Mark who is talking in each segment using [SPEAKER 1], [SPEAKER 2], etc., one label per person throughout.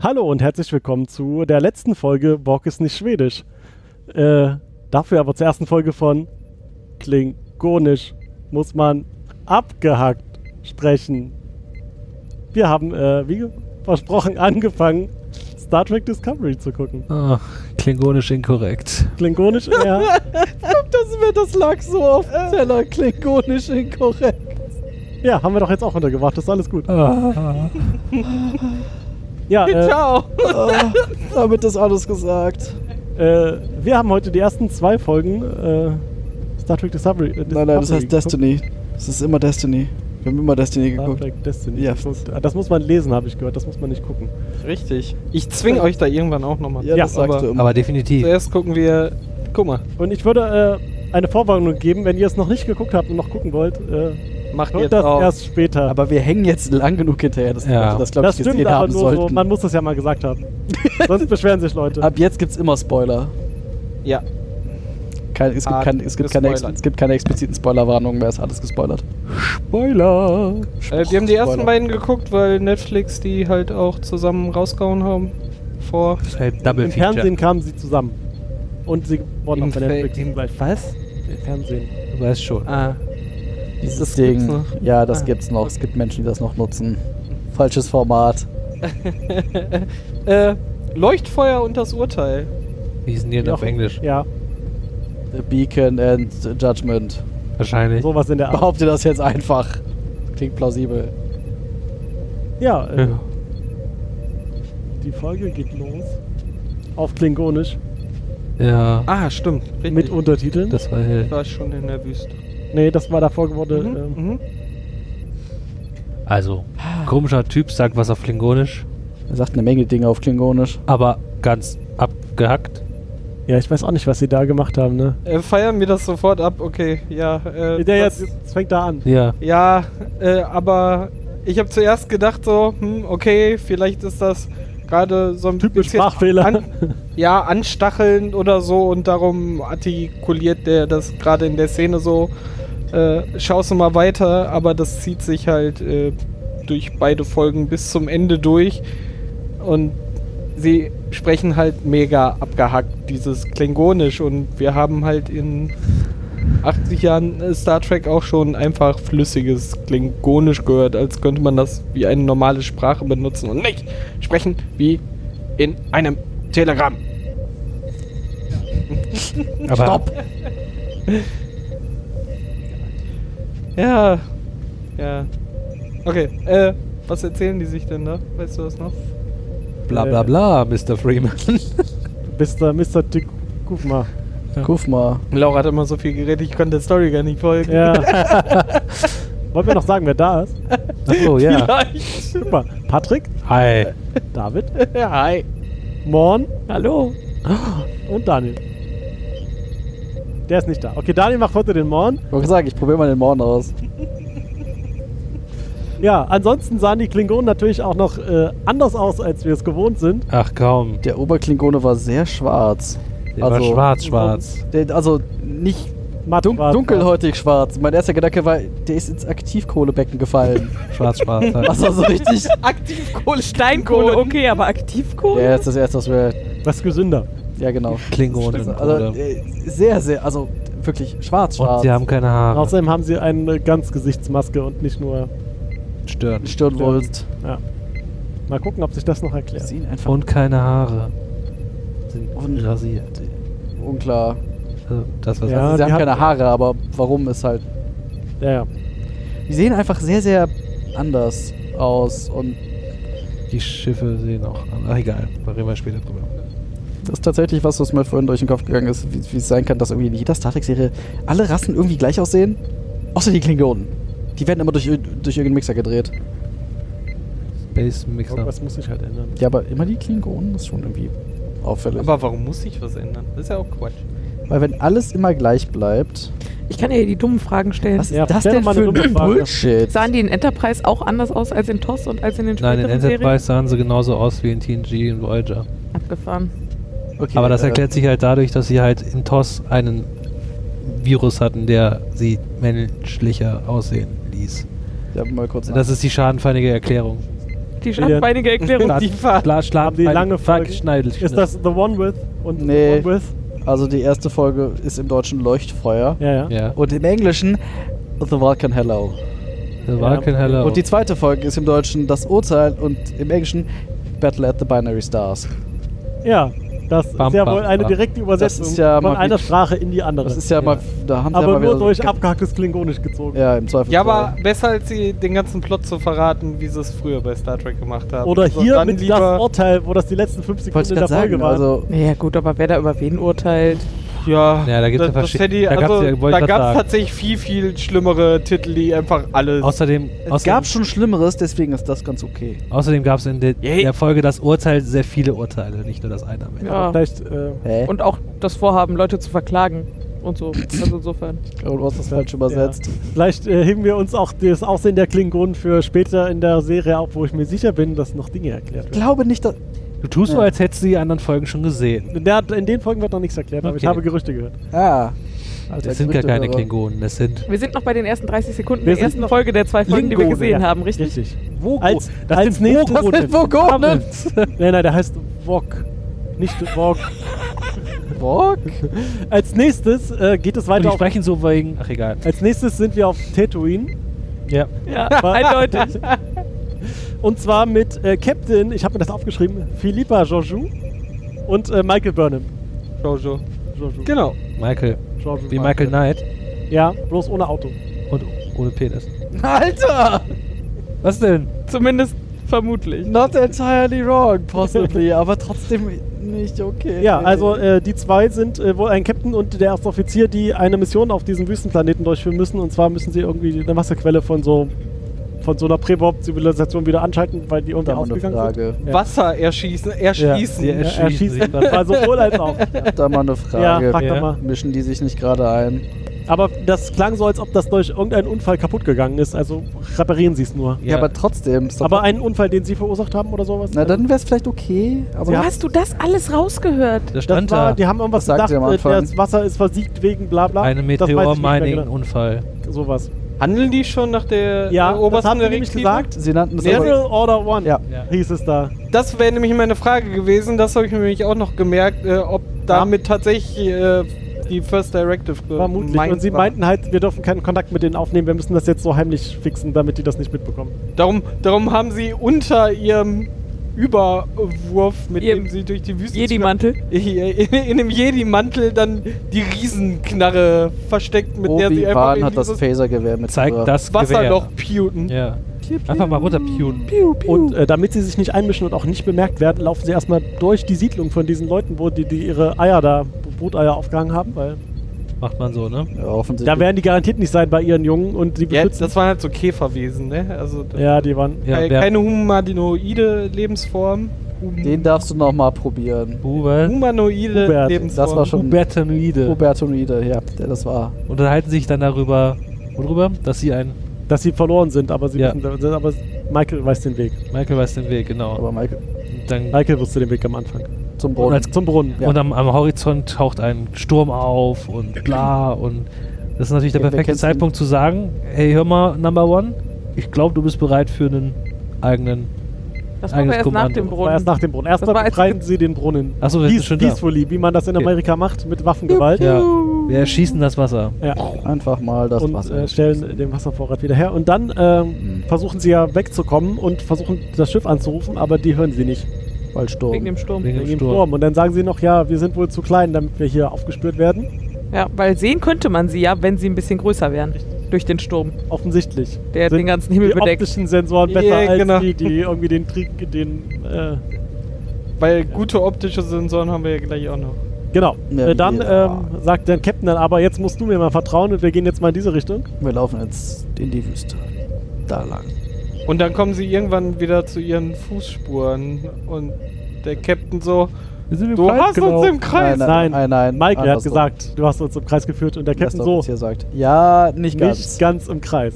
[SPEAKER 1] Hallo und herzlich willkommen zu der letzten Folge Borg ist nicht Schwedisch. Äh, dafür aber zur ersten Folge von Klingonisch muss man abgehackt sprechen. Wir haben, äh, wie ge- versprochen, angefangen, Star Trek Discovery zu gucken.
[SPEAKER 2] Ach, klingonisch inkorrekt.
[SPEAKER 1] Klingonisch, ja.
[SPEAKER 3] Das, mir- das lag so auf dem Teller, klingonisch inkorrekt.
[SPEAKER 1] ja, haben wir doch jetzt auch untergebracht, das ist alles gut.
[SPEAKER 2] Ah,
[SPEAKER 1] Ja, äh,
[SPEAKER 3] Ciao. damit ist alles gesagt.
[SPEAKER 1] Äh, wir haben heute die ersten zwei Folgen äh, Star Trek Discovery. Äh,
[SPEAKER 3] Nein, nein, das
[SPEAKER 1] Discovery
[SPEAKER 3] heißt Destiny. Es ist immer Destiny. Wir haben immer Destiny
[SPEAKER 1] geguckt. Star
[SPEAKER 3] geguckt.
[SPEAKER 1] Trek Destiny.
[SPEAKER 3] Ja.
[SPEAKER 1] geguckt. Ah, Das muss man lesen, habe ich gehört. Das muss man nicht gucken.
[SPEAKER 4] Richtig. Ich zwing euch da irgendwann auch nochmal.
[SPEAKER 3] Ja,
[SPEAKER 1] Ja,
[SPEAKER 3] das sagst
[SPEAKER 4] aber-
[SPEAKER 3] du immer.
[SPEAKER 2] aber definitiv.
[SPEAKER 4] Zuerst gucken wir. Guck mal,
[SPEAKER 1] Und ich würde äh, eine Vorwarnung geben, wenn ihr es noch nicht geguckt habt und noch gucken wollt, äh,
[SPEAKER 4] macht
[SPEAKER 1] hört
[SPEAKER 4] jetzt
[SPEAKER 1] das
[SPEAKER 4] auf.
[SPEAKER 1] erst später.
[SPEAKER 3] Aber wir hängen jetzt lang genug hinterher, dass
[SPEAKER 2] Ja.
[SPEAKER 3] wir das, glaube ich, gesehen haben
[SPEAKER 1] nur so.
[SPEAKER 3] sollten.
[SPEAKER 1] Man muss das ja mal gesagt haben. Sonst beschweren sich Leute.
[SPEAKER 3] Ab jetzt gibt's immer Spoiler.
[SPEAKER 4] Ja.
[SPEAKER 3] Kein, es, gibt
[SPEAKER 4] Hart
[SPEAKER 3] kein, es, gibt keine, ex-
[SPEAKER 4] gespoilert.
[SPEAKER 3] es gibt keine expliziten Spoilerwarnungen mehr, es ist alles gespoilert.
[SPEAKER 2] Spoiler!
[SPEAKER 4] Äh, wir haben die ersten
[SPEAKER 3] Spoiler.
[SPEAKER 4] beiden geguckt, weil Netflix die halt auch zusammen rausgehauen haben. Vor.
[SPEAKER 2] Das ist halt Double
[SPEAKER 1] Im
[SPEAKER 2] Feature.
[SPEAKER 1] Fernsehen kamen sie zusammen. Und sie wurden
[SPEAKER 4] Im
[SPEAKER 1] auch bei Netflix
[SPEAKER 4] Fe- im-
[SPEAKER 1] gleich.
[SPEAKER 4] Was?
[SPEAKER 1] Im Fernsehen.
[SPEAKER 2] Du weißt schon.
[SPEAKER 4] Ah.
[SPEAKER 3] Dieses
[SPEAKER 4] Das
[SPEAKER 3] Ding.
[SPEAKER 4] gibt's noch.
[SPEAKER 3] Ja, das
[SPEAKER 4] Ah.
[SPEAKER 3] gibt's noch. Es gibt Menschen, die das noch nutzen. Falsches Format.
[SPEAKER 4] Äh, Leuchtfeuer und das Urteil.
[SPEAKER 2] Wie ist denn hier
[SPEAKER 1] Wie
[SPEAKER 2] auf
[SPEAKER 1] auch-
[SPEAKER 2] Englisch?
[SPEAKER 1] Ja,
[SPEAKER 3] The Beacon and Judgment.
[SPEAKER 2] Wahrscheinlich.
[SPEAKER 1] sowas in der Art.
[SPEAKER 3] Behaupte das jetzt einfach. Klingt plausibel.
[SPEAKER 1] Ja, äh,
[SPEAKER 2] Ja.
[SPEAKER 1] Die Folge geht los. Auf Klingonisch.
[SPEAKER 2] ja,
[SPEAKER 4] Ah, stimmt. Richtig.
[SPEAKER 1] Mit Untertiteln.
[SPEAKER 2] das war
[SPEAKER 4] Ich
[SPEAKER 2] hell.
[SPEAKER 4] war schon in der Wüste.
[SPEAKER 1] nee, das war davor geworden.
[SPEAKER 4] Mhm,
[SPEAKER 1] Ähm,
[SPEAKER 4] mhm.
[SPEAKER 2] Also, komischer Typ sagt was auf Klingonisch,
[SPEAKER 3] Er sagt eine Menge Dinge auf Klingonisch.
[SPEAKER 2] aber ganz abgehackt.
[SPEAKER 1] Ja, ich weiß auch nicht, was sie da gemacht haben, ne?
[SPEAKER 4] Äh, feiern mir das sofort ab, okay. Ja, äh,
[SPEAKER 1] Der
[SPEAKER 4] das-
[SPEAKER 1] jetzt, jetzt fängt da an.
[SPEAKER 2] Ja.
[SPEAKER 4] Ja, äh, aber ich habe zuerst gedacht so, hm, okay, vielleicht ist das gerade so ein
[SPEAKER 1] Typisch
[SPEAKER 4] bisschen
[SPEAKER 1] Sprachfehler.
[SPEAKER 4] An, ja, anstachelnd oder so und darum artikuliert der das gerade in der Szene so. Äh, schaust du mal weiter, aber das zieht sich halt äh, durch beide Folgen bis zum Ende durch und sie sprechen halt mega abgehackt dieses Klingonisch und wir haben halt in 80 Jahren äh, Star Trek auch schon einfach flüssiges Klingonisch gehört, als könnte man das wie eine normale Sprache benutzen und nicht sprechen wie in einem Telegramm.
[SPEAKER 2] Aber
[SPEAKER 3] Stopp!
[SPEAKER 4] Ja. Ja. Okay, äh, was erzählen die sich denn da? Weißt du das noch?
[SPEAKER 2] Bla bla bla, Mr. Freeman.
[SPEAKER 1] Mr. Mr. Dick Kufma.
[SPEAKER 3] Guck mal.
[SPEAKER 4] Laura hat immer so viel geredet, ich konnte der Story gar nicht folgen.
[SPEAKER 1] Ja. Wollten wir noch sagen, wer da ist?
[SPEAKER 4] Oh,
[SPEAKER 2] Achso, ja.
[SPEAKER 4] Vielleicht.
[SPEAKER 1] Super. Patrick,
[SPEAKER 2] Hi.
[SPEAKER 1] David,
[SPEAKER 4] ja, hi.
[SPEAKER 1] Morn
[SPEAKER 3] Hallo.
[SPEAKER 1] und Daniel. Der ist nicht da. Okay, Daniel macht heute den Morn.
[SPEAKER 3] Ich wollte sagen, ich probiere mal den Morgen aus.
[SPEAKER 1] Ja, ansonsten sahen die Klingonen natürlich auch noch äh, anders aus, als wir es gewohnt sind.
[SPEAKER 2] Ach kaum.
[SPEAKER 3] Der Oberklingone war sehr schwarz. Also,
[SPEAKER 2] Der war schwarz, schwarz.
[SPEAKER 3] Der, also nicht
[SPEAKER 1] Matt
[SPEAKER 3] dun
[SPEAKER 1] war-
[SPEAKER 3] dunkelhäutig schwarz. Mein erster Gedanke war, der ist ins Aktivkohlebecken gefallen.
[SPEAKER 2] Schwarz, schwarz. halt.
[SPEAKER 3] Was war so richtig?
[SPEAKER 4] Aktivkohle,
[SPEAKER 5] Steinkohle, okay, aber Aktivkohle?
[SPEAKER 3] Der ist das erste, was wir.
[SPEAKER 1] Was gesünder.
[SPEAKER 3] Ja, genau.
[SPEAKER 2] Klingonen.
[SPEAKER 3] Also
[SPEAKER 2] Bruder.
[SPEAKER 3] äh, sehr, sehr, also wirklich schwarz, schwarz. Also,
[SPEAKER 2] Und sie haben keine Haare.
[SPEAKER 1] Außerdem haben sie eine Ganzgesichtsmaske und nicht nur.
[SPEAKER 2] Stirn.
[SPEAKER 3] Stirnwulst.
[SPEAKER 1] Ja. Mal gucken, ob sich das noch erklärt.
[SPEAKER 3] Sehen einfach
[SPEAKER 2] Und keine Haare. Sind
[SPEAKER 3] Und-
[SPEAKER 2] rasiert.
[SPEAKER 3] unklar.
[SPEAKER 2] Also, das, was
[SPEAKER 1] Ja,
[SPEAKER 3] also
[SPEAKER 1] die
[SPEAKER 3] sie haben
[SPEAKER 1] haben-
[SPEAKER 3] keine Haare, aber warum ist halt
[SPEAKER 1] Ja, ja.
[SPEAKER 3] Die sehen einfach sehr, sehr anders aus und
[SPEAKER 2] Die Schiffe sehen auch an. Ach, egal. Da reden wir später drüber.
[SPEAKER 3] das ist tatsächlich was, was mir vorhin durch den Kopf gegangen ist, wie wie es sein kann, dass irgendwie in jeder Star Trek-Serie alle Rassen irgendwie gleich aussehen, außer die Klingonen. Die werden immer durch, ir- durch irgendeinen Mixer gedreht.
[SPEAKER 2] Space Mixer.
[SPEAKER 1] Irgendwas muss sich halt ändern.
[SPEAKER 3] Ja, aber immer die Klingonen das ist schon irgendwie auffällig.
[SPEAKER 4] Aber warum muss ich was ändern? Das ist ja auch Quatsch.
[SPEAKER 3] Weil wenn alles immer gleich bleibt,
[SPEAKER 5] Ich kann ja hier die dummen Fragen stellen.
[SPEAKER 3] was
[SPEAKER 1] Ja,
[SPEAKER 3] ist das
[SPEAKER 1] stell
[SPEAKER 3] denn
[SPEAKER 1] doch mal
[SPEAKER 3] für
[SPEAKER 1] eine
[SPEAKER 3] ein
[SPEAKER 1] dumme Frage.
[SPEAKER 3] Bullshit?
[SPEAKER 5] Sahen die in Enterprise auch anders aus als in TOS und als in den
[SPEAKER 2] Nein,
[SPEAKER 5] späteren
[SPEAKER 2] in
[SPEAKER 5] Serien?
[SPEAKER 2] Enterprise sahen sie genauso aus wie in TNG und Voyager.
[SPEAKER 5] Abgefahren.
[SPEAKER 3] Okay,
[SPEAKER 2] Aber das
[SPEAKER 3] äh,
[SPEAKER 2] erklärt sich halt dadurch, dass sie halt in TOS einen Virus hatten, der sie menschlicher aussehen ließ.
[SPEAKER 3] Ja, mal kurz
[SPEAKER 2] Das ist die schadenfeindige Erklärung.
[SPEAKER 5] Die scharfbeinige Erklärung.
[SPEAKER 4] Die Fahrt.
[SPEAKER 2] Schla
[SPEAKER 1] Haben die lange Folge?
[SPEAKER 2] Schneidel.
[SPEAKER 1] Ist das The One With und
[SPEAKER 3] Nee.
[SPEAKER 1] The One With?
[SPEAKER 3] Also die erste Folge ist im Deutschen Leuchtfeuer
[SPEAKER 1] Ja, ja.
[SPEAKER 2] Ja.
[SPEAKER 3] und im Englischen The Vulcan Hello.
[SPEAKER 2] The Vulcan Hello.
[SPEAKER 3] Und die zweite Folge ist im Deutschen Das Urteil und im Englischen Battle at the Binary Stars.
[SPEAKER 1] Ja, das
[SPEAKER 2] Bam,
[SPEAKER 1] ist ja
[SPEAKER 2] bam,
[SPEAKER 1] wohl eine
[SPEAKER 2] bam.
[SPEAKER 1] direkte Übersetzung
[SPEAKER 3] Das ist ja
[SPEAKER 1] von
[SPEAKER 3] mal
[SPEAKER 1] einer
[SPEAKER 3] wie-
[SPEAKER 1] Sprache in die andere.
[SPEAKER 3] Das ist ja, mal, da haben sie ja
[SPEAKER 1] aber
[SPEAKER 3] mal
[SPEAKER 1] nur
[SPEAKER 3] wieder
[SPEAKER 1] durch
[SPEAKER 3] so,
[SPEAKER 1] abgehacktes Klingonisch gezogen.
[SPEAKER 3] Ja, im Zweifel.
[SPEAKER 4] Ja, aber besser als sie den ganzen Plot zu verraten, wie sie es früher bei Star Trek gemacht haben.
[SPEAKER 1] Oder
[SPEAKER 4] So,
[SPEAKER 1] hier
[SPEAKER 4] dann
[SPEAKER 1] mit
[SPEAKER 4] lieber,
[SPEAKER 1] das Urteil, wo das die letzten fünf Sekunden
[SPEAKER 3] wollte
[SPEAKER 1] in der
[SPEAKER 3] ich gerade
[SPEAKER 1] Folge
[SPEAKER 3] sagen,
[SPEAKER 1] war.
[SPEAKER 3] also
[SPEAKER 5] Naja, gut, aber wer da über wen urteilt?
[SPEAKER 4] Ja,
[SPEAKER 2] Ja, da gibt's ja
[SPEAKER 4] das- das
[SPEAKER 2] verschied-
[SPEAKER 4] hätte ich-
[SPEAKER 2] da gab's
[SPEAKER 4] also,
[SPEAKER 2] ja- wollte
[SPEAKER 4] Da
[SPEAKER 2] ich grad
[SPEAKER 4] gab es
[SPEAKER 2] sagen.
[SPEAKER 4] tatsächlich viel, viel schlimmere Titel, die einfach alles.
[SPEAKER 2] Außerdem,
[SPEAKER 3] es
[SPEAKER 2] außerdem,
[SPEAKER 3] gab schon Schlimmeres, deswegen ist das ganz okay.
[SPEAKER 2] außerdem gab es in der,
[SPEAKER 4] Yay.
[SPEAKER 2] der Folge das Urteil sehr viele Urteile, nicht nur das eine am Ende.
[SPEAKER 5] Ja.
[SPEAKER 1] Vielleicht, äh,
[SPEAKER 3] Hä?
[SPEAKER 5] Und auch das Vorhaben, Leute zu verklagen und so. Also insofern.
[SPEAKER 3] du hast das halt falsch übersetzt.
[SPEAKER 1] Ja. Vielleicht äh, heben wir uns auch das Aussehen der Klingonen für später in der Serie auf, wo ich mir sicher bin, dass noch Dinge erklärt
[SPEAKER 3] Ich
[SPEAKER 1] werden.
[SPEAKER 3] glaube nicht, dass.
[SPEAKER 2] Du tust so,
[SPEAKER 3] Ja.
[SPEAKER 2] als hättest du die anderen Folgen schon gesehen.
[SPEAKER 1] In, der, in den Folgen wird noch nichts erklärt, aber ich
[SPEAKER 2] Okay.
[SPEAKER 1] habe Gerüchte gehört.
[SPEAKER 3] Ah.
[SPEAKER 2] Das sind gar keine Klingonen, das sind.
[SPEAKER 5] Wir sind noch bei den ersten 30 Sekunden
[SPEAKER 1] Wir
[SPEAKER 5] der
[SPEAKER 1] sind
[SPEAKER 5] ersten
[SPEAKER 1] noch-
[SPEAKER 5] Folge der zwei Folgen, die wir
[SPEAKER 1] Klingone,
[SPEAKER 5] gesehen
[SPEAKER 1] ja.
[SPEAKER 5] haben, richtig?
[SPEAKER 2] Wogo.
[SPEAKER 1] Als,
[SPEAKER 2] das
[SPEAKER 1] als
[SPEAKER 2] sind
[SPEAKER 1] nächstes.
[SPEAKER 2] Wogo.
[SPEAKER 3] sind Vogonen.
[SPEAKER 1] Nein, nein, der heißt Wok. Nicht Wok.
[SPEAKER 3] Rock?
[SPEAKER 1] Als nächstes äh, geht es
[SPEAKER 2] Und die
[SPEAKER 1] weiter auf.
[SPEAKER 2] sprechen so wegen. Ach, egal.
[SPEAKER 1] Als nächstes sind wir auf Tatooine.
[SPEAKER 2] Ja.
[SPEAKER 5] Ja,
[SPEAKER 1] Aber-
[SPEAKER 5] eindeutig.
[SPEAKER 1] Und zwar mit äh, Captain, ich habe mir das aufgeschrieben, Philippa Joju und äh, Michael Burnham.
[SPEAKER 4] Jojo.
[SPEAKER 1] Joju.
[SPEAKER 4] Genau.
[SPEAKER 2] Michael.
[SPEAKER 1] Joju.
[SPEAKER 2] Wie Michael Knight.
[SPEAKER 1] Ja, bloß ohne Auto.
[SPEAKER 2] Und ohne Penis.
[SPEAKER 3] Alter!
[SPEAKER 2] Was denn?
[SPEAKER 5] Zumindest vermutlich.
[SPEAKER 3] Not entirely wrong, possibly, aber trotzdem nicht okay.
[SPEAKER 1] Ja, also äh, die zwei sind äh, wohl ein Captain und der erste Offizier, die eine Mission auf diesem Wüstenplaneten durchführen müssen. Und zwar müssen sie irgendwie eine Wasserquelle von so von so einer Präbob-Zivilisation wieder anschalten, weil die irgendwie
[SPEAKER 3] da mal eine
[SPEAKER 1] ausgegangen
[SPEAKER 3] Frage.
[SPEAKER 1] Ja.
[SPEAKER 4] Wasser erschießen,
[SPEAKER 1] sind.
[SPEAKER 4] erschießen.
[SPEAKER 1] Ja,
[SPEAKER 2] die
[SPEAKER 1] ja, erschießen.
[SPEAKER 2] erschießen sich.
[SPEAKER 1] Das war Also sowohl als auch.
[SPEAKER 3] Da mal eine
[SPEAKER 1] Ja,
[SPEAKER 3] Frage.
[SPEAKER 1] frag doch
[SPEAKER 2] Ja.
[SPEAKER 1] mal.
[SPEAKER 3] Mischen die sich nicht gerade ein?
[SPEAKER 1] Aber das klang so, als ob das durch irgendeinen Unfall kaputt gegangen ist. Also reparieren sie es nur.
[SPEAKER 3] Ja, aber trotzdem. ist doch-
[SPEAKER 1] Aber einen Unfall, den sie verursacht haben oder sowas?
[SPEAKER 3] Na, dann wäre es vielleicht okay. Aber
[SPEAKER 5] Wo
[SPEAKER 1] Ja.
[SPEAKER 5] hast du das alles rausgehört?
[SPEAKER 2] Da
[SPEAKER 1] Das
[SPEAKER 2] stand
[SPEAKER 1] war,
[SPEAKER 2] da.
[SPEAKER 1] die haben irgendwas
[SPEAKER 3] Was sagt
[SPEAKER 1] gesagt,
[SPEAKER 3] ihr am
[SPEAKER 1] äh,
[SPEAKER 3] Anfang?
[SPEAKER 1] das Wasser ist versiegt wegen bla bla.
[SPEAKER 2] Einem
[SPEAKER 1] Das weiß ich nicht mehr genau.
[SPEAKER 2] Meteor-Mining-Unfall.
[SPEAKER 1] Sowas.
[SPEAKER 4] Handeln die schon nach der
[SPEAKER 1] Ja,
[SPEAKER 4] äh,
[SPEAKER 1] das
[SPEAKER 4] obersten
[SPEAKER 1] haben sie nämlich
[SPEAKER 4] Direktive?
[SPEAKER 1] gesagt.
[SPEAKER 3] sie nannten es aber.
[SPEAKER 1] General Order One
[SPEAKER 3] Ja.
[SPEAKER 2] Ja.
[SPEAKER 1] hieß es da.
[SPEAKER 4] Das wäre nämlich meine Frage gewesen, das habe ich mir nämlich auch noch gemerkt, äh, ob damit tatsächlich äh, die First Directive ge-
[SPEAKER 1] Vermutlich.
[SPEAKER 4] gemeint
[SPEAKER 1] und sie
[SPEAKER 4] war.
[SPEAKER 1] meinten halt, wir dürfen keinen Kontakt mit denen aufnehmen, wir müssen das jetzt so heimlich fixen, damit die das nicht mitbekommen.
[SPEAKER 4] Darum, darum haben sie unter ihrem Überwurf, mit
[SPEAKER 5] Ihr-
[SPEAKER 4] dem sie durch die Wüste
[SPEAKER 5] Jedi-Mantel.
[SPEAKER 4] in, in dem Jedi-Mantel dann die Riesenknarre versteckt, mit der sie einfach
[SPEAKER 3] Obi-Wan
[SPEAKER 4] in
[SPEAKER 3] hat das
[SPEAKER 4] dieses
[SPEAKER 3] Phasergewehr mit.
[SPEAKER 2] Zeigt das
[SPEAKER 4] Wasserloch pewten.
[SPEAKER 2] Gewehr. Ja. Einfach mal runterpiun.
[SPEAKER 1] Und äh, damit sie sich nicht einmischen und auch nicht bemerkt werden, laufen sie erstmal durch die Siedlung von diesen Leuten, wo die, die ihre Eier da, Bruteier aufgehangen haben, weil
[SPEAKER 2] Macht man so, ne?
[SPEAKER 3] Ja, offensichtlich.
[SPEAKER 1] da werden die garantiert nicht sein bei ihren Jungen und sie
[SPEAKER 4] Ja,
[SPEAKER 1] beschützen.
[SPEAKER 4] das waren halt so Käferwesen, ne? Also das-
[SPEAKER 1] Ja, die waren.
[SPEAKER 2] Ja,
[SPEAKER 4] keine,
[SPEAKER 2] wer-
[SPEAKER 4] Äh, keine humanoide Lebensform. Hum-
[SPEAKER 3] Den darfst du nochmal probieren.
[SPEAKER 2] Hubert.
[SPEAKER 4] humanoide
[SPEAKER 1] Hubert,
[SPEAKER 4] Lebensform.
[SPEAKER 3] das war schon-
[SPEAKER 2] Hubertanoide.
[SPEAKER 3] Roberto Nieder, ja, der das war.
[SPEAKER 2] Unterhalten sich dann darüber, worüber? Dass sie ein.
[SPEAKER 1] Dass sie verloren sind, aber sie
[SPEAKER 2] Ja.
[SPEAKER 1] wissen, aber Michael weiß den Weg.
[SPEAKER 2] Michael weiß den Weg, genau.
[SPEAKER 3] Aber Michael,
[SPEAKER 2] Und Dann
[SPEAKER 1] Michael wusste den Weg am Anfang.
[SPEAKER 3] zum
[SPEAKER 2] Und
[SPEAKER 3] Boden.
[SPEAKER 2] als-
[SPEAKER 1] Zum Brunnen.
[SPEAKER 3] Ja.
[SPEAKER 2] Und am, am Horizont taucht ein Sturm auf und bla und das ist natürlich der
[SPEAKER 3] Ja, wer
[SPEAKER 2] perfekte
[SPEAKER 3] kennt's denn?
[SPEAKER 2] Zeitpunkt zu sagen, hey, hör mal, Number One, ich glaube, du bist bereit für einen eigenen...
[SPEAKER 5] Das machen wir
[SPEAKER 2] Eigenes
[SPEAKER 5] erst nach
[SPEAKER 2] Kommando.
[SPEAKER 1] War
[SPEAKER 5] dem
[SPEAKER 1] erst
[SPEAKER 5] Brunnen.
[SPEAKER 1] nach dem Brunnen. Erstmal
[SPEAKER 5] Das war als-
[SPEAKER 1] befreien sie den Brunnen.
[SPEAKER 2] Ach so, wir sind
[SPEAKER 1] Peace,
[SPEAKER 2] schon da.
[SPEAKER 1] peacefully, wie man das in
[SPEAKER 2] Okay.
[SPEAKER 1] Amerika macht, mit Waffengewalt.
[SPEAKER 2] Ja, wir erschießen das Wasser.
[SPEAKER 1] Ja.
[SPEAKER 3] Einfach mal das
[SPEAKER 1] und
[SPEAKER 3] Wasser.
[SPEAKER 1] äh, stellen den Wasservorrat wieder her. Und dann ähm,
[SPEAKER 3] Mhm.
[SPEAKER 1] versuchen sie ja wegzukommen und versuchen das Schiff anzurufen, aber die hören sie nicht
[SPEAKER 3] Weil
[SPEAKER 5] Wegen
[SPEAKER 3] Sturm.
[SPEAKER 5] dem Sturm.
[SPEAKER 2] Wegen
[SPEAKER 1] wegen dem
[SPEAKER 2] dem Sturm.
[SPEAKER 1] Sturm. Und dann sagen sie noch, ja, wir sind wohl zu klein, damit wir hier aufgespürt werden.
[SPEAKER 5] Ja, weil sehen könnte man sie ja, wenn sie ein bisschen größer wären. Durch den Sturm,
[SPEAKER 1] Offensichtlich.
[SPEAKER 5] der
[SPEAKER 1] Sind
[SPEAKER 5] den ganzen Himmel
[SPEAKER 1] die
[SPEAKER 5] bedeckt.
[SPEAKER 1] optischen Sensoren besser
[SPEAKER 4] Ja,
[SPEAKER 1] als
[SPEAKER 4] genau.
[SPEAKER 1] die, die irgendwie den Trick, den äh,
[SPEAKER 4] Weil gute optische Sensoren haben wir ja gleich auch noch.
[SPEAKER 1] genau.
[SPEAKER 3] Ja,
[SPEAKER 1] äh, dann
[SPEAKER 3] ja.
[SPEAKER 1] ähm, sagt der Captain dann, aber jetzt musst du mir mal vertrauen und wir gehen jetzt mal in diese Richtung.
[SPEAKER 3] Wir laufen jetzt in die Wüste. Da lang.
[SPEAKER 4] Und dann kommen sie irgendwann wieder zu ihren Fußspuren und der Captain so,
[SPEAKER 2] Wir sind im
[SPEAKER 4] du
[SPEAKER 2] Kreis
[SPEAKER 4] hast
[SPEAKER 1] genau.
[SPEAKER 4] uns im Kreis.
[SPEAKER 1] Nein,
[SPEAKER 3] Nein, nein, nein,
[SPEAKER 1] Michael hat
[SPEAKER 3] andersrum.
[SPEAKER 1] gesagt, du hast uns im Kreis geführt und der Captain
[SPEAKER 3] Erster
[SPEAKER 1] so,
[SPEAKER 3] Offizier sagt. Ja, nicht
[SPEAKER 1] nicht
[SPEAKER 3] ganz.
[SPEAKER 1] ganz. im Kreis.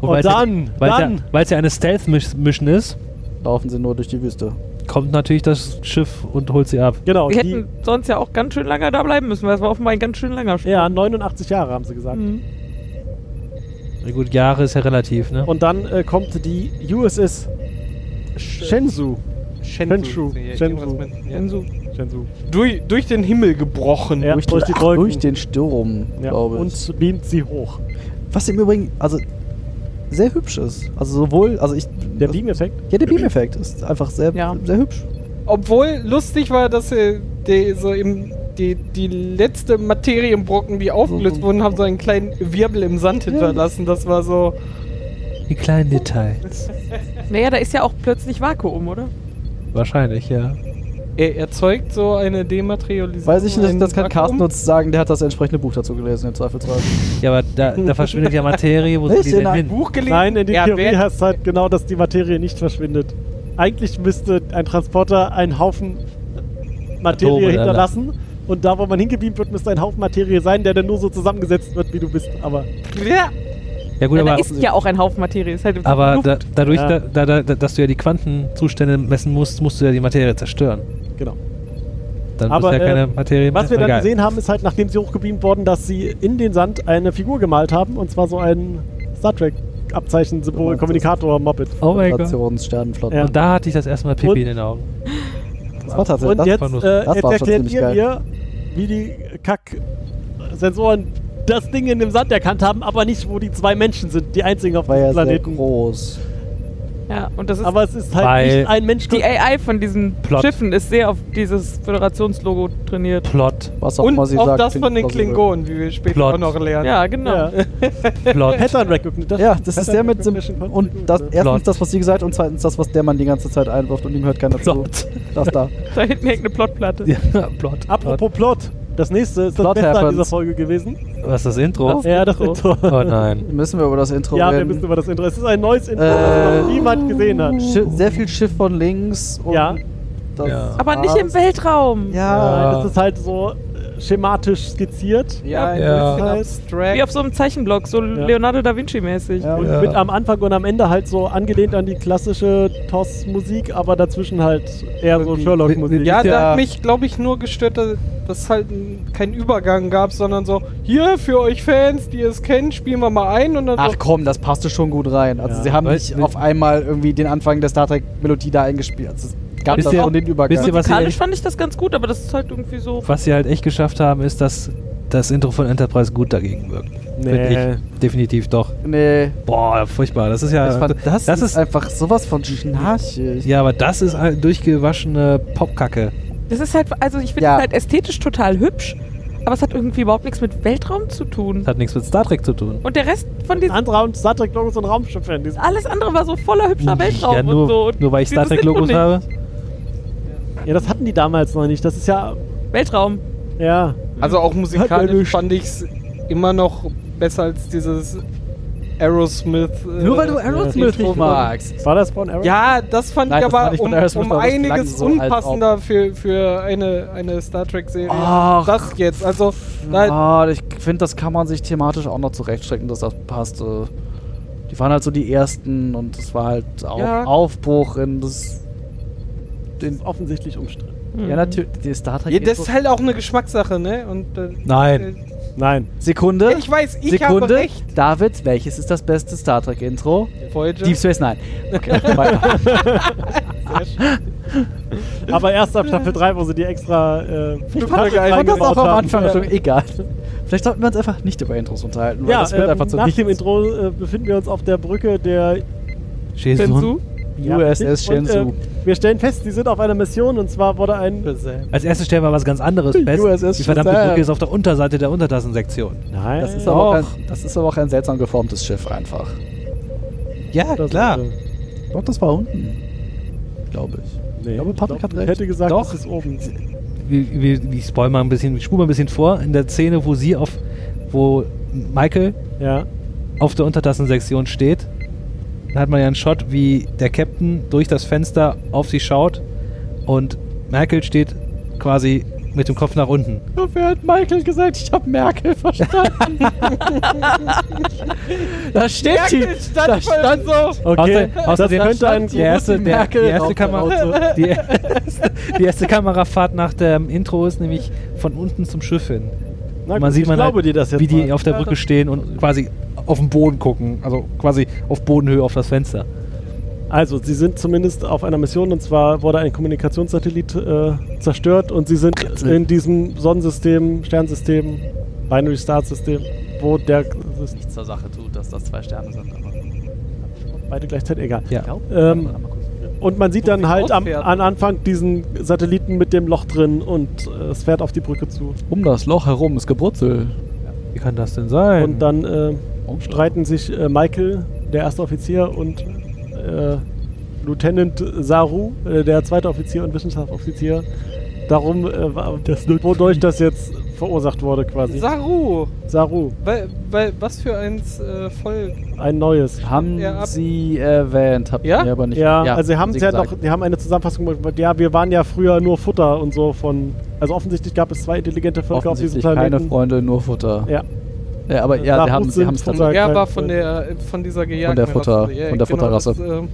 [SPEAKER 2] Wobei
[SPEAKER 1] Und
[SPEAKER 2] es ja-
[SPEAKER 1] dann,
[SPEAKER 2] weil es
[SPEAKER 1] dann.
[SPEAKER 2] Ja, weil es ja eine Stealth-Mission ist,
[SPEAKER 3] Laufen sie nur durch die Wüste.
[SPEAKER 2] kommt natürlich das Schiff und holt sie ab.
[SPEAKER 1] Genau,
[SPEAKER 5] Wir
[SPEAKER 1] die,
[SPEAKER 5] hätten sonst ja auch ganz schön lange
[SPEAKER 4] Hm.
[SPEAKER 5] da bleiben müssen, weil es war offenbar ein ganz schön langer Sturm.
[SPEAKER 1] ja, 89 Jahre haben sie gesagt.
[SPEAKER 5] Mhm.
[SPEAKER 2] Na gut, Jahre ist ja relativ, ne?
[SPEAKER 1] Und dann äh, kommt die USS Shenzhou. Shenzhou. Shenzhou.
[SPEAKER 4] Shenzhou.
[SPEAKER 1] Shenzhou.
[SPEAKER 4] Durch, durch den Himmel gebrochen.
[SPEAKER 1] Ja.
[SPEAKER 4] Durch-
[SPEAKER 1] Durch die
[SPEAKER 3] Ach,
[SPEAKER 1] Wolken.
[SPEAKER 3] durch den Sturm,
[SPEAKER 1] Ja.
[SPEAKER 3] glaube ich.
[SPEAKER 1] Und beamt sie hoch.
[SPEAKER 3] Was im Übrigen, also sehr hübsch ist. Also sowohl, also ich.
[SPEAKER 1] Der Beam-Effekt?
[SPEAKER 3] Ja, der Beam-Effekt ist einfach sehr,
[SPEAKER 5] Ja.
[SPEAKER 3] sehr hübsch.
[SPEAKER 4] Obwohl lustig war, dass sie die, so im, die, die letzte Materienbrocken, die aufgelöst wurden, haben so einen kleinen Wirbel im Sand hinterlassen. Das war so.
[SPEAKER 2] Die kleinen Details.
[SPEAKER 5] Naja, da ist ja auch plötzlich Vakuum, oder?
[SPEAKER 2] Wahrscheinlich, ja.
[SPEAKER 4] Er erzeugt so eine Dematerialisierung.
[SPEAKER 3] Weiß ich nicht, das kann
[SPEAKER 4] einen
[SPEAKER 3] Carsten
[SPEAKER 4] Vakuum.
[SPEAKER 3] uns sagen, der hat das entsprechende Buch dazu gelesen, im Zweifelsfall.
[SPEAKER 1] Oh
[SPEAKER 2] Ja, aber da, da verschwindet ja Materie, wo sind
[SPEAKER 3] Ist
[SPEAKER 2] die
[SPEAKER 3] in
[SPEAKER 2] denn
[SPEAKER 3] einem
[SPEAKER 2] hin?
[SPEAKER 4] Buch gelesen.
[SPEAKER 1] Nein, in die
[SPEAKER 4] Ja,
[SPEAKER 1] Theorie
[SPEAKER 4] wer-
[SPEAKER 1] heißt es halt genau, dass die Materie nicht verschwindet. Eigentlich müsste ein Transporter einen Haufen Materie
[SPEAKER 2] Atome, ja, ne?
[SPEAKER 1] hinterlassen. Und da, wo man hingebeamt wird, müsste ein Haufen Materie sein, der dann nur so zusammengesetzt wird, wie du bist. Aber
[SPEAKER 4] Ja.
[SPEAKER 2] Ja gut,
[SPEAKER 5] Ja, da
[SPEAKER 2] aber,
[SPEAKER 5] ist ja auch ein Haufen Materie. Ist halt
[SPEAKER 2] aber
[SPEAKER 5] Luft.
[SPEAKER 2] da, dadurch,
[SPEAKER 1] Ja.
[SPEAKER 2] da, da, da, dass du ja die Quantenzustände messen musst, musst du ja die Materie zerstören.
[SPEAKER 1] genau.
[SPEAKER 2] Dann
[SPEAKER 1] Aber,
[SPEAKER 2] ist ja keine
[SPEAKER 1] äh,
[SPEAKER 2] Materie mehr.
[SPEAKER 1] Was wir dann
[SPEAKER 2] Egal.
[SPEAKER 1] gesehen haben, ist halt, nachdem sie hochgebeamt wurden, dass sie in den Sand eine Figur gemalt haben. Und zwar so ein Star Trek-Abzeichen, Symbol,
[SPEAKER 3] meinst das?
[SPEAKER 1] Kommunikator, Moped.
[SPEAKER 2] Oh mein Gott.
[SPEAKER 3] Rationen, Sternenflotten.
[SPEAKER 1] Ja.
[SPEAKER 2] Und da hatte ich das erste Mal Pipi
[SPEAKER 1] Und-
[SPEAKER 2] in den Augen.
[SPEAKER 3] Das war tatsächlich.
[SPEAKER 1] Und
[SPEAKER 3] Also das,
[SPEAKER 1] jetzt,
[SPEAKER 2] war nur-
[SPEAKER 1] äh,
[SPEAKER 3] das
[SPEAKER 1] jetzt
[SPEAKER 3] war schon
[SPEAKER 1] erklärt
[SPEAKER 3] ziemlich
[SPEAKER 1] ihr
[SPEAKER 3] geil.
[SPEAKER 1] mir, wie die Kack-Sensoren das Ding in dem Sand erkannt haben, aber nicht, wo die zwei Menschen sind, die einzigen auf
[SPEAKER 3] war
[SPEAKER 1] diesem
[SPEAKER 3] ja sehr
[SPEAKER 1] Planeten.
[SPEAKER 3] groß.
[SPEAKER 5] ja, und das ist
[SPEAKER 1] Aber es ist halt
[SPEAKER 2] Weil
[SPEAKER 1] nicht ein Mensch.
[SPEAKER 5] die AI von diesen
[SPEAKER 2] Plot.
[SPEAKER 5] Schiffen ist sehr auf dieses Föderationslogo trainiert.
[SPEAKER 2] Plot,
[SPEAKER 3] Was auch
[SPEAKER 4] Und
[SPEAKER 3] immer
[SPEAKER 4] auch
[SPEAKER 3] sie sagt.
[SPEAKER 4] das
[SPEAKER 3] klingt
[SPEAKER 4] von den
[SPEAKER 3] plausibel.
[SPEAKER 4] Klingonen, wie wir später
[SPEAKER 2] Plot.
[SPEAKER 4] auch noch lernen.
[SPEAKER 5] Ja, genau.
[SPEAKER 1] ja.
[SPEAKER 2] Plot.
[SPEAKER 1] Pattern Recognition.
[SPEAKER 3] Ja, das ist
[SPEAKER 1] Pattern
[SPEAKER 3] der mit dem.
[SPEAKER 1] Recognition Concept.
[SPEAKER 3] Und das, erstens
[SPEAKER 2] Plot.
[SPEAKER 3] das, was sie gesagt und zweitens das, was der Mann die ganze Zeit einwirft und ihm hört keiner zu.
[SPEAKER 2] Plot.
[SPEAKER 3] Das da.
[SPEAKER 5] Da hinten hängt eine Plotplatte.
[SPEAKER 2] ja, Plot. Plot.
[SPEAKER 1] Apropos Plot. Das nächste ist das
[SPEAKER 3] Plot
[SPEAKER 1] Beste an
[SPEAKER 3] happens.
[SPEAKER 1] dieser Folge gewesen.
[SPEAKER 2] Was ist das Intro?
[SPEAKER 5] Das
[SPEAKER 1] ja, das
[SPEAKER 5] Intro.
[SPEAKER 1] Intro.
[SPEAKER 2] Oh nein.
[SPEAKER 3] Müssen wir über das Intro
[SPEAKER 1] Ja, wir
[SPEAKER 3] reden.
[SPEAKER 1] müssen über das Intro. Es ist ein neues Intro,
[SPEAKER 3] Äh,
[SPEAKER 1] das noch niemand gesehen hat.
[SPEAKER 3] Schi- sehr viel Schiff von links und
[SPEAKER 1] Ja.
[SPEAKER 3] das
[SPEAKER 2] Ja.
[SPEAKER 5] Aber nicht im Weltraum.
[SPEAKER 3] Ja.
[SPEAKER 1] Nein, Das ist halt so äh, schematisch skizziert.
[SPEAKER 4] Ja, ein
[SPEAKER 2] Ja.
[SPEAKER 4] bisschen abstract.
[SPEAKER 5] Wie auf so einem Zeichenblock, so Leonardo da Vinci-mäßig.
[SPEAKER 3] Ja.
[SPEAKER 1] Und
[SPEAKER 2] Ja.
[SPEAKER 1] mit am Anfang und am Ende halt so angelehnt an die klassische TOS-Musik, aber dazwischen halt eher so
[SPEAKER 4] Irgendwie-
[SPEAKER 1] Sherlock-Musik.
[SPEAKER 4] Ja, da
[SPEAKER 2] Ja.
[SPEAKER 4] hat mich, glaube ich, nur gestört, dass dass es halt n- keinen Übergang gab, sondern so, hier, für euch Fans, die es kennen, spielen wir mal ein und dann
[SPEAKER 3] Ach
[SPEAKER 4] so,
[SPEAKER 3] komm, das passte schon gut rein. Also
[SPEAKER 1] Ja.
[SPEAKER 3] sie haben
[SPEAKER 2] Weil-
[SPEAKER 3] nicht auf einmal irgendwie den Anfang der Star Trek Melodie da eingespielt. Also es gab
[SPEAKER 2] Wisst
[SPEAKER 3] da
[SPEAKER 2] ihr-
[SPEAKER 3] schon den
[SPEAKER 2] wisst ihr,
[SPEAKER 3] Übergang.
[SPEAKER 2] was sie,
[SPEAKER 5] Musikalisch
[SPEAKER 2] echt,
[SPEAKER 5] fand ich das ganz gut, aber das ist halt irgendwie so.
[SPEAKER 2] was sie halt echt geschafft haben, ist, dass das Intro von Enterprise gut dagegen wirkt.
[SPEAKER 1] Nee.
[SPEAKER 2] Find Ich. Definitiv doch.
[SPEAKER 3] Nee,
[SPEAKER 2] Boah, furchtbar. Das ist ja.
[SPEAKER 3] ich fand, das,
[SPEAKER 2] das
[SPEAKER 3] ist
[SPEAKER 2] ist.
[SPEAKER 3] einfach sowas von schnarchig.
[SPEAKER 2] ja, aber das ist eine durchgewaschene Popkacke.
[SPEAKER 5] Das ist halt, also ich finde es
[SPEAKER 3] Ja.
[SPEAKER 5] halt ästhetisch total hübsch, aber es hat irgendwie überhaupt nichts mit Weltraum zu
[SPEAKER 2] Das
[SPEAKER 5] tun.
[SPEAKER 2] hat nichts mit Star Trek zu tun.
[SPEAKER 5] Und der Rest von diesem
[SPEAKER 1] Andere haben Star Trek-Logos und Raumschiffe in diesem.
[SPEAKER 5] alles andere war so voller hübscher Weltraum
[SPEAKER 2] ja, nur,
[SPEAKER 5] und so. Und
[SPEAKER 2] nur weil ich Star
[SPEAKER 5] dieses
[SPEAKER 2] Trek Logos
[SPEAKER 5] Intro
[SPEAKER 2] habe.
[SPEAKER 1] Ja, das hatten die damals noch nicht. Das ist ja.
[SPEAKER 5] nicht. Weltraum.
[SPEAKER 1] Ja.
[SPEAKER 4] also auch
[SPEAKER 1] Hat mir
[SPEAKER 4] musikalisch
[SPEAKER 1] nicht-
[SPEAKER 4] fand ich es immer noch besser als dieses Aerosmith. äh,
[SPEAKER 3] Nur weil du
[SPEAKER 1] Aerosmith
[SPEAKER 3] Aerosmith
[SPEAKER 4] Intro
[SPEAKER 3] nicht
[SPEAKER 4] von-
[SPEAKER 3] magst.
[SPEAKER 1] War das von Aaron?
[SPEAKER 4] Ja, das fand
[SPEAKER 3] Nein,
[SPEAKER 4] ich
[SPEAKER 3] das
[SPEAKER 4] aber
[SPEAKER 3] fand ich von
[SPEAKER 4] um,
[SPEAKER 3] Aerosmith,
[SPEAKER 4] um
[SPEAKER 3] aber es klang
[SPEAKER 4] einiges
[SPEAKER 3] so, halt als ob-
[SPEAKER 4] unpassender für, für eine, eine Star Trek-Serie.
[SPEAKER 3] Ach.
[SPEAKER 4] Das jetzt, also, da,
[SPEAKER 3] Ah, ich finde, das kann man sich thematisch auch noch zurechtstrecken, dass das passte. Die waren halt so die ersten und das war halt auch
[SPEAKER 4] Ja.
[SPEAKER 3] Aufbruch in das.
[SPEAKER 1] Das ist offensichtlich umstritten.
[SPEAKER 5] Hm.
[SPEAKER 3] Ja, natürlich. Die Star Trek.
[SPEAKER 4] ja, das ist halt auch eine Geschmackssache, ne? Und, äh,
[SPEAKER 2] Nein.
[SPEAKER 1] Nein.
[SPEAKER 3] Sekunde.
[SPEAKER 4] Ich weiß, ich
[SPEAKER 3] Sekunde.
[SPEAKER 4] habe recht.
[SPEAKER 3] David, welches ist das beste Star Trek Intro?
[SPEAKER 4] Voyager.
[SPEAKER 3] Deep Space Nine. Okay, weiter.
[SPEAKER 1] Aber erst ab Staffel 3, wo sie die extra. Äh,
[SPEAKER 3] Ich
[SPEAKER 1] Folge
[SPEAKER 3] fand, ich fand das
[SPEAKER 1] eingebaut
[SPEAKER 3] auch am
[SPEAKER 1] haben.
[SPEAKER 3] Anfang
[SPEAKER 1] Ja.
[SPEAKER 3] schon egal. Vielleicht sollten wir uns einfach nicht über Intros unterhalten, weil
[SPEAKER 1] Ja,
[SPEAKER 3] das wird
[SPEAKER 1] ähm,
[SPEAKER 3] einfach zu
[SPEAKER 1] nach
[SPEAKER 3] nichts.
[SPEAKER 1] dem Intro äh, befinden wir uns auf der Brücke der
[SPEAKER 2] Shenzhou.
[SPEAKER 3] USS
[SPEAKER 1] Und, äh,
[SPEAKER 3] Shenzhou.
[SPEAKER 1] wir stellen fest, die sind auf einer Mission und zwar wurde ein.
[SPEAKER 2] Als erstes stellen wir was ganz anderes fest.
[SPEAKER 3] USS
[SPEAKER 2] Die verdammte
[SPEAKER 3] Shazam.
[SPEAKER 2] Brücke ist auf der Unterseite der Untertassensektion.
[SPEAKER 1] Nein.
[SPEAKER 3] Das ist, aber auch
[SPEAKER 2] Doch.
[SPEAKER 3] ein, das ist aber auch ein seltsam geformtes Schiff einfach.
[SPEAKER 2] Ja,
[SPEAKER 1] Das-
[SPEAKER 2] klar.
[SPEAKER 1] äh,
[SPEAKER 3] Ich glaube, das war unten. Glaube ich.
[SPEAKER 1] Nee,
[SPEAKER 3] glaube, Patrick hat
[SPEAKER 1] ich
[SPEAKER 3] recht.
[SPEAKER 1] hätte gesagt,
[SPEAKER 2] Doch.
[SPEAKER 1] das ist oben.
[SPEAKER 2] Wir, wir, wir spoil mal ein bisschen, wir spulen mal ein bisschen vor in der Szene, wo sie auf, wo Michael
[SPEAKER 1] Ja.
[SPEAKER 2] auf der Untertassensektion steht. Da hat man ja einen Shot, wie der Captain durch das Fenster auf sie schaut und Merkel steht quasi mit dem Kopf nach unten.
[SPEAKER 3] Dafür hat Michael gesagt, ich habe Merkel verstanden. da steht
[SPEAKER 4] Merkel
[SPEAKER 3] die.
[SPEAKER 4] stand
[SPEAKER 3] da
[SPEAKER 4] voll
[SPEAKER 3] stand so.
[SPEAKER 1] Okay,
[SPEAKER 2] Außer- außerdem-
[SPEAKER 1] das könnte ein
[SPEAKER 2] Die erste, der, die,
[SPEAKER 3] Merkel
[SPEAKER 2] erste
[SPEAKER 3] raucht ein
[SPEAKER 2] Kamera, die, erste, die erste Kamerafahrt nach dem Intro ist nämlich von unten zum Schiff hin.
[SPEAKER 1] Na
[SPEAKER 2] man
[SPEAKER 1] gut,
[SPEAKER 2] sieht
[SPEAKER 1] ich
[SPEAKER 2] man
[SPEAKER 1] glaube
[SPEAKER 2] halt,
[SPEAKER 1] dir das jetzt
[SPEAKER 2] wie die
[SPEAKER 1] mal.
[SPEAKER 2] auf der Brücke stehen und quasi auf den Boden gucken. Also quasi auf Bodenhöhe auf das Fenster.
[SPEAKER 1] Also, sie sind zumindest auf einer Mission und zwar wurde ein Kommunikationssatellit äh, zerstört und sie sind in diesem Sonnensystem, Sternsystem, Binary Star System, wo der. das ist
[SPEAKER 6] Nichts zur Sache tut, dass das zwei Sterne sind. Aber
[SPEAKER 1] Beide gleichzeitig, egal.
[SPEAKER 2] Ja.
[SPEAKER 6] Ich glaub,
[SPEAKER 1] Ähm,
[SPEAKER 6] warte mal kurz.
[SPEAKER 1] Und man sieht dann
[SPEAKER 4] Wo
[SPEAKER 1] halt
[SPEAKER 4] sie
[SPEAKER 1] am,
[SPEAKER 4] rausfährt.
[SPEAKER 1] am Anfang diesen Satelliten mit dem Loch drin und äh, es fährt auf die Brücke zu.
[SPEAKER 3] Um das Loch herum ist Gebrutzel.
[SPEAKER 2] Wie kann das denn sein?
[SPEAKER 1] Und dann äh,
[SPEAKER 3] Umstreit.
[SPEAKER 1] streiten sich äh, Michael, der erste Offizier, und äh, Lieutenant Saru, äh, der zweite Offizier und Wissenschaftsoffizier, darum, äh, wa- wodurch das jetzt verursacht wurde quasi.
[SPEAKER 4] Saru!
[SPEAKER 1] Saru,
[SPEAKER 4] Weil, weil, was für eins äh, Volk.
[SPEAKER 1] ein neues.
[SPEAKER 3] Haben
[SPEAKER 4] Ja, ab-
[SPEAKER 3] Sie erwähnt, habt
[SPEAKER 4] Ja?
[SPEAKER 3] ihr aber nicht.
[SPEAKER 1] Ja, also sie haben es ja
[SPEAKER 3] gesagt.
[SPEAKER 1] noch, die haben eine Zusammenfassung gemacht, ja, wir waren ja früher nur Futter und so von, also offensichtlich gab es zwei intelligente Völker auf diesem
[SPEAKER 3] Offensichtlich keine
[SPEAKER 1] Planeten.
[SPEAKER 3] Freunde, nur Futter.
[SPEAKER 1] Ja.
[SPEAKER 3] Ja, Äh, aber ja,
[SPEAKER 1] Nach
[SPEAKER 3] sie haben
[SPEAKER 1] Utzin
[SPEAKER 3] es
[SPEAKER 1] von
[SPEAKER 3] tatsächlich.
[SPEAKER 1] Sag
[SPEAKER 4] ja,
[SPEAKER 1] kein
[SPEAKER 4] war von
[SPEAKER 1] Volk.
[SPEAKER 4] der von dieser gejagten
[SPEAKER 3] der Futter-
[SPEAKER 4] Rasse. Ja,
[SPEAKER 3] von der Futterrasse.
[SPEAKER 4] das, ähm,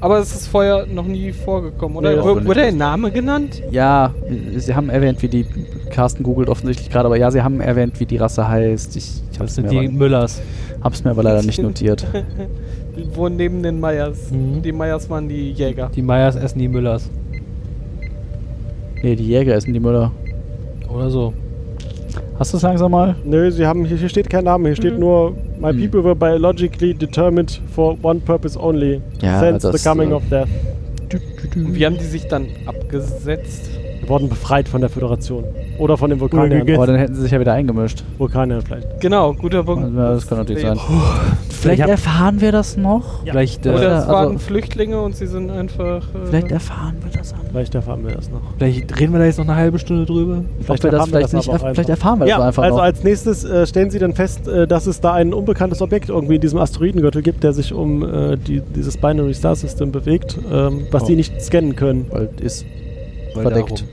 [SPEAKER 4] aber es ist vorher noch nie vorgekommen, oder?
[SPEAKER 1] Nee, das
[SPEAKER 4] Wur-
[SPEAKER 3] war
[SPEAKER 4] wurde
[SPEAKER 3] nicht.
[SPEAKER 4] der Name genannt?
[SPEAKER 3] Ja, sie haben erwähnt, wie die. Carsten googelt offensichtlich gerade, aber ja, sie haben erwähnt, wie die Rasse heißt. Ich, ich
[SPEAKER 2] das
[SPEAKER 3] hab's, mir
[SPEAKER 2] sind die
[SPEAKER 3] aber,
[SPEAKER 2] Müllers.
[SPEAKER 3] hab's mir aber leider nicht notiert.
[SPEAKER 4] Die Wohnen neben den Meyers.
[SPEAKER 2] Mhm.
[SPEAKER 4] Die Meyers waren die Jäger.
[SPEAKER 2] Die Meyers essen die Müllers.
[SPEAKER 3] Nee, die Jäger essen die Müller.
[SPEAKER 2] Oder so.
[SPEAKER 3] Hast du es langsam mal?
[SPEAKER 1] Nö, sie haben, hier, hier steht kein Name, hier steht nur My
[SPEAKER 3] Mhm.
[SPEAKER 1] people were biologically determined for one purpose only.
[SPEAKER 3] Ja,
[SPEAKER 1] since
[SPEAKER 3] das,
[SPEAKER 1] the coming
[SPEAKER 3] äh,
[SPEAKER 1] of death.
[SPEAKER 4] Und wie haben die sich dann abgesetzt?
[SPEAKER 1] Wir wurden befreit von der Föderation. Oder von dem Vulkan.
[SPEAKER 2] Oder
[SPEAKER 3] Aber Oh, dann hätten sie sich ja wieder eingemischt.
[SPEAKER 1] Vulkan vielleicht.
[SPEAKER 4] Genau, guter Punkt.
[SPEAKER 3] Ja, das kann natürlich sein.
[SPEAKER 2] Vielleicht hab-
[SPEAKER 3] erfahren wir das noch.
[SPEAKER 2] Vielleicht,
[SPEAKER 4] Oder
[SPEAKER 2] äh,
[SPEAKER 3] Ja,
[SPEAKER 4] es waren
[SPEAKER 3] also-
[SPEAKER 4] Flüchtlinge und sie sind einfach. äh,
[SPEAKER 3] erfahren wir das an.
[SPEAKER 1] Vielleicht erfahren wir das noch.
[SPEAKER 2] vielleicht reden wir da jetzt noch eine halbe Stunde drüber.
[SPEAKER 3] Ob wir das
[SPEAKER 1] erfahren wir
[SPEAKER 3] vielleicht nicht,
[SPEAKER 1] aber auch
[SPEAKER 3] erf- vielleicht
[SPEAKER 1] einfach.
[SPEAKER 3] erfahren wir
[SPEAKER 1] Ja,
[SPEAKER 3] das einfach
[SPEAKER 1] also
[SPEAKER 3] noch.
[SPEAKER 1] als nächstes äh, stellen sie dann fest, äh, dass es da ein unbekanntes Objekt irgendwie in diesem Asteroidengürtel gibt, der sich um äh, die, dieses Binary Star System bewegt, ähm, was
[SPEAKER 3] Oh.
[SPEAKER 1] sie nicht scannen können.
[SPEAKER 3] Weil ist
[SPEAKER 2] Weil
[SPEAKER 3] verdeckt.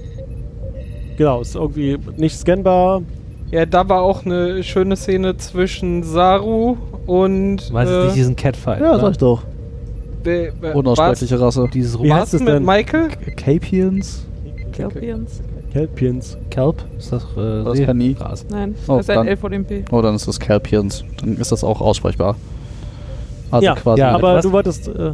[SPEAKER 1] Genau, ist irgendwie nicht scannbar.
[SPEAKER 4] Ja, da war auch eine schöne Szene zwischen Saru und. äh,
[SPEAKER 2] Du meinst jetzt nicht diesen Catfight.
[SPEAKER 3] Äh.
[SPEAKER 2] ne?
[SPEAKER 3] Ja,
[SPEAKER 2] oder?
[SPEAKER 3] sag ich doch.
[SPEAKER 4] be- be-
[SPEAKER 3] Unaussprechliche Rasse. Die
[SPEAKER 2] Dieses
[SPEAKER 1] Wie heißt
[SPEAKER 4] war's-
[SPEAKER 2] Roman.
[SPEAKER 4] war's
[SPEAKER 1] es
[SPEAKER 4] mit
[SPEAKER 1] denn?
[SPEAKER 4] Michael?
[SPEAKER 3] Capians?
[SPEAKER 5] Kelpians?
[SPEAKER 1] Kelpiens.
[SPEAKER 2] Kelp? Ist das, äh,
[SPEAKER 3] Das
[SPEAKER 2] See-
[SPEAKER 3] kann nie.
[SPEAKER 2] Gras?
[SPEAKER 5] Nein,
[SPEAKER 3] Oh,
[SPEAKER 5] das ist
[SPEAKER 3] dann-
[SPEAKER 5] ein LVDMP.
[SPEAKER 3] Oh, dann ist das Capians. Dann ist das auch aussprechbar. Also
[SPEAKER 1] ja,
[SPEAKER 3] quasi.
[SPEAKER 1] ja,
[SPEAKER 2] mit
[SPEAKER 1] aber
[SPEAKER 2] was?
[SPEAKER 1] du wolltest äh,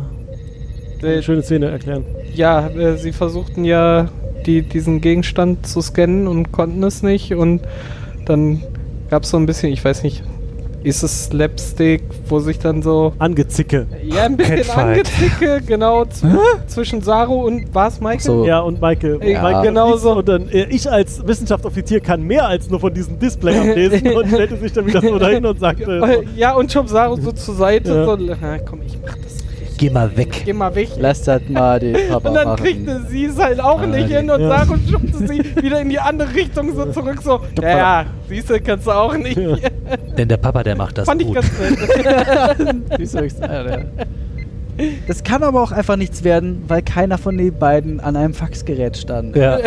[SPEAKER 4] Äh,
[SPEAKER 1] eine schöne Szene erklären.
[SPEAKER 4] Ja, äh, sie versuchten ja die, diesen Gegenstand zu scannen und konnten es nicht und dann gab es so ein bisschen, ich weiß nicht, ist es Slapstick, wo sich dann so
[SPEAKER 1] Angezicke.
[SPEAKER 4] ja ein bisschen
[SPEAKER 2] Catfight.
[SPEAKER 4] angezicke, genau zw zwischen Saru und was Michael?
[SPEAKER 3] So.
[SPEAKER 1] Ja, und Maike.
[SPEAKER 4] Ja.
[SPEAKER 1] Maike
[SPEAKER 4] Genau
[SPEAKER 1] liest
[SPEAKER 4] so.
[SPEAKER 1] Und dann, äh, ich als Wissenschaftsoffizier kann mehr als nur von diesem Display ablesen und stellte sich dann wieder so dahin und sagte,
[SPEAKER 4] Äh, Ja und schob Saru so zur Seite,
[SPEAKER 1] Ja.
[SPEAKER 4] so na, komm, ich mach das,
[SPEAKER 2] Geh mal weg.
[SPEAKER 4] geh mal weg.
[SPEAKER 3] Lass das mal die Papa
[SPEAKER 4] Und dann
[SPEAKER 3] machen.
[SPEAKER 4] kriegte sie es halt auch
[SPEAKER 3] Ah,
[SPEAKER 4] nicht
[SPEAKER 3] die-
[SPEAKER 4] hin und
[SPEAKER 1] Ja.
[SPEAKER 4] Saru schubte sie wieder in die andere Richtung so zurück, so, ja, ja, siehst du, kannst du auch nicht.
[SPEAKER 1] Ja.
[SPEAKER 2] Denn der Papa, der macht das
[SPEAKER 4] Fand ich
[SPEAKER 2] gut.
[SPEAKER 4] ganz nett.
[SPEAKER 3] Siehst du, ich- Alter. Ah, Das kann aber auch einfach nichts werden, weil keiner von den beiden an einem Faxgerät stand.
[SPEAKER 2] ja.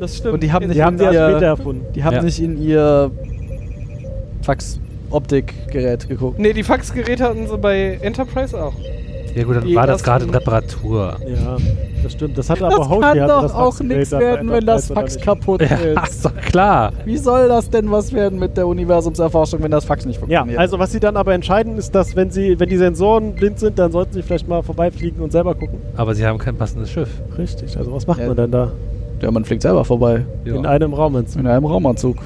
[SPEAKER 4] Das stimmt.
[SPEAKER 3] Und die haben
[SPEAKER 1] die
[SPEAKER 3] nicht-
[SPEAKER 1] haben sie
[SPEAKER 3] Ja.
[SPEAKER 1] erst später erfunden.
[SPEAKER 3] Die haben
[SPEAKER 2] Ja.
[SPEAKER 3] nicht in ihr Fax-Optikgerät geguckt.
[SPEAKER 4] Nee, die Faxgeräte hatten sie bei Enterprise auch.
[SPEAKER 2] ja gut, dann
[SPEAKER 4] Die
[SPEAKER 2] war das gerade in
[SPEAKER 4] ersten-
[SPEAKER 2] Reparatur.
[SPEAKER 1] Ja, das stimmt. Das hatte
[SPEAKER 3] Das
[SPEAKER 1] aber Hauke,
[SPEAKER 3] kann
[SPEAKER 1] die hatte
[SPEAKER 3] doch
[SPEAKER 1] das
[SPEAKER 3] auch
[SPEAKER 1] Faxgerät
[SPEAKER 3] nichts
[SPEAKER 1] dann bei
[SPEAKER 3] werden, wenn
[SPEAKER 1] Enterprise,
[SPEAKER 3] das
[SPEAKER 1] oder
[SPEAKER 3] Fax
[SPEAKER 1] nicht?
[SPEAKER 3] kaputt
[SPEAKER 2] Ja,
[SPEAKER 3] ist.
[SPEAKER 2] ist doch klar.
[SPEAKER 3] Wie soll das denn was werden mit der Universumserforschung, wenn das Fax nicht
[SPEAKER 1] Ja,
[SPEAKER 3] funktioniert?
[SPEAKER 1] also was sie dann aber entscheiden, ist, dass wenn sie, wenn die Sensoren blind sind, dann sollten sie vielleicht mal vorbeifliegen und selber gucken.
[SPEAKER 2] Aber sie haben kein passendes Schiff.
[SPEAKER 1] Richtig, also was macht
[SPEAKER 3] Ja.
[SPEAKER 1] man denn da?
[SPEAKER 3] ja, man fliegt selber vorbei.
[SPEAKER 2] Ja.
[SPEAKER 1] In einem Raumanzug.
[SPEAKER 3] In einem Raumanzug.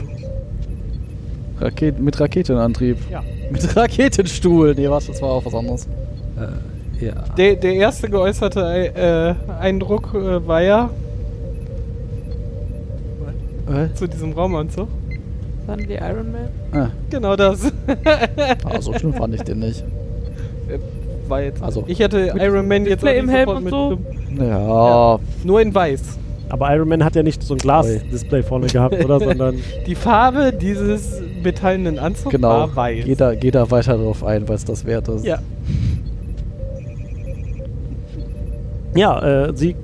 [SPEAKER 3] Raket mit Raketenantrieb.
[SPEAKER 1] Ja.
[SPEAKER 3] Mit Raketenstuhl. Nee, was? Das war auch was anderes.
[SPEAKER 2] Äh, ja.
[SPEAKER 4] Der, der erste geäußerte äh, Eindruck äh, war ja zu diesem Raumanzug.
[SPEAKER 5] Dann die Iron Man.
[SPEAKER 3] Ah,
[SPEAKER 4] Genau das.
[SPEAKER 3] ah, so schlimm fand ich den nicht.
[SPEAKER 4] War jetzt.
[SPEAKER 3] Also-
[SPEAKER 4] ich hatte Iron Man jetzt
[SPEAKER 5] Display
[SPEAKER 4] auch
[SPEAKER 5] im
[SPEAKER 4] nicht
[SPEAKER 5] Helm
[SPEAKER 4] sofort
[SPEAKER 5] und so.
[SPEAKER 4] mitgenommen.
[SPEAKER 3] Ja,
[SPEAKER 4] Nur in weiß.
[SPEAKER 1] Aber Iron Man hat ja nicht so ein Glas-Display vorne gehabt, oder? Sondern
[SPEAKER 4] Die Farbe dieses metallenen Anzugs
[SPEAKER 3] genau.
[SPEAKER 4] war weiß.
[SPEAKER 3] Geht da, geht da weiter drauf ein, was das wert ist.
[SPEAKER 4] Ja.
[SPEAKER 1] ja, äh, sie,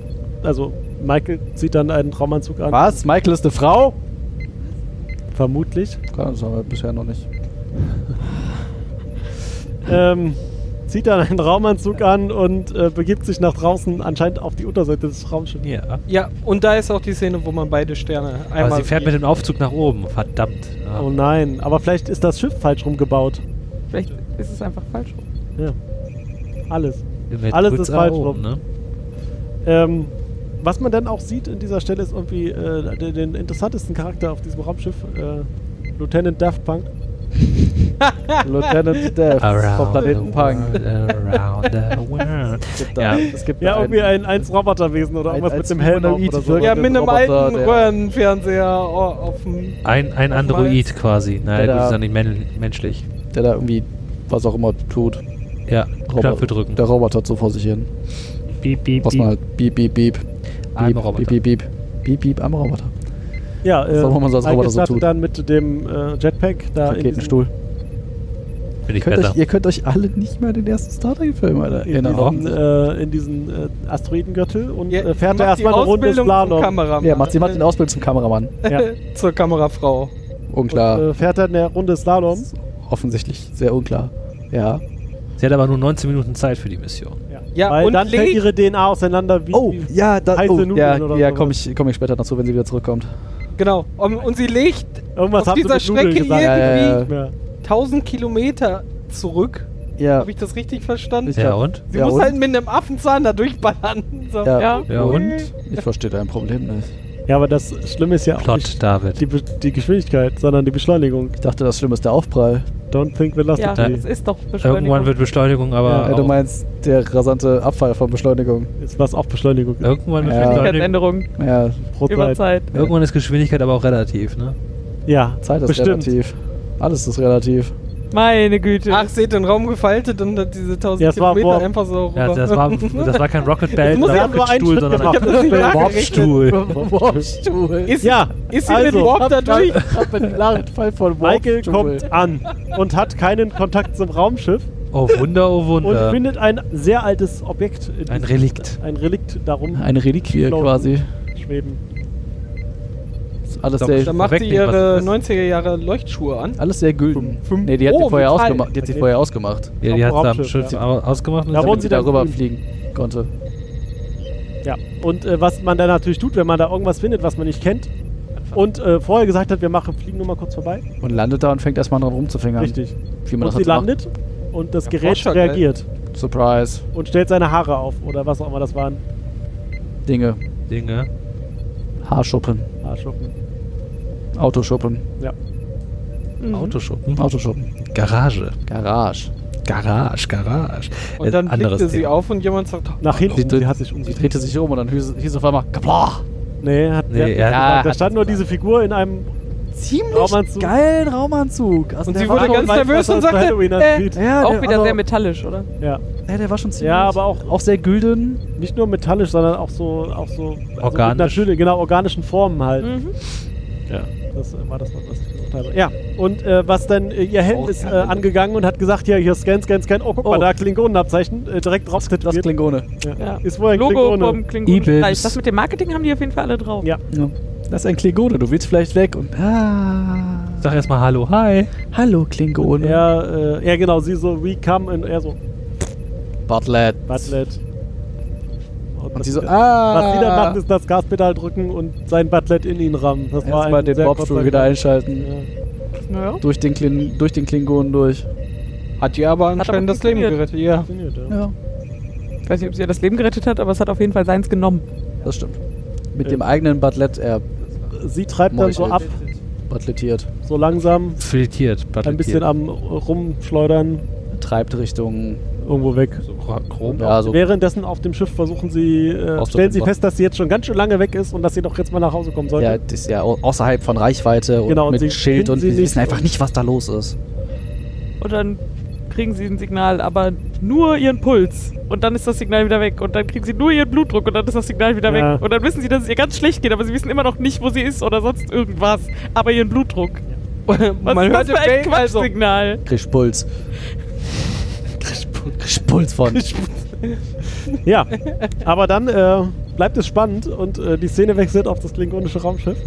[SPEAKER 1] also Michael zieht dann einen Raumanzug an.
[SPEAKER 3] Was? Michael ist eine Frau?
[SPEAKER 1] Vermutlich.
[SPEAKER 3] Das haben wir bisher noch nicht.
[SPEAKER 1] ähm, zieht dann einen Raumanzug an und äh, begibt sich nach draußen anscheinend auf die Unterseite des Raumschiffs.
[SPEAKER 2] ja.
[SPEAKER 4] Ja, und da ist auch die Szene, wo man beide Sterne einmal.
[SPEAKER 2] Aber sie fährt
[SPEAKER 4] sieht.
[SPEAKER 2] mit dem Aufzug nach oben. Verdammt. Ja.
[SPEAKER 1] Oh nein, aber vielleicht ist das Schiff falsch rumgebaut.
[SPEAKER 5] Vielleicht ist es einfach falsch. rum.
[SPEAKER 1] Ja. Alles.
[SPEAKER 7] Mit
[SPEAKER 1] Alles ist
[SPEAKER 7] Putzer
[SPEAKER 1] falsch
[SPEAKER 7] auch,
[SPEAKER 1] rum.
[SPEAKER 7] Ne?
[SPEAKER 1] Ähm, was man dann auch sieht in dieser Stelle ist irgendwie äh, den, den interessantesten Charakter auf diesem Raumschiff, äh, Lieutenant Daft Punk.
[SPEAKER 3] Lieutenant Death vom
[SPEAKER 7] Around
[SPEAKER 3] Planeten
[SPEAKER 7] the
[SPEAKER 3] Punk.
[SPEAKER 7] world, around the world.
[SPEAKER 3] Es gibt
[SPEAKER 7] Ja.
[SPEAKER 3] es gibt
[SPEAKER 1] Ja,
[SPEAKER 3] da
[SPEAKER 1] irgendwie ein, eins Roboterwesen oder
[SPEAKER 3] ein-
[SPEAKER 1] irgendwas
[SPEAKER 3] ein
[SPEAKER 1] mit dem Helm auf
[SPEAKER 3] Humanoid
[SPEAKER 1] oder so.
[SPEAKER 3] wirkt-
[SPEAKER 4] Ja,
[SPEAKER 3] den
[SPEAKER 4] mit einem
[SPEAKER 3] Roboter,
[SPEAKER 4] alten
[SPEAKER 3] der-
[SPEAKER 4] Röhrenfernseher au- auf dem.
[SPEAKER 7] Ein, ein
[SPEAKER 4] Nochmal.
[SPEAKER 7] Android quasi. Naja,
[SPEAKER 3] Der
[SPEAKER 7] gut,
[SPEAKER 3] da-
[SPEAKER 7] ist ja nicht men menschlich.
[SPEAKER 3] der da irgendwie was auch immer tut.
[SPEAKER 7] Ja, Knöpfe drücken.
[SPEAKER 3] Der Roboter so vor sich hin.
[SPEAKER 7] Beep, beep,
[SPEAKER 3] Was
[SPEAKER 7] beep.
[SPEAKER 3] man halt beep, beep, beep.
[SPEAKER 7] Arme
[SPEAKER 3] Beep,
[SPEAKER 7] Roboter.
[SPEAKER 3] Beep, beep, beep. Beep, beep, am Roboter.
[SPEAKER 1] Ja, äh,
[SPEAKER 3] Was auch immer man so als
[SPEAKER 1] Ike
[SPEAKER 3] Roboter so
[SPEAKER 1] startet
[SPEAKER 3] tut.
[SPEAKER 1] dann mit dem äh, Jetpack da in diesem,
[SPEAKER 3] Raketenstuhl.
[SPEAKER 7] Finde ich
[SPEAKER 3] Könnt
[SPEAKER 7] besser. Genau.
[SPEAKER 3] euch, ihr könnt euch alle nicht mehr an den ersten Star Trek-Film
[SPEAKER 1] in
[SPEAKER 3] erinnern.
[SPEAKER 1] diesen, äh, in diesen äh, Asteroidengürtel und
[SPEAKER 4] Ja,
[SPEAKER 1] äh, fährt er
[SPEAKER 4] macht die
[SPEAKER 1] erstmal eine Runde
[SPEAKER 4] Ausbildung zum
[SPEAKER 1] Slalom.
[SPEAKER 7] Ähm,
[SPEAKER 4] Kameramann. äh,
[SPEAKER 3] Ja, macht jemand den Ausbild zum Kameramann.
[SPEAKER 1] Ja.
[SPEAKER 4] Zur Kamerafrau.
[SPEAKER 3] Unklar.
[SPEAKER 1] Äh, fährt er eine Runde Slalom.
[SPEAKER 3] Offensichtlich sehr unklar. Ja.
[SPEAKER 7] Sie hat aber nur 19 Minuten Zeit für die Mission.
[SPEAKER 4] Ja,
[SPEAKER 1] Weil
[SPEAKER 4] und
[SPEAKER 1] dann fällt
[SPEAKER 4] Link-
[SPEAKER 1] ihre DNA auseinander wie.
[SPEAKER 3] Oh,
[SPEAKER 1] wie
[SPEAKER 3] ja, da,
[SPEAKER 1] heiße
[SPEAKER 3] oh,
[SPEAKER 1] Nudeln
[SPEAKER 3] ja,
[SPEAKER 1] oder
[SPEAKER 3] ja
[SPEAKER 1] sowas.
[SPEAKER 3] komme ich, komm ich später dazu, wenn sie wieder zurückkommt.
[SPEAKER 4] Genau. Und, und sie legt
[SPEAKER 1] irgendwas
[SPEAKER 4] auf
[SPEAKER 1] habt ihr
[SPEAKER 4] dieser
[SPEAKER 1] mit Nudeln
[SPEAKER 4] Strecke
[SPEAKER 1] gesagt.
[SPEAKER 4] irgendwie
[SPEAKER 3] Ja, ja, ja.
[SPEAKER 1] Ja.
[SPEAKER 4] 1000 Kilometer zurück.
[SPEAKER 3] Ja,
[SPEAKER 4] Habe ich das richtig verstanden?
[SPEAKER 3] Ich
[SPEAKER 7] Ja,
[SPEAKER 3] glaub-
[SPEAKER 7] und?
[SPEAKER 4] Sie
[SPEAKER 3] Ja,
[SPEAKER 4] muss
[SPEAKER 3] und?
[SPEAKER 4] halt mit einem Affenzahn da durchballern. So.
[SPEAKER 3] Ja.
[SPEAKER 5] Ja.
[SPEAKER 7] Ja, und?
[SPEAKER 3] ich verstehe dein Problem nicht.
[SPEAKER 1] ja, aber das Schlimme ist ja auch
[SPEAKER 7] Plot,
[SPEAKER 1] nicht die,
[SPEAKER 7] David.
[SPEAKER 1] Be die Geschwindigkeit, sondern die Beschleunigung.
[SPEAKER 3] Ich dachte, das Schlimme ist der Aufprall.
[SPEAKER 1] Don't think we lost
[SPEAKER 5] Ja,
[SPEAKER 1] it.
[SPEAKER 5] das ist doch Beschleunigung.
[SPEAKER 7] Irgendwann wird Beschleunigung, aber.
[SPEAKER 3] ja, Äh, du
[SPEAKER 7] auch-
[SPEAKER 3] meinst der rasante Abfall von Beschleunigung.
[SPEAKER 1] Ist was auch Beschleunigung.
[SPEAKER 7] irgendwann, wird
[SPEAKER 3] Ja.
[SPEAKER 7] Beschleunigung,
[SPEAKER 5] Änderung
[SPEAKER 3] Ja,
[SPEAKER 1] Pro
[SPEAKER 5] über
[SPEAKER 1] Zeit.
[SPEAKER 5] Zeit.
[SPEAKER 7] irgendwann ist Geschwindigkeit aber auch relativ, ne?
[SPEAKER 1] Ja,
[SPEAKER 3] Zeit ist
[SPEAKER 1] bestimmt.
[SPEAKER 3] relativ. Alles ist relativ.
[SPEAKER 5] Meine Güte.
[SPEAKER 4] Ach, seht den Raum gefaltet und hat diese 1000
[SPEAKER 1] Ja, es war
[SPEAKER 4] Kilometer
[SPEAKER 1] vor-
[SPEAKER 4] einfach so rüber.
[SPEAKER 7] Ja, das war, das war kein Rocket Belt,
[SPEAKER 4] muss
[SPEAKER 7] oder
[SPEAKER 4] ja
[SPEAKER 1] nur einen
[SPEAKER 7] Rocketstuhl,
[SPEAKER 1] Schritt
[SPEAKER 7] sondern
[SPEAKER 1] gemacht.
[SPEAKER 7] ein
[SPEAKER 4] das nicht
[SPEAKER 7] Warpstuhl.
[SPEAKER 3] Warpstuhl.
[SPEAKER 4] ist,
[SPEAKER 1] Ja,
[SPEAKER 4] ist sie mit
[SPEAKER 1] also,
[SPEAKER 4] Warp da durch?
[SPEAKER 3] hab einen klaren Fall von
[SPEAKER 1] Michael kommt an und hat keinen Kontakt zum Raumschiff
[SPEAKER 7] Oh Wunder, oh
[SPEAKER 1] und
[SPEAKER 7] Wunder.
[SPEAKER 1] findet ein sehr altes Objekt. in
[SPEAKER 7] Ein
[SPEAKER 1] diesem-
[SPEAKER 7] Relikt.
[SPEAKER 1] Ein Relikt darum
[SPEAKER 3] Eine Reliquie
[SPEAKER 1] Genau.
[SPEAKER 3] quasi.
[SPEAKER 1] schweben.
[SPEAKER 3] Ist Alles
[SPEAKER 7] Doch,
[SPEAKER 3] sehr,
[SPEAKER 4] Da macht sie
[SPEAKER 7] Wegnehmen,
[SPEAKER 4] ihre
[SPEAKER 7] was-
[SPEAKER 4] 90er Jahre Leuchtschuhe an.
[SPEAKER 3] alles sehr gülden.
[SPEAKER 4] Fünf-
[SPEAKER 3] Nee, die hat
[SPEAKER 4] Oh,
[SPEAKER 3] sie vorher
[SPEAKER 4] Metall.
[SPEAKER 3] ausgemacht. Die hat sie
[SPEAKER 1] Okay.
[SPEAKER 3] vorher ausgemacht.
[SPEAKER 7] Ja, die hat
[SPEAKER 1] Auf dem
[SPEAKER 7] es am
[SPEAKER 1] Raumschiff,
[SPEAKER 7] Schiff
[SPEAKER 1] ja.
[SPEAKER 7] au- ausgemacht und
[SPEAKER 1] Da
[SPEAKER 7] dann
[SPEAKER 1] wurden
[SPEAKER 3] Damit
[SPEAKER 1] sie
[SPEAKER 3] sie darüber
[SPEAKER 1] grün.
[SPEAKER 3] fliegen konnte.
[SPEAKER 1] Ja, und äh, was man dann natürlich tut, wenn man da irgendwas findet, was man nicht kennt und äh, vorher gesagt hat, wir machen, fliegen nur mal kurz vorbei.
[SPEAKER 3] Und landet da und fängt erstmal dran rumzufingern.
[SPEAKER 1] Richtig.
[SPEAKER 3] Wie man
[SPEAKER 1] Und sie
[SPEAKER 3] das halt so macht.
[SPEAKER 1] landet und das
[SPEAKER 4] Ja,
[SPEAKER 1] Gerät
[SPEAKER 4] Forscher, gell?
[SPEAKER 1] reagiert
[SPEAKER 3] Surprise.
[SPEAKER 1] und stellt seine Haare auf oder was auch immer das waren.
[SPEAKER 3] Dinge.
[SPEAKER 7] Dinge.
[SPEAKER 3] Haarschuppen.
[SPEAKER 1] Haarschuppen.
[SPEAKER 3] Autoschuppen.
[SPEAKER 5] Mhm.
[SPEAKER 7] Autoschuppen.
[SPEAKER 3] Autoschuppen.
[SPEAKER 7] Garage.
[SPEAKER 3] Garage.
[SPEAKER 7] Garage, Garage. Äh,
[SPEAKER 4] Und dann
[SPEAKER 7] anderes
[SPEAKER 4] blickte sie
[SPEAKER 7] Thema.
[SPEAKER 4] auf und jemand sagt,
[SPEAKER 1] Nach
[SPEAKER 3] Sie
[SPEAKER 1] hinten,
[SPEAKER 3] dreht-
[SPEAKER 1] sie hat sich
[SPEAKER 3] Sie
[SPEAKER 1] umgedreht.
[SPEAKER 3] drehte sich um und dann hieß, hieß auf einmal Kapla!
[SPEAKER 1] Nee, hat,
[SPEAKER 7] Nee,
[SPEAKER 1] nee,
[SPEAKER 7] er hat-
[SPEAKER 1] hat, da
[SPEAKER 3] hat-
[SPEAKER 1] stand nur diese Figur in einem
[SPEAKER 3] Ziemlich
[SPEAKER 1] Raumanzug.
[SPEAKER 3] geilen Raumanzug. Also
[SPEAKER 4] Und
[SPEAKER 3] der
[SPEAKER 4] sie
[SPEAKER 3] war
[SPEAKER 4] wurde
[SPEAKER 3] schon-
[SPEAKER 4] ganz
[SPEAKER 1] weiß,
[SPEAKER 4] nervös
[SPEAKER 1] was
[SPEAKER 4] und
[SPEAKER 1] das für
[SPEAKER 4] sagte,
[SPEAKER 1] Halloween
[SPEAKER 4] äh,
[SPEAKER 1] anbietet.
[SPEAKER 3] ja,
[SPEAKER 5] Auch
[SPEAKER 3] der,
[SPEAKER 5] wieder
[SPEAKER 3] also,
[SPEAKER 5] sehr metallisch, oder?
[SPEAKER 1] Ja.
[SPEAKER 3] Ja, der war schon ziemlich.
[SPEAKER 1] Ja, aber auch-
[SPEAKER 3] auch sehr gülden.
[SPEAKER 1] Nicht nur metallisch, sondern auch so, auch so also
[SPEAKER 7] Organisch.
[SPEAKER 1] mit natürlich, genau, organischen Formen halt.
[SPEAKER 5] Mhm.
[SPEAKER 7] Ja.
[SPEAKER 1] Das äh, war das, Wort, was ich gesucht habe. Ja, und äh, was dann, äh, ihr Helm ist äh, angegangen und hat gesagt, ja, hier scan, scan, scan. Oh, guck
[SPEAKER 3] Oh.
[SPEAKER 1] mal, da Klingonenabzeichen, äh, direkt drauf
[SPEAKER 3] Das
[SPEAKER 1] tätowiert.
[SPEAKER 3] Klingone.
[SPEAKER 1] ja.
[SPEAKER 5] Ja.
[SPEAKER 1] Ist wohl ein
[SPEAKER 5] Logo
[SPEAKER 1] Klingone.
[SPEAKER 5] vom Klingonen.
[SPEAKER 7] Ibims.
[SPEAKER 5] Das mit dem Marketing haben die auf jeden Fall alle drauf.
[SPEAKER 1] Ja.
[SPEAKER 3] Ja. Das ist ein Klingone. Du willst vielleicht weg und. Ah.
[SPEAKER 7] Sag erstmal Hallo, hi.
[SPEAKER 3] Hallo Klingone.
[SPEAKER 1] Er, äh, ja, genau, sie so, we come, and er so,
[SPEAKER 3] Bartlett.
[SPEAKER 1] Butlet.
[SPEAKER 3] Und sie so,
[SPEAKER 1] was
[SPEAKER 3] ah.
[SPEAKER 1] sie dann macht, ist das Gaspedal drücken und sein Butlet in ihn rammen. Das war
[SPEAKER 3] Erstmal
[SPEAKER 1] ein
[SPEAKER 3] den
[SPEAKER 1] sehr
[SPEAKER 3] Bobstuhl
[SPEAKER 1] kurzer-
[SPEAKER 3] wieder einschalten.
[SPEAKER 1] Ja.
[SPEAKER 5] Naja.
[SPEAKER 3] Durch den, Klin durch den Klingonen durch.
[SPEAKER 4] hat ihr aber
[SPEAKER 5] aber
[SPEAKER 4] anscheinend das Leben
[SPEAKER 5] funktioniert.
[SPEAKER 4] gerettet. Ja.
[SPEAKER 1] Funktioniert, ja.
[SPEAKER 3] Ja,
[SPEAKER 5] Ich weiß nicht, ob sie ihr das Leben gerettet hat, aber es hat auf jeden Fall seins genommen.
[SPEAKER 3] das stimmt. Mit
[SPEAKER 1] Ja.
[SPEAKER 3] dem eigenen Bartlett er
[SPEAKER 1] Sie treibt dann so ab,
[SPEAKER 3] Meuchelt. Bartlettiert.
[SPEAKER 1] so langsam,
[SPEAKER 7] Filtiert,
[SPEAKER 1] ein bisschen am Rumschleudern,
[SPEAKER 3] Treibt Richtung.
[SPEAKER 1] irgendwo weg.
[SPEAKER 7] Chrom.
[SPEAKER 3] Ja, so.
[SPEAKER 1] Währenddessen auf dem Schiff versuchen sie, äh,
[SPEAKER 3] Aus-
[SPEAKER 1] stellen sie
[SPEAKER 3] aus-
[SPEAKER 1] fest, dass sie jetzt schon ganz schön lange weg ist und dass sie doch jetzt mal nach Hause kommen
[SPEAKER 3] Ja,
[SPEAKER 1] sollte.
[SPEAKER 3] das ist ja au- außerhalb von Reichweite und
[SPEAKER 1] Genau, und
[SPEAKER 3] mit
[SPEAKER 1] sie
[SPEAKER 3] Schild
[SPEAKER 1] finden
[SPEAKER 3] und
[SPEAKER 1] sie
[SPEAKER 3] wir
[SPEAKER 1] nicht.
[SPEAKER 3] wissen einfach nicht, was da los ist.
[SPEAKER 5] Und dann kriegen sie ein Signal, aber nur ihren Puls. Und dann ist das Signal wieder weg. Und dann kriegen sie nur ihren Blutdruck und dann ist das Signal wieder
[SPEAKER 1] Ja.
[SPEAKER 5] weg. Und dann wissen sie, dass es ihr ganz schlecht geht, aber sie wissen immer noch nicht, wo sie ist oder sonst irgendwas. Aber ihren Blutdruck. Was
[SPEAKER 4] Man
[SPEAKER 5] ist das
[SPEAKER 4] hört
[SPEAKER 5] für ein
[SPEAKER 4] Jane also.
[SPEAKER 5] Quatschsignal?
[SPEAKER 3] Krieg Puls. Krieg Pu- Krieg Puls von.
[SPEAKER 1] Ja, aber dann äh, bleibt es spannend und äh, die Szene wechselt auf das klingonische Raumschiff,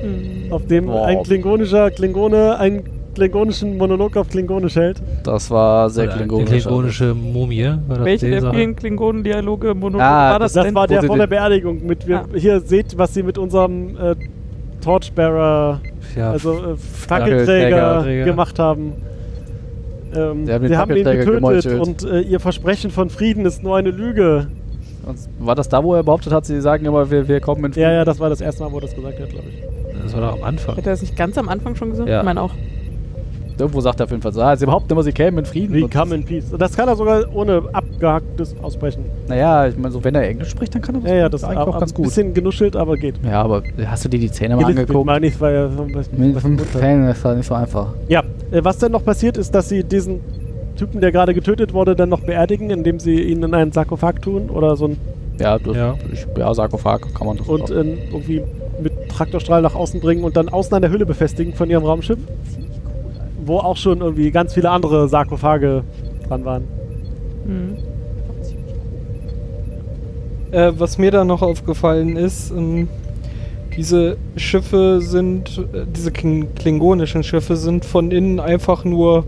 [SPEAKER 5] Hm.
[SPEAKER 1] auf dem
[SPEAKER 3] Wow.
[SPEAKER 1] ein klingonischer Klingone einen klingonischen Monolog auf klingonisch hält.
[SPEAKER 3] Das war sehr
[SPEAKER 7] Oder Die
[SPEAKER 3] klingonisch.
[SPEAKER 7] Äh, klingonische Mumie. War das
[SPEAKER 5] Welche
[SPEAKER 7] die
[SPEAKER 5] der
[SPEAKER 7] Sache?
[SPEAKER 5] vielen Klingonen-Dialoge, Monologe
[SPEAKER 3] Ah,
[SPEAKER 5] war das,
[SPEAKER 1] Das, das
[SPEAKER 5] denn?
[SPEAKER 1] war der
[SPEAKER 3] Wo sie
[SPEAKER 1] vor der
[SPEAKER 3] den-
[SPEAKER 1] Beerdigung mit wir,
[SPEAKER 5] Ah.
[SPEAKER 1] hier seht, was sie mit unserem äh, Torchbearer
[SPEAKER 7] Ja,
[SPEAKER 1] also äh,
[SPEAKER 7] Fackelträger.
[SPEAKER 1] Fackelträger gemacht haben. Ähm,
[SPEAKER 3] Sie haben den
[SPEAKER 1] sie haben ihn
[SPEAKER 3] Fackelträger
[SPEAKER 1] getötet
[SPEAKER 3] gemeuchelt.
[SPEAKER 1] und äh, ihr Versprechen von Frieden ist nur eine Lüge.
[SPEAKER 3] Und war das da, wo er behauptet hat, sie sagen immer, wir, wir kommen in
[SPEAKER 1] Ja, ja, das war das erste Mal, wo er das gesagt hat, glaube ich.
[SPEAKER 7] Das war doch am Anfang.
[SPEAKER 5] Hätte er es nicht ganz am Anfang schon gesagt?
[SPEAKER 3] Ja.
[SPEAKER 5] Ich meine auch.
[SPEAKER 3] Irgendwo sagt er auf jeden Fall so, ah, sie behaupten immer, sie kämen in Frieden.
[SPEAKER 1] We
[SPEAKER 3] Und-
[SPEAKER 1] come in peace. Das kann er sogar ohne abgehacktes ausbrechen.
[SPEAKER 3] Naja, ich meine, so wenn er Englisch spricht, dann kann er das,
[SPEAKER 1] Ja, ja, das ist
[SPEAKER 3] eigentlich auch ganz
[SPEAKER 1] Ein
[SPEAKER 3] gut.
[SPEAKER 1] bisschen genuschelt, aber geht.
[SPEAKER 3] Ja, aber hast du dir die Zähne mal
[SPEAKER 1] Gelispelt
[SPEAKER 3] angeguckt?
[SPEAKER 1] meine ich, war ja so ein bisschen-
[SPEAKER 3] Mit fünf Zähnen ist das nicht so einfach.
[SPEAKER 1] Ja, äh, was dann noch passiert ist, dass sie diesen Typen, der gerade getötet wurde, dann noch beerdigen, indem sie ihn in einen Sarkophag tun oder so ein,
[SPEAKER 3] Ja, das,
[SPEAKER 7] Ja.
[SPEAKER 3] Ich, ja Sarkophag kann man das
[SPEAKER 1] und äh, irgendwie mit Traktorstrahl nach außen bringen und dann außen an der Hülle befestigen von ihrem Raumschiff. Wo auch schon irgendwie ganz viele andere Sarkophage dran waren.
[SPEAKER 5] Mhm.
[SPEAKER 4] Äh, was mir da noch aufgefallen ist, ähm, diese Schiffe sind, äh, diese Kling klingonischen Schiffe sind von innen einfach nur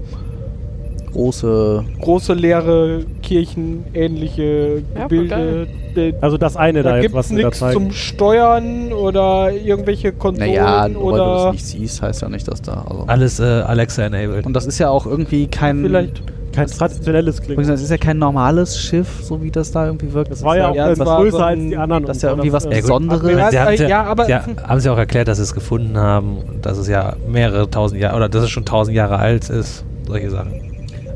[SPEAKER 3] große
[SPEAKER 4] große leere kirchenähnliche
[SPEAKER 5] Ja, voll
[SPEAKER 4] Gebilde. De-
[SPEAKER 1] Also das eine da,
[SPEAKER 4] da
[SPEAKER 1] jetzt,
[SPEAKER 4] gibt's
[SPEAKER 1] was sie da
[SPEAKER 4] nichts
[SPEAKER 1] zeigen.
[SPEAKER 4] zum Steuern oder irgendwelche Konsolen
[SPEAKER 3] Naja, nur weil du
[SPEAKER 4] oder
[SPEAKER 3] das nicht siehst, heißt ja nicht, dass da. Also.
[SPEAKER 7] Alles äh, Alexa-enabled.
[SPEAKER 3] Und das ist ja auch irgendwie kein.
[SPEAKER 4] vielleicht
[SPEAKER 1] Kein traditionelles Klingen.
[SPEAKER 3] Übrigens, das ist ja kein normales Schiff, so wie das da irgendwie wirkt.
[SPEAKER 1] Das war ja auch
[SPEAKER 4] Ja, das
[SPEAKER 1] etwas
[SPEAKER 4] war so
[SPEAKER 1] größer als
[SPEAKER 4] ein-
[SPEAKER 1] die anderen.
[SPEAKER 3] das
[SPEAKER 1] und
[SPEAKER 3] ist ja
[SPEAKER 1] so,
[SPEAKER 3] irgendwie was
[SPEAKER 1] äh,
[SPEAKER 7] Ja, gut.
[SPEAKER 3] Besonderes.
[SPEAKER 4] Ja,
[SPEAKER 7] Sie haben
[SPEAKER 4] äh,
[SPEAKER 7] ja,
[SPEAKER 4] ja, aber-
[SPEAKER 7] sie haben ja auch erklärt, dass sie es gefunden haben und dass es ja mehrere tausend Jahre oder dass es schon tausend Jahre alt ist. Solche Sachen.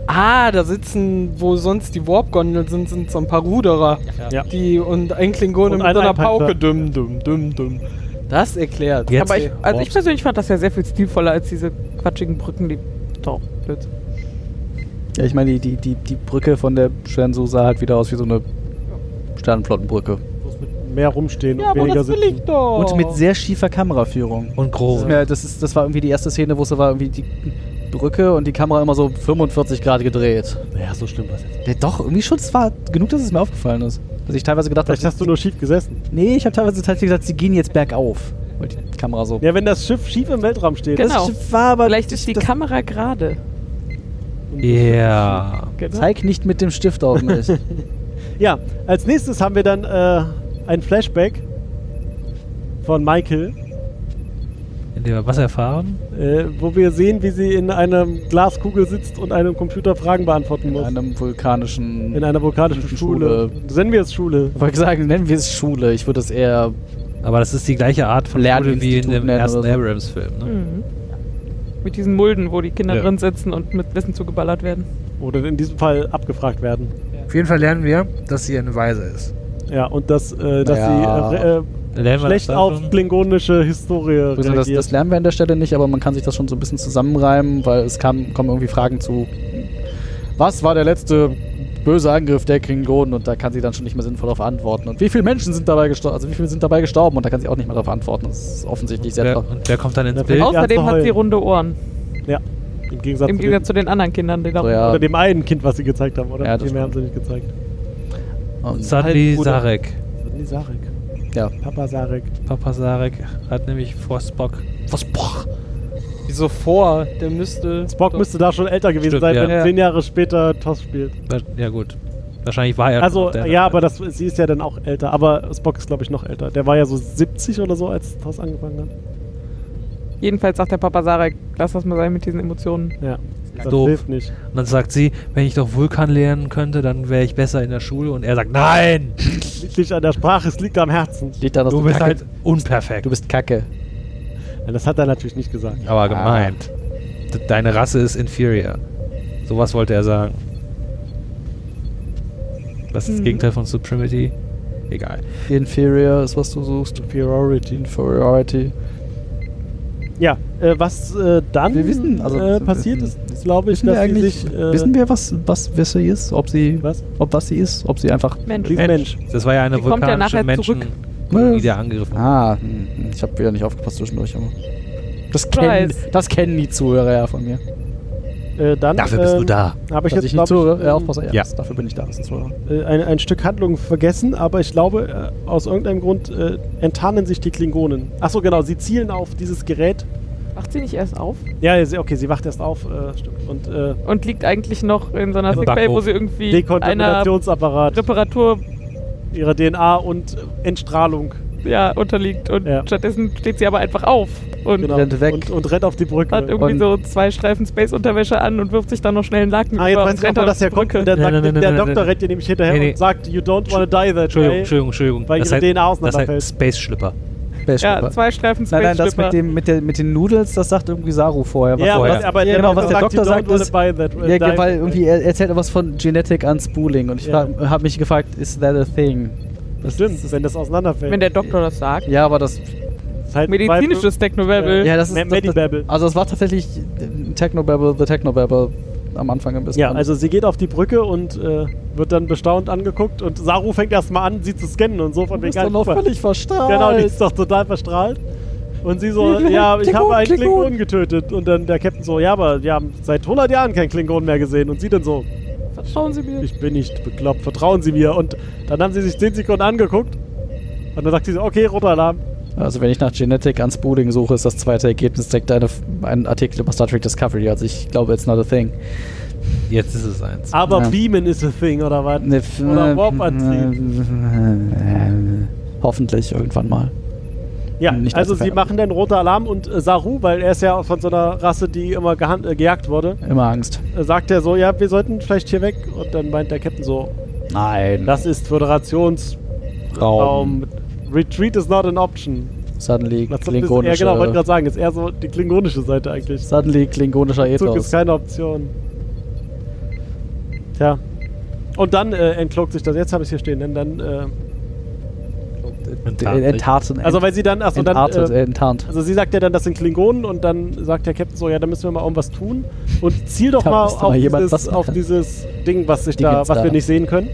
[SPEAKER 4] Ah, da sitzen, wo sonst die Warp-Gondeln sind, sind so ein paar Ruderer.
[SPEAKER 1] Ja.
[SPEAKER 4] Die und ein Klingone
[SPEAKER 1] Und
[SPEAKER 4] mit
[SPEAKER 1] ein
[SPEAKER 4] so einer
[SPEAKER 1] Einpeitser.
[SPEAKER 4] Pauke. Dum, dum, dum, dum. Das erklärt.
[SPEAKER 7] Jetzt-
[SPEAKER 5] Aber ich, also ich
[SPEAKER 7] Wow.
[SPEAKER 5] persönlich fand das ja sehr viel stilvoller als diese quatschigen Brücken, die. Doch, blöd.
[SPEAKER 3] Ja, ich meine, die, die, die, die Brücke von der Shenzhou sah halt wieder aus wie so eine Sternflottenbrücke.
[SPEAKER 1] bloß mit Mehr rumstehen
[SPEAKER 4] ja,
[SPEAKER 1] und
[SPEAKER 4] aber
[SPEAKER 1] weniger
[SPEAKER 4] das will
[SPEAKER 1] sitzen.
[SPEAKER 4] ich doch.
[SPEAKER 3] Und mit sehr schiefer Kameraführung.
[SPEAKER 7] Und
[SPEAKER 3] Das, ist
[SPEAKER 7] grob.
[SPEAKER 3] mir, das, ist, das war irgendwie die erste Szene, wo es so war irgendwie die Brücke und die Kamera immer so 45 Grad gedreht.
[SPEAKER 1] Naja, so schlimm war es jetzt.
[SPEAKER 3] Ja, doch, irgendwie schon, es war genug, dass es mir aufgefallen ist. Dass ich teilweise gedacht
[SPEAKER 1] Vielleicht hast du nur schief gesessen.
[SPEAKER 3] Nee, ich habe teilweise tatsächlich gesagt, sie gehen jetzt bergauf. Weil die Kamera so.
[SPEAKER 1] Ja, wenn das Schiff schief im Weltraum steht.
[SPEAKER 5] Genau.
[SPEAKER 3] Das war aber.
[SPEAKER 5] Vielleicht ist die
[SPEAKER 3] das-
[SPEAKER 5] Kamera gerade.
[SPEAKER 7] Ja.
[SPEAKER 5] Genau.
[SPEAKER 3] Zeig nicht mit dem Stift auf mich.
[SPEAKER 1] Ja, als nächstes haben wir dann äh, ein Flashback von Michael,
[SPEAKER 7] Indem wir was erfahren?
[SPEAKER 1] äh, wo wir sehen, wie sie in einem Glaskugel sitzt und einem Computer Fragen beantworten
[SPEAKER 3] in
[SPEAKER 1] muss.
[SPEAKER 3] einem vulkanischen.
[SPEAKER 1] in einer vulkanischen Schule.
[SPEAKER 3] Schule.
[SPEAKER 1] Nennen wir es Schule.
[SPEAKER 3] Ich wollte sagen, nennen wir es Schule. Ich würde es eher.
[SPEAKER 7] Aber das ist die gleiche Art von Schule wie in
[SPEAKER 3] Lerninstitut
[SPEAKER 7] dem
[SPEAKER 3] nennen
[SPEAKER 7] ersten
[SPEAKER 3] oder so.
[SPEAKER 7] Abrams-Film. Ne?
[SPEAKER 5] Mhm. Mit diesen Mulden, wo die Kinder
[SPEAKER 7] Ja.
[SPEAKER 5] drin sitzen und mit Wissen zugeballert werden.
[SPEAKER 1] Oder in diesem Fall abgefragt werden.
[SPEAKER 2] Auf jeden Fall lernen wir, dass sie eine Weise ist.
[SPEAKER 1] Ja, und dass, äh, dass
[SPEAKER 3] Naja.
[SPEAKER 1] sie äh, äh,
[SPEAKER 7] Lernen wir
[SPEAKER 1] schlecht
[SPEAKER 7] das dann
[SPEAKER 1] auf
[SPEAKER 7] schon?
[SPEAKER 1] klingonische Historie
[SPEAKER 3] Also
[SPEAKER 1] reagiert.
[SPEAKER 3] das, das lernen wir an der Stelle nicht, aber man kann sich das schon so ein bisschen zusammenreimen, weil es kam, kommen irgendwie Fragen zu. Was war der letzte böse Angriff der Klingonen? Und da kann sie dann schon nicht mehr sinnvoll darauf antworten. Und wie viele Menschen sind dabei gestorben? Also wie viele sind dabei gestorben? Und da kann sie auch nicht mehr darauf antworten. Das ist offensichtlich sehr
[SPEAKER 7] Wer,
[SPEAKER 3] traurig.
[SPEAKER 7] und wer kommt dann ins
[SPEAKER 1] Ja,
[SPEAKER 7] Bild?
[SPEAKER 1] vielleicht-
[SPEAKER 5] Außerdem
[SPEAKER 1] erst
[SPEAKER 5] hat sie
[SPEAKER 1] heulen.
[SPEAKER 5] runde Ohren.
[SPEAKER 1] ja, im Gegensatz,
[SPEAKER 5] Im
[SPEAKER 1] zu
[SPEAKER 5] Gegensatz
[SPEAKER 1] dem,
[SPEAKER 5] zu den anderen Kindern, die da
[SPEAKER 3] So, ja.
[SPEAKER 1] oder dem einen Kind, was sie gezeigt haben, oder?
[SPEAKER 3] Ja, das
[SPEAKER 1] Viel mehr haben
[SPEAKER 3] stimmt.
[SPEAKER 1] sie nicht gezeigt.
[SPEAKER 3] Und
[SPEAKER 7] Sadli
[SPEAKER 4] Halbbruder.
[SPEAKER 7] Sarek.
[SPEAKER 1] Die Sarek.
[SPEAKER 3] Ja.
[SPEAKER 1] Papa Sarek.
[SPEAKER 7] Papa Sarek hat nämlich vor Spock.
[SPEAKER 3] Was? Boah.
[SPEAKER 4] Wieso vor? Der müsste.
[SPEAKER 1] Spock müsste da schon älter gewesen
[SPEAKER 7] Stimmt,
[SPEAKER 1] sein,
[SPEAKER 7] ja.
[SPEAKER 1] wenn
[SPEAKER 4] Ja.
[SPEAKER 1] zehn Jahre später TOS spielt.
[SPEAKER 7] Ja, gut. Wahrscheinlich war er.
[SPEAKER 1] Also,
[SPEAKER 7] der-
[SPEAKER 1] ja, aber das, sie ist ja dann auch älter. Aber Spock ist, glaube ich, noch älter. Der war ja so 70 oder so, als das angefangen hat.
[SPEAKER 5] Jedenfalls sagt der Papa Sarek, lass das mal sein mit diesen Emotionen.
[SPEAKER 1] Ja. Das
[SPEAKER 7] doof.
[SPEAKER 1] hilft nicht.
[SPEAKER 7] Und dann sagt sie, wenn ich doch Vulkan lernen könnte, dann wäre ich besser in der Schule. Und er sagt, nein!
[SPEAKER 1] Liegt nicht an der Sprache, es liegt am Herzen.
[SPEAKER 3] Liegt daran, dass
[SPEAKER 7] Du
[SPEAKER 3] du,
[SPEAKER 7] bist
[SPEAKER 3] Kacke,
[SPEAKER 7] halt unperfekt.
[SPEAKER 3] du bist Kacke.
[SPEAKER 1] Ja, das hat er natürlich nicht gesagt.
[SPEAKER 7] aber gemeint. D- Deine Rasse ist inferior. Sowas wollte er sagen. Was ist das
[SPEAKER 5] Mhm.
[SPEAKER 7] Gegenteil von Supremacy? Egal.
[SPEAKER 3] Inferior ist, was du suchst.
[SPEAKER 1] Superiority.
[SPEAKER 3] Inferiority.
[SPEAKER 1] Ja, äh, was äh, dann
[SPEAKER 3] Wir wissen, also,
[SPEAKER 1] äh, passiert
[SPEAKER 3] äh,
[SPEAKER 1] ist, glaube ich,
[SPEAKER 3] Wissen wir
[SPEAKER 1] dass sie
[SPEAKER 3] eigentlich,
[SPEAKER 1] sich. Äh,
[SPEAKER 3] wissen wir, was, was, was sie ist? Ob sie,
[SPEAKER 1] Was?
[SPEAKER 3] ob was sie ist? Ob sie einfach
[SPEAKER 5] Mensch.
[SPEAKER 1] Mensch. Mensch.
[SPEAKER 7] Das war ja eine
[SPEAKER 5] Die kommt ja
[SPEAKER 7] vulkanische
[SPEAKER 5] nachher
[SPEAKER 7] Menschen,
[SPEAKER 5] zurück.
[SPEAKER 7] die der angegriffen hat.
[SPEAKER 3] Ah, hm, hm, ich habe wieder nicht aufgepasst zwischendurch, aber. Das kennen,
[SPEAKER 5] Surprise.
[SPEAKER 3] das kennen die Zuhörer ja von mir.
[SPEAKER 1] Äh, dann,
[SPEAKER 7] Dafür bist
[SPEAKER 1] ähm,
[SPEAKER 7] du da.
[SPEAKER 1] Habe ich jetzt
[SPEAKER 3] Dass nicht
[SPEAKER 1] glaub
[SPEAKER 3] zuhöre, ja,
[SPEAKER 1] ähm,
[SPEAKER 3] aufpasse, ja,
[SPEAKER 7] ja.
[SPEAKER 3] das- dafür bin ich da. Das ist Zuhörer.
[SPEAKER 1] äh, ein, ein Stück Handlung vergessen, aber ich glaube, äh, aus irgendeinem Grund äh, enttarnen sich die Klingonen. Achso, genau, sie zielen auf dieses Gerät.
[SPEAKER 5] Macht sie nicht erst auf?
[SPEAKER 1] Ja, ja, sie, okay, sie wacht erst auf, äh, stimmt. Und äh,
[SPEAKER 5] Und liegt eigentlich noch in so einer
[SPEAKER 7] Im
[SPEAKER 5] Sickbay, wo
[SPEAKER 7] Backofen.
[SPEAKER 5] sie irgendwie einer
[SPEAKER 1] Dekontaminationsapparat
[SPEAKER 5] Reparatur
[SPEAKER 1] ihrer DNA und äh, Entstrahlung
[SPEAKER 5] ja, unterliegt. Und
[SPEAKER 1] Ja.
[SPEAKER 5] stattdessen steht sie aber einfach auf und
[SPEAKER 1] Genau.
[SPEAKER 2] rennt weg.
[SPEAKER 1] Und, und rennt auf die Brücke.
[SPEAKER 5] hat irgendwie
[SPEAKER 2] Und-
[SPEAKER 5] so zwei Streifen Space-Unterwäsche an und wirft sich dann noch schnell einen Laken
[SPEAKER 1] Ah, jetzt
[SPEAKER 5] über
[SPEAKER 1] weiß
[SPEAKER 5] und
[SPEAKER 1] ich auch,
[SPEAKER 5] rennt
[SPEAKER 1] wo
[SPEAKER 5] auf
[SPEAKER 1] das
[SPEAKER 5] die
[SPEAKER 1] herkommt.
[SPEAKER 5] Brücke.
[SPEAKER 1] Der,
[SPEAKER 7] Nein,
[SPEAKER 1] sagt,
[SPEAKER 7] nein, nein,
[SPEAKER 1] der
[SPEAKER 7] nein,
[SPEAKER 1] Doktor
[SPEAKER 7] nein.
[SPEAKER 1] rennt ihr nämlich hinterher
[SPEAKER 7] Nee, nee.
[SPEAKER 1] und sagt, you don't wanna die that
[SPEAKER 7] Entschuldigung,
[SPEAKER 1] way.
[SPEAKER 7] Entschuldigung, Entschuldigung.
[SPEAKER 1] Weil
[SPEAKER 7] das
[SPEAKER 1] ihre
[SPEAKER 7] heißt,
[SPEAKER 1] DNA
[SPEAKER 7] das
[SPEAKER 1] auseinanderfällt.
[SPEAKER 7] heißt Space Schlipper.
[SPEAKER 5] Ja, zwei Streifen
[SPEAKER 2] Nein, nein, das
[SPEAKER 5] Space-Schlipper.
[SPEAKER 2] mit, dem, mit, der, mit den Noodles, das sagt irgendwie Saru vorher.
[SPEAKER 1] ja,
[SPEAKER 7] vorher.
[SPEAKER 1] was, aber
[SPEAKER 2] Genau, was der Doktor
[SPEAKER 1] you don't
[SPEAKER 2] sagt,
[SPEAKER 1] wanna die that way.
[SPEAKER 2] Ja,
[SPEAKER 1] Die-
[SPEAKER 2] weil irgendwie er er erzählt was von Genetic Unspooling und ich
[SPEAKER 1] Ja.
[SPEAKER 2] habe mich gefragt, is that a thing?
[SPEAKER 1] Das stimmt, wenn das auseinanderfällt.
[SPEAKER 5] Wenn der Doktor das sagt.
[SPEAKER 2] Ja, aber das.
[SPEAKER 1] Das ist halt
[SPEAKER 5] Medizinisches Technobabble.
[SPEAKER 2] Ja, das ist.
[SPEAKER 1] Me- Medibabble.
[SPEAKER 2] Also, es war tatsächlich Technobabble, The Technobabble am Anfang ein bisschen.
[SPEAKER 1] Ja, also sie geht auf die Brücke und äh, wird dann bestaunt angeguckt und Saru fängt erstmal an, sie zu scannen und so von
[SPEAKER 2] Du bist
[SPEAKER 1] "Ah,
[SPEAKER 2] doch noch
[SPEAKER 1] super."
[SPEAKER 2] völlig verstrahlt.
[SPEAKER 1] Genau, die ist doch total verstrahlt. Und sie so,
[SPEAKER 2] Klingon,
[SPEAKER 1] ja, ich
[SPEAKER 2] Klingon,
[SPEAKER 1] habe einen
[SPEAKER 2] Klingon.
[SPEAKER 1] Klingon getötet. Und dann der Captain so, ja, aber wir haben seit 100 Jahren keinen Klingon mehr gesehen. Und sie dann so,
[SPEAKER 5] Vertrauen Sie mir.
[SPEAKER 1] ich bin nicht bekloppt, vertrauen Sie mir. Und dann haben sie sich 10 Sekunden angeguckt. Und dann sagt sie so, okay, roter Alarm.
[SPEAKER 3] Also wenn ich nach Genetic Unspooling suche, ist das zweite Ergebnis direkt eine, ein Artikel über Star Trek Discovery. Also ich glaube, it's not a thing.
[SPEAKER 7] Jetzt ist es eins.
[SPEAKER 1] Aber
[SPEAKER 3] Ja.
[SPEAKER 1] beamen is a thing, oder was?
[SPEAKER 3] Ne, f-
[SPEAKER 1] Oder
[SPEAKER 3] äh,
[SPEAKER 1] Warp anziehen.
[SPEAKER 3] äh, Hoffentlich irgendwann mal.
[SPEAKER 1] Ja,
[SPEAKER 3] Nicht
[SPEAKER 1] also
[SPEAKER 3] allzu
[SPEAKER 1] sie
[SPEAKER 3] fern.
[SPEAKER 1] machen dann roter Alarm und äh, Saru, weil er ist ja von so einer Rasse, die immer gehan- äh, gejagt wurde,
[SPEAKER 3] Immer Angst.
[SPEAKER 1] äh, sagt er so, ja, wir sollten vielleicht hier weg. Und dann meint der Captain so,
[SPEAKER 3] Nein.
[SPEAKER 1] das ist Föderationsraum. Retreat is not an option.
[SPEAKER 3] Suddenly
[SPEAKER 1] Das ist eher,
[SPEAKER 3] klingonische,
[SPEAKER 1] genau, wollte gerade sagen, ist eher so die klingonische Seite eigentlich.
[SPEAKER 3] suddenly klingonischer
[SPEAKER 1] Zug ist
[SPEAKER 3] Ethos.
[SPEAKER 1] keine Option. Tja. Und dann äh, entklockt sich das. Jetzt habe ich hier stehen. Denn dann, äh,
[SPEAKER 7] Enttarnt.
[SPEAKER 2] Entarten.
[SPEAKER 1] also weil sie dann, achso, dann
[SPEAKER 2] entartet,
[SPEAKER 1] äh,
[SPEAKER 2] äh, enttarnt.
[SPEAKER 1] Also sie sagt ja dann, das sind Klingonen und dann sagt der Captain so, ja, da müssen wir mal irgendwas tun und ziel doch
[SPEAKER 3] Da
[SPEAKER 1] mal
[SPEAKER 3] müsste mal
[SPEAKER 1] auf,
[SPEAKER 3] jemand
[SPEAKER 1] dieses,
[SPEAKER 3] was machen.
[SPEAKER 1] auf dieses Ding, was sich
[SPEAKER 3] Die
[SPEAKER 1] da,
[SPEAKER 3] gibt's
[SPEAKER 1] was
[SPEAKER 3] da.
[SPEAKER 1] wir nicht sehen können.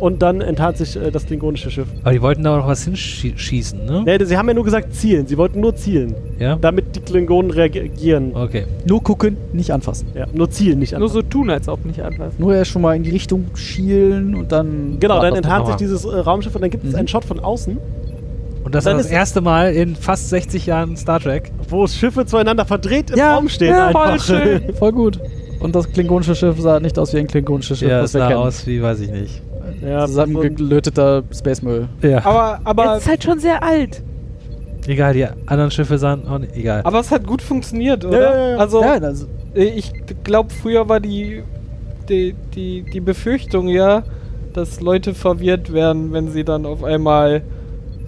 [SPEAKER 1] Und dann enttarnt sich äh, das klingonische Schiff.
[SPEAKER 7] Aber die wollten da auch noch was hinschießen, ne?
[SPEAKER 1] Nee, sie haben ja nur gesagt zielen, sie wollten nur zielen,
[SPEAKER 7] Ja?
[SPEAKER 1] damit die Klingonen reagieren.
[SPEAKER 7] Okay.
[SPEAKER 3] Nur gucken, nicht anfassen.
[SPEAKER 1] Ja, nur zielen, nicht
[SPEAKER 5] Nur
[SPEAKER 1] anders.
[SPEAKER 5] so tun, als ob nicht anfassen.
[SPEAKER 3] Nur erst schon mal in die Richtung schielen und dann.
[SPEAKER 1] Genau, dann
[SPEAKER 3] Ah,
[SPEAKER 1] enttarnt
[SPEAKER 7] Hammer.
[SPEAKER 1] sich dieses äh, Raumschiff und dann gibt es
[SPEAKER 3] Mhm.
[SPEAKER 1] einen Shot von außen,
[SPEAKER 7] Und das
[SPEAKER 1] Dann
[SPEAKER 7] war das
[SPEAKER 1] ist-
[SPEAKER 7] erste Mal in fast 60 Jahren Star Trek.
[SPEAKER 1] wo Schiffe zueinander verdreht im
[SPEAKER 3] Ja,
[SPEAKER 1] Raum stehen
[SPEAKER 5] ja, voll
[SPEAKER 1] einfach.
[SPEAKER 5] schön.
[SPEAKER 3] Voll gut. Und das klingonische Schiff sah nicht aus wie ein klingonisches Schiff,
[SPEAKER 7] Ja,
[SPEAKER 3] das
[SPEAKER 7] es
[SPEAKER 3] wir
[SPEAKER 7] sah
[SPEAKER 3] kennen.
[SPEAKER 7] aus wie, weiß ich nicht.
[SPEAKER 1] ja, von-
[SPEAKER 3] Zusammengelöteter Space-Müll.
[SPEAKER 7] Ja.
[SPEAKER 4] Aber,
[SPEAKER 5] Es
[SPEAKER 4] aber,
[SPEAKER 5] ist halt schon sehr alt.
[SPEAKER 7] Egal, die anderen Schiffe sahen auch nicht, egal.
[SPEAKER 4] aber es hat gut funktioniert, oder?
[SPEAKER 1] ja, ja, ja.
[SPEAKER 4] Also,
[SPEAKER 3] Ja, also,
[SPEAKER 4] Äh, Ich glaube, früher war die, die, die, die Befürchtung ja, dass Leute verwirrt werden, wenn sie dann auf einmal.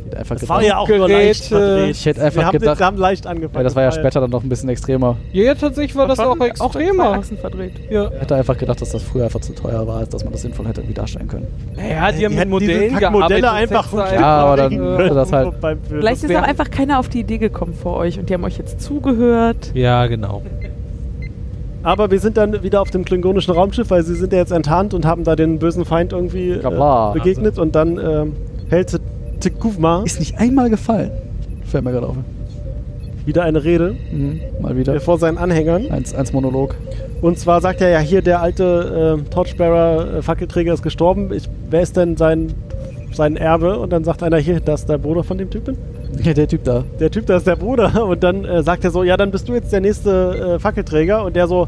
[SPEAKER 3] hätte einfach
[SPEAKER 1] Das war
[SPEAKER 3] gedacht-
[SPEAKER 1] ja auch nur leicht
[SPEAKER 4] Geräte.
[SPEAKER 1] verdreht.
[SPEAKER 3] Ich hätte
[SPEAKER 1] Wir
[SPEAKER 3] einfach
[SPEAKER 1] haben,
[SPEAKER 3] gedacht-
[SPEAKER 1] wir haben leicht angefangen.
[SPEAKER 3] ja, das war ja
[SPEAKER 1] zu feiern.
[SPEAKER 3] später dann noch ein bisschen extremer.
[SPEAKER 4] Ja, ja tatsächlich war das auch
[SPEAKER 5] Auch in zwei
[SPEAKER 4] extremer.
[SPEAKER 5] Achsen verdreht.
[SPEAKER 4] Ja.
[SPEAKER 3] Ich hätte einfach gedacht, dass das früher einfach zu teuer war, als dass man das sinnvoll hätte irgendwie darstellen können.
[SPEAKER 4] Naja, die, haben mit
[SPEAKER 1] hätten
[SPEAKER 4] Modellen
[SPEAKER 1] diese
[SPEAKER 4] gearbeitet.
[SPEAKER 1] Kackmodelle
[SPEAKER 4] das
[SPEAKER 1] einfach
[SPEAKER 4] hättest du
[SPEAKER 1] ein
[SPEAKER 3] Ja, aber
[SPEAKER 4] einfach,
[SPEAKER 3] dann-
[SPEAKER 4] äh,
[SPEAKER 3] das halt-
[SPEAKER 1] beim Film.
[SPEAKER 5] Vielleicht
[SPEAKER 1] Das
[SPEAKER 5] ist auch
[SPEAKER 1] wär-
[SPEAKER 5] einfach keiner auf die Idee gekommen vor euch und die haben euch jetzt zugehört.
[SPEAKER 7] Ja, genau.
[SPEAKER 1] Aber wir sind dann wieder auf dem klingonischen Raumschiff, weil sie sind ja jetzt enttarnt und haben da den bösen Feind irgendwie
[SPEAKER 3] Kabla.
[SPEAKER 1] äh, begegnet und dann ähm, hält Tekuvma
[SPEAKER 3] also. Ist nicht einmal gefallen. Fällt mir gerade auf.
[SPEAKER 1] wieder eine Rede
[SPEAKER 3] Mhm, mal wieder.
[SPEAKER 1] äh, vor seinen Anhängern.
[SPEAKER 3] Eins, eins Monolog.
[SPEAKER 1] Und zwar sagt er ja hier, der alte äh, Torchbearer, äh, Fackelträger ist gestorben. Ich, wer ist denn sein, sein Erbe? Und dann sagt einer hier, das ist der Bruder von dem Typen.
[SPEAKER 3] Ja, der Typ da.
[SPEAKER 1] der Typ, das ist der Bruder. Und dann äh, sagt er so, ja, dann bist du jetzt der nächste äh, Fackelträger. Und der so,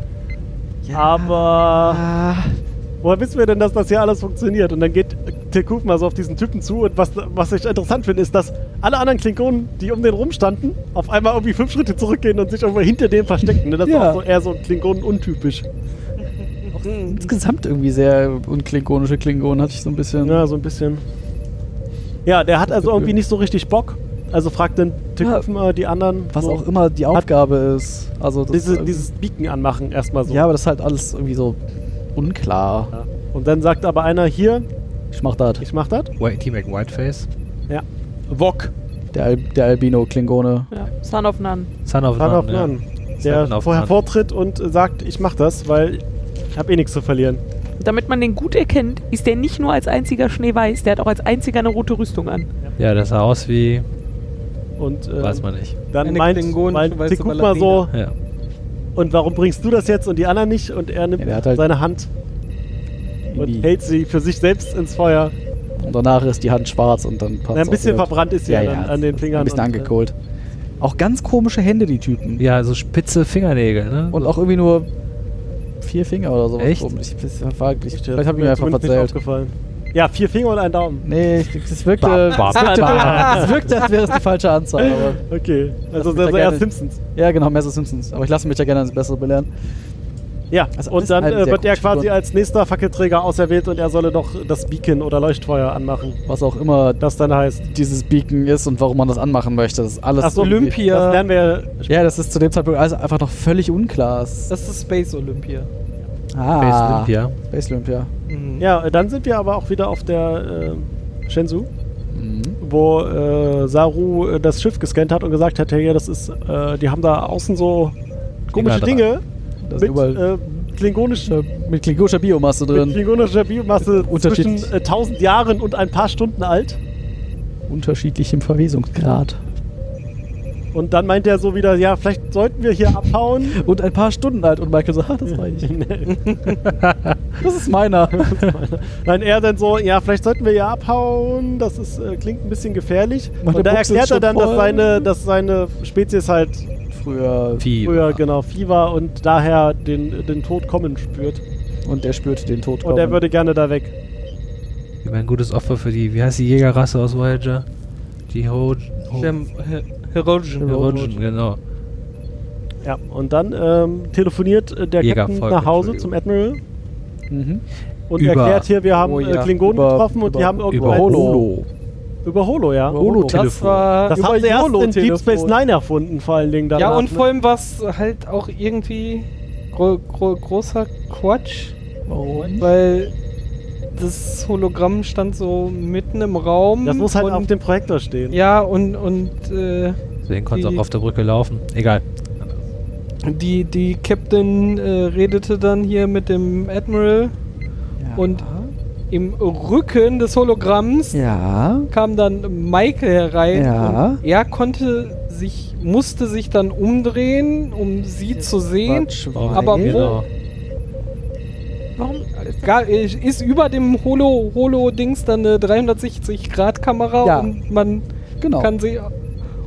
[SPEAKER 1] aber woher wissen wir denn, dass das hier alles funktioniert? Und dann geht Tekuf mal so auf diesen Typen zu. Und was, was ich interessant finde, ist, dass alle anderen Klingonen, die um den rumstanden, auf einmal irgendwie fünf Schritte zurückgehen und sich irgendwo hinter dem verstecken. Ne? Das ist
[SPEAKER 3] Ja.
[SPEAKER 1] auch so eher so Klingonen-untypisch. Mhm.
[SPEAKER 3] Insgesamt irgendwie sehr unklingonische Klingonen hatte ich so ein bisschen.
[SPEAKER 1] Ja, so ein bisschen. Ja, der hat also irgendwie nicht so richtig Bock. Also fragt dann Tekuf mal die anderen.
[SPEAKER 3] Was
[SPEAKER 1] so,
[SPEAKER 3] auch immer die Aufgabe ist. Also das
[SPEAKER 1] Dieses,
[SPEAKER 3] irgendwie-
[SPEAKER 1] dieses Beacon anmachen erstmal so.
[SPEAKER 3] Ja, aber das ist halt alles irgendwie so unklar.
[SPEAKER 1] Ja. Und dann sagt aber einer hier,
[SPEAKER 3] Ich mach das.
[SPEAKER 1] ich mach das.
[SPEAKER 7] White- T-Mac Whiteface.
[SPEAKER 1] Wok.
[SPEAKER 3] Der, Al der Albino-Klingone.
[SPEAKER 5] Ja, Son of Nun.
[SPEAKER 7] Son of
[SPEAKER 1] Son of
[SPEAKER 7] Nun, ja.
[SPEAKER 1] Nun.
[SPEAKER 3] halt
[SPEAKER 7] Son
[SPEAKER 1] Der
[SPEAKER 7] of
[SPEAKER 1] vorher
[SPEAKER 7] Nun.
[SPEAKER 1] vortritt und äh, sagt, ich mach das, weil ich hab eh nichts zu verlieren.
[SPEAKER 5] Damit man den gut erkennt, ist der nicht nur als einziger schneeweiß, der hat auch als einziger eine rote Rüstung an.
[SPEAKER 7] Ja, das sah aus wie,
[SPEAKER 1] Und ähm,
[SPEAKER 7] weiß man nicht.
[SPEAKER 1] dann
[SPEAKER 4] Eine
[SPEAKER 1] meint,
[SPEAKER 4] klingonische
[SPEAKER 1] meint
[SPEAKER 4] weiße
[SPEAKER 1] Tikuk mal so,
[SPEAKER 7] Ja.
[SPEAKER 1] und warum bringst du das jetzt und die anderen nicht? Und er nimmt
[SPEAKER 3] Ja, der hat halt
[SPEAKER 1] seine Hand und
[SPEAKER 3] Wie.
[SPEAKER 1] hält sie für sich selbst ins Feuer.
[SPEAKER 3] Und danach ist die Hand schwarz und dann passt
[SPEAKER 1] Na, ein bisschen
[SPEAKER 3] verbrannt.
[SPEAKER 1] verbrannt ist sie
[SPEAKER 3] Ja,
[SPEAKER 1] ja,
[SPEAKER 3] ja,
[SPEAKER 1] dann an den Fingern.
[SPEAKER 3] Ein bisschen
[SPEAKER 1] und, äh,
[SPEAKER 3] angekohlt. Auch ganz komische Hände, die Typen.
[SPEAKER 7] ja, so spitze Fingernägel, ne?
[SPEAKER 3] Und auch irgendwie nur vier Finger oder sowas.
[SPEAKER 7] Echt?
[SPEAKER 3] oben. Ich, das war wirklich,
[SPEAKER 1] das
[SPEAKER 3] vielleicht habe ich
[SPEAKER 1] ist
[SPEAKER 3] mir
[SPEAKER 1] mir
[SPEAKER 3] einfach
[SPEAKER 1] zumindest nicht
[SPEAKER 3] verzählt.
[SPEAKER 1] aufgefallen. Ja, vier Finger und ein Daumen.
[SPEAKER 3] Nee, ich- das wirkte,
[SPEAKER 2] Ba, ba,
[SPEAKER 3] das wirkte,
[SPEAKER 2] ba.
[SPEAKER 3] das wirkte als wäre es die falsche Anzahl. Aber,
[SPEAKER 1] Okay, also das
[SPEAKER 3] mich da
[SPEAKER 1] ist eher
[SPEAKER 3] gerne-
[SPEAKER 1] Simpsons.
[SPEAKER 3] ja, genau, Messer Simpsons. Aber ich lasse mich ja gerne ans Bessere belehren.
[SPEAKER 1] Ja,
[SPEAKER 3] Also
[SPEAKER 1] und
[SPEAKER 3] ist
[SPEAKER 1] dann
[SPEAKER 3] halt
[SPEAKER 1] äh,
[SPEAKER 3] sehr
[SPEAKER 1] wird er
[SPEAKER 3] gut.
[SPEAKER 1] quasi als nächster Fackelträger auserwählt und er solle doch das Beacon oder Leuchtfeuer anmachen.
[SPEAKER 3] Was auch immer
[SPEAKER 1] Das dann heißt.
[SPEAKER 3] dieses Beacon ist und warum man das anmachen möchte. Das ist alles
[SPEAKER 1] Ach so,
[SPEAKER 3] irgendwie-
[SPEAKER 4] Olympia.
[SPEAKER 1] Das lernen wir.
[SPEAKER 3] Ja, das ist zu dem Zeitpunkt also einfach noch völlig unklar. Es-
[SPEAKER 4] Das ist Space Olympia.
[SPEAKER 3] Ah,
[SPEAKER 7] Olympia.
[SPEAKER 3] Space Olympia.
[SPEAKER 4] Mhm.
[SPEAKER 1] Ja, dann sind wir aber auch wieder auf der äh, Shenzhou,
[SPEAKER 3] Mhm.
[SPEAKER 1] wo äh, Saru äh, das Schiff gescannt hat und gesagt hat, hey, das ist, äh, die haben da außen so komische
[SPEAKER 7] dran.
[SPEAKER 1] Dinge
[SPEAKER 3] Da sind
[SPEAKER 1] mit
[SPEAKER 3] überall
[SPEAKER 1] äh, klingonischer,
[SPEAKER 3] mit klingonischer Biomasse
[SPEAKER 1] mit
[SPEAKER 3] drin.
[SPEAKER 1] klingonischer Biomasse zwischen
[SPEAKER 3] Unterschiedlich.
[SPEAKER 1] äh, 1000 Jahren und ein paar Stunden alt.
[SPEAKER 3] Unterschiedlichem Verwesungsgrad.
[SPEAKER 1] Und dann meint er so wieder, ja, vielleicht sollten wir hier abhauen.
[SPEAKER 3] Und ein paar Stunden alt. Und Michael so, ah, das war ich. das ist meiner.
[SPEAKER 1] Nein, er dann so, ja, vielleicht sollten wir hier abhauen, das ist, äh, klingt ein bisschen gefährlich.
[SPEAKER 3] Meine
[SPEAKER 1] und da
[SPEAKER 3] Buchse ist
[SPEAKER 1] erklärt er
[SPEAKER 3] schon
[SPEAKER 1] dann, dass
[SPEAKER 3] voll.
[SPEAKER 1] seine, dass seine Spezies halt
[SPEAKER 3] Früher.
[SPEAKER 7] Vieh.
[SPEAKER 1] früher genau Vieh war und daher den, den Tod kommen spürt.
[SPEAKER 3] Und er spürt den Tod.
[SPEAKER 1] Und er
[SPEAKER 3] kommen.
[SPEAKER 1] würde gerne da weg.
[SPEAKER 7] Wir wären ein gutes Opfer für die, wie heißt die Jägerrasse aus Voyager? Die Ho... Ho
[SPEAKER 4] Gem- He- Herogen.
[SPEAKER 7] Herogen, genau.
[SPEAKER 1] Ja, und dann ähm, telefoniert äh, der
[SPEAKER 7] Jäger,
[SPEAKER 1] Captain
[SPEAKER 7] Volk,
[SPEAKER 1] nach Hause zum
[SPEAKER 7] Entschuldigung.
[SPEAKER 1] Admiral
[SPEAKER 3] Mhm.
[SPEAKER 1] und
[SPEAKER 7] Über-
[SPEAKER 1] erklärt hier, wir haben
[SPEAKER 4] Oh
[SPEAKER 1] äh,
[SPEAKER 4] ja,
[SPEAKER 1] Klingonen
[SPEAKER 3] über-
[SPEAKER 1] getroffen und die
[SPEAKER 3] über-
[SPEAKER 1] haben irgendwo
[SPEAKER 7] über
[SPEAKER 1] ein-
[SPEAKER 7] Holo.
[SPEAKER 1] Über Holo, ja.
[SPEAKER 3] Über Holo.
[SPEAKER 7] Holo-Telefon.
[SPEAKER 4] Das war.
[SPEAKER 1] Das
[SPEAKER 3] Über
[SPEAKER 1] haben sie erst in Deep
[SPEAKER 3] Holo-Telefon.
[SPEAKER 1] Space Nine erfunden, vor allen Dingen.
[SPEAKER 4] ja,
[SPEAKER 1] danach,
[SPEAKER 4] und
[SPEAKER 1] ne?
[SPEAKER 4] vor allem war es halt auch irgendwie gro gro großer Quatsch,
[SPEAKER 3] Warum?
[SPEAKER 4] weil das Hologramm stand so mitten im Raum.
[SPEAKER 1] Das muss halt
[SPEAKER 4] und,
[SPEAKER 1] auf dem Projektor stehen.
[SPEAKER 4] Ja, und, und äh,
[SPEAKER 7] Deswegen konnte
[SPEAKER 4] Die-
[SPEAKER 7] auch auf der Brücke laufen. Egal.
[SPEAKER 4] die, die Captain äh, redete dann hier mit dem Admiral und im Rücken des Hologramms
[SPEAKER 3] Ja.
[SPEAKER 4] kam dann Michael herein
[SPEAKER 3] Ja.
[SPEAKER 4] und er konnte sich, musste sich dann umdrehen, um sie zu sehen.
[SPEAKER 3] Quatsch,
[SPEAKER 4] aber
[SPEAKER 3] weil-
[SPEAKER 7] Genau.
[SPEAKER 4] wo-
[SPEAKER 5] Warum?
[SPEAKER 4] Ga- äh, Ist über dem Holo- Holo-Dings dann eine 360-Grad-Kamera
[SPEAKER 3] Ja.
[SPEAKER 4] und man
[SPEAKER 3] Genau.
[SPEAKER 4] kann sie.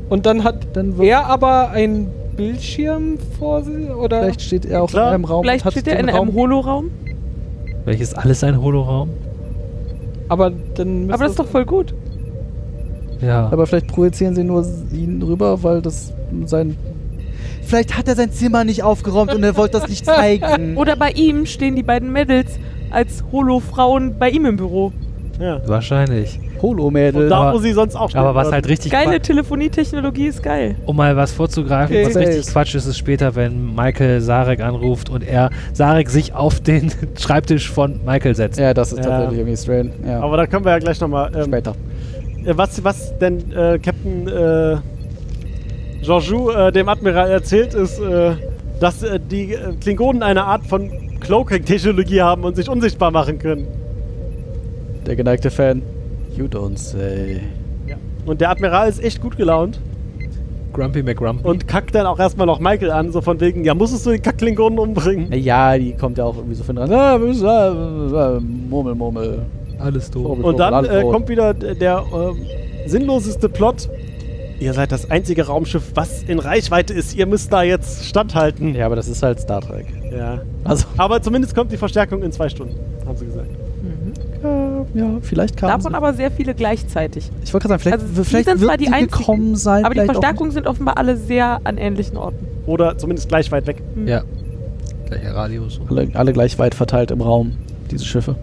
[SPEAKER 4] Und dann hat
[SPEAKER 3] Dann wird-
[SPEAKER 4] er aber einen Bildschirm vor sich oder
[SPEAKER 3] Vielleicht steht er auch
[SPEAKER 1] Klar.
[SPEAKER 3] in einem Raum. und
[SPEAKER 5] Vielleicht
[SPEAKER 3] hat
[SPEAKER 5] steht er
[SPEAKER 3] den
[SPEAKER 5] in
[SPEAKER 3] Raum
[SPEAKER 5] einem Holoraum.
[SPEAKER 7] Welches alles ein Holoraum?
[SPEAKER 4] aber dann müsste
[SPEAKER 5] Aber das ist doch voll gut.
[SPEAKER 7] Ja.
[SPEAKER 3] Aber vielleicht projizieren sie nur ihn rüber, weil das sein. Vielleicht hat er sein Zimmer nicht aufgeräumt und er wollte das nicht zeigen.
[SPEAKER 5] Oder bei ihm stehen die beiden Mädels als Holo-Frauen bei ihm im Büro.
[SPEAKER 1] Ja.
[SPEAKER 7] Wahrscheinlich.
[SPEAKER 1] Und
[SPEAKER 3] Holo-Mädel.
[SPEAKER 1] da,
[SPEAKER 7] Aber-
[SPEAKER 1] wo sie sonst auch stehen
[SPEAKER 7] Aber was
[SPEAKER 1] würden.
[SPEAKER 7] halt richtig
[SPEAKER 5] Geile Telefonietechnologie ist geil.
[SPEAKER 7] Um mal was vorzugreifen,
[SPEAKER 4] Okay.
[SPEAKER 7] was richtig Quatsch ist, ist später, wenn Michael Sarek anruft und er Sarek sich auf den Schreibtisch von Michael setzt.
[SPEAKER 3] Ja, das ist
[SPEAKER 1] Ja.
[SPEAKER 3] tatsächlich irgendwie strange. Ja.
[SPEAKER 1] Aber da können wir ja gleich nochmal. Ähm,
[SPEAKER 3] Später.
[SPEAKER 1] Äh, Was, was denn äh, Captain äh, Georgiou äh, dem Admiral erzählt, ist, äh, dass äh, die äh, Klingonen eine Art von Cloaking-Technologie haben und sich unsichtbar machen können.
[SPEAKER 3] Der geneigte Fan. You don't say.
[SPEAKER 1] Und der Admiral ist echt gut gelaunt
[SPEAKER 7] Grumpy McGrumpy.
[SPEAKER 1] und kackt dann auch erstmal noch Michael an, so von wegen, ja, musstest du die Kack-Klingonen umbringen?
[SPEAKER 3] Ja, die kommt ja auch irgendwie so von dran. Ah, wir müssen, ah, äh, Murmel, Murmel.
[SPEAKER 7] alles doof.
[SPEAKER 1] Und dann äh,
[SPEAKER 3] Ladenbrot.
[SPEAKER 1] kommt wieder d- der äh, sinnloseste Plot. Ihr seid das einzige Raumschiff, was in Reichweite ist. Ihr müsst da jetzt standhalten.
[SPEAKER 3] Ja, aber das ist halt Star Trek.
[SPEAKER 1] ja.
[SPEAKER 3] Also,
[SPEAKER 1] Aber zumindest kommt die Verstärkung in zwei Stunden, haben sie gesagt.
[SPEAKER 3] äh, ja, vielleicht kam
[SPEAKER 5] Davon aber sehr viele gleichzeitig.
[SPEAKER 3] Ich wollte gerade sagen, vielleicht,
[SPEAKER 5] Also, die
[SPEAKER 3] vielleicht
[SPEAKER 5] sind zwar
[SPEAKER 3] wird
[SPEAKER 5] die
[SPEAKER 3] die
[SPEAKER 5] einzigen,
[SPEAKER 3] gekommen sein.
[SPEAKER 5] Aber die
[SPEAKER 3] vielleicht auch
[SPEAKER 5] Verstärkungen sind offenbar alle sehr an ähnlichen Orten.
[SPEAKER 1] Oder zumindest gleich weit weg.
[SPEAKER 7] Ja. Gleicher Radius.
[SPEAKER 3] nicht. Alle, alle gleich weit verteilt im Raum, diese Schiffe.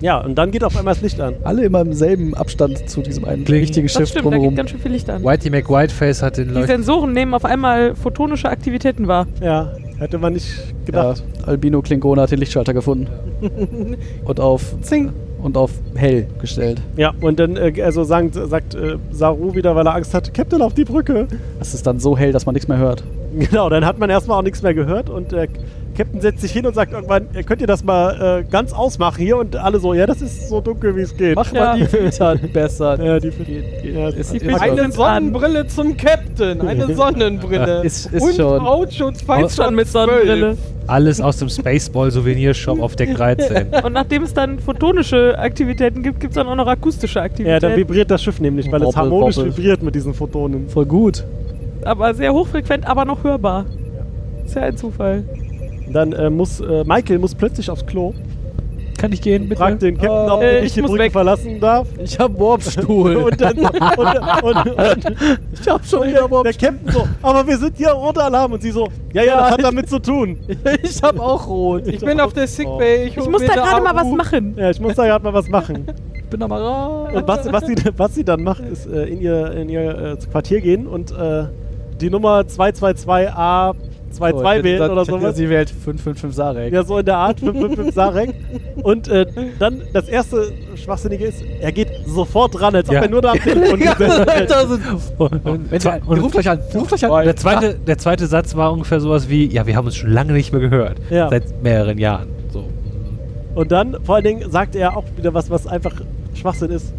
[SPEAKER 1] Ja, und dann geht auf einmal das Licht an.
[SPEAKER 3] Alle immer im selben Abstand zu diesem einen
[SPEAKER 7] Klingt.
[SPEAKER 3] richtigen
[SPEAKER 5] Das
[SPEAKER 3] Schiff
[SPEAKER 5] stimmt, da geht
[SPEAKER 3] drumherum.
[SPEAKER 5] ganz schön viel Licht an.
[SPEAKER 7] Whitey McWhiteface hat den
[SPEAKER 5] Die
[SPEAKER 7] Leucht
[SPEAKER 5] Sensoren nehmen auf einmal photonische Aktivitäten wahr.
[SPEAKER 1] Ja, hätte man nicht
[SPEAKER 3] Ja,
[SPEAKER 1] gedacht.
[SPEAKER 3] Albino Klingone hat den Lichtschalter gefunden. und auf
[SPEAKER 4] Zing.
[SPEAKER 3] und auf hell gestellt.
[SPEAKER 1] Ja, und dann äh, also sagen, sagt äh, Saru wieder, weil er Angst hat, Captain auf die Brücke.
[SPEAKER 3] Es ist dann so hell, dass man nichts mehr hört.
[SPEAKER 1] Genau, dann hat man erstmal auch nichts mehr gehört und der Captain setzt sich hin und sagt irgendwann, "Ihr könnt ihr das mal äh, ganz ausmachen hier? Und alle so, ja, das ist so dunkel, wie es geht.
[SPEAKER 3] Mach
[SPEAKER 5] Ja.
[SPEAKER 3] mal die Filter besser.
[SPEAKER 1] Ja, die-
[SPEAKER 3] geht, geht,
[SPEAKER 1] ja,
[SPEAKER 3] ist,
[SPEAKER 1] die
[SPEAKER 3] ist,
[SPEAKER 1] Filter-
[SPEAKER 3] schon-
[SPEAKER 4] Eine Sonnenbrille zum Captain, eine Sonnenbrille.
[SPEAKER 3] Ist- ist
[SPEAKER 4] und
[SPEAKER 3] schon.
[SPEAKER 4] Outschutz
[SPEAKER 5] Ist schon mit Sonnenbrille.
[SPEAKER 7] Alles aus dem Spaceball-Souvenirshop auf Deck 13.
[SPEAKER 5] Und nachdem es dann photonische Aktivitäten gibt, gibt es dann auch noch akustische
[SPEAKER 1] ja, dann
[SPEAKER 5] Aktivitäten.
[SPEAKER 1] vibriert das Schiff nämlich, weil es
[SPEAKER 3] Wobbel,
[SPEAKER 1] harmonisch
[SPEAKER 3] wobbel.
[SPEAKER 1] vibriert mit diesen Photonen.
[SPEAKER 3] voll gut.
[SPEAKER 5] aber sehr hochfrequent, aber noch hörbar. Ist ja ein Zufall.
[SPEAKER 1] Dann äh, muss äh, Michael muss plötzlich aufs Klo
[SPEAKER 3] Kann ich gehen, bitte?
[SPEAKER 1] Frag den Captain,
[SPEAKER 3] Oh,
[SPEAKER 1] ob
[SPEAKER 5] Äh,
[SPEAKER 1] ich
[SPEAKER 5] ich
[SPEAKER 1] die
[SPEAKER 5] muss
[SPEAKER 1] Brücke
[SPEAKER 5] weg.
[SPEAKER 1] verlassen darf.
[SPEAKER 3] Ich hab Warpstuhl.
[SPEAKER 1] Und dann, und, und, und,
[SPEAKER 3] ich hab schon wieder
[SPEAKER 1] und der
[SPEAKER 3] Warpstuhl.
[SPEAKER 1] Captain so, aber wir sind hier roter Alarm. Und sie so, ja, ja, das hat damit zu tun.
[SPEAKER 3] Ich hab auch rot.
[SPEAKER 4] Ich bin auf der Sickbay. Ich,
[SPEAKER 5] Ich muss da gerade mal was machen.
[SPEAKER 1] Ja, ich muss da gerade mal was machen.
[SPEAKER 3] Ich bin aber
[SPEAKER 1] Und
[SPEAKER 3] raus.
[SPEAKER 1] was, was, sie, was sie dann macht, ist äh, in ihr, in ihr äh, Quartier gehen und äh, die Nummer
[SPEAKER 3] Oh,
[SPEAKER 1] 222A22 wählen oder sowas.
[SPEAKER 3] Sie wählt 555 Sarek.
[SPEAKER 1] Ja, so in der Art, 555 Sarek. Und äh, dann das erste Schwachsinnige ist, er geht sofort ran, als ob
[SPEAKER 7] Ja.
[SPEAKER 1] er nur da am Telefon gesessen hätte.
[SPEAKER 3] Alter, sind- Wenn
[SPEAKER 7] Zwei-
[SPEAKER 3] ihr, ruft euch an, ruft euch
[SPEAKER 7] Der
[SPEAKER 3] an.
[SPEAKER 7] zweite, der zweite Satz war ungefähr sowas wie, ja, wir haben uns schon lange nicht mehr gehört.
[SPEAKER 1] Ja.
[SPEAKER 7] Seit mehreren Jahren. So.
[SPEAKER 1] Und dann, vor allen Dingen, sagt er auch wieder was, was einfach Schwachsinn ist.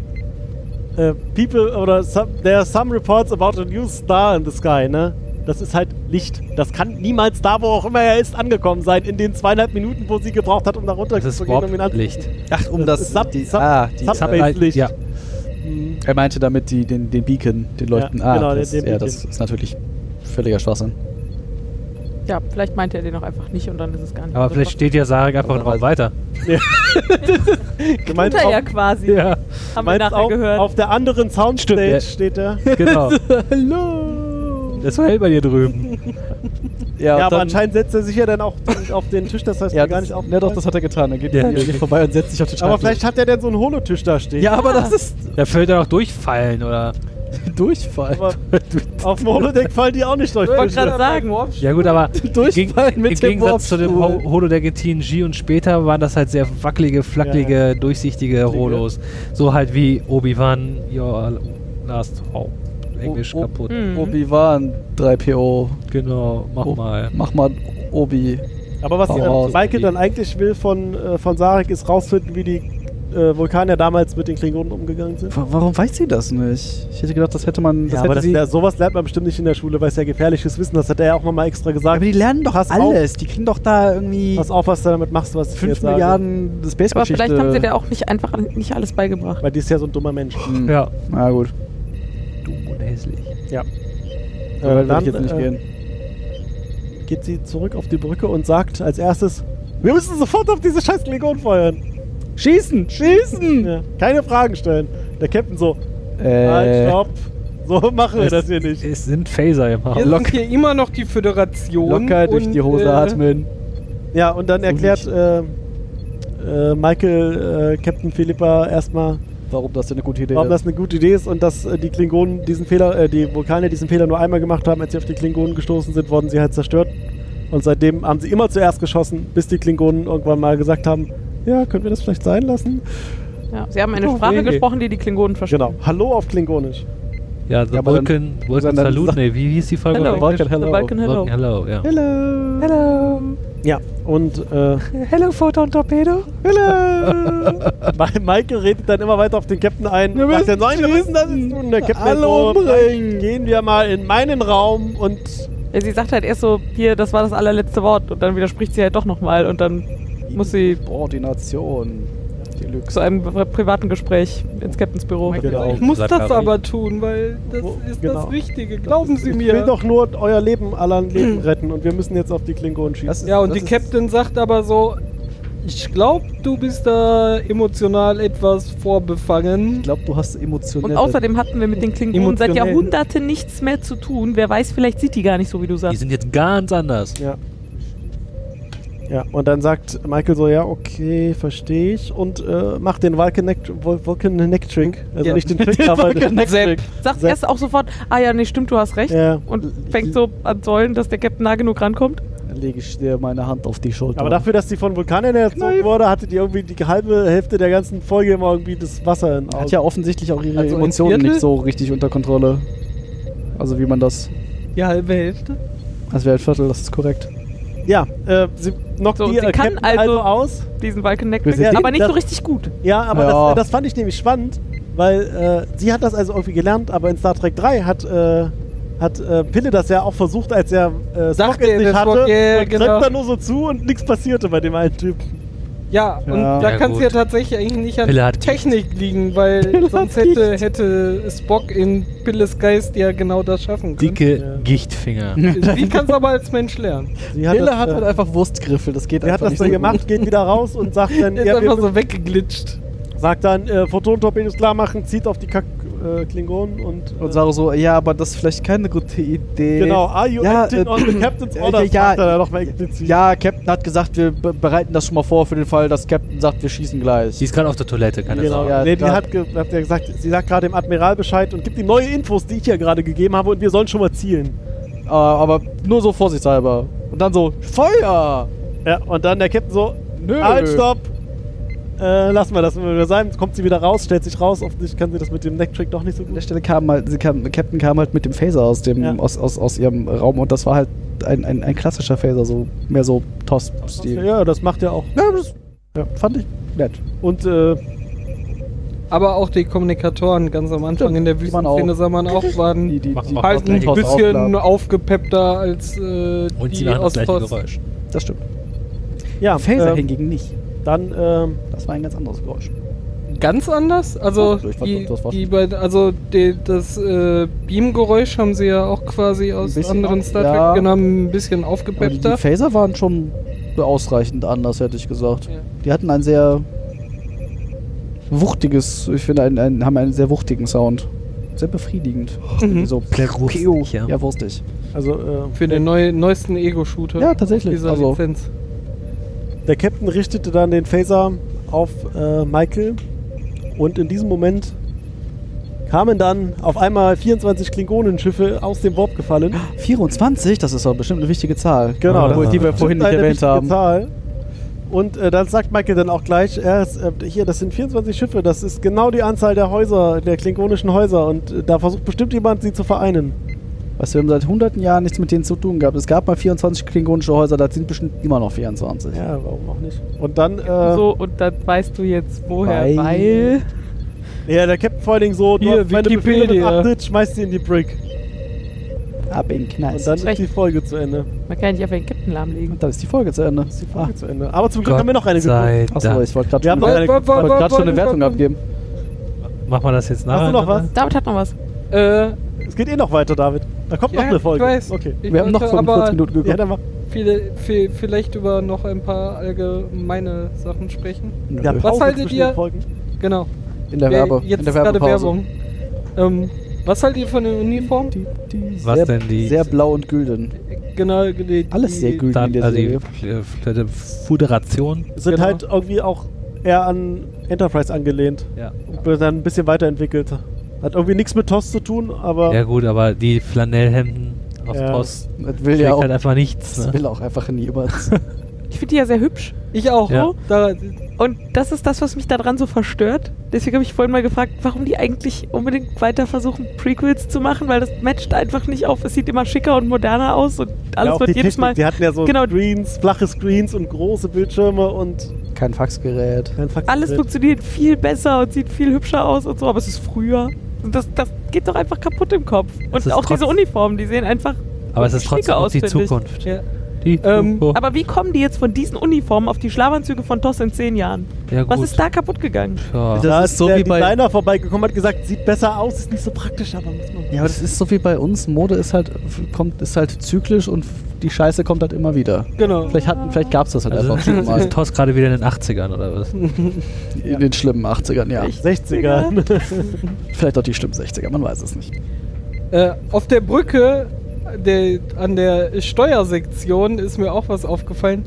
[SPEAKER 1] Äh, people, oder some, there are some reports about a new star in the sky, ne? Das ist halt Licht. Das kann niemals da, wo auch immer er ist, angekommen sein, in den zweieinhalb Minuten, wo sie gebraucht hat, um da
[SPEAKER 7] Das ist
[SPEAKER 1] runterzugehen, um ihn
[SPEAKER 7] Warp-Licht.
[SPEAKER 3] Ach, um
[SPEAKER 1] das- Sub-
[SPEAKER 3] die,
[SPEAKER 1] Sub-
[SPEAKER 3] ah, die, äh,
[SPEAKER 1] Subway-Licht.
[SPEAKER 7] ja.
[SPEAKER 1] Mhm.
[SPEAKER 3] er meinte damit die, den, den Beacon, den Leuchten. ah,
[SPEAKER 1] genau,
[SPEAKER 3] das,
[SPEAKER 1] den- den
[SPEAKER 3] ja,
[SPEAKER 1] Beacon.
[SPEAKER 3] das ist natürlich völliger Schwachsinn.
[SPEAKER 5] Ja, vielleicht meinte er den auch einfach nicht und dann ist es gar nicht.
[SPEAKER 7] Aber
[SPEAKER 5] so
[SPEAKER 7] vielleicht
[SPEAKER 5] schlimm.
[SPEAKER 7] steht ja Sarek einfach
[SPEAKER 3] Aber
[SPEAKER 7] drauf
[SPEAKER 3] weiß-
[SPEAKER 7] weiter.
[SPEAKER 1] Du
[SPEAKER 5] Tut
[SPEAKER 1] meinst
[SPEAKER 5] er
[SPEAKER 1] auch,
[SPEAKER 5] ja quasi.
[SPEAKER 7] Ja,
[SPEAKER 5] Haben wir
[SPEAKER 1] meinst
[SPEAKER 5] nachher
[SPEAKER 1] auch
[SPEAKER 5] gehört.
[SPEAKER 1] auf der anderen Soundstage
[SPEAKER 7] Stimmt, ja.
[SPEAKER 1] steht er.
[SPEAKER 7] genau.
[SPEAKER 3] Hallo!
[SPEAKER 7] Das war hell bei dir drüben.
[SPEAKER 3] Ja,
[SPEAKER 1] Ja, aber
[SPEAKER 3] dann,
[SPEAKER 1] anscheinend setzt er sich ja dann auch auf den Tisch, das heißt
[SPEAKER 3] ja,
[SPEAKER 1] mir gar nicht
[SPEAKER 3] das,
[SPEAKER 1] auf.
[SPEAKER 3] ja, doch, das hat er getan. Er geht
[SPEAKER 7] Ja.
[SPEAKER 3] hier hier vorbei und setzt sich auf den Schreibtisch.
[SPEAKER 1] aber vielleicht hat er denn so einen Holotisch da stehen.
[SPEAKER 3] Ja, aber das ist
[SPEAKER 7] Da fällt er auch durchfallen oder.
[SPEAKER 3] Durchfall.
[SPEAKER 1] Aber auf dem Holodeck fallen die auch nicht durch.
[SPEAKER 5] Ich wollte gerade sagen,
[SPEAKER 7] Ja, gut, aber.
[SPEAKER 3] Durchfall
[SPEAKER 7] Im
[SPEAKER 3] mit dem
[SPEAKER 7] Gegensatz zu dem
[SPEAKER 3] Warpstuhl.
[SPEAKER 7] Ho- Holodeck in TNG und später waren das halt sehr wackelige, flackelige, durchsichtige Holos. So halt wie Obi-Wan, your last hope. Englisch
[SPEAKER 3] O- O-
[SPEAKER 7] kaputt.
[SPEAKER 5] Hm.
[SPEAKER 3] Obi-Wan 3PO.
[SPEAKER 7] Genau, mach
[SPEAKER 3] Oh,
[SPEAKER 7] mal.
[SPEAKER 3] Mach mal Obi.
[SPEAKER 1] Aber was
[SPEAKER 3] Hau
[SPEAKER 1] dann
[SPEAKER 3] raus.
[SPEAKER 1] Michael dann eigentlich will von, äh, von Sarek ist rausfinden, wie die äh, Vulkanier damals mit den Klingonen umgegangen sind.
[SPEAKER 3] Wa- Warum weiß sie das nicht? Ich hätte gedacht, das hätte man. Das
[SPEAKER 1] ja,
[SPEAKER 3] hätte
[SPEAKER 1] aber das,
[SPEAKER 3] sie,
[SPEAKER 1] ja, sowas lernt man bestimmt nicht in der Schule, weil es ja gefährliches Wissen, das hat er ja auch nochmal extra gesagt.
[SPEAKER 3] aber die lernen doch
[SPEAKER 1] Pass
[SPEAKER 3] alles. Die kriegen doch da irgendwie
[SPEAKER 1] Pass auf, was du damit machst, was ich jetzt
[SPEAKER 3] 5
[SPEAKER 1] sage.
[SPEAKER 3] Milliarden
[SPEAKER 5] Aber
[SPEAKER 3] Space-Geschichte.
[SPEAKER 5] vielleicht haben sie dir auch nicht einfach nicht alles beigebracht.
[SPEAKER 1] Weil die ist ja so ein dummer Mensch.
[SPEAKER 3] Hm.
[SPEAKER 7] Ja.
[SPEAKER 3] Na gut.
[SPEAKER 7] Dumm und hässlich.
[SPEAKER 3] Ja,
[SPEAKER 1] Aber
[SPEAKER 3] dann, ich jetzt nicht
[SPEAKER 1] äh,
[SPEAKER 3] gehen.
[SPEAKER 1] geht sie zurück auf die Brücke und sagt als erstes, wir müssen sofort auf diese scheiß Klingonen feuern.
[SPEAKER 3] Schießen! Schießen!
[SPEAKER 1] Ja, keine Fragen stellen. Der Captain so, halt,
[SPEAKER 3] Äh,
[SPEAKER 1] stopp. So machen wir das hier
[SPEAKER 2] Äh.
[SPEAKER 1] nicht.
[SPEAKER 7] Es sind Phaser im Haus.
[SPEAKER 4] Jetzt sind hier immer noch die Föderation.
[SPEAKER 3] locker durch
[SPEAKER 4] und,
[SPEAKER 3] die Hose
[SPEAKER 4] äh,
[SPEAKER 3] atmen.
[SPEAKER 1] Ja, und dann
[SPEAKER 3] So
[SPEAKER 1] erklärt
[SPEAKER 3] nicht.
[SPEAKER 1] äh, äh, Michael äh, Captain Philippa erstmal,
[SPEAKER 3] Warum das denn eine gute Idee
[SPEAKER 1] warum
[SPEAKER 3] ist.
[SPEAKER 1] das eine gute Idee ist und dass äh, die Klingonen diesen Fehler, äh, die Vulkane diesen Fehler nur einmal gemacht haben, als sie auf die Klingonen gestoßen sind, wurden sie halt zerstört. Und seitdem haben sie immer zuerst geschossen, bis die Klingonen irgendwann mal gesagt haben, ja, können wir das vielleicht sein lassen?
[SPEAKER 5] Ja, sie haben eine
[SPEAKER 7] Oh,
[SPEAKER 5] Sprache
[SPEAKER 7] nee.
[SPEAKER 5] gesprochen, die die Klingonen verstehen.
[SPEAKER 1] Genau. Hallo auf Klingonisch.
[SPEAKER 7] Ja, The
[SPEAKER 3] Ja, aber dann-
[SPEAKER 7] Vulcan, Vulcan
[SPEAKER 3] dann- dann
[SPEAKER 7] Salute,
[SPEAKER 3] sag-
[SPEAKER 7] nee, wie hieß die Folge?
[SPEAKER 5] Hello.
[SPEAKER 7] auf Englisch?
[SPEAKER 3] Vulcan Hello.
[SPEAKER 5] The Vulcan Hello.
[SPEAKER 7] Vulcan Hello, ja.
[SPEAKER 1] Hello.
[SPEAKER 7] Hello.
[SPEAKER 1] Ja, und äh,
[SPEAKER 7] Hello, Photon Torpedo.
[SPEAKER 1] Ma- Michael redet dann immer weiter auf den Captain ein. Wir müssen, dann sagen, wir müssen das jetzt tun. Der Captain
[SPEAKER 3] Alle
[SPEAKER 1] so,
[SPEAKER 3] umbringen.
[SPEAKER 1] dann gehen wir mal in meinen Raum und
[SPEAKER 5] Ja, sie sagt halt erst so, hier, das war das allerletzte Wort und dann widerspricht sie halt doch nochmal und dann muss sie
[SPEAKER 3] Ordination. Deluxe.
[SPEAKER 5] zu einem pri- privaten Gespräch ins Captains Büro.
[SPEAKER 1] Genau.
[SPEAKER 4] Ich muss
[SPEAKER 7] Bleib
[SPEAKER 4] das
[SPEAKER 7] da.
[SPEAKER 4] aber tun, weil das
[SPEAKER 1] Wo-
[SPEAKER 4] ist
[SPEAKER 1] genau.
[SPEAKER 4] das Richtige. Glauben Sie
[SPEAKER 1] Ich will
[SPEAKER 4] mir.
[SPEAKER 1] doch nur euer Leben, Alan Leben retten und wir müssen jetzt auf die Klingonen schießen.
[SPEAKER 3] Das ist-
[SPEAKER 4] Ja, und
[SPEAKER 3] das
[SPEAKER 4] die
[SPEAKER 3] ist-
[SPEAKER 4] Captain sagt aber so, ich glaube, du bist da emotional etwas vorbefangen.
[SPEAKER 3] Ich glaube, du hast emotionell.
[SPEAKER 5] Und außerdem hatten wir mit den Klingonen seit
[SPEAKER 4] Emotionell.
[SPEAKER 5] Jahrhunderten nichts mehr zu tun. Wer weiß, vielleicht sieht die gar nicht so, wie du
[SPEAKER 7] Die
[SPEAKER 5] sagst.
[SPEAKER 7] sind jetzt ganz anders.
[SPEAKER 1] Ja. Ja, und dann sagt Michael so, ja, okay, verstehe ich. Und äh, macht den Vulcan-Neck-Trick. Also
[SPEAKER 3] Ja,
[SPEAKER 1] nicht den Trick, aber...
[SPEAKER 4] Sepp,
[SPEAKER 5] Sagt
[SPEAKER 1] Sag-
[SPEAKER 5] erst auch sofort, ah ja, nee, stimmt, du hast recht.
[SPEAKER 1] Ja.
[SPEAKER 5] Und fängt so an zu heulen, dass der Captain nah genug rankommt.
[SPEAKER 3] lege ich dir meine Hand auf die Schulter.
[SPEAKER 1] Aber dafür, dass die von Vulkanen erzogen
[SPEAKER 4] Kneif.
[SPEAKER 1] wurde, hatte die irgendwie die halbe Hälfte der ganzen Folge immer irgendwie das Wasser in den Augen.
[SPEAKER 3] hat ja offensichtlich auch ihre
[SPEAKER 4] Also ein
[SPEAKER 3] Emotionen
[SPEAKER 4] Viertel?
[SPEAKER 3] nicht so richtig unter Kontrolle. Also wie man das.
[SPEAKER 4] die halbe Hälfte.
[SPEAKER 3] Also wäre ein Viertel, das ist korrekt.
[SPEAKER 1] Ja, äh, sie knockt
[SPEAKER 5] So,
[SPEAKER 1] die
[SPEAKER 5] sie
[SPEAKER 1] äh,
[SPEAKER 5] kann
[SPEAKER 1] Captain also
[SPEAKER 5] also-
[SPEAKER 1] aus.
[SPEAKER 5] Diesen Vulcan Neck,
[SPEAKER 1] Ja,
[SPEAKER 5] aber nicht
[SPEAKER 1] das-
[SPEAKER 5] so richtig gut.
[SPEAKER 1] Ja, aber
[SPEAKER 3] Ja.
[SPEAKER 1] Das, das fand ich nämlich spannend, weil äh, sie hat das also irgendwie gelernt, aber in Star Trek 3 hat, äh, hat äh, Pille das ja auch versucht, als er äh, Spock
[SPEAKER 4] Dachte
[SPEAKER 1] es
[SPEAKER 4] er,
[SPEAKER 1] nicht
[SPEAKER 4] dass
[SPEAKER 1] hatte
[SPEAKER 4] Spock- ja,
[SPEAKER 1] und
[SPEAKER 4] genau.
[SPEAKER 1] drückt da nur so zu und nichts passierte bei dem einen Typen.
[SPEAKER 4] Ja, und
[SPEAKER 3] Ja.
[SPEAKER 4] da
[SPEAKER 7] Ja,
[SPEAKER 4] kann es
[SPEAKER 7] gut.
[SPEAKER 4] ja tatsächlich eigentlich nicht an
[SPEAKER 7] Pille hat
[SPEAKER 4] Technik liegen, weil
[SPEAKER 1] Pille
[SPEAKER 4] sonst
[SPEAKER 1] hat
[SPEAKER 4] hätte, hätte Spock in Pilles Geist ja genau das schaffen können.
[SPEAKER 7] Dicke
[SPEAKER 1] Ja.
[SPEAKER 7] Gichtfinger.
[SPEAKER 4] Sie kann es aber als Mensch lernen.
[SPEAKER 1] Sie hat
[SPEAKER 3] Hille
[SPEAKER 1] das,
[SPEAKER 3] hat
[SPEAKER 1] äh,
[SPEAKER 3] halt einfach Wurstgriffel, das geht
[SPEAKER 1] sie hat
[SPEAKER 3] einfach
[SPEAKER 1] das
[SPEAKER 3] nicht
[SPEAKER 1] dann
[SPEAKER 3] so
[SPEAKER 1] gemacht, geht wieder raus und sagt dann,
[SPEAKER 4] Er ist
[SPEAKER 1] ja, wir,
[SPEAKER 4] einfach so weggeglitscht.
[SPEAKER 1] sagt dann, äh, Photon-Torpedos klar machen, zieht auf die Kack, äh, Klingonen und, äh,
[SPEAKER 3] gut. Und Saru so, ja, aber das ist vielleicht keine gute Idee.
[SPEAKER 1] genau, are you
[SPEAKER 3] Ja,
[SPEAKER 1] acting
[SPEAKER 3] äh,
[SPEAKER 1] on the captain's
[SPEAKER 3] äh,
[SPEAKER 1] orders?
[SPEAKER 3] ja,
[SPEAKER 1] macht er da noch mal explizit.
[SPEAKER 3] Ja, Captain hat gesagt, wir be- bereiten das schon mal vor für den Fall, dass Captain sagt, wir schießen
[SPEAKER 7] Die
[SPEAKER 3] gleich.
[SPEAKER 7] ist gerade auf der Toilette, kann das
[SPEAKER 1] Genau,
[SPEAKER 7] auch.
[SPEAKER 3] Ja,
[SPEAKER 1] nee, die
[SPEAKER 3] klar.
[SPEAKER 1] hat, ge hat ja gesagt, sie sagt gerade dem Admiral Bescheid und gibt ihm neue Infos, die ich ja gerade gegeben habe und wir sollen schon mal zielen.
[SPEAKER 3] Äh, aber nur so vorsichtshalber. Und dann so, Feuer!
[SPEAKER 1] Ja, und dann der Captain so,
[SPEAKER 3] Nö.
[SPEAKER 1] halt, stopp! Äh, lassen wir das wenn wir sein. Kommt sie wieder raus, stellt sich raus. Offensichtlich kann sie das mit dem Necktrick doch nicht so
[SPEAKER 3] An der
[SPEAKER 1] gut.
[SPEAKER 3] Stelle kam halt, sie kam, Captain kam halt mit dem Phaser aus, dem,
[SPEAKER 1] Ja.
[SPEAKER 3] aus, aus, aus ihrem Raum und das war halt ein, ein, ein klassischer Phaser, so mehr so Toss-Stil.
[SPEAKER 1] Ja, das macht er auch.
[SPEAKER 3] Ja, das ja, fand ich nett.
[SPEAKER 1] Und äh,
[SPEAKER 4] Aber auch die Kommunikatoren ganz am Anfang
[SPEAKER 3] Stimmt,
[SPEAKER 4] in der
[SPEAKER 3] die waren
[SPEAKER 4] Wüstenszene
[SPEAKER 3] auch-
[SPEAKER 4] sah man auch,
[SPEAKER 3] Die,
[SPEAKER 4] waren
[SPEAKER 3] die,
[SPEAKER 7] Machen
[SPEAKER 3] die
[SPEAKER 7] wir
[SPEAKER 4] halt
[SPEAKER 7] auch
[SPEAKER 4] ein
[SPEAKER 7] gleich
[SPEAKER 3] Toss-
[SPEAKER 4] bisschen
[SPEAKER 3] Aufnahmen.
[SPEAKER 4] aufgepeppter als äh,
[SPEAKER 7] Und sie
[SPEAKER 4] die
[SPEAKER 7] machen das gleiche
[SPEAKER 4] Ostos.
[SPEAKER 7] Geräusch.
[SPEAKER 3] Das stimmt.
[SPEAKER 1] ja,
[SPEAKER 3] Ah, Phaser
[SPEAKER 1] ähm,
[SPEAKER 3] hingegen nicht.
[SPEAKER 1] dann ähm,
[SPEAKER 3] Das war ein ganz anderes Geräusch.
[SPEAKER 4] Ganz anders? Also,
[SPEAKER 3] Ich fand
[SPEAKER 4] die,
[SPEAKER 3] das war
[SPEAKER 4] die bei, also die, das äh, Beamgeräusch haben sie ja auch quasi aus
[SPEAKER 3] bisschen
[SPEAKER 4] anderen
[SPEAKER 3] auf-
[SPEAKER 4] Star Trek
[SPEAKER 3] ja.
[SPEAKER 4] genommen, ein bisschen
[SPEAKER 3] Aber die,
[SPEAKER 4] aufgepeppter.
[SPEAKER 3] die Phaser waren schon ausreichend anders, hätte ich gesagt.
[SPEAKER 4] Ja.
[SPEAKER 3] Die hatten ein sehr wuchtiges, ich finde, ein, ein, haben einen sehr wuchtigen Sound. Sehr befriedigend.
[SPEAKER 4] Mhm.
[SPEAKER 3] So
[SPEAKER 7] Sehr wurstig, ja.
[SPEAKER 3] ja, wurstig.
[SPEAKER 1] also äh,
[SPEAKER 4] Für den neu, neuesten Ego-Shooter.
[SPEAKER 3] Ja, tatsächlich.
[SPEAKER 4] Dieser
[SPEAKER 3] Also-
[SPEAKER 4] Lizenz.
[SPEAKER 1] Der Captain richtete dann den Phaser auf äh, Michael und in diesem Moment kamen dann auf einmal 24 Klingonenschiffe aus dem Warp gefallen.
[SPEAKER 3] 24, das ist doch bestimmt eine wichtige Zahl.
[SPEAKER 1] Genau,
[SPEAKER 3] Obwohl,
[SPEAKER 1] das
[SPEAKER 3] Ah, die wir
[SPEAKER 1] ist
[SPEAKER 3] vorhin nicht
[SPEAKER 1] eine
[SPEAKER 3] erwähnt
[SPEAKER 1] wichtige
[SPEAKER 3] haben.
[SPEAKER 1] Zahl. Und äh, dann sagt Michael dann auch gleich, er ist, äh, hier, das sind 24 Schiffe, das ist genau die Anzahl der Häuser, der klingonischen Häuser und äh, da versucht bestimmt jemand, sie zu vereinen.
[SPEAKER 3] Weißt du, wir haben seit hunderten Jahren nichts mit denen zu tun gehabt. Es gab mal 24 klingonische Häuser, da sind bestimmt immer noch 24.
[SPEAKER 1] Ja, warum auch nicht? Und dann, äh,
[SPEAKER 5] So, und dann weißt du jetzt, woher,
[SPEAKER 3] Weil-
[SPEAKER 5] weil.
[SPEAKER 1] ja, der Captain vor allen Dingen so,
[SPEAKER 4] Hier,
[SPEAKER 1] du hast meine Befehle
[SPEAKER 4] Wikipedia.
[SPEAKER 1] beachtet, schmeißt sie in die Brick.
[SPEAKER 3] Ab in den
[SPEAKER 1] Und
[SPEAKER 3] Knast.
[SPEAKER 1] dann ist
[SPEAKER 5] Recht.
[SPEAKER 1] die Folge zu Ende.
[SPEAKER 5] Man kann ja nicht einfach den Captain lahmlegen.
[SPEAKER 3] Und dann ist die Folge zu Ende.
[SPEAKER 1] ist die
[SPEAKER 3] Ah,
[SPEAKER 1] Folge zu Ende. Aber zum Glück haben wir noch eine gefunden.
[SPEAKER 7] Sei
[SPEAKER 3] achso,
[SPEAKER 7] Dank.
[SPEAKER 3] ich wollte gerade
[SPEAKER 1] Wir haben
[SPEAKER 3] schon,
[SPEAKER 1] noch
[SPEAKER 3] wollte
[SPEAKER 1] eine
[SPEAKER 3] grad schon eine Wertung abgeben.
[SPEAKER 7] Machen wir das jetzt nachher?
[SPEAKER 1] Hast du noch was?
[SPEAKER 5] David hat noch was.
[SPEAKER 4] Äh,
[SPEAKER 1] Es geht eh noch weiter, David. Da kommt noch
[SPEAKER 4] Ja,
[SPEAKER 1] eine Folge.
[SPEAKER 4] ich weiß.
[SPEAKER 1] Okay.
[SPEAKER 4] ich
[SPEAKER 3] Wir haben noch
[SPEAKER 4] wollte
[SPEAKER 3] 45
[SPEAKER 4] aber
[SPEAKER 3] Minuten
[SPEAKER 1] Ja,
[SPEAKER 3] geguckt.
[SPEAKER 1] dann mach.
[SPEAKER 4] Viele, vi- vielleicht über noch ein paar allgemeine Sachen sprechen.
[SPEAKER 1] Ja,
[SPEAKER 4] Was
[SPEAKER 1] Pause
[SPEAKER 4] haltet
[SPEAKER 1] zwischen
[SPEAKER 4] ihr-
[SPEAKER 1] den Folgen.
[SPEAKER 4] Genau.
[SPEAKER 3] in der
[SPEAKER 4] Wer-
[SPEAKER 3] Werbe.
[SPEAKER 4] Jetzt
[SPEAKER 3] in der
[SPEAKER 4] ist gerade
[SPEAKER 3] Werbepause.
[SPEAKER 4] Werbung. Ähm, was haltet ihr von den Uniformen?
[SPEAKER 3] Die, die
[SPEAKER 7] Was
[SPEAKER 3] sehr,
[SPEAKER 7] denn die-
[SPEAKER 3] Sehr blau und gülden.
[SPEAKER 4] Genau, die,
[SPEAKER 3] Alles
[SPEAKER 4] die-
[SPEAKER 3] sehr gülden in
[SPEAKER 7] Dann,
[SPEAKER 3] der
[SPEAKER 7] also die
[SPEAKER 3] Serie.
[SPEAKER 7] F- F- F- Föderation.
[SPEAKER 1] Sind
[SPEAKER 4] Genau.
[SPEAKER 1] halt irgendwie auch eher an Enterprise angelehnt.
[SPEAKER 7] Ja.
[SPEAKER 1] Und wird dann ein bisschen weiterentwickelt. Hat irgendwie nichts mit TOS zu tun, aber
[SPEAKER 7] ja gut, aber die Flanellhemden auf
[SPEAKER 1] Ja.
[SPEAKER 7] Post
[SPEAKER 3] Das will
[SPEAKER 7] trägt
[SPEAKER 3] ja auch,
[SPEAKER 7] halt einfach nichts.
[SPEAKER 3] das
[SPEAKER 7] Ne?
[SPEAKER 3] will auch einfach niemand.
[SPEAKER 5] Ich finde die ja sehr hübsch.
[SPEAKER 4] Ich auch.
[SPEAKER 7] Ja.
[SPEAKER 4] Da,
[SPEAKER 5] Und das ist das, was mich daran so verstört. Deswegen habe ich vorhin mal gefragt, warum die eigentlich unbedingt weiter versuchen, Prequels zu machen, weil das matcht einfach nicht auf. Es sieht immer schicker und moderner aus und alles
[SPEAKER 1] ja, auch
[SPEAKER 5] wird
[SPEAKER 1] die
[SPEAKER 5] jedes
[SPEAKER 1] Technik.
[SPEAKER 5] Mal.
[SPEAKER 1] Die hatten ja so
[SPEAKER 5] Genau.
[SPEAKER 1] Screens, flache Screens und große Bildschirme und
[SPEAKER 3] Kein Faxgerät.
[SPEAKER 1] kein Fax.
[SPEAKER 5] Alles funktioniert viel besser und sieht viel hübscher aus und so, aber es ist früher. Und das, das geht doch einfach kaputt im Kopf.
[SPEAKER 7] Es
[SPEAKER 5] Und
[SPEAKER 7] ist
[SPEAKER 5] auch diese
[SPEAKER 7] trotz-
[SPEAKER 5] Uniformen, die sehen einfach.
[SPEAKER 7] Aber es ist
[SPEAKER 5] schnieke
[SPEAKER 7] trotzdem noch
[SPEAKER 5] aus,
[SPEAKER 7] die
[SPEAKER 5] finde ich.
[SPEAKER 7] Zukunft.
[SPEAKER 4] Ja.
[SPEAKER 7] Die
[SPEAKER 4] Ähm,
[SPEAKER 2] Oh.
[SPEAKER 7] Zukunft.
[SPEAKER 5] Aber wie kommen die jetzt von diesen Uniformen auf die Schlafanzüge von TOS in zehn Jahren?
[SPEAKER 7] ja, gut.
[SPEAKER 5] Was ist da kaputt gegangen?
[SPEAKER 7] Ja.
[SPEAKER 1] Da
[SPEAKER 3] Das
[SPEAKER 1] ist so der wie bei Designer vorbeigekommen hat gesagt, sieht besser aus, ist nicht so praktisch, aber muss man.
[SPEAKER 3] Ja, aber das ist so wie bei uns. Mode ist halt, kommt, ist halt zyklisch und die Scheiße kommt halt immer wieder.
[SPEAKER 4] genau.
[SPEAKER 3] Vielleicht, hat, vielleicht gab es das halt
[SPEAKER 7] Also,
[SPEAKER 3] einfach schon mal.
[SPEAKER 7] ist Toss gerade wieder in den 80ern oder was?
[SPEAKER 3] In den schlimmen 80ern, ja.
[SPEAKER 1] 60er.
[SPEAKER 3] Vielleicht auch die schlimmen 60er, man weiß es nicht.
[SPEAKER 4] Äh, auf der Brücke der, an der Steuersektion ist mir auch was aufgefallen.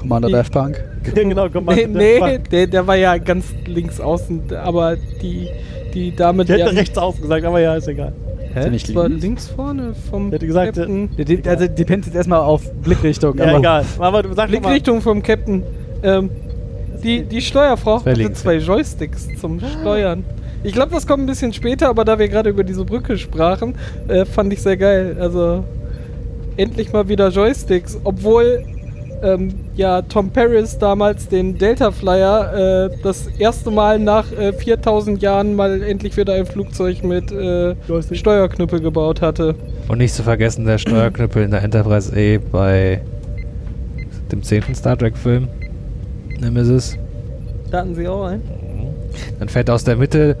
[SPEAKER 3] Commander
[SPEAKER 4] Die-
[SPEAKER 3] Daft Punk.
[SPEAKER 1] genau, komm mal.
[SPEAKER 4] Nee, nee
[SPEAKER 1] Ich
[SPEAKER 4] der, der war ja ganz links außen, aber die, die Dame, die
[SPEAKER 1] hätte
[SPEAKER 4] am-
[SPEAKER 1] rechts ausgesagt, aber ja, ist egal.
[SPEAKER 3] Hä? Nicht
[SPEAKER 4] das war
[SPEAKER 3] lieben.
[SPEAKER 4] links vorne vom
[SPEAKER 1] Ich hätte gesagt,
[SPEAKER 4] Captain.
[SPEAKER 3] Die, also depends jetzt erstmal auf Blickrichtung.
[SPEAKER 1] Ja, egal. Aber du sag doch mal.
[SPEAKER 4] Blickrichtung vom Captain. Ähm, die, die Steuerfrau
[SPEAKER 7] wär
[SPEAKER 4] hatte
[SPEAKER 7] links,
[SPEAKER 4] zwei Joysticks zum Steuern. Ich glaube, das kommt ein bisschen später, aber da wir gerade über diese Brücke sprachen, äh, fand ich sehr geil. Also endlich mal wieder Joysticks, obwohl ähm, ja Tom Paris damals den Delta Flyer äh, das erste Mal nach äh, 4000 Jahren mal endlich wieder ein Flugzeug mit äh,
[SPEAKER 1] Joystick.
[SPEAKER 4] Steuerknüppel gebaut hatte.
[SPEAKER 7] Und nicht zu vergessen der Steuerknüppel in der Enterprise E bei dem 10. Star Trek Film. Nemesis.
[SPEAKER 4] Starten Sie auch ein.
[SPEAKER 2] Dann fährt aus der Mitte,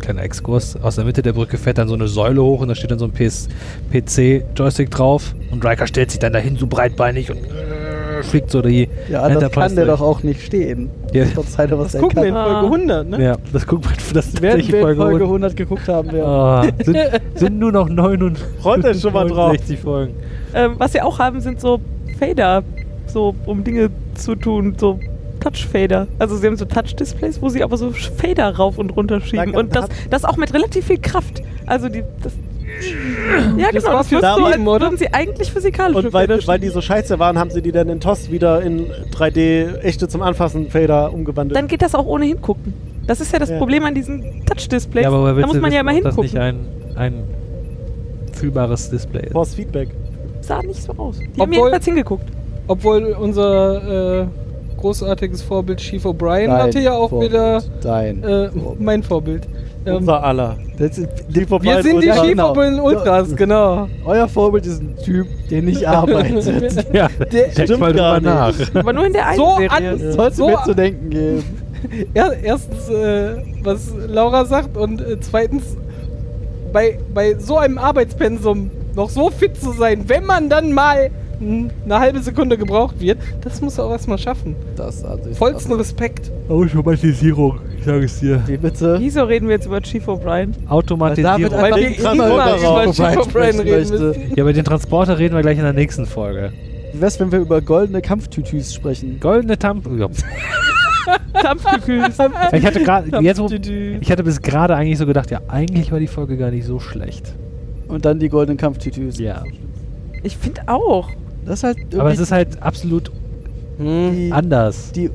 [SPEAKER 2] kleiner Exkurs, aus der Mitte der Brücke fährt dann so eine Säule hoch und da steht dann so ein PC-Joystick drauf und Riker stellt sich dann dahin so breitbeinig und äh, fliegt so die
[SPEAKER 8] Ja, das
[SPEAKER 2] Enterprise
[SPEAKER 8] kann der
[SPEAKER 2] durch.
[SPEAKER 8] doch auch nicht stehen.
[SPEAKER 2] Ja.
[SPEAKER 8] Trotz allem, was
[SPEAKER 4] Das
[SPEAKER 8] er
[SPEAKER 4] gucken wir in
[SPEAKER 8] kann.
[SPEAKER 4] Folge 100, ne?
[SPEAKER 2] Ja, das guckt man, das
[SPEAKER 8] Während
[SPEAKER 2] ist tatsächlich
[SPEAKER 8] wir in
[SPEAKER 2] Folge
[SPEAKER 8] Folge
[SPEAKER 2] 100.
[SPEAKER 8] 100 geguckt haben, ja.
[SPEAKER 2] Ah, sind, sind nur noch 69
[SPEAKER 1] Freut euch schon mal drauf.
[SPEAKER 2] Folgen.
[SPEAKER 5] Ähm, was wir auch haben, sind so Fader, so um Dinge zu tun, so Touch-Fader. Also sie haben so Touch-Displays, wo sie aber so Fader rauf und runter schieben.
[SPEAKER 8] Danke,
[SPEAKER 5] und das,
[SPEAKER 8] hab-
[SPEAKER 5] das auch mit relativ viel Kraft. Also die, das... Ja,
[SPEAKER 4] Das
[SPEAKER 5] genau,
[SPEAKER 4] war
[SPEAKER 5] das
[SPEAKER 4] für
[SPEAKER 5] wirkt so, als
[SPEAKER 4] Damen, oder?
[SPEAKER 5] würden sie eigentlich physikalische
[SPEAKER 1] Und weil,
[SPEAKER 5] Fader
[SPEAKER 1] weil die so scheiße waren, haben sie die dann in TOS wieder in 3D-echte zum Anfassen Fader umgewandelt.
[SPEAKER 5] dann geht das auch ohne hingucken. Das ist ja das
[SPEAKER 1] Ja.
[SPEAKER 5] Problem an diesen Touch-Displays.
[SPEAKER 2] Ja, aber woher
[SPEAKER 5] da
[SPEAKER 2] willst
[SPEAKER 5] muss
[SPEAKER 2] du
[SPEAKER 5] man ja
[SPEAKER 2] wissen,
[SPEAKER 5] immer
[SPEAKER 2] ob das nicht
[SPEAKER 5] hingucken.
[SPEAKER 2] ein, ein fühlbares Display ist.
[SPEAKER 1] Force Feedback.
[SPEAKER 5] Sah nicht so aus. Die haben
[SPEAKER 4] Obwohl-
[SPEAKER 5] jedenfalls hingeguckt.
[SPEAKER 4] Obwohl unser äh, großartiges Vorbild Chief O'Brien hatte ja auch
[SPEAKER 3] Vorbild.
[SPEAKER 4] wieder
[SPEAKER 3] Dein.
[SPEAKER 4] äh, mein Vorbild. Ähm,
[SPEAKER 1] Unser aller.
[SPEAKER 8] Das ist,
[SPEAKER 4] wir sind die
[SPEAKER 8] Ja,
[SPEAKER 4] Chief
[SPEAKER 8] genau.
[SPEAKER 4] O'Brien Ultras, genau.
[SPEAKER 8] euer Vorbild ist ein Typ, der nicht arbeitet.
[SPEAKER 2] Ja,
[SPEAKER 1] stimmt gar
[SPEAKER 2] nach.
[SPEAKER 5] Aber nur in der einen
[SPEAKER 4] So
[SPEAKER 5] Serie.
[SPEAKER 4] an, um
[SPEAKER 8] Sollst du
[SPEAKER 4] so,
[SPEAKER 8] mir zu denken geben.
[SPEAKER 4] er, erstens, äh, was Laura sagt und äh, zweitens, bei, bei so einem Arbeitspensum noch so fit zu sein, wenn man dann mal mh, eine halbe Sekunde gebraucht wird, das muss er auch erstmal schaffen.
[SPEAKER 3] Das also ist
[SPEAKER 4] Vollsten Respekt.
[SPEAKER 2] Automatisierung, ich sage es dir.
[SPEAKER 8] Wie bitte?
[SPEAKER 5] Wieso reden wir jetzt über Chief O'Brien?
[SPEAKER 2] Automatisierung.
[SPEAKER 4] Weil wir
[SPEAKER 8] einfach
[SPEAKER 4] immer
[SPEAKER 8] über
[SPEAKER 4] über
[SPEAKER 8] Rauch
[SPEAKER 4] Chief O'Brien
[SPEAKER 8] sprechen
[SPEAKER 4] reden
[SPEAKER 8] möchte.
[SPEAKER 4] müssen.
[SPEAKER 2] Ja, über den Transporter reden wir gleich in der nächsten Folge.
[SPEAKER 8] Wie wär's, wenn wir über goldene Kampftütüs sprechen?
[SPEAKER 2] Goldene Tamp. Ja.
[SPEAKER 5] Dampfgefühl.
[SPEAKER 2] Ich hatte gerade, jetzt, wo- ich hatte bis gerade eigentlich so gedacht, ja, eigentlich war die Folge gar nicht so schlecht.
[SPEAKER 8] Und dann die goldenen Kampftütüs.
[SPEAKER 2] Ja.
[SPEAKER 5] Ich finde auch.
[SPEAKER 8] Das ist halt irgendwie
[SPEAKER 2] Aber es ist halt absolut
[SPEAKER 4] Hm.
[SPEAKER 8] die,
[SPEAKER 2] anders.
[SPEAKER 8] die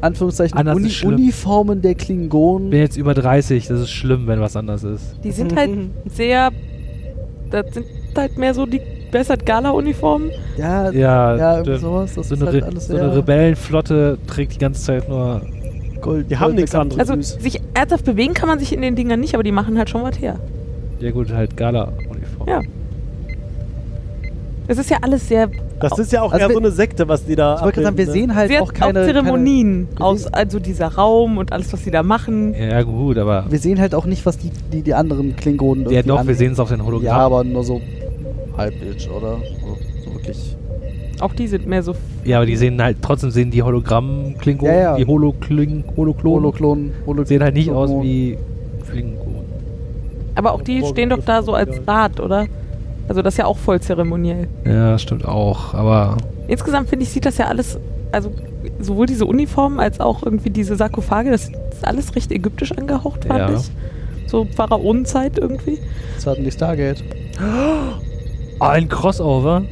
[SPEAKER 8] Anführungszeichen
[SPEAKER 2] Anders ist
[SPEAKER 8] Uni
[SPEAKER 2] schlimm.
[SPEAKER 8] Uniformen der
[SPEAKER 2] Ich
[SPEAKER 8] Klingonen.
[SPEAKER 2] bin jetzt über 30, das ist schlimm, wenn was anders ist.
[SPEAKER 5] Die sind halt
[SPEAKER 8] Mhm.
[SPEAKER 5] sehr. Das sind halt mehr so die bessert Gala-Uniformen.
[SPEAKER 8] Ja,
[SPEAKER 2] Ja,
[SPEAKER 8] ja irgendwie
[SPEAKER 2] stimmt.
[SPEAKER 8] sowas. Das
[SPEAKER 2] so
[SPEAKER 8] ist
[SPEAKER 2] eine,
[SPEAKER 8] halt
[SPEAKER 2] Re
[SPEAKER 8] alles
[SPEAKER 2] so eine
[SPEAKER 8] sehr
[SPEAKER 2] Rebellenflotte trägt die ganze Zeit nur.
[SPEAKER 8] gold,
[SPEAKER 1] Die haben
[SPEAKER 8] goldene
[SPEAKER 1] nichts anderes.
[SPEAKER 5] Also
[SPEAKER 8] Kampftütüs.
[SPEAKER 5] sich ernsthaft bewegen kann man sich in den Dingern nicht, aber die machen halt schon was her.
[SPEAKER 2] Ja, gut, halt Gala-Uniform.
[SPEAKER 5] Ja. Es ist ja alles sehr.
[SPEAKER 1] Das ist ja auch
[SPEAKER 8] Also
[SPEAKER 1] eher
[SPEAKER 8] wir-
[SPEAKER 1] so eine Sekte, was die da.
[SPEAKER 8] ich wollte gerade sagen,
[SPEAKER 2] ne?
[SPEAKER 8] wir
[SPEAKER 1] abbilden, ne?
[SPEAKER 8] sehen halt
[SPEAKER 5] sehr
[SPEAKER 8] auch keine Mhm.
[SPEAKER 5] auf Zeremonien
[SPEAKER 8] keine-
[SPEAKER 5] aus. Also dieser Raum und alles, was sie da machen.
[SPEAKER 2] Ja, gut, aber.
[SPEAKER 8] Keine, wir sehen halt auch nicht, was die, die, die anderen Klingonen
[SPEAKER 2] Ja,
[SPEAKER 8] irgendwie
[SPEAKER 2] doch,
[SPEAKER 8] an-
[SPEAKER 2] wir sehen es auf den Hologrammen.
[SPEAKER 8] Ja, aber nur so halbitsch, oder? Also, so wirklich.
[SPEAKER 5] Auch die sind mehr so.
[SPEAKER 2] Ja, aber die sehen halt, trotzdem sehen die Hologramm-Klingonen,
[SPEAKER 8] Ja, ja.
[SPEAKER 2] die Holokling, Holoklonen,
[SPEAKER 8] Holoklonen. Holo
[SPEAKER 2] sehen halt nicht aus wie Klingonen.
[SPEAKER 5] Aber auch die stehen doch da so als Rat, oder? Also das ist ja auch voll zeremoniell.
[SPEAKER 2] Ja, stimmt auch, aber
[SPEAKER 5] Insgesamt finde ich, sieht das ja alles, also sowohl diese Uniformen als auch irgendwie diese Sarkophage, das ist alles recht ägyptisch angehaucht, fand
[SPEAKER 2] Ja.
[SPEAKER 5] ich. So Pharaonenzeit irgendwie.
[SPEAKER 8] Das hatten die Stargate.
[SPEAKER 2] ein Crossover.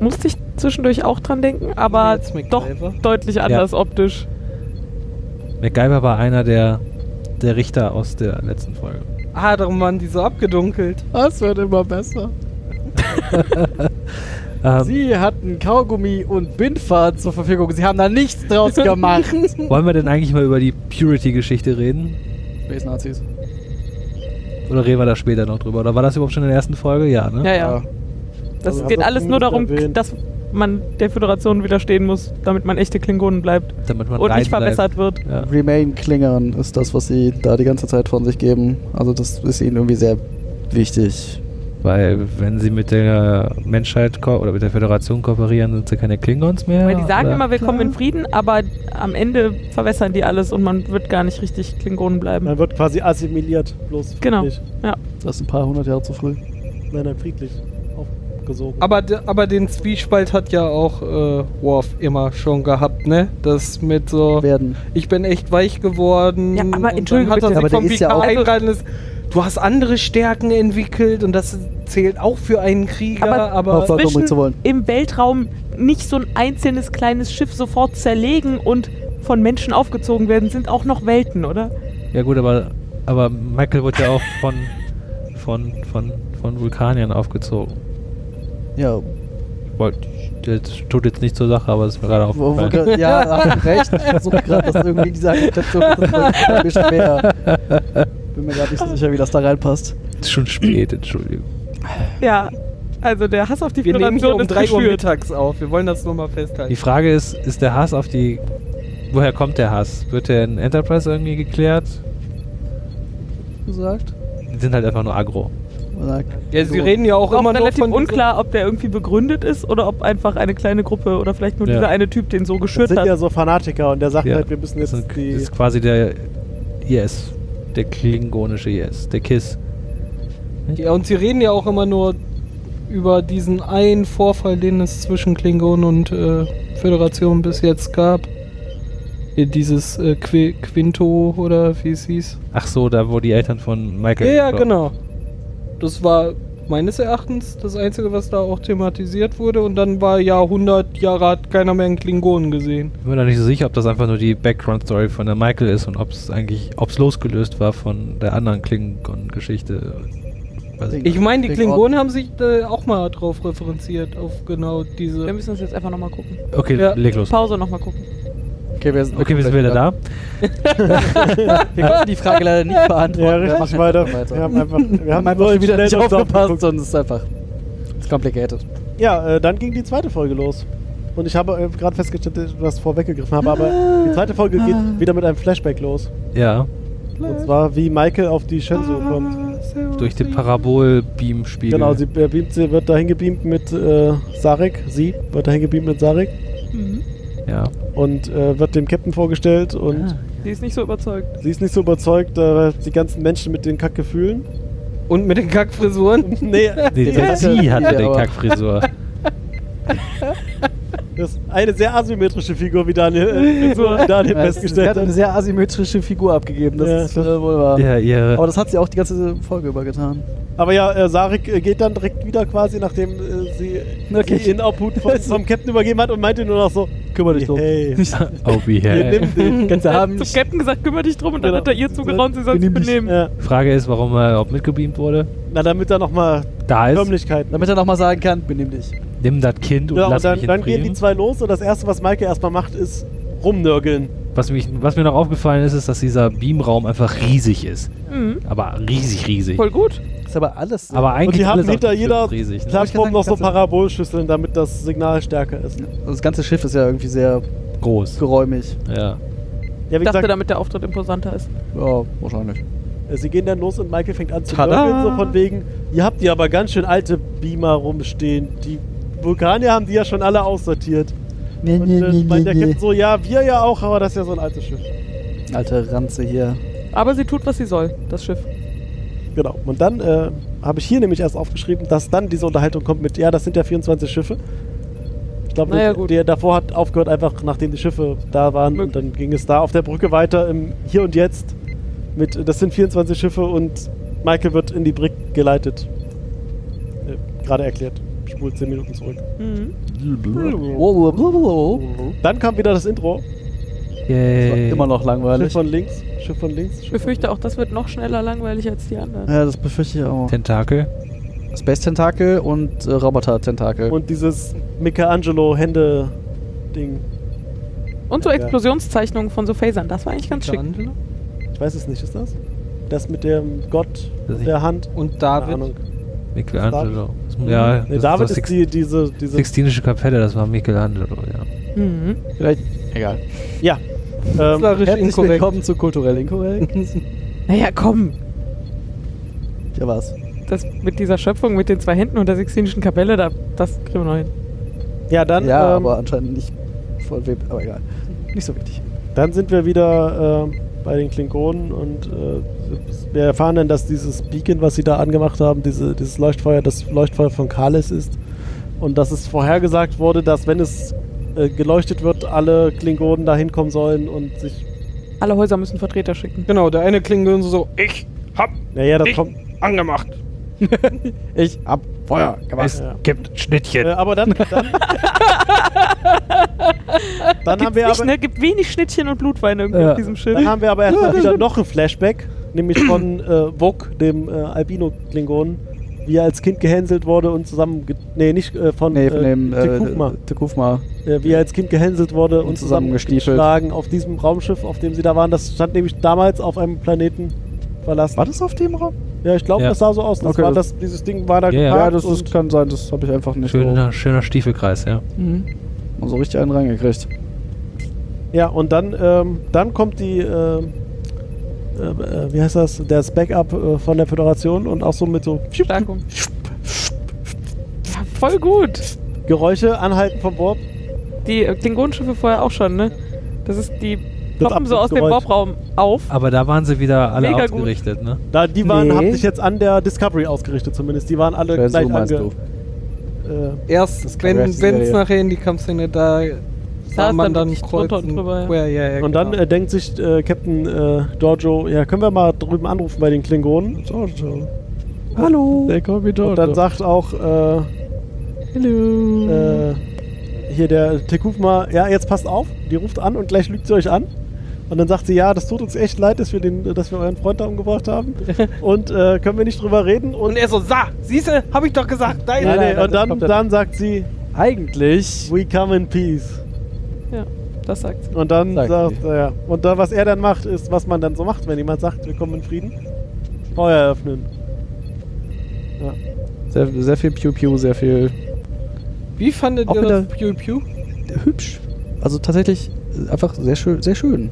[SPEAKER 5] Musste ich zwischendurch auch dran denken, aber
[SPEAKER 4] Jetzt
[SPEAKER 5] doch
[SPEAKER 4] MacGyver.
[SPEAKER 5] deutlich anders optisch.
[SPEAKER 2] MacGyver war einer der, der Richter aus der letzten Folge.
[SPEAKER 4] Ah, darum waren die so abgedunkelt.
[SPEAKER 3] Das wird immer besser.
[SPEAKER 2] Ähm,
[SPEAKER 3] Sie hatten Kaugummi und Bindfaden zur Verfügung. Sie haben da nichts draus gemacht.
[SPEAKER 2] wollen wir denn eigentlich mal über die Purity-Geschichte reden?
[SPEAKER 3] Space Nazis.
[SPEAKER 2] Oder reden wir da später noch drüber? Oder war das überhaupt schon in der ersten Folge? Ja, ne?
[SPEAKER 5] Ja, ja. Das
[SPEAKER 1] Also,
[SPEAKER 5] geht
[SPEAKER 1] hab
[SPEAKER 5] alles
[SPEAKER 1] das
[SPEAKER 5] nur darum,
[SPEAKER 1] erwähnt.
[SPEAKER 5] dass man der Föderation widerstehen muss, damit man echte Klingonen bleibt
[SPEAKER 2] Damit man
[SPEAKER 5] und nicht
[SPEAKER 2] rein bleibt.
[SPEAKER 5] verbessert wird.
[SPEAKER 2] Ja.
[SPEAKER 8] Remain Klingern ist das, was sie da die ganze Zeit von sich geben. Also das ist ihnen irgendwie sehr wichtig.
[SPEAKER 2] Weil wenn sie mit der Menschheit ko- oder mit der Föderation kooperieren, sind sie keine Klingons mehr.
[SPEAKER 5] Weil die sagen
[SPEAKER 2] oder?
[SPEAKER 5] immer, wir kommen in Frieden, aber am Ende verwässern die alles und man wird gar nicht richtig Klingonen bleiben.
[SPEAKER 1] Man wird quasi assimiliert, bloß
[SPEAKER 5] Genau.
[SPEAKER 1] friedlich.
[SPEAKER 8] Das ist ein paar hundert Jahre zu früh.
[SPEAKER 1] Nein, nein, friedlich. Aufgesogen.
[SPEAKER 4] Aber, de- aber den Zwiespalt hat ja auch äh, Worf immer schon gehabt, ne? Das mit so,
[SPEAKER 8] Werden.
[SPEAKER 4] ich bin echt weich geworden.
[SPEAKER 5] Ja, aber
[SPEAKER 4] und dann
[SPEAKER 5] entschuldige
[SPEAKER 4] hat er
[SPEAKER 5] bitte.
[SPEAKER 4] sich
[SPEAKER 8] Aber der
[SPEAKER 4] vom
[SPEAKER 8] ist ja
[SPEAKER 4] Picard
[SPEAKER 8] auch-
[SPEAKER 4] eingeladen, ist, du hast andere Stärken entwickelt und das zählt auch für einen Krieger,
[SPEAKER 5] Aber-
[SPEAKER 4] aber,
[SPEAKER 8] Vollkommen
[SPEAKER 5] zwischen
[SPEAKER 8] zu wollen.
[SPEAKER 5] im Weltraum nicht so ein einzelnes kleines Schiff sofort zerlegen und von Menschen aufgezogen werden, sind auch noch Welten, oder?
[SPEAKER 2] Ja gut, aber, aber Michael wurde ja auch von, von, von, von Vulkaniern aufgezogen.
[SPEAKER 8] Ja,
[SPEAKER 2] Wollt- Das tut jetzt nicht zur Sache, aber es ist mir gerade
[SPEAKER 8] wo, wo,
[SPEAKER 2] aufgefallen.
[SPEAKER 8] grad- ja, hast recht. Ich versuche gerade, das irgendwie in dieser Argumentation ein bisschen mehr. Bin mir gerade nicht so sicher, wie das da reinpasst.
[SPEAKER 2] Ist schon spät, Entschuldigung.
[SPEAKER 5] Ja. Also der Hass auf die
[SPEAKER 4] wir nehmen hier
[SPEAKER 5] Föderation
[SPEAKER 4] um
[SPEAKER 5] ist
[SPEAKER 4] 3 Uhr
[SPEAKER 5] geschürt.
[SPEAKER 4] mittags auf. Wir wollen das nur mal
[SPEAKER 2] Die
[SPEAKER 4] festhalten.
[SPEAKER 2] Frage ist, ist der Hass auf die Woher kommt der Hass? Wird der in Enterprise irgendwie geklärt?
[SPEAKER 3] gesagt.
[SPEAKER 2] Die sind halt einfach nur aggro.
[SPEAKER 3] Man sagt,
[SPEAKER 4] Ja, sie
[SPEAKER 3] so,
[SPEAKER 4] reden ja auch
[SPEAKER 5] Auch
[SPEAKER 4] immer noch
[SPEAKER 5] relativ
[SPEAKER 4] von diesen-
[SPEAKER 5] unklar, ob der irgendwie begründet ist oder ob einfach eine kleine Gruppe oder vielleicht nur
[SPEAKER 2] Ja.
[SPEAKER 5] dieser eine Typ den so
[SPEAKER 1] Das
[SPEAKER 5] geschürt
[SPEAKER 1] sind
[SPEAKER 5] hat.
[SPEAKER 1] ja so Fanatiker und der sagt halt, wir müssen
[SPEAKER 2] Das
[SPEAKER 1] jetzt
[SPEAKER 2] ist, ein-
[SPEAKER 1] die.
[SPEAKER 2] ist quasi der Yes. Der klingonische Yes. Der Kiss.
[SPEAKER 4] Ja, und sie reden ja auch immer nur über diesen einen Vorfall, den es zwischen Klingonen und äh, Föderation bis jetzt gab. Hier dieses äh, Qui Quinto oder wie es hieß.
[SPEAKER 2] Ach so, da wo die Eltern von
[SPEAKER 4] Ja,
[SPEAKER 2] Michael.
[SPEAKER 4] ja,
[SPEAKER 2] glaub-
[SPEAKER 4] genau. Das war meines Erachtens das Einzige, was da auch thematisiert wurde. Und dann war ja 100 Jahre hat keiner mehr einen Klingonen gesehen.
[SPEAKER 2] Ich bin mir da nicht so sicher, ob das einfach nur die Background-Story von der Michael ist und ob es eigentlich, ob es losgelöst war von der anderen Klingon-Geschichte. Weiß ich
[SPEAKER 4] Ich meine, die
[SPEAKER 3] Klingon-
[SPEAKER 4] Klingonen haben sich äh, auch mal drauf referenziert, auf genau diese.
[SPEAKER 5] Wir müssen uns jetzt einfach nochmal gucken.
[SPEAKER 2] nicht. Okay,
[SPEAKER 4] Ja.
[SPEAKER 2] leg los.
[SPEAKER 5] Pause nochmal gucken.
[SPEAKER 9] Okay, wir sind,
[SPEAKER 2] Okay, wir sind wieder da.
[SPEAKER 3] Wir konnten die Frage leider nicht beantworten.
[SPEAKER 1] ja,
[SPEAKER 3] Wir
[SPEAKER 1] richtig
[SPEAKER 3] machen
[SPEAKER 1] weiter.
[SPEAKER 3] einfach
[SPEAKER 1] Wir haben einfach, wir haben
[SPEAKER 3] Wir haben
[SPEAKER 1] einfach
[SPEAKER 3] einfach wieder
[SPEAKER 1] schnell
[SPEAKER 3] nicht
[SPEAKER 1] uns
[SPEAKER 3] aufgepasst
[SPEAKER 1] aufgeguckt.
[SPEAKER 3] und es ist einfach. It's complicated.
[SPEAKER 1] Ja, äh, dann ging die zweite Folge los. Und ich habe äh, gerade festgestellt, dass ich was vorweggegriffen habe, aber die zweite Folge
[SPEAKER 3] Ah.
[SPEAKER 1] geht wieder mit einem Flashback los.
[SPEAKER 2] Ja,
[SPEAKER 1] Und zwar, wie Michael auf die Shenzhou
[SPEAKER 3] Ah.
[SPEAKER 1] kommt.
[SPEAKER 2] durch den Parabol-Beam-Spiegel.
[SPEAKER 1] Genau, sie, äh, beamt, sie wird dahin gebeamt mit äh, Sarek. Sie wird dahin gebeamt mit Sarek.
[SPEAKER 5] Mhm.
[SPEAKER 2] ja.
[SPEAKER 1] Und äh, wird dem Captain vorgestellt. Und
[SPEAKER 5] Die ist nicht so
[SPEAKER 3] Ah.
[SPEAKER 5] überzeugt.
[SPEAKER 1] sie ist nicht so überzeugt, äh, die ganzen Menschen mit den Kackgefühlen.
[SPEAKER 4] Und mit den Kackfrisuren?
[SPEAKER 1] Nee,
[SPEAKER 2] Die,
[SPEAKER 3] Ja.
[SPEAKER 2] die
[SPEAKER 3] Ja,
[SPEAKER 2] hatte den
[SPEAKER 3] aber-
[SPEAKER 2] Kackfrisur.
[SPEAKER 1] das ist eine sehr asymmetrische Figur, wie Daniel, äh, wie Daniel
[SPEAKER 3] Ja, es- Sie
[SPEAKER 1] festgestellt
[SPEAKER 3] hat eine
[SPEAKER 1] hat.
[SPEAKER 3] sehr asymmetrische Figur abgegeben, das
[SPEAKER 1] Ja,
[SPEAKER 3] ist
[SPEAKER 1] das-
[SPEAKER 3] äh, wohl wahr.
[SPEAKER 2] ja, ihre
[SPEAKER 3] Aber das hat sie auch die ganze Folge über getan.
[SPEAKER 1] Aber ja, äh, Sarek äh, geht dann direkt wieder quasi, nachdem äh, sie,
[SPEAKER 3] Okay.
[SPEAKER 1] sie ihn Obhut vom, vom Captain übergeben hat und meinte nur noch so,
[SPEAKER 3] Kümmere dich drum.
[SPEAKER 1] hey,
[SPEAKER 2] Obi
[SPEAKER 1] hier,
[SPEAKER 2] hey.
[SPEAKER 1] nimm den.
[SPEAKER 3] Ganze
[SPEAKER 5] Er hat
[SPEAKER 3] Abend.
[SPEAKER 5] zum Captain gesagt, kümmere dich drum und dann
[SPEAKER 1] Genau.
[SPEAKER 5] hat er ihr zugeraunt, sie soll sich
[SPEAKER 3] Benimm dich.
[SPEAKER 5] benehmen.
[SPEAKER 1] Ja,
[SPEAKER 2] Frage ist, warum er überhaupt mitgebeamt wurde.
[SPEAKER 1] na, damit da nochmal
[SPEAKER 2] Da ist,
[SPEAKER 1] Förmlichkeit.
[SPEAKER 3] Damit er nochmal sagen kann, benimm dich.
[SPEAKER 2] nimm das Kind und
[SPEAKER 1] Ja,
[SPEAKER 2] lass
[SPEAKER 1] und dann,
[SPEAKER 2] mich in
[SPEAKER 1] dann
[SPEAKER 2] Frieden.
[SPEAKER 1] gehen die zwei los und das erste, was Maike erstmal macht, ist rumnörgeln.
[SPEAKER 2] Was, mich, was mir noch aufgefallen ist, ist, dass dieser Beamraum einfach riesig ist.
[SPEAKER 5] Mhm.
[SPEAKER 2] Aber riesig, riesig.
[SPEAKER 5] Voll gut.
[SPEAKER 3] Ist aber alles. so.
[SPEAKER 2] Aber
[SPEAKER 1] Und
[SPEAKER 2] eigentlich
[SPEAKER 1] die haben
[SPEAKER 2] alles auf
[SPEAKER 1] hinter
[SPEAKER 2] dem Schiff
[SPEAKER 1] jeder
[SPEAKER 2] ist riesig. Ne?
[SPEAKER 3] Klar.
[SPEAKER 1] Plattform noch so
[SPEAKER 3] Ganze-
[SPEAKER 1] Parabolschüsseln, damit das Signal stärker ist.
[SPEAKER 3] Also das ganze Schiff ist ja irgendwie sehr
[SPEAKER 2] Groß.
[SPEAKER 3] geräumig.
[SPEAKER 2] Ja.
[SPEAKER 1] Ja, wie
[SPEAKER 5] Ich dachte,
[SPEAKER 1] gesagt,
[SPEAKER 5] damit der Auftritt imposanter ist.
[SPEAKER 3] Ja, wahrscheinlich.
[SPEAKER 1] äh, sie gehen dann los und Maike fängt an zu
[SPEAKER 3] Tada!
[SPEAKER 1] nörgeln, so von wegen, ihr habt ja aber ganz schön alte Beamer rumstehen. Die Vulkanier haben die ja schon alle aussortiert.
[SPEAKER 3] Nee,
[SPEAKER 1] Und äh, meint der Captain so, ja, wir ja auch, aber das ist ja so ein altes Schiff.
[SPEAKER 3] Alte Ranze hier.
[SPEAKER 5] Aber sie tut, was sie soll, das Schiff.
[SPEAKER 1] Genau. Und dann äh, habe ich hier nämlich erst aufgeschrieben, dass dann diese Unterhaltung kommt mit, ja, das sind ja 24 Schiffe. Ich glaube,
[SPEAKER 5] Naja,
[SPEAKER 1] der,
[SPEAKER 5] gut.
[SPEAKER 1] der davor hat aufgehört, einfach nachdem die Schiffe da waren. Und
[SPEAKER 5] Möglich.
[SPEAKER 1] dann ging es da auf der Brücke weiter im Hier und Jetzt mit, äh, das sind 24 Schiffe und Michael wird in die Brücke geleitet. Äh, Gerade erklärt. Spult 10 Minuten zurück.
[SPEAKER 5] Mhm.
[SPEAKER 3] Oh, Blablabla.
[SPEAKER 1] Dann kam wieder das Intro.
[SPEAKER 3] Das war
[SPEAKER 2] Yay.
[SPEAKER 3] immer noch
[SPEAKER 1] Schiff
[SPEAKER 3] langweilig.
[SPEAKER 1] von links, Schiff von links. Schiff
[SPEAKER 5] Ich
[SPEAKER 1] von
[SPEAKER 5] befürchte auch, das wird noch schneller langweilig als die anderen.
[SPEAKER 3] Ja, das befürchte ich auch.
[SPEAKER 2] Tentakel.
[SPEAKER 3] Space-Tentakel und äh, Roboter-Tentakel.
[SPEAKER 1] Und dieses Michelangelo-Hände-Ding.
[SPEAKER 5] Und so
[SPEAKER 1] Ja.
[SPEAKER 5] Explosionszeichnungen von so Phasern, das war eigentlich ganz schick.
[SPEAKER 1] Ich weiß es nicht, ist das? Das mit dem Gott
[SPEAKER 2] Das
[SPEAKER 1] der Hand?
[SPEAKER 4] Und
[SPEAKER 1] Keine
[SPEAKER 4] David.
[SPEAKER 1] Ahnung.
[SPEAKER 2] Michelangelo. Ja,
[SPEAKER 1] nee,
[SPEAKER 2] das
[SPEAKER 1] David
[SPEAKER 2] ist das
[SPEAKER 1] ist
[SPEAKER 2] Six-
[SPEAKER 1] die, diese, diese.
[SPEAKER 2] Sixtinische Kapelle, das war Michelangelo, ja.
[SPEAKER 5] Mhm.
[SPEAKER 3] Vielleicht. Egal.
[SPEAKER 1] Ja. Ähm,
[SPEAKER 4] Künstlerisch
[SPEAKER 3] Herzlich
[SPEAKER 4] inkorrekt.
[SPEAKER 3] willkommen zu Kulturell Inkorrekt.
[SPEAKER 5] Naja, komm.
[SPEAKER 3] ja, was?
[SPEAKER 5] Das mit dieser Schöpfung, mit den zwei Händen und der Sixtinischen Kapelle, da, das kriegen wir noch hin.
[SPEAKER 1] ja, dann,
[SPEAKER 3] ja,
[SPEAKER 1] ähm,
[SPEAKER 3] aber anscheinend nicht von wem. Aber egal. Nicht so wichtig.
[SPEAKER 1] dann sind wir wieder ähm, bei den Klingonen und äh, wir erfahren dann, dass dieses Beacon, was sie da angemacht haben, diese, dieses Leuchtfeuer, das Leuchtfeuer von Kales ist. Und dass es vorhergesagt wurde, dass wenn es äh, geleuchtet wird, alle Klingonen da hinkommen sollen und sich.
[SPEAKER 5] Alle Häuser müssen Vertreter schicken.
[SPEAKER 4] Genau, der eine Klingon so, ich hab
[SPEAKER 1] Naja, das
[SPEAKER 4] Ich-
[SPEAKER 1] kommt.
[SPEAKER 4] angemacht.
[SPEAKER 3] Ich hab Feuer gemacht.
[SPEAKER 2] Es gibt Schnittchen.
[SPEAKER 1] Äh, aber dann. Dann, dann haben wir
[SPEAKER 5] Nicht,
[SPEAKER 1] aber.
[SPEAKER 5] ne? Gibt wenig Schnittchen und Blutwein irgendwie
[SPEAKER 2] Ja.
[SPEAKER 5] auf diesem Schiff.
[SPEAKER 1] Dann haben wir aber erstmal wieder noch ein Flashback, nämlich von äh, Vogue, dem äh, Albino-Klingonen, wie er als Kind gehänselt wurde und zusammen. Nee, nicht äh, von
[SPEAKER 3] Nee, von dem
[SPEAKER 1] Tim Kukma.
[SPEAKER 3] äh, Tekufma.
[SPEAKER 1] Äh, wie er als Kind gehänselt wurde und,
[SPEAKER 3] Und zusammengestiefelt.
[SPEAKER 1] zusammengeschlagen auf diesem Raumschiff, auf dem sie da waren. Das stand nämlich damals auf einem Planeten verlassen.
[SPEAKER 3] War das auf dem Raum?
[SPEAKER 1] Ja, ich glaube,
[SPEAKER 2] Ja.
[SPEAKER 1] das sah so aus. Das
[SPEAKER 3] Okay,
[SPEAKER 1] war
[SPEAKER 3] das-
[SPEAKER 1] das, dieses Ding war da
[SPEAKER 2] Ja, ja.
[SPEAKER 1] geparkt
[SPEAKER 2] Ja,
[SPEAKER 1] und
[SPEAKER 3] kann sein, das habe ich einfach nicht
[SPEAKER 5] Mhm.
[SPEAKER 2] Schöner, schöner Stiefelkreis, ja.
[SPEAKER 3] so richtig einen reingekriegt.
[SPEAKER 1] Ja, und dann, ähm, dann kommt die, ähm, äh, äh, wie heißt das, das Backup äh, von der Föderation und auch so mit so
[SPEAKER 5] Stärkung. Ja, voll gut.
[SPEAKER 1] Geräusche, Anhalten vom Warp.
[SPEAKER 5] Die äh, Klingonenschiffe vorher auch schon, ne? Das ist, die ploppen so aus dem
[SPEAKER 1] Abfluggeräusch.
[SPEAKER 5] Warpraum auf.
[SPEAKER 7] Aber da waren sie wieder alle
[SPEAKER 5] Mega gut.
[SPEAKER 7] ausgerichtet, ne?
[SPEAKER 1] Da, die waren,
[SPEAKER 8] Nee.
[SPEAKER 1] haben sich jetzt an der Discovery ausgerichtet zumindest. Die waren alle
[SPEAKER 3] Wer
[SPEAKER 1] gleich
[SPEAKER 3] so meinst du?
[SPEAKER 1] ange... Äh,
[SPEAKER 4] Erst,
[SPEAKER 3] kann
[SPEAKER 4] wenn
[SPEAKER 3] man
[SPEAKER 4] es
[SPEAKER 3] erst in der-
[SPEAKER 4] nachher in die Kampfszene da, sah
[SPEAKER 5] ist
[SPEAKER 4] man
[SPEAKER 5] dann
[SPEAKER 4] dann
[SPEAKER 5] wirklich
[SPEAKER 4] Kreuz
[SPEAKER 5] drunter und drüber, ja.
[SPEAKER 4] Square, ja, ja,
[SPEAKER 1] und dann
[SPEAKER 4] genau.
[SPEAKER 1] äh, denkt sich äh, Captain äh, Giorgio, ja, können wir mal drüben anrufen bei den Klingonen? Giorgio. Hallo.
[SPEAKER 8] Der kommt mit
[SPEAKER 1] Und dann sagt auch äh, Äh, hier der Tekufma, ja, jetzt passt auf, die ruft an und gleich lügt sie euch an. Und dann sagt sie, ja, das tut uns echt leid, dass wir, den, dass wir euren Freund da umgebracht haben. Und äh, können wir nicht drüber reden. Und,
[SPEAKER 4] und er so, sa, siehste, hab ich doch gesagt, da ist
[SPEAKER 1] Nein,
[SPEAKER 4] er.
[SPEAKER 1] nee,
[SPEAKER 8] nein, das
[SPEAKER 1] und dann,
[SPEAKER 8] kommt dann-
[SPEAKER 1] dann sagt sie,
[SPEAKER 8] Eigentlich.
[SPEAKER 1] we come in peace.
[SPEAKER 5] Das sagt's.
[SPEAKER 1] Und dann
[SPEAKER 3] Sagt
[SPEAKER 1] sagt er, ja. Und da, was er dann macht, ist, was man dann so macht, wenn jemand sagt, wir kommen in Frieden. Feuer eröffnen.
[SPEAKER 3] Sehr, sehr viel Pew Pew, sehr viel.
[SPEAKER 4] Wie fandet
[SPEAKER 3] Auch
[SPEAKER 4] ihr das
[SPEAKER 3] wieder-
[SPEAKER 4] Pew Pew?
[SPEAKER 3] Hübsch. Also tatsächlich äh, einfach sehr schön, sehr schön.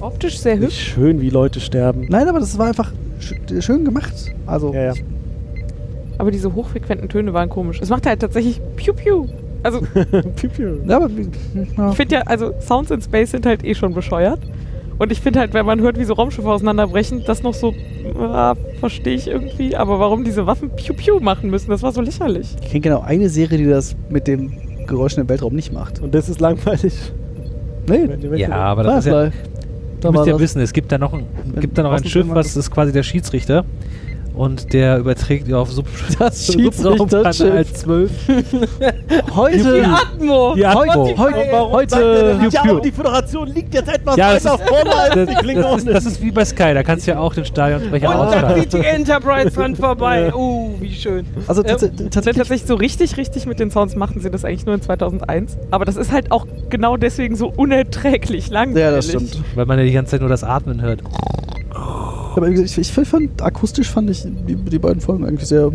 [SPEAKER 5] Optisch sehr
[SPEAKER 1] Nicht
[SPEAKER 5] hübsch.
[SPEAKER 1] schön, wie Leute sterben.
[SPEAKER 3] Nein, aber das war einfach sch schön gemacht. Also
[SPEAKER 1] Ja, ja.
[SPEAKER 5] Aber diese hochfrequenten Töne waren komisch. Es macht halt tatsächlich Piu Piu. Also,
[SPEAKER 1] Piu, piu.
[SPEAKER 3] Ja, aber wie- ja.
[SPEAKER 5] ich finde ja, also Sounds in Space sind halt eh schon bescheuert. Und ich finde halt, wenn man hört, wie so Raumschiffe auseinanderbrechen, das noch so, ah, verstehe ich irgendwie. Aber warum diese Waffen Piu Piu machen müssen, das war so lächerlich.
[SPEAKER 3] ich kenne genau eine Serie, die das mit dem Geräuschen im Weltraum nicht macht.
[SPEAKER 1] Und das ist langweilig.
[SPEAKER 3] Nee,
[SPEAKER 7] Ja, aber das ist ja,
[SPEAKER 3] Firefly.
[SPEAKER 7] Du
[SPEAKER 3] Da war
[SPEAKER 7] müsst ja
[SPEAKER 3] das.
[SPEAKER 7] wissen, es gibt da noch ein,
[SPEAKER 3] Wenn
[SPEAKER 7] gibt da noch ein
[SPEAKER 3] draußen
[SPEAKER 7] Schiff,
[SPEAKER 3] jemand
[SPEAKER 7] was ist quasi der Schiedsrichter. Und der überträgt auf Sub
[SPEAKER 3] Das
[SPEAKER 7] Subraumkanal
[SPEAKER 3] Schiedsrichter-Schiff.
[SPEAKER 7] 12.
[SPEAKER 3] Heute.
[SPEAKER 5] Atmo!
[SPEAKER 7] Ja,
[SPEAKER 3] Heute. Heute.
[SPEAKER 1] Heute,
[SPEAKER 7] Piu, piu.
[SPEAKER 1] die Föderation liegt jetzt etwas
[SPEAKER 7] Ja, das
[SPEAKER 1] weiter
[SPEAKER 7] ist-
[SPEAKER 1] vorne als die
[SPEAKER 7] das, ist,
[SPEAKER 1] Klingonen.
[SPEAKER 7] das ist wie bei Sky, da kannst du ja auch den Stadionsprecher
[SPEAKER 4] Und dann
[SPEAKER 7] ausschalten.
[SPEAKER 4] sieht die Enterprise ran vorbei. Oh, wie schön.
[SPEAKER 3] Also
[SPEAKER 4] Ähm,
[SPEAKER 3] tats
[SPEAKER 5] Denn
[SPEAKER 3] tatsächlich.
[SPEAKER 5] tatsächlich so richtig, richtig mit den Sounds machten sie das eigentlich nur in 2001. Aber das ist halt auch genau deswegen so unerträglich langweilig.
[SPEAKER 3] Ja, das stimmt.
[SPEAKER 7] Weil man ja die ganze Zeit nur das Atmen hört.
[SPEAKER 3] Aber wie gesagt, ich, ich fand, akustisch fand ich die, die beiden Folgen eigentlich sehr.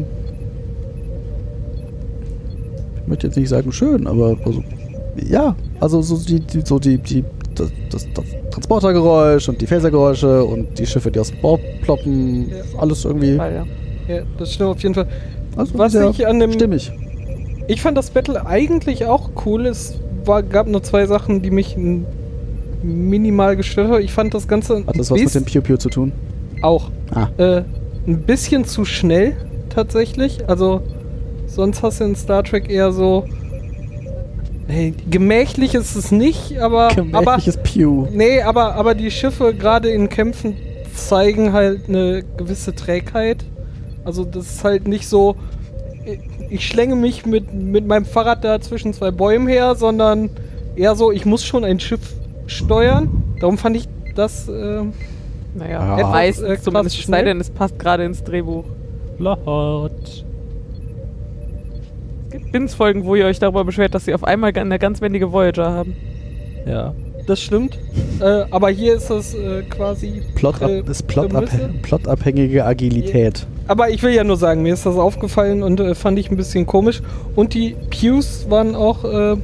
[SPEAKER 3] Ich möchte jetzt nicht sagen schön, aber also, ja, also so die, die so die, die das, das, das Transportergeräusch und die Phasergeräusche und die Schiffe, die aus dem Bord ploppen,
[SPEAKER 4] Ja.
[SPEAKER 3] alles irgendwie.
[SPEAKER 5] Weil, ja.
[SPEAKER 4] Ja, das stimmt auf jeden Fall.
[SPEAKER 3] Also
[SPEAKER 4] Was
[SPEAKER 3] sehr
[SPEAKER 4] ich an dem-
[SPEAKER 3] stimmig.
[SPEAKER 4] Ich fand das Battle eigentlich auch cool. Es war, gab nur zwei Sachen, die mich n- minimal gestört haben. Ich fand das Ganze ein
[SPEAKER 3] Hat das was mit
[SPEAKER 4] bisschen-
[SPEAKER 3] dem Pew Pew zu tun?
[SPEAKER 4] auch
[SPEAKER 3] Ah.
[SPEAKER 4] äh, ein bisschen zu schnell tatsächlich. Also sonst hast du in Star Trek eher so nee, gemächlich ist es nicht, aber aber
[SPEAKER 3] Gemächliches Pew.
[SPEAKER 4] nee, aber aber die Schiffe gerade in Kämpfen zeigen halt eine gewisse Trägheit. Also das ist halt nicht so ich- ich schlänge mich mit, mit meinem Fahrrad da zwischen zwei Bäumen her, sondern eher so, ich muss schon ein Schiff steuern. Darum fand ich das ähm,
[SPEAKER 3] Ja.
[SPEAKER 5] Naja,
[SPEAKER 3] ne?
[SPEAKER 5] meistens
[SPEAKER 4] Etwas, äh,
[SPEAKER 5] zumindest.
[SPEAKER 4] krass
[SPEAKER 5] Es sei
[SPEAKER 4] schnell.
[SPEAKER 5] denn, es passt gerade ins Drehbuch.
[SPEAKER 7] Plot.
[SPEAKER 5] Es gibt Bins-Folgen, wo ihr euch darüber beschwert, dass sie auf einmal eine ganz wendige Voyager haben.
[SPEAKER 7] Ja.
[SPEAKER 4] Das stimmt. äh, aber hier ist es äh, quasi.
[SPEAKER 3] Plot,
[SPEAKER 4] äh,
[SPEAKER 3] ist plotabhängige
[SPEAKER 4] Prämisse.
[SPEAKER 3] plotabhängige Agilität.
[SPEAKER 4] Aber ich will ja nur sagen, mir ist das aufgefallen und äh, fand ich ein bisschen komisch. Und die Pews waren auch äh,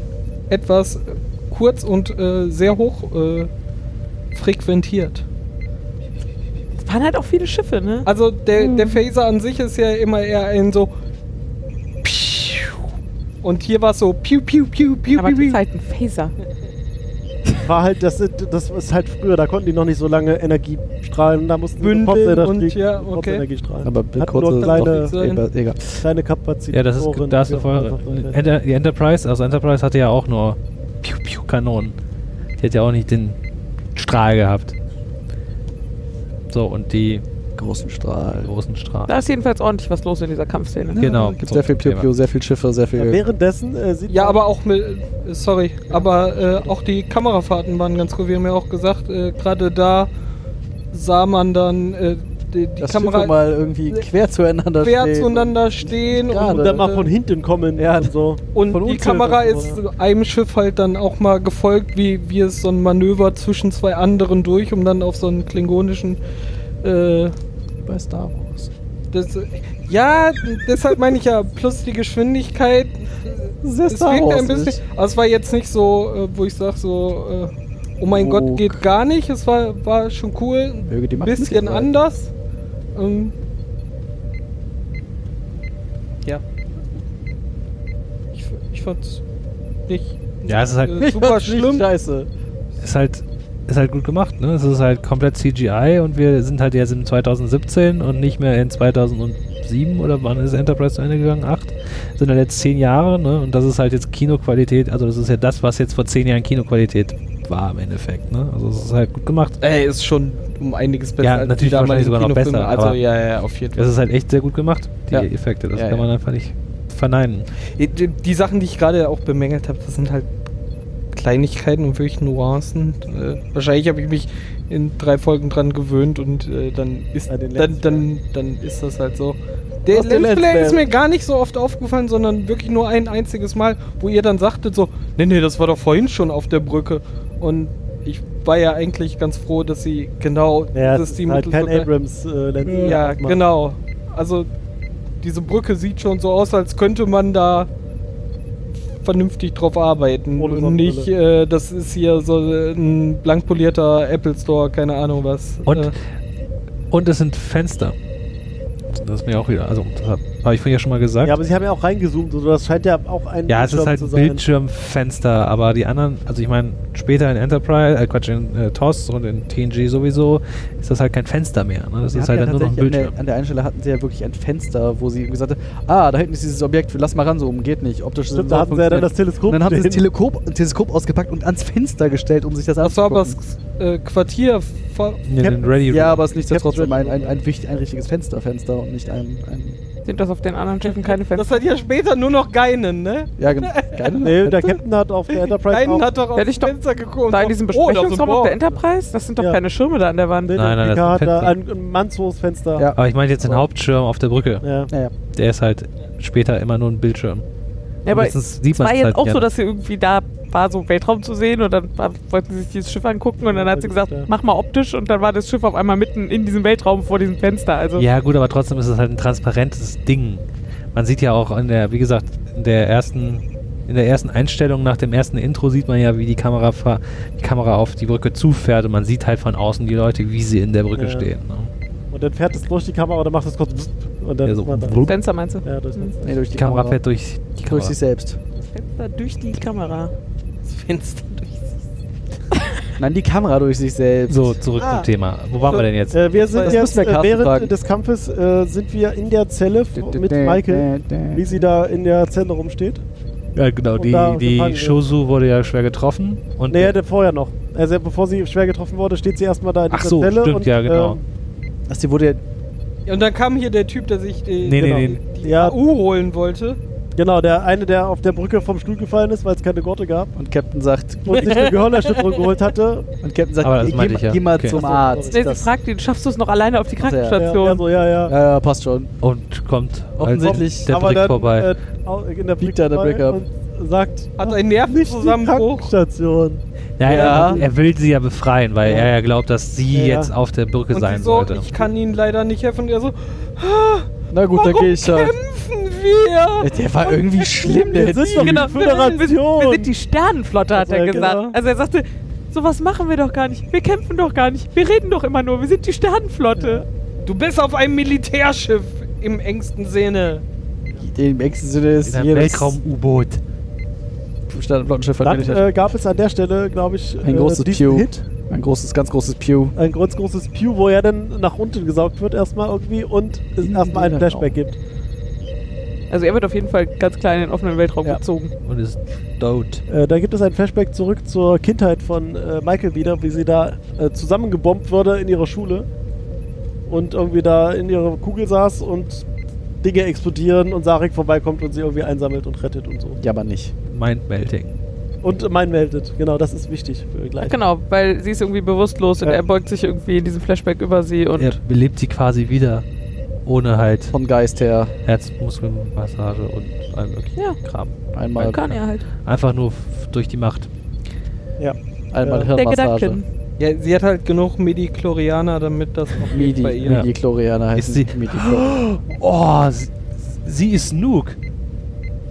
[SPEAKER 4] etwas kurz und äh, sehr hoch äh, frequentiert.
[SPEAKER 5] Es waren halt auch viele Schiffe, ne?
[SPEAKER 4] Also der, der Phaser an sich ist ja immer eher ein so. Und hier war es so. Piu, piu, piu, piu,
[SPEAKER 5] Aber
[SPEAKER 4] piu,
[SPEAKER 5] das
[SPEAKER 4] piu.
[SPEAKER 5] ist halt ein Phaser.
[SPEAKER 1] War halt, das, ist- das ist halt früher, da konnten die noch nicht so lange Energie strahlen, da mussten
[SPEAKER 4] Bündeln
[SPEAKER 1] Energie,
[SPEAKER 4] und ja, okay.
[SPEAKER 1] Energie strahlen.
[SPEAKER 3] Aber
[SPEAKER 1] Hat
[SPEAKER 3] kurze
[SPEAKER 1] nur kleine,
[SPEAKER 4] doch-
[SPEAKER 3] egal. egal.
[SPEAKER 1] kleine Kapazitäten.
[SPEAKER 7] Ja, das ist, da ist eine Folge. Enter, die Enterprise, also Enterprise hatte ja auch nur Piu Piu Kanonen. Die hat ja auch nicht den Strahl gehabt. So, und die
[SPEAKER 3] Großen Strahl.
[SPEAKER 7] großen Strahlen.
[SPEAKER 5] Da ist jedenfalls ordentlich was los in dieser Kampfszene.
[SPEAKER 7] Genau.
[SPEAKER 3] Gibt sehr viel Pew Pew, sehr viel Schiffe, sehr viel.
[SPEAKER 1] Währenddessen äh, sieht
[SPEAKER 4] Ja,
[SPEAKER 1] man-
[SPEAKER 4] aber auch mit, äh, sorry, aber äh, auch die Kamerafahrten waren ganz cool. Wir haben ja auch gesagt, äh, gerade da sah man dann äh, die, die
[SPEAKER 3] das
[SPEAKER 4] Kamera
[SPEAKER 3] Schiffe mal irgendwie quer zueinander
[SPEAKER 4] quer
[SPEAKER 3] stehen.
[SPEAKER 4] zueinander stehen äh,
[SPEAKER 3] Gerade.
[SPEAKER 1] und dann mal von hinten kommen
[SPEAKER 3] Ja.
[SPEAKER 1] und so.
[SPEAKER 4] ne? und,
[SPEAKER 1] von
[SPEAKER 4] und die
[SPEAKER 1] unten
[SPEAKER 4] Kamera
[SPEAKER 1] oder
[SPEAKER 4] ist einem Schiff halt dann auch mal gefolgt, wie, wie es so ein Manöver zwischen zwei anderen durch, um dann auf so einen klingonischen äh,
[SPEAKER 3] bei Star Wars.
[SPEAKER 4] das, ja, deshalb meine ich ja, plus die Geschwindigkeit.
[SPEAKER 3] Sehr
[SPEAKER 4] Es
[SPEAKER 3] Star
[SPEAKER 4] wirkt
[SPEAKER 3] Wars
[SPEAKER 4] ein bisschen.
[SPEAKER 3] ist.
[SPEAKER 4] Aber es war jetzt nicht so, äh, wo ich sage, so, äh, Oh mein
[SPEAKER 10] Vogue.
[SPEAKER 4] Gott, geht gar nicht. Es war, war schon cool.
[SPEAKER 10] Möge die
[SPEAKER 4] Ein
[SPEAKER 10] Macht mit dir
[SPEAKER 4] bisschen
[SPEAKER 10] sein.
[SPEAKER 4] anders. Ähm, ja. Ich, f- ich fand's nicht
[SPEAKER 2] Ja, es ist halt,
[SPEAKER 4] äh, super schlimm.
[SPEAKER 10] Scheiße.
[SPEAKER 2] ist halt, ist halt gut gemacht, ne? Es ist halt komplett CGI und wir sind halt jetzt im 2017 und nicht mehr in 2007 oder wann ist Enterprise zu Ende gegangen? Acht? Sind halt jetzt zehn Jahre, ne? Und das ist halt jetzt Kinoqualität, also das ist ja das, was jetzt vor zehn Jahren Kinoqualität war im Endeffekt, ne? Also es ist halt gut gemacht.
[SPEAKER 4] Ey, ist schon um einiges besser
[SPEAKER 2] Ja, natürlich
[SPEAKER 4] die damaligen
[SPEAKER 2] wahrscheinlich sogar noch
[SPEAKER 4] Kinofilme.
[SPEAKER 2] besser,
[SPEAKER 4] Also
[SPEAKER 2] aber-
[SPEAKER 4] ja, ja, auf jeden Fall.
[SPEAKER 2] Das ist halt echt sehr gut gemacht, die
[SPEAKER 4] Ja.
[SPEAKER 2] Effekte. Das
[SPEAKER 4] Ja,
[SPEAKER 2] kann man einfach nicht verneinen.
[SPEAKER 4] Die- Die die Sachen, die ich gerade auch bemängelt habe, das sind halt Kleinigkeiten und wirklich Nuancen. Äh, wahrscheinlich habe ich mich in drei Folgen dran gewöhnt und äh, dann, ist,
[SPEAKER 3] Bei den
[SPEAKER 4] dann,
[SPEAKER 3] letzten.
[SPEAKER 4] dann, dann ist das halt so. Der
[SPEAKER 3] Aus der
[SPEAKER 4] Let's Play
[SPEAKER 3] letzten.
[SPEAKER 4] ist mir gar nicht so oft aufgefallen, sondern wirklich nur ein einziges Mal, wo ihr dann sagtet so, nee, nee, das war doch vorhin schon auf der Brücke. Und ich war ja eigentlich ganz froh, dass sie genau
[SPEAKER 1] Ja,
[SPEAKER 4] dieses
[SPEAKER 1] das
[SPEAKER 4] Team
[SPEAKER 1] ist halt kein
[SPEAKER 4] mittelbar-
[SPEAKER 1] Abrams äh, Lenz-
[SPEAKER 4] ja,
[SPEAKER 1] Mann.
[SPEAKER 4] genau. Also diese Brücke sieht schon so aus, als könnte man da vernünftig drauf arbeiten.
[SPEAKER 1] Ohne
[SPEAKER 4] Und
[SPEAKER 1] Sonnenbrille.
[SPEAKER 4] nicht, äh, das ist hier so äh, ein blank polierter Apple Store, keine Ahnung was.
[SPEAKER 2] Und
[SPEAKER 4] äh,
[SPEAKER 2] Und es sind Fenster. Das ist mir auch wieder, also das habe hab ich vorhin ja schon mal gesagt.
[SPEAKER 1] Ja, aber sie haben ja auch reingezoomt. Also das scheint ja auch ein
[SPEAKER 2] Ja, es
[SPEAKER 1] Bildschirm
[SPEAKER 2] ist halt
[SPEAKER 1] zu
[SPEAKER 2] ein
[SPEAKER 1] sein.
[SPEAKER 2] Bildschirmfenster, aber die anderen, also ich meine, später in Enterprise, äh Quatsch, in äh, TOS und in TNG sowieso, ist das halt kein Fenster mehr. Ne? Das
[SPEAKER 3] Sie
[SPEAKER 2] ist
[SPEAKER 3] hatten
[SPEAKER 2] halt dann nur noch ein
[SPEAKER 3] tatsächlich
[SPEAKER 2] Bildschirm.
[SPEAKER 3] An der, an der einen Stelle hatten sie ja wirklich ein Fenster, wo sie gesagt haben, ah, da hinten ist dieses Objekt, lass mal ran, so umgeht nicht. Optisch
[SPEAKER 1] Stimmt, da hatten sie ja dann das Teleskop.
[SPEAKER 3] Und dann haben sie das
[SPEAKER 1] stehen.
[SPEAKER 3] Teleskop, Teleskop ausgepackt und ans Fenster gestellt, um sich das
[SPEAKER 4] das war aber
[SPEAKER 3] anzugucken.
[SPEAKER 4] das äh, Quartier vor-
[SPEAKER 2] In den Ready Room.
[SPEAKER 3] ja, aber es ist nichtsdestotrotz
[SPEAKER 1] Captain-
[SPEAKER 3] ein, ein, ein, wichtig, ein richtiges Fensterfenster und nicht ein... ein
[SPEAKER 5] Sind das auf den anderen Schiffen keine Fenster?
[SPEAKER 4] Das hat ja später nur noch Geinen, ne?
[SPEAKER 3] ja, genau. Keine-
[SPEAKER 1] Nee, der Captain hat auf der Enterprise
[SPEAKER 4] Geinen
[SPEAKER 1] auch
[SPEAKER 4] hat doch auf
[SPEAKER 5] Ja,
[SPEAKER 4] das
[SPEAKER 5] ich doch-
[SPEAKER 4] Fenster geguckt. und
[SPEAKER 5] Da
[SPEAKER 4] sagt,
[SPEAKER 5] in
[SPEAKER 4] "Oh,
[SPEAKER 5] diesem
[SPEAKER 4] da sind
[SPEAKER 5] Besprechungsraum auf
[SPEAKER 4] Borg."
[SPEAKER 5] der Enterprise? Das sind doch
[SPEAKER 1] Ja.
[SPEAKER 5] keine Schirme da an der Wand.
[SPEAKER 1] Bild
[SPEAKER 2] Nein, nein, das ist ein
[SPEAKER 1] hat da ein,
[SPEAKER 2] Fenster.
[SPEAKER 1] ein Manns hohes Fenster.
[SPEAKER 3] Ja.
[SPEAKER 2] aber ich meine jetzt den Hauptschirm auf der Brücke.
[SPEAKER 1] Ja.
[SPEAKER 3] Naja.
[SPEAKER 2] Der ist halt später immer nur ein Bildschirm.
[SPEAKER 5] Ja, aber es
[SPEAKER 2] Mindestens sieht
[SPEAKER 5] war
[SPEAKER 2] man's
[SPEAKER 5] jetzt
[SPEAKER 2] halt
[SPEAKER 5] auch so,
[SPEAKER 2] gerne.
[SPEAKER 5] dass sie irgendwie da war, so Weltraum zu sehen und dann war, wollten sie sich dieses Schiff angucken und dann
[SPEAKER 1] Ja,
[SPEAKER 5] hat sie
[SPEAKER 1] gut,
[SPEAKER 5] gesagt,
[SPEAKER 1] ja.
[SPEAKER 5] mach mal optisch und dann war das Schiff auf einmal mitten in diesem Weltraum vor diesem Fenster. Also
[SPEAKER 2] Ja, gut, aber trotzdem ist es halt ein transparentes Ding. Man sieht ja auch in der, wie gesagt, in der ersten, in der ersten Einstellung nach dem ersten Intro sieht man ja, wie die Kamera, fa- die Kamera auf die Brücke zufährt und man sieht halt von außen die Leute, wie sie in der Brücke
[SPEAKER 1] Ja.
[SPEAKER 2] stehen. Ne?
[SPEAKER 1] Und dann fährt es durch die Kamera oder macht es kurz bzzzt und dann
[SPEAKER 2] Ja,
[SPEAKER 1] ja,
[SPEAKER 2] so
[SPEAKER 1] ist man da.
[SPEAKER 2] wupp.
[SPEAKER 5] Fenster meinst du?
[SPEAKER 1] Ja, durch
[SPEAKER 5] Hm.
[SPEAKER 3] Nee, durch
[SPEAKER 2] Die Also, Kamera fährt durch die
[SPEAKER 3] Durch
[SPEAKER 2] Kamera.
[SPEAKER 3] sich selbst.
[SPEAKER 5] Das Fenster durch die Kamera.
[SPEAKER 3] Nein, die Kamera durch sich selbst.
[SPEAKER 2] So, zurück zum Thema. Wo waren wir denn jetzt?
[SPEAKER 1] Äh, wir sind
[SPEAKER 3] Das
[SPEAKER 1] jetzt
[SPEAKER 3] müssen wir
[SPEAKER 1] äh,
[SPEAKER 3] Carsten
[SPEAKER 1] während
[SPEAKER 3] fragen.
[SPEAKER 1] des Kampfes äh, sind wir in der Zelle f- mit Michael, wie sie da in der Zelle rumsteht.
[SPEAKER 2] ja, genau,
[SPEAKER 1] und
[SPEAKER 2] die,
[SPEAKER 1] um da gefangen
[SPEAKER 2] die
[SPEAKER 1] ist.
[SPEAKER 2] Shozu wurde ja schwer getroffen. Und
[SPEAKER 1] Nee, der vorher noch. Also bevor sie schwer getroffen wurde, steht sie erstmal da in
[SPEAKER 2] Ach
[SPEAKER 1] dieser
[SPEAKER 2] so,
[SPEAKER 1] Zelle
[SPEAKER 2] stimmt,
[SPEAKER 1] und
[SPEAKER 2] ja, genau.
[SPEAKER 1] ähm,
[SPEAKER 3] Ach, sie wurde ja
[SPEAKER 4] Und dann kam hier der Typ, der sich die,
[SPEAKER 2] nee,
[SPEAKER 1] genau.
[SPEAKER 2] nee, nee.
[SPEAKER 4] die
[SPEAKER 1] Ja.
[SPEAKER 4] AU holen wollte.
[SPEAKER 1] Genau, der eine, der auf der Brücke vom Stuhl gefallen ist, weil es keine Gurte gab
[SPEAKER 3] und Captain sagt,
[SPEAKER 1] und sich eine Gehirnerschütterung geholt hatte.
[SPEAKER 3] und Captain sagt,
[SPEAKER 2] Aber das
[SPEAKER 3] geh,
[SPEAKER 2] meinte ich ja.
[SPEAKER 3] geh mal
[SPEAKER 2] Okay.
[SPEAKER 3] zum
[SPEAKER 1] Ach so,
[SPEAKER 3] Arzt.
[SPEAKER 5] Nee, sie
[SPEAKER 3] Das-
[SPEAKER 5] fragt ihn, schaffst du es noch alleine auf die
[SPEAKER 3] ja.
[SPEAKER 1] Ja,
[SPEAKER 5] Krankenstation?
[SPEAKER 1] ja, so, ja, ja.
[SPEAKER 3] ja, ja, passt schon.
[SPEAKER 2] Und kommt halt
[SPEAKER 3] Offensichtlich,
[SPEAKER 2] der
[SPEAKER 1] Aber
[SPEAKER 2] Blick
[SPEAKER 1] dann,
[SPEAKER 2] vorbei.
[SPEAKER 1] Äh, au- in der Blick
[SPEAKER 3] Liegt da der
[SPEAKER 1] vorbei
[SPEAKER 3] Blick ab.
[SPEAKER 1] und sagt,
[SPEAKER 4] Hat
[SPEAKER 1] "Ach,
[SPEAKER 4] einen
[SPEAKER 1] nicht die
[SPEAKER 4] Nervenzusammenbruch.
[SPEAKER 1] Krankenstation.
[SPEAKER 2] Naja,
[SPEAKER 3] Ja.
[SPEAKER 2] er, er will sie ja befreien, weil
[SPEAKER 1] Ja.
[SPEAKER 2] er ja glaubt, dass
[SPEAKER 1] Ja,
[SPEAKER 2] sie
[SPEAKER 1] ja.
[SPEAKER 2] jetzt auf der Brücke
[SPEAKER 4] Und sie
[SPEAKER 2] sein
[SPEAKER 4] so,
[SPEAKER 2] sollte.
[SPEAKER 4] ich kann ihnen leider nicht helfen. Und er so,
[SPEAKER 3] Na gut, dann
[SPEAKER 4] Warum
[SPEAKER 3] gehe ich halt.
[SPEAKER 4] kämpfen wir?
[SPEAKER 3] Der war irgendwie schlimm, der
[SPEAKER 1] Wir
[SPEAKER 3] Hitze.
[SPEAKER 1] sind doch
[SPEAKER 5] Genau,
[SPEAKER 1] die
[SPEAKER 5] wir sind, wir, sind, wir
[SPEAKER 1] Föderation.
[SPEAKER 5] sind die Sternenflotte, hat
[SPEAKER 1] Also,
[SPEAKER 5] er
[SPEAKER 1] ja,
[SPEAKER 5] gesagt.
[SPEAKER 1] genau.
[SPEAKER 5] Also er sagte, sowas machen wir doch gar nicht. Wir kämpfen doch gar nicht. Wir reden doch immer nur. Wir sind die Sternenflotte.
[SPEAKER 4] Du bist auf einem Militärschiff im engsten Sinne.
[SPEAKER 3] Im engsten Sinne
[SPEAKER 2] In
[SPEAKER 3] ist
[SPEAKER 2] einem
[SPEAKER 3] jedes
[SPEAKER 2] Weltraum-U-Boot.
[SPEAKER 3] Standardflottenschiff
[SPEAKER 1] Dann
[SPEAKER 3] natürlich
[SPEAKER 1] äh, gab es an der Stelle, glaube ich,
[SPEAKER 3] ein
[SPEAKER 1] äh,
[SPEAKER 3] großes
[SPEAKER 1] diesen
[SPEAKER 3] Pew.
[SPEAKER 1] Hit.
[SPEAKER 3] Ein großes, ganz großes Pew.
[SPEAKER 1] Ein ganz großes Pew, wo er dann nach unten gesaugt wird erstmal irgendwie und es
[SPEAKER 3] In
[SPEAKER 1] erstmal einen
[SPEAKER 3] den
[SPEAKER 1] Flashback gibt.
[SPEAKER 5] Also er wird auf jeden Fall ganz klein in den offenen Weltraum
[SPEAKER 1] Ja.
[SPEAKER 5] gezogen.
[SPEAKER 2] und ist dood.
[SPEAKER 1] Äh, da gibt es ein Flashback zurück zur Kindheit von äh, Michael wieder, wie sie da äh, zusammengebombt wurde in ihrer Schule und irgendwie da in ihrer Kugel saß und Dinge explodieren und Sarek vorbeikommt und sie irgendwie einsammelt und rettet und so.
[SPEAKER 3] Ja, aber nicht.
[SPEAKER 2] Mindmelting.
[SPEAKER 1] Und äh, mein meldet, genau, das ist wichtig für gleich.
[SPEAKER 5] Genau, weil sie ist irgendwie bewusstlos und
[SPEAKER 1] Ja.
[SPEAKER 5] er beugt sich irgendwie in diesem Flashback über sie und
[SPEAKER 2] Er belebt sie quasi wieder. Ohne halt
[SPEAKER 3] Vom Geist her
[SPEAKER 2] Herzmuskelmassage und allem möglichen
[SPEAKER 5] Ja.
[SPEAKER 2] Kram.
[SPEAKER 3] einmal,
[SPEAKER 5] kann er halt.
[SPEAKER 2] Einfach nur f- durch die Macht.
[SPEAKER 1] Ja.
[SPEAKER 3] einmal
[SPEAKER 5] Der
[SPEAKER 3] Hirnmassage.
[SPEAKER 5] Gedanken.
[SPEAKER 4] Ja, sie hat halt genug Midi-Chlorianer, damit das auch geht
[SPEAKER 3] Midi,
[SPEAKER 4] bei ihr.
[SPEAKER 2] Ja.
[SPEAKER 3] Midi-Chlorianer heißt
[SPEAKER 2] Ist sie-
[SPEAKER 3] Midi -Chlorianer.
[SPEAKER 2] Oh, sie, sie ist Nuke.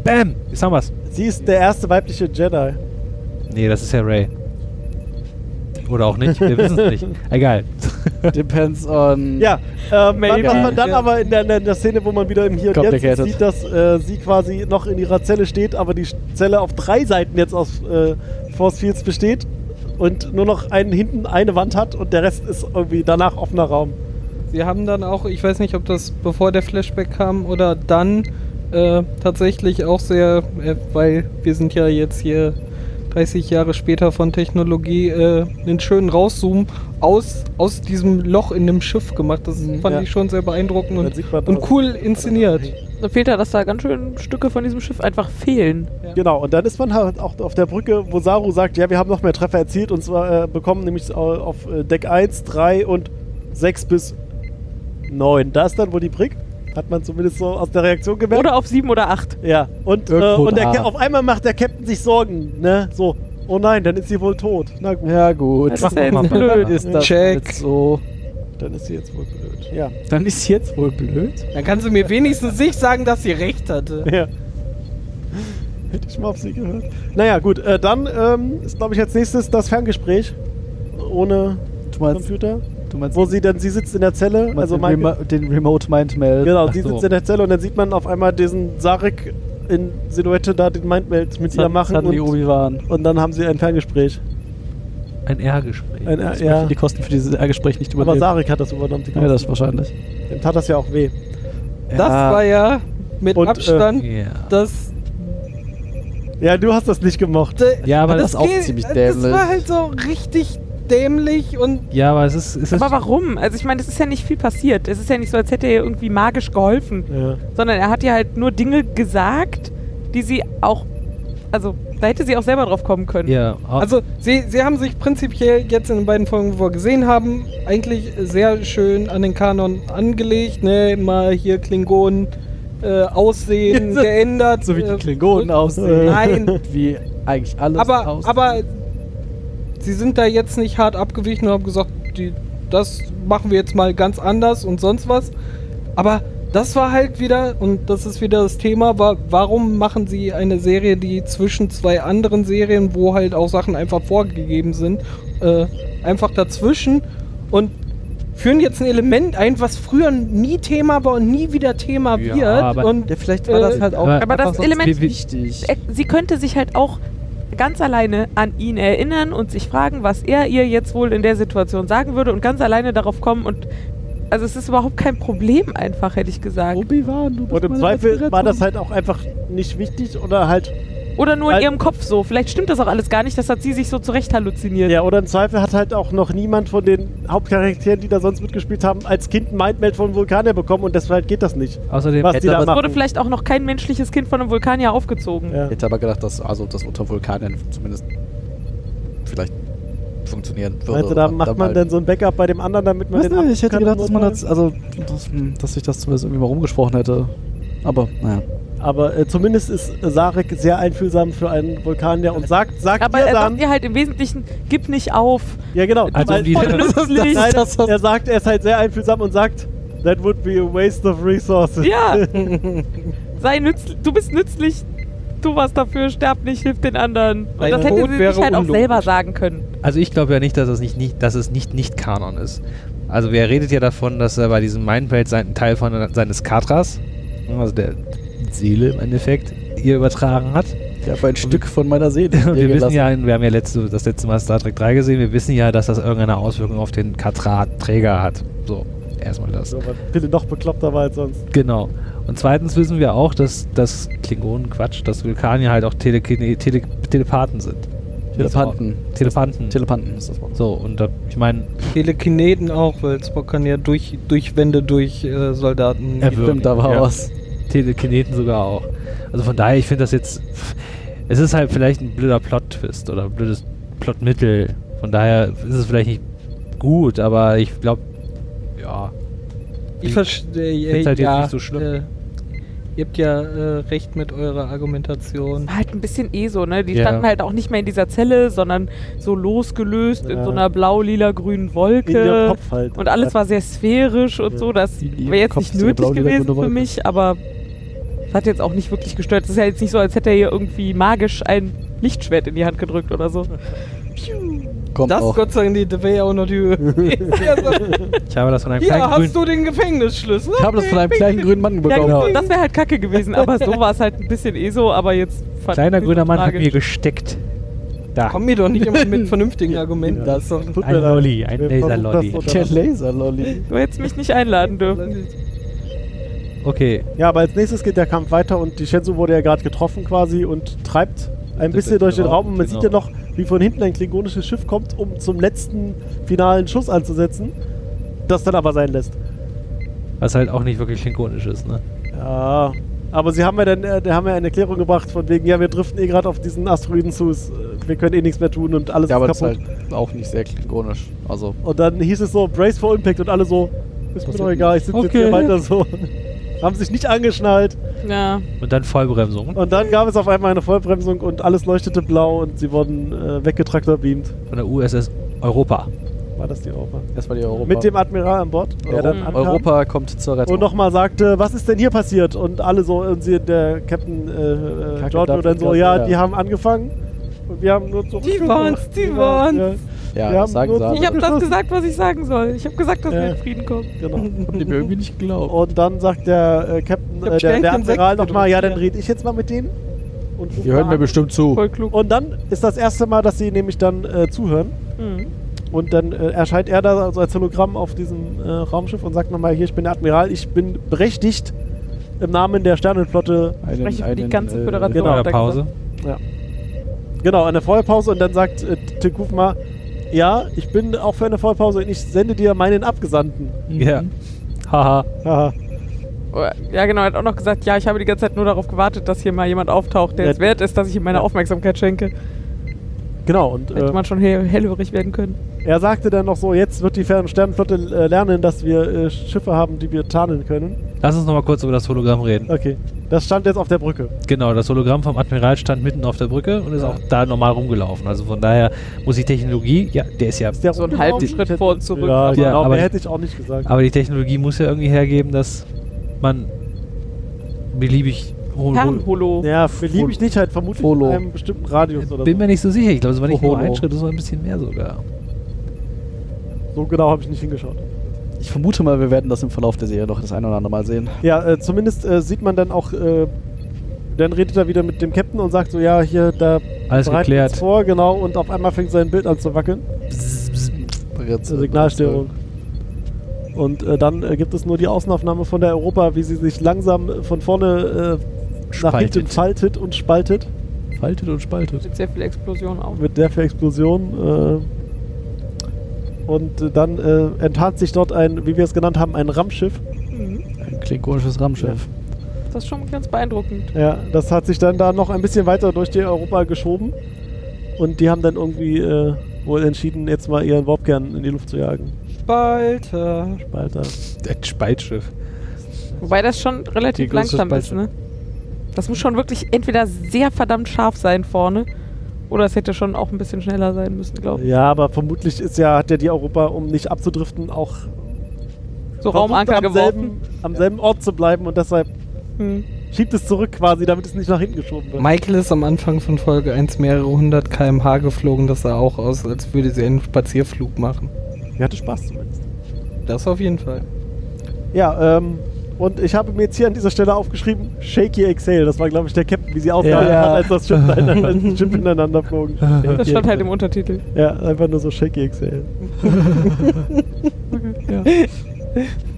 [SPEAKER 2] Bam! Jetzt haben wir's.
[SPEAKER 1] Sie ist der erste weibliche Jedi.
[SPEAKER 2] Nee, das ist ja Ray. Oder auch nicht, wir wissen es nicht. Egal.
[SPEAKER 3] Depends on.
[SPEAKER 1] Ja, ähm,
[SPEAKER 5] Maybe.
[SPEAKER 1] was man dann
[SPEAKER 4] Ja.
[SPEAKER 1] aber in der, in der- in der Szene, wo man wieder im Hier und Jetzt
[SPEAKER 3] Complicated.
[SPEAKER 1] sieht, dass äh, sie quasi noch in ihrer Zelle steht, aber die Zelle auf drei Seiten jetzt aus äh, Force Fields besteht und nur noch einen hinten eine Wand hat und der Rest ist irgendwie danach offener Raum.
[SPEAKER 4] Sie haben dann auch, ich weiß nicht, ob das bevor der Flashback kam oder dann, äh, tatsächlich auch sehr, äh, weil wir sind ja jetzt hier 30 Jahre später von Technologie, äh, einen schönen Rauszoom aus, aus diesem Loch in dem Schiff gemacht. Das fand
[SPEAKER 1] ja.
[SPEAKER 4] ich schon sehr beeindruckend
[SPEAKER 1] Dann
[SPEAKER 4] und,
[SPEAKER 1] sieht man das-
[SPEAKER 4] und cool inszeniert.
[SPEAKER 5] Da fehlt ja, dass da ganz schön Stücke von diesem Schiff einfach fehlen.
[SPEAKER 1] Genau, und dann ist man halt auch auf der Brücke, wo Saru sagt, ja, wir haben noch mehr Treffer erzielt und zwar äh, bekommen nämlich au- auf äh, Deck 1, 3 und 6 bis 9. Da ist dann wohl die Brick, hat man zumindest so aus der Reaktion gemerkt.
[SPEAKER 5] Oder auf sieben oder acht.
[SPEAKER 1] Ja, und, äh,
[SPEAKER 3] Irgendwo
[SPEAKER 1] und der
[SPEAKER 3] da.
[SPEAKER 1] Cap- auf einmal macht der Captain sich Sorgen, ne? So, oh nein, dann ist sie wohl tot. Na gut,
[SPEAKER 3] Ja, gut.
[SPEAKER 5] Das ist ja
[SPEAKER 2] Mach
[SPEAKER 5] jetzt
[SPEAKER 2] mal.
[SPEAKER 5] blöd.
[SPEAKER 3] Ist das
[SPEAKER 4] Check.
[SPEAKER 3] jetzt so.
[SPEAKER 1] dann ist sie jetzt wohl blöd. Ja.
[SPEAKER 3] Dann ist jetzt wohl blöd.
[SPEAKER 4] Dann kannst du mir wenigstens nicht sagen, dass sie recht hatte.
[SPEAKER 1] ja. Hätte ich mal auf sie gehört. Naja, gut, äh, dann ähm, ist, glaube ich, als nächstes das Ferngespräch. Ohne
[SPEAKER 8] Du meinst,
[SPEAKER 1] Computer.
[SPEAKER 8] du meinst,
[SPEAKER 1] Wo sie dann, sie sitzt in der Zelle,
[SPEAKER 8] du meinst
[SPEAKER 1] also
[SPEAKER 8] den,
[SPEAKER 1] Michael,
[SPEAKER 8] Remo den Remote Mindmeld.
[SPEAKER 1] Genau,
[SPEAKER 2] Ach
[SPEAKER 1] sie
[SPEAKER 2] so.
[SPEAKER 1] sitzt in der Zelle und dann sieht man auf einmal diesen Sarek in Silhouette da den Mindmeld mit ihr machen
[SPEAKER 8] Suddenly
[SPEAKER 1] und,
[SPEAKER 8] Obi-Wan.
[SPEAKER 1] und dann haben sie ein Ferngespräch.
[SPEAKER 2] Ein R-Gespräch.
[SPEAKER 1] Ein,
[SPEAKER 8] Ich
[SPEAKER 1] ja,
[SPEAKER 8] möchte die Kosten für dieses Gespräch nicht
[SPEAKER 1] aber
[SPEAKER 8] übernehmen.
[SPEAKER 1] Sarek hat das übernommen. Die
[SPEAKER 8] ja, das wahrscheinlich.
[SPEAKER 1] Dem tat das ja auch weh.
[SPEAKER 4] Das war ja mit
[SPEAKER 1] Und, äh,
[SPEAKER 4] Abstand
[SPEAKER 2] Ja.
[SPEAKER 4] das
[SPEAKER 1] Ja, du hast das nicht gemocht.
[SPEAKER 3] Ja, aber das, ist auch
[SPEAKER 4] geht-
[SPEAKER 3] ziemlich
[SPEAKER 4] Das
[SPEAKER 3] dämlich.
[SPEAKER 4] war halt so richtig dämlich und
[SPEAKER 2] Ja, aber es ist. Es ist
[SPEAKER 5] Aber warum? Also ich meine, es ist ja nicht viel passiert. Es ist ja nicht so, als hätte er ihr irgendwie magisch geholfen.
[SPEAKER 1] Ja.
[SPEAKER 5] Sondern er hat ihr halt nur Dinge gesagt, die sie auch... Also da hätte sie auch selber drauf kommen können.
[SPEAKER 2] ja, au-
[SPEAKER 4] also sie, sie haben sich prinzipiell jetzt in den beiden Folgen, wo wir gesehen haben, eigentlich sehr schön an den Kanon angelegt, ne, mal hier Klingonen äh, aussehen geändert,
[SPEAKER 8] So wie
[SPEAKER 4] äh,
[SPEAKER 8] die Klingonen aussehen.
[SPEAKER 4] Nein,
[SPEAKER 8] Wie eigentlich alles
[SPEAKER 4] aber
[SPEAKER 8] aussehen.
[SPEAKER 4] aber sie sind da jetzt nicht hart abgewichen und haben gesagt, die, das machen wir jetzt mal ganz anders und sonst was. Aber das war halt wieder, und das ist wieder das Thema, war, warum machen sie eine Serie, die zwischen zwei anderen Serien, wo halt auch Sachen einfach vorgegeben sind, äh, einfach dazwischen und führen jetzt ein Element ein, was früher nie Thema war und nie wieder Thema
[SPEAKER 2] Ja,
[SPEAKER 4] wird.
[SPEAKER 2] aber
[SPEAKER 4] und
[SPEAKER 8] ja, vielleicht war das
[SPEAKER 4] äh,
[SPEAKER 8] halt auch
[SPEAKER 2] aber-
[SPEAKER 5] Aber das
[SPEAKER 8] einfach
[SPEAKER 5] Element
[SPEAKER 2] wie- wie-
[SPEAKER 8] wichtig.
[SPEAKER 5] Er- Sie könnte sich halt auch ganz alleine an ihn erinnern und sich fragen, was er ihr jetzt wohl in der Situation sagen würde und ganz alleine darauf kommen und also es ist überhaupt kein Problem einfach, hätte ich gesagt.
[SPEAKER 8] Obi-Wan, du bist
[SPEAKER 1] Und im
[SPEAKER 8] meine
[SPEAKER 1] Zweifel war
[SPEAKER 8] Inspiration.
[SPEAKER 1] das halt auch einfach nicht wichtig oder halt.
[SPEAKER 5] Oder nur in
[SPEAKER 1] Weil-
[SPEAKER 5] ihrem Kopf so. Vielleicht stimmt das auch alles gar nicht, das hat sie sich so zurecht halluziniert.
[SPEAKER 1] Ja, oder im Zweifel hat halt auch noch niemand von den Hauptcharakteren, die da sonst mitgespielt haben, als Kind ein Mindmeld von Vulkanier bekommen und deshalb geht das nicht.
[SPEAKER 2] außerdem.
[SPEAKER 1] Was die
[SPEAKER 8] hätte
[SPEAKER 1] da
[SPEAKER 8] aber-
[SPEAKER 5] Es wurde
[SPEAKER 1] machen.
[SPEAKER 5] vielleicht auch noch kein menschliches Kind von einem Vulkanier aufgezogen.
[SPEAKER 1] Ja.
[SPEAKER 3] Ich hätte aber gedacht, dass also das unter Vulkanen zumindest vielleicht funktionieren würde.
[SPEAKER 1] Meinst du, da
[SPEAKER 3] oder
[SPEAKER 1] macht man
[SPEAKER 3] mal-
[SPEAKER 1] denn so ein Backup bei dem anderen, damit man
[SPEAKER 8] Weiß
[SPEAKER 1] den
[SPEAKER 8] nicht, ich hätte
[SPEAKER 1] kann
[SPEAKER 8] gedacht, dass man
[SPEAKER 1] notfalls?
[SPEAKER 8] das, also, dass, hm, dass ich das zumindest irgendwie mal rumgesprochen hätte. Aber, naja.
[SPEAKER 1] Aber äh, zumindest ist äh, Sarek sehr einfühlsam für einen Vulkanier und sagt, sagt
[SPEAKER 5] Aber
[SPEAKER 1] ihr
[SPEAKER 5] er
[SPEAKER 1] dann.
[SPEAKER 5] sagt ihr halt im Wesentlichen, gib nicht auf.
[SPEAKER 1] ja, genau.
[SPEAKER 2] Also
[SPEAKER 1] Weil-
[SPEAKER 2] die-
[SPEAKER 1] das ist
[SPEAKER 5] nützlich.
[SPEAKER 1] nein,
[SPEAKER 8] Das ist-
[SPEAKER 1] er sagt, er ist halt sehr einfühlsam und sagt, that would be a waste of resources.
[SPEAKER 5] Ja. Sei nützlich, du bist nützlich, tu was dafür, sterb nicht, hilf den anderen. Und
[SPEAKER 4] Dein
[SPEAKER 5] das hätte
[SPEAKER 4] Tod
[SPEAKER 5] sie
[SPEAKER 4] wäre
[SPEAKER 5] sich halt auch
[SPEAKER 4] unlogisch.
[SPEAKER 5] selber sagen können.
[SPEAKER 2] Also ich glaube ja nicht, dass es nicht, nicht, dass es nicht, nicht Kanon ist. Also wer redet ja davon, dass er bei diesem Mindfeld sein Teil von seines Katras, also der Seele im Endeffekt, ihr übertragen hat.
[SPEAKER 8] Ich habe ein Stück von meiner Seele.
[SPEAKER 2] Und
[SPEAKER 8] dir
[SPEAKER 2] wir wissen
[SPEAKER 8] gelassen.
[SPEAKER 2] ja, wir haben ja letzte, das letzte Mal Star Trek 3 gesehen, wir wissen ja, dass das irgendeine Auswirkung auf den Katra-Träger hat. So, erstmal das.
[SPEAKER 1] So, aber bitte noch bekloppter war als sonst.
[SPEAKER 2] Genau. Und zweitens wissen wir auch, dass, dass Klingonen Quatsch, dass Vulkanier halt auch Telekine, Tele, Telepathen sind.
[SPEAKER 8] Telepanten.
[SPEAKER 2] Telepanten.
[SPEAKER 8] Telepanten ist das Wort.
[SPEAKER 2] so, und da, ich meine,
[SPEAKER 4] Telekineten auch, weil Spock kann ja durch, durch Wände, durch äh, Soldaten.
[SPEAKER 2] Er Erwürgen,
[SPEAKER 8] Stimmt, da war
[SPEAKER 2] ja.
[SPEAKER 8] was.
[SPEAKER 2] Telekineten sogar auch. Also von daher, ich finde das jetzt. pff, Es ist halt vielleicht ein blöder Plot-Twist oder ein blödes Plotmittel. Von daher ist es vielleicht nicht gut, aber ich glaube, ja.
[SPEAKER 4] Ich verstehe.
[SPEAKER 2] Find's halt jetzt nicht so schlimm.
[SPEAKER 4] Äh, ihr habt ja äh, recht mit eurer Argumentation.
[SPEAKER 5] War halt ein bisschen eh so, ne? Die
[SPEAKER 2] Ja.
[SPEAKER 5] standen halt auch nicht mehr in dieser Zelle, sondern so losgelöst in
[SPEAKER 1] Ja.
[SPEAKER 5] so einer blau-lila-grünen
[SPEAKER 1] In ihrem
[SPEAKER 5] Wolke.
[SPEAKER 1] Kopf halt.
[SPEAKER 5] Äh, Und alles war sehr sphärisch und
[SPEAKER 1] Ja.
[SPEAKER 5] so. Das
[SPEAKER 8] In ihrem
[SPEAKER 5] wäre jetzt
[SPEAKER 8] Kopf
[SPEAKER 5] nicht
[SPEAKER 8] ist eine
[SPEAKER 5] nötig
[SPEAKER 8] blau-lila-grüne
[SPEAKER 5] gewesen für
[SPEAKER 8] Wolke.
[SPEAKER 5] mich, aber das hat jetzt auch nicht wirklich gestört. Es ist ja jetzt nicht so, als hätte er hier irgendwie magisch ein Lichtschwert in die Hand gedrückt oder so.
[SPEAKER 8] Kommt
[SPEAKER 4] das
[SPEAKER 8] auch.
[SPEAKER 4] Gott sei Dank, die DW auch noch die Höhe. ja, so,
[SPEAKER 7] Ich habe das von einem
[SPEAKER 4] hier
[SPEAKER 7] kleinen grünen...
[SPEAKER 4] hast du den Gefängnisschlüssel.
[SPEAKER 8] Ich habe das von einem kleinen grünen Mann
[SPEAKER 5] Ja,
[SPEAKER 8] bekommen.
[SPEAKER 5] genau. Das wäre halt kacke gewesen, aber so war es halt ein bisschen eh so, aber jetzt fand
[SPEAKER 7] Kleiner
[SPEAKER 5] ich
[SPEAKER 7] grüner Mann hat
[SPEAKER 5] tragisch.
[SPEAKER 7] mir gesteckt. Da.
[SPEAKER 4] Komm mir doch nicht immer mit vernünftigen Argumenten. Das ist doch
[SPEAKER 1] Tut
[SPEAKER 7] Ein
[SPEAKER 1] mir leid.
[SPEAKER 7] Lolli, ein
[SPEAKER 1] Wir versuchen das
[SPEAKER 7] Laserlolli.
[SPEAKER 8] Der
[SPEAKER 1] zu unterlassen.
[SPEAKER 8] Laserlolli.
[SPEAKER 5] Du hättest mich nicht einladen dürfen.
[SPEAKER 7] Okay,
[SPEAKER 1] Ja, aber als nächstes geht der Kampf weiter und die Shenzhou wurde ja gerade getroffen quasi und treibt ein bisschen durch
[SPEAKER 3] genau,
[SPEAKER 1] den Raum und man sieht ja noch, wie von hinten ein klingonisches Schiff kommt, um zum letzten finalen Schuss anzusetzen, das dann aber sein lässt.
[SPEAKER 7] was halt auch nicht wirklich klingonisch ist, ne?
[SPEAKER 1] Ja, Ah, aber sie haben ja dann äh, haben ja eine Erklärung gebracht von wegen, ja, wir driften eh gerade auf diesen Asteroiden zu, es, äh, wir können eh nichts mehr tun und alles
[SPEAKER 3] Ja, aber
[SPEAKER 1] ist
[SPEAKER 3] das ist
[SPEAKER 1] kaputt.
[SPEAKER 3] halt auch nicht sehr klingonisch. Also,
[SPEAKER 1] Und dann hieß es so, Brace for Impact und alle so, ist mir
[SPEAKER 3] Was
[SPEAKER 1] doch
[SPEAKER 3] denn?
[SPEAKER 1] egal, ich sitze jetzt
[SPEAKER 7] Okay.
[SPEAKER 1] hier weiter so. haben sich nicht angeschnallt.
[SPEAKER 5] Ja.
[SPEAKER 7] Und dann Vollbremsung
[SPEAKER 1] Und dann gab es auf einmal eine Vollbremsung und alles leuchtete blau und sie wurden äh, weggetraktorbeamt.
[SPEAKER 7] von der USS Europa.
[SPEAKER 1] War das die Europa?
[SPEAKER 3] das war die Europa.
[SPEAKER 1] Mit dem Admiral an Bord, der dann
[SPEAKER 5] Mhm.
[SPEAKER 1] ankam
[SPEAKER 3] Europa kommt zur Rettung.
[SPEAKER 1] und nochmal sagte, was ist denn hier passiert? Und alle so, und sie, der Captain äh, äh,
[SPEAKER 3] Kacke,
[SPEAKER 1] Jordan
[SPEAKER 3] Dampf und
[SPEAKER 1] dann so,
[SPEAKER 3] Gas,
[SPEAKER 1] ja,
[SPEAKER 3] ja.
[SPEAKER 1] die haben angefangen und wir haben nur zurück.
[SPEAKER 5] Die waren's, die
[SPEAKER 1] Genau,
[SPEAKER 5] waren's.
[SPEAKER 3] ja,
[SPEAKER 1] wir
[SPEAKER 3] das
[SPEAKER 1] haben
[SPEAKER 3] sagen
[SPEAKER 1] nur-
[SPEAKER 3] sie.
[SPEAKER 5] Ich
[SPEAKER 3] alle.
[SPEAKER 5] habe das gesagt, was ich sagen soll. Ich habe gesagt, dass
[SPEAKER 1] Ja.
[SPEAKER 5] wir in Frieden kommen.
[SPEAKER 1] Ja, genau.
[SPEAKER 3] Haben die mir irgendwie nicht
[SPEAKER 8] Oh,
[SPEAKER 3] geglaubt.
[SPEAKER 1] Und dann sagt der äh, Captain,
[SPEAKER 4] Ich hab
[SPEAKER 1] äh, der, der
[SPEAKER 4] Sternchen
[SPEAKER 1] Admiral
[SPEAKER 4] sechs
[SPEAKER 1] nochmal, ja, dann
[SPEAKER 4] gedrückt,
[SPEAKER 1] red ich jetzt mal mit denen. Und ruft
[SPEAKER 3] Die
[SPEAKER 1] mal
[SPEAKER 3] hören mir
[SPEAKER 1] an.
[SPEAKER 3] bestimmt zu.
[SPEAKER 5] Voll klug.
[SPEAKER 1] und dann ist das erste Mal, dass sie nämlich dann äh, zuhören.
[SPEAKER 5] Mhm.
[SPEAKER 1] Und dann äh, erscheint er da so als Hologramm auf diesem äh, Raumschiff und sagt nochmal, hier, ich bin der Admiral, ich bin berechtigt im Namen der Sternenflotte.
[SPEAKER 3] Einen, äh,
[SPEAKER 5] Spreche für die ganze Föderation.
[SPEAKER 1] Genau.
[SPEAKER 7] Genau, der Pause.
[SPEAKER 1] Genau, eine Vollpause und dann sagt äh, Tekufma, ja, ich bin auch für eine Vollpause und ich sende dir meinen Abgesandten.
[SPEAKER 4] Mhm.
[SPEAKER 7] Ja. Haha.
[SPEAKER 1] Haha.
[SPEAKER 5] Ja, genau, er hat auch noch gesagt, ja, ich habe die ganze Zeit nur darauf gewartet, dass hier mal jemand auftaucht, der
[SPEAKER 1] Ja.
[SPEAKER 5] es wert ist, dass ich ihm meine
[SPEAKER 1] Ja.
[SPEAKER 5] Aufmerksamkeit schenke.
[SPEAKER 1] genau, und
[SPEAKER 5] Hätte
[SPEAKER 1] äh,
[SPEAKER 5] man schon he- hellhörig werden können.
[SPEAKER 1] er sagte dann noch so, jetzt wird die Fer- Sternenflotte äh, lernen, dass wir äh, Schiffe haben, die wir tarnen können.
[SPEAKER 7] Lass uns nochmal kurz über das Hologramm reden.
[SPEAKER 1] Okay, das stand jetzt auf der Brücke.
[SPEAKER 7] Genau, das Hologramm vom Admiral stand mitten auf der Brücke und ist auch da normal rumgelaufen. Also von daher muss die Technologie, ja, der ist ja.
[SPEAKER 1] Ist der
[SPEAKER 5] So einen
[SPEAKER 1] rumgelaufen?
[SPEAKER 5] halben Schritt vor und zurück.
[SPEAKER 1] Ja,
[SPEAKER 7] Ja,
[SPEAKER 1] genau,
[SPEAKER 7] aber-
[SPEAKER 1] mehr hätte ich auch nicht gesagt.
[SPEAKER 7] Aber die Technologie muss ja irgendwie hergeben, dass man beliebig. hol- hol-
[SPEAKER 5] Herrenholo.
[SPEAKER 1] Ja, beliebe ich nicht halt vermutlich
[SPEAKER 3] Folo.
[SPEAKER 1] in einem bestimmten Radius oder
[SPEAKER 7] Äh, Bin mir nicht so sicher. Ich glaube, es war nicht
[SPEAKER 1] Oh,
[SPEAKER 7] nur
[SPEAKER 3] Holo.
[SPEAKER 7] ein Schritt, es war ein bisschen mehr sogar.
[SPEAKER 1] so. So genau habe ich nicht hingeschaut.
[SPEAKER 3] Ich vermute mal, wir werden das im Verlauf der Serie noch das ein oder andere Mal sehen.
[SPEAKER 1] Ja, äh, zumindest äh, sieht man dann auch, äh, dann redet er wieder mit dem Captain und sagt so, ja, hier, da
[SPEAKER 7] Alles
[SPEAKER 1] bereiten wir uns
[SPEAKER 7] geklärt.
[SPEAKER 1] vor, genau, und auf einmal fängt sein Bild an zu wackeln. Äh, Signalstörung. Und äh, dann äh, gibt es nur die Außenaufnahme von der Europa, wie sie sich langsam äh, von vorne äh, nach
[SPEAKER 7] Spaltet.
[SPEAKER 1] hinten faltet und spaltet.
[SPEAKER 3] Faltet und spaltet.
[SPEAKER 5] Mit sehr viel Explosion auch.
[SPEAKER 1] mit der für Explosion. Äh, und äh, dann äh, enttarnt sich dort ein, wie wir es genannt haben, ein Rammschiff.
[SPEAKER 5] Mhm.
[SPEAKER 3] Ein klingonisches Rammschiff.
[SPEAKER 5] Das ist schon ganz beeindruckend.
[SPEAKER 1] Ja, das hat sich dann da noch ein bisschen weiter durch die Europa geschoben. Und die haben dann irgendwie äh, wohl entschieden, jetzt mal ihren Warpkern in die Luft zu jagen.
[SPEAKER 4] Spalter.
[SPEAKER 1] Spalter.
[SPEAKER 7] Ein Speitschiff.
[SPEAKER 5] Wobei das schon relativ
[SPEAKER 3] Die größte
[SPEAKER 5] langsam ist, ne? Das muss schon wirklich entweder sehr verdammt scharf sein vorne oder es hätte schon auch ein bisschen schneller sein müssen, glaube ich.
[SPEAKER 1] Ja, aber vermutlich ist ja, hat ja die Europa, um nicht abzudriften, auch
[SPEAKER 5] So
[SPEAKER 1] versucht,
[SPEAKER 5] Raumanker
[SPEAKER 1] am,
[SPEAKER 5] geworfen.
[SPEAKER 1] selben, am selben Ort zu bleiben und deshalb
[SPEAKER 5] Hm.
[SPEAKER 1] schiebt es zurück quasi, damit es nicht nach hinten geschoben wird.
[SPEAKER 4] Michael ist am Anfang von Folge 1 mehrere hundert km/h geflogen. Das sah auch aus, als würde sie einen Spazierflug machen.
[SPEAKER 1] Mir hatte Spaß zumindest.
[SPEAKER 4] Das auf jeden Fall.
[SPEAKER 8] Ähm.
[SPEAKER 1] Ja, ähm, und ich habe mir jetzt hier an dieser Stelle aufgeschrieben, Shaky Exhale. Das war, glaube ich, der Captain, wie sie ausgehalten
[SPEAKER 3] Ja.
[SPEAKER 1] hat, als das Schiff, ineinander, als die Schiff ineinander flogen.
[SPEAKER 5] Das stand halt im Untertitel.
[SPEAKER 1] Ja, einfach nur so Shaky Exhale.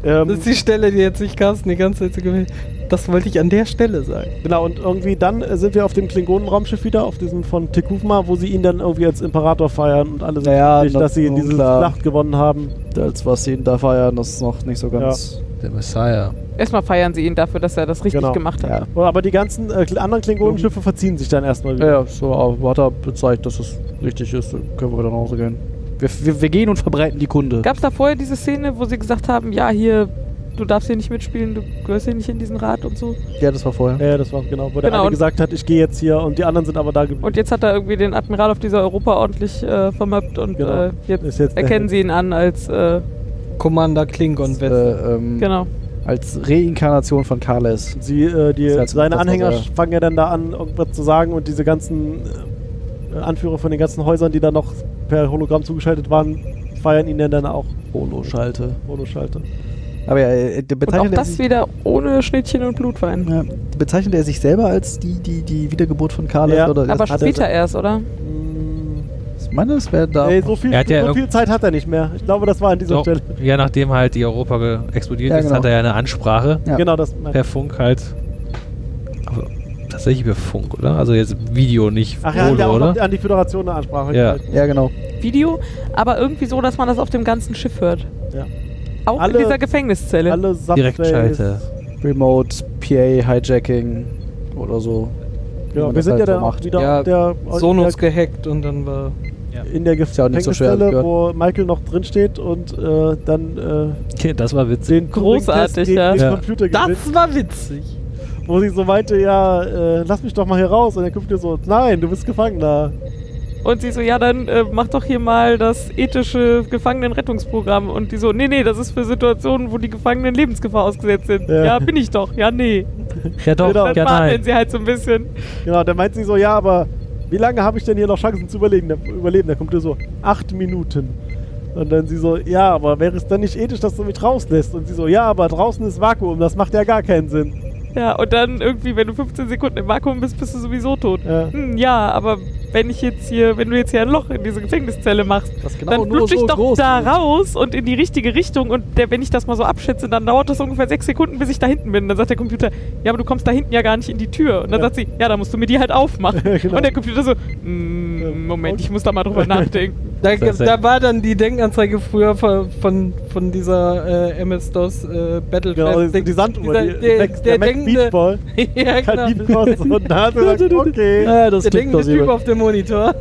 [SPEAKER 1] ähm,
[SPEAKER 4] Das ist die Stelle, die jetzt sich Carsten die ganze Zeit so gewählt Das wollte ich an der Stelle sagen.
[SPEAKER 1] genau, und irgendwie dann äh, sind wir auf dem Klingonen-Raumschiff wieder, auf diesem von Tekufma, wo sie ihn dann irgendwie als Imperator feiern und alle sind
[SPEAKER 3] Naja,
[SPEAKER 1] glücklich,
[SPEAKER 3] na-
[SPEAKER 1] dass sie in diese
[SPEAKER 3] klar.
[SPEAKER 1] Schlacht gewonnen haben.
[SPEAKER 3] Als was sie ihn da feiern, das ist noch nicht so ganz.
[SPEAKER 7] Der Messiah.
[SPEAKER 5] Erstmal feiern sie ihn dafür, dass er das richtig
[SPEAKER 1] Genau.
[SPEAKER 5] gemacht hat.
[SPEAKER 3] Ja,
[SPEAKER 1] Und- Aber die ganzen äh, kl- anderen Klingonenschiffe verziehen sich dann erstmal
[SPEAKER 3] ja.
[SPEAKER 1] wieder.
[SPEAKER 3] ja so, aber hat er gezeigt, dass es richtig ist. Dann können wir wieder nach Hause gehen. Wir, wir, wir gehen und verbreiten die Kunde.
[SPEAKER 5] Gab es da vorher diese Szene, wo sie gesagt haben, ja, hier, du darfst hier nicht mitspielen, du gehörst hier nicht in diesen Rat und so.
[SPEAKER 3] Ja, das war vorher.
[SPEAKER 1] Ja, das war genau, wo der
[SPEAKER 5] Genau,
[SPEAKER 1] eine
[SPEAKER 5] und-
[SPEAKER 1] gesagt hat, ich gehe jetzt hier und die anderen sind aber da geblieben.
[SPEAKER 5] Und jetzt hat er irgendwie den Admiral auf dieser Europa ordentlich äh, vermöppt und
[SPEAKER 1] Genau.
[SPEAKER 5] äh, jetzt
[SPEAKER 1] Ist jetzt der
[SPEAKER 5] erkennen sie ihn an als, äh,
[SPEAKER 4] Commander Klingon West.
[SPEAKER 3] Äh, ähm,
[SPEAKER 5] genau.
[SPEAKER 3] Als Reinkarnation von Kales.
[SPEAKER 1] Sie, äh, die,
[SPEAKER 11] halt
[SPEAKER 3] Das heißt,
[SPEAKER 1] seine
[SPEAKER 3] das
[SPEAKER 1] Anhänger
[SPEAKER 3] war so-
[SPEAKER 1] fangen ja dann da an, irgendwas zu sagen und diese ganzen äh, Anführer von den ganzen Häusern, die da noch per Hologramm zugeschaltet waren, feiern ihn ja dann auch
[SPEAKER 3] Holoschalte.
[SPEAKER 1] Holoschalte.
[SPEAKER 3] Aber ja, äh, der
[SPEAKER 5] Und auch
[SPEAKER 3] bezeichnet, er
[SPEAKER 5] das
[SPEAKER 3] sich,
[SPEAKER 5] wieder ohne Schnittchen und Blutwein.
[SPEAKER 3] ja, bezeichnet er sich selber als die, die, die Wiedergeburt von Carlos?
[SPEAKER 1] Ja.
[SPEAKER 3] oder
[SPEAKER 5] Aber
[SPEAKER 3] hat er-
[SPEAKER 5] später erst, oder?
[SPEAKER 3] Ich meine, das wäre da.
[SPEAKER 1] Nee, so viel,
[SPEAKER 2] Er hat ja
[SPEAKER 1] so viel Zeit hat er nicht mehr. Ich glaube, das war an dieser
[SPEAKER 2] So,
[SPEAKER 1] Stelle.
[SPEAKER 2] ja, nachdem halt die Europa ge- explodiert
[SPEAKER 3] Ja,
[SPEAKER 2] ist,
[SPEAKER 3] genau.
[SPEAKER 2] hat er ja eine Ansprache
[SPEAKER 3] Ja.
[SPEAKER 1] Genau, das mein-
[SPEAKER 2] per Funk halt. Aber tatsächlich per Funk, oder? Also jetzt Video, nicht
[SPEAKER 1] Ach, er hat
[SPEAKER 2] Holo,
[SPEAKER 1] ja auch
[SPEAKER 2] oder?
[SPEAKER 1] noch an die Föderation eine Ansprache
[SPEAKER 2] Ja.
[SPEAKER 1] gehalten.
[SPEAKER 3] ja, genau.
[SPEAKER 5] Video, aber irgendwie so, dass man das auf dem ganzen Schiff hört.
[SPEAKER 1] Ja.
[SPEAKER 5] Auch
[SPEAKER 1] Alle-
[SPEAKER 5] in dieser Gefängniszelle.
[SPEAKER 1] Alle
[SPEAKER 2] Direkt schalte.
[SPEAKER 11] Remote PA Hijacking oder so. wie
[SPEAKER 1] Ja,
[SPEAKER 11] man
[SPEAKER 1] wir
[SPEAKER 11] das
[SPEAKER 1] sind
[SPEAKER 11] halt
[SPEAKER 1] ja
[SPEAKER 11] so
[SPEAKER 1] dann auch
[SPEAKER 11] macht.
[SPEAKER 1] wieder
[SPEAKER 4] Ja,
[SPEAKER 1] auf der,
[SPEAKER 4] Sonos gehackt und dann war.
[SPEAKER 1] in der
[SPEAKER 11] Ist ja auch nicht so schwer,
[SPEAKER 1] Gefängnisstelle,
[SPEAKER 11] gehört.
[SPEAKER 1] wo Michael noch drin steht und äh, dann äh,
[SPEAKER 2] Okay, das war witzig.
[SPEAKER 1] den
[SPEAKER 5] Großartig,
[SPEAKER 1] Turing-Test gegen
[SPEAKER 5] ja.
[SPEAKER 1] den
[SPEAKER 2] Ja.
[SPEAKER 1] Computer gewinnt,
[SPEAKER 4] Das war witzig.
[SPEAKER 1] wo sie so meinte, ja, äh, lass mich doch mal hier raus. Und der Computer so, nein, du bist Gefangener.
[SPEAKER 5] Und sie so, ja, dann äh, mach doch hier mal das ethische Gefangenenrettungsprogramm. Und die so, nee, nee, das ist für Situationen, wo die Gefangenen Lebensgefahr ausgesetzt sind.
[SPEAKER 1] Ja.
[SPEAKER 5] Ja, bin ich doch. Ja, nee.
[SPEAKER 2] Ja doch,
[SPEAKER 1] Genau.
[SPEAKER 2] ja
[SPEAKER 5] dann warten
[SPEAKER 2] nein.
[SPEAKER 5] sie halt so ein bisschen.
[SPEAKER 1] Genau, dann meint sie so, ja, aber wie lange habe ich denn hier noch Chancen zu überlegen, der, überleben? Der Computer so, acht Minuten. Und dann sie so, ja, aber wäre es dann nicht ethisch, dass du mich rauslässt? Und sie so, ja, aber draußen ist Vakuum, das macht ja gar keinen Sinn.
[SPEAKER 5] Ja, und dann irgendwie, wenn du 15 Sekunden im Vakuum bist, bist du sowieso tot.
[SPEAKER 1] Ja.
[SPEAKER 5] Hm, ja, aber wenn ich jetzt hier, wenn du jetzt hier ein Loch in diese Gefängniszelle machst,
[SPEAKER 3] Das genau
[SPEAKER 5] dann flutsche ich
[SPEAKER 3] so
[SPEAKER 5] doch
[SPEAKER 3] groß
[SPEAKER 5] da
[SPEAKER 3] ist.
[SPEAKER 5] raus und in die richtige Richtung. Und der, wenn ich das mal so abschätze, dann dauert das ungefähr sechs Sekunden, bis ich da hinten bin. Dann sagt der Computer, ja, aber du kommst da hinten ja gar nicht in die Tür. Und dann
[SPEAKER 1] Ja.
[SPEAKER 5] sagt sie, ja, dann musst du mir die halt aufmachen.
[SPEAKER 1] Genau.
[SPEAKER 5] Und der Computer so, "Mm, Moment, ich muss da mal drüber nachdenken.
[SPEAKER 4] Da,
[SPEAKER 2] Das ist
[SPEAKER 4] da war dann die Denkanzeige früher von, von, von dieser äh, MS-DOS äh, Battle
[SPEAKER 1] Genau, die,
[SPEAKER 4] Fest-
[SPEAKER 1] die Sanduhr,
[SPEAKER 4] dieser-
[SPEAKER 1] die,
[SPEAKER 4] der,
[SPEAKER 1] Mac- der,
[SPEAKER 4] der,
[SPEAKER 1] Mac
[SPEAKER 4] denkende,
[SPEAKER 1] Beachball,
[SPEAKER 4] ja,
[SPEAKER 1] kann
[SPEAKER 4] genau.
[SPEAKER 1] die kosten. Und da hat er gesagt, okay.
[SPEAKER 11] Ja, das
[SPEAKER 4] der
[SPEAKER 11] klingt
[SPEAKER 4] denkende Typ
[SPEAKER 11] plausibel.
[SPEAKER 4] auf dem Monitor.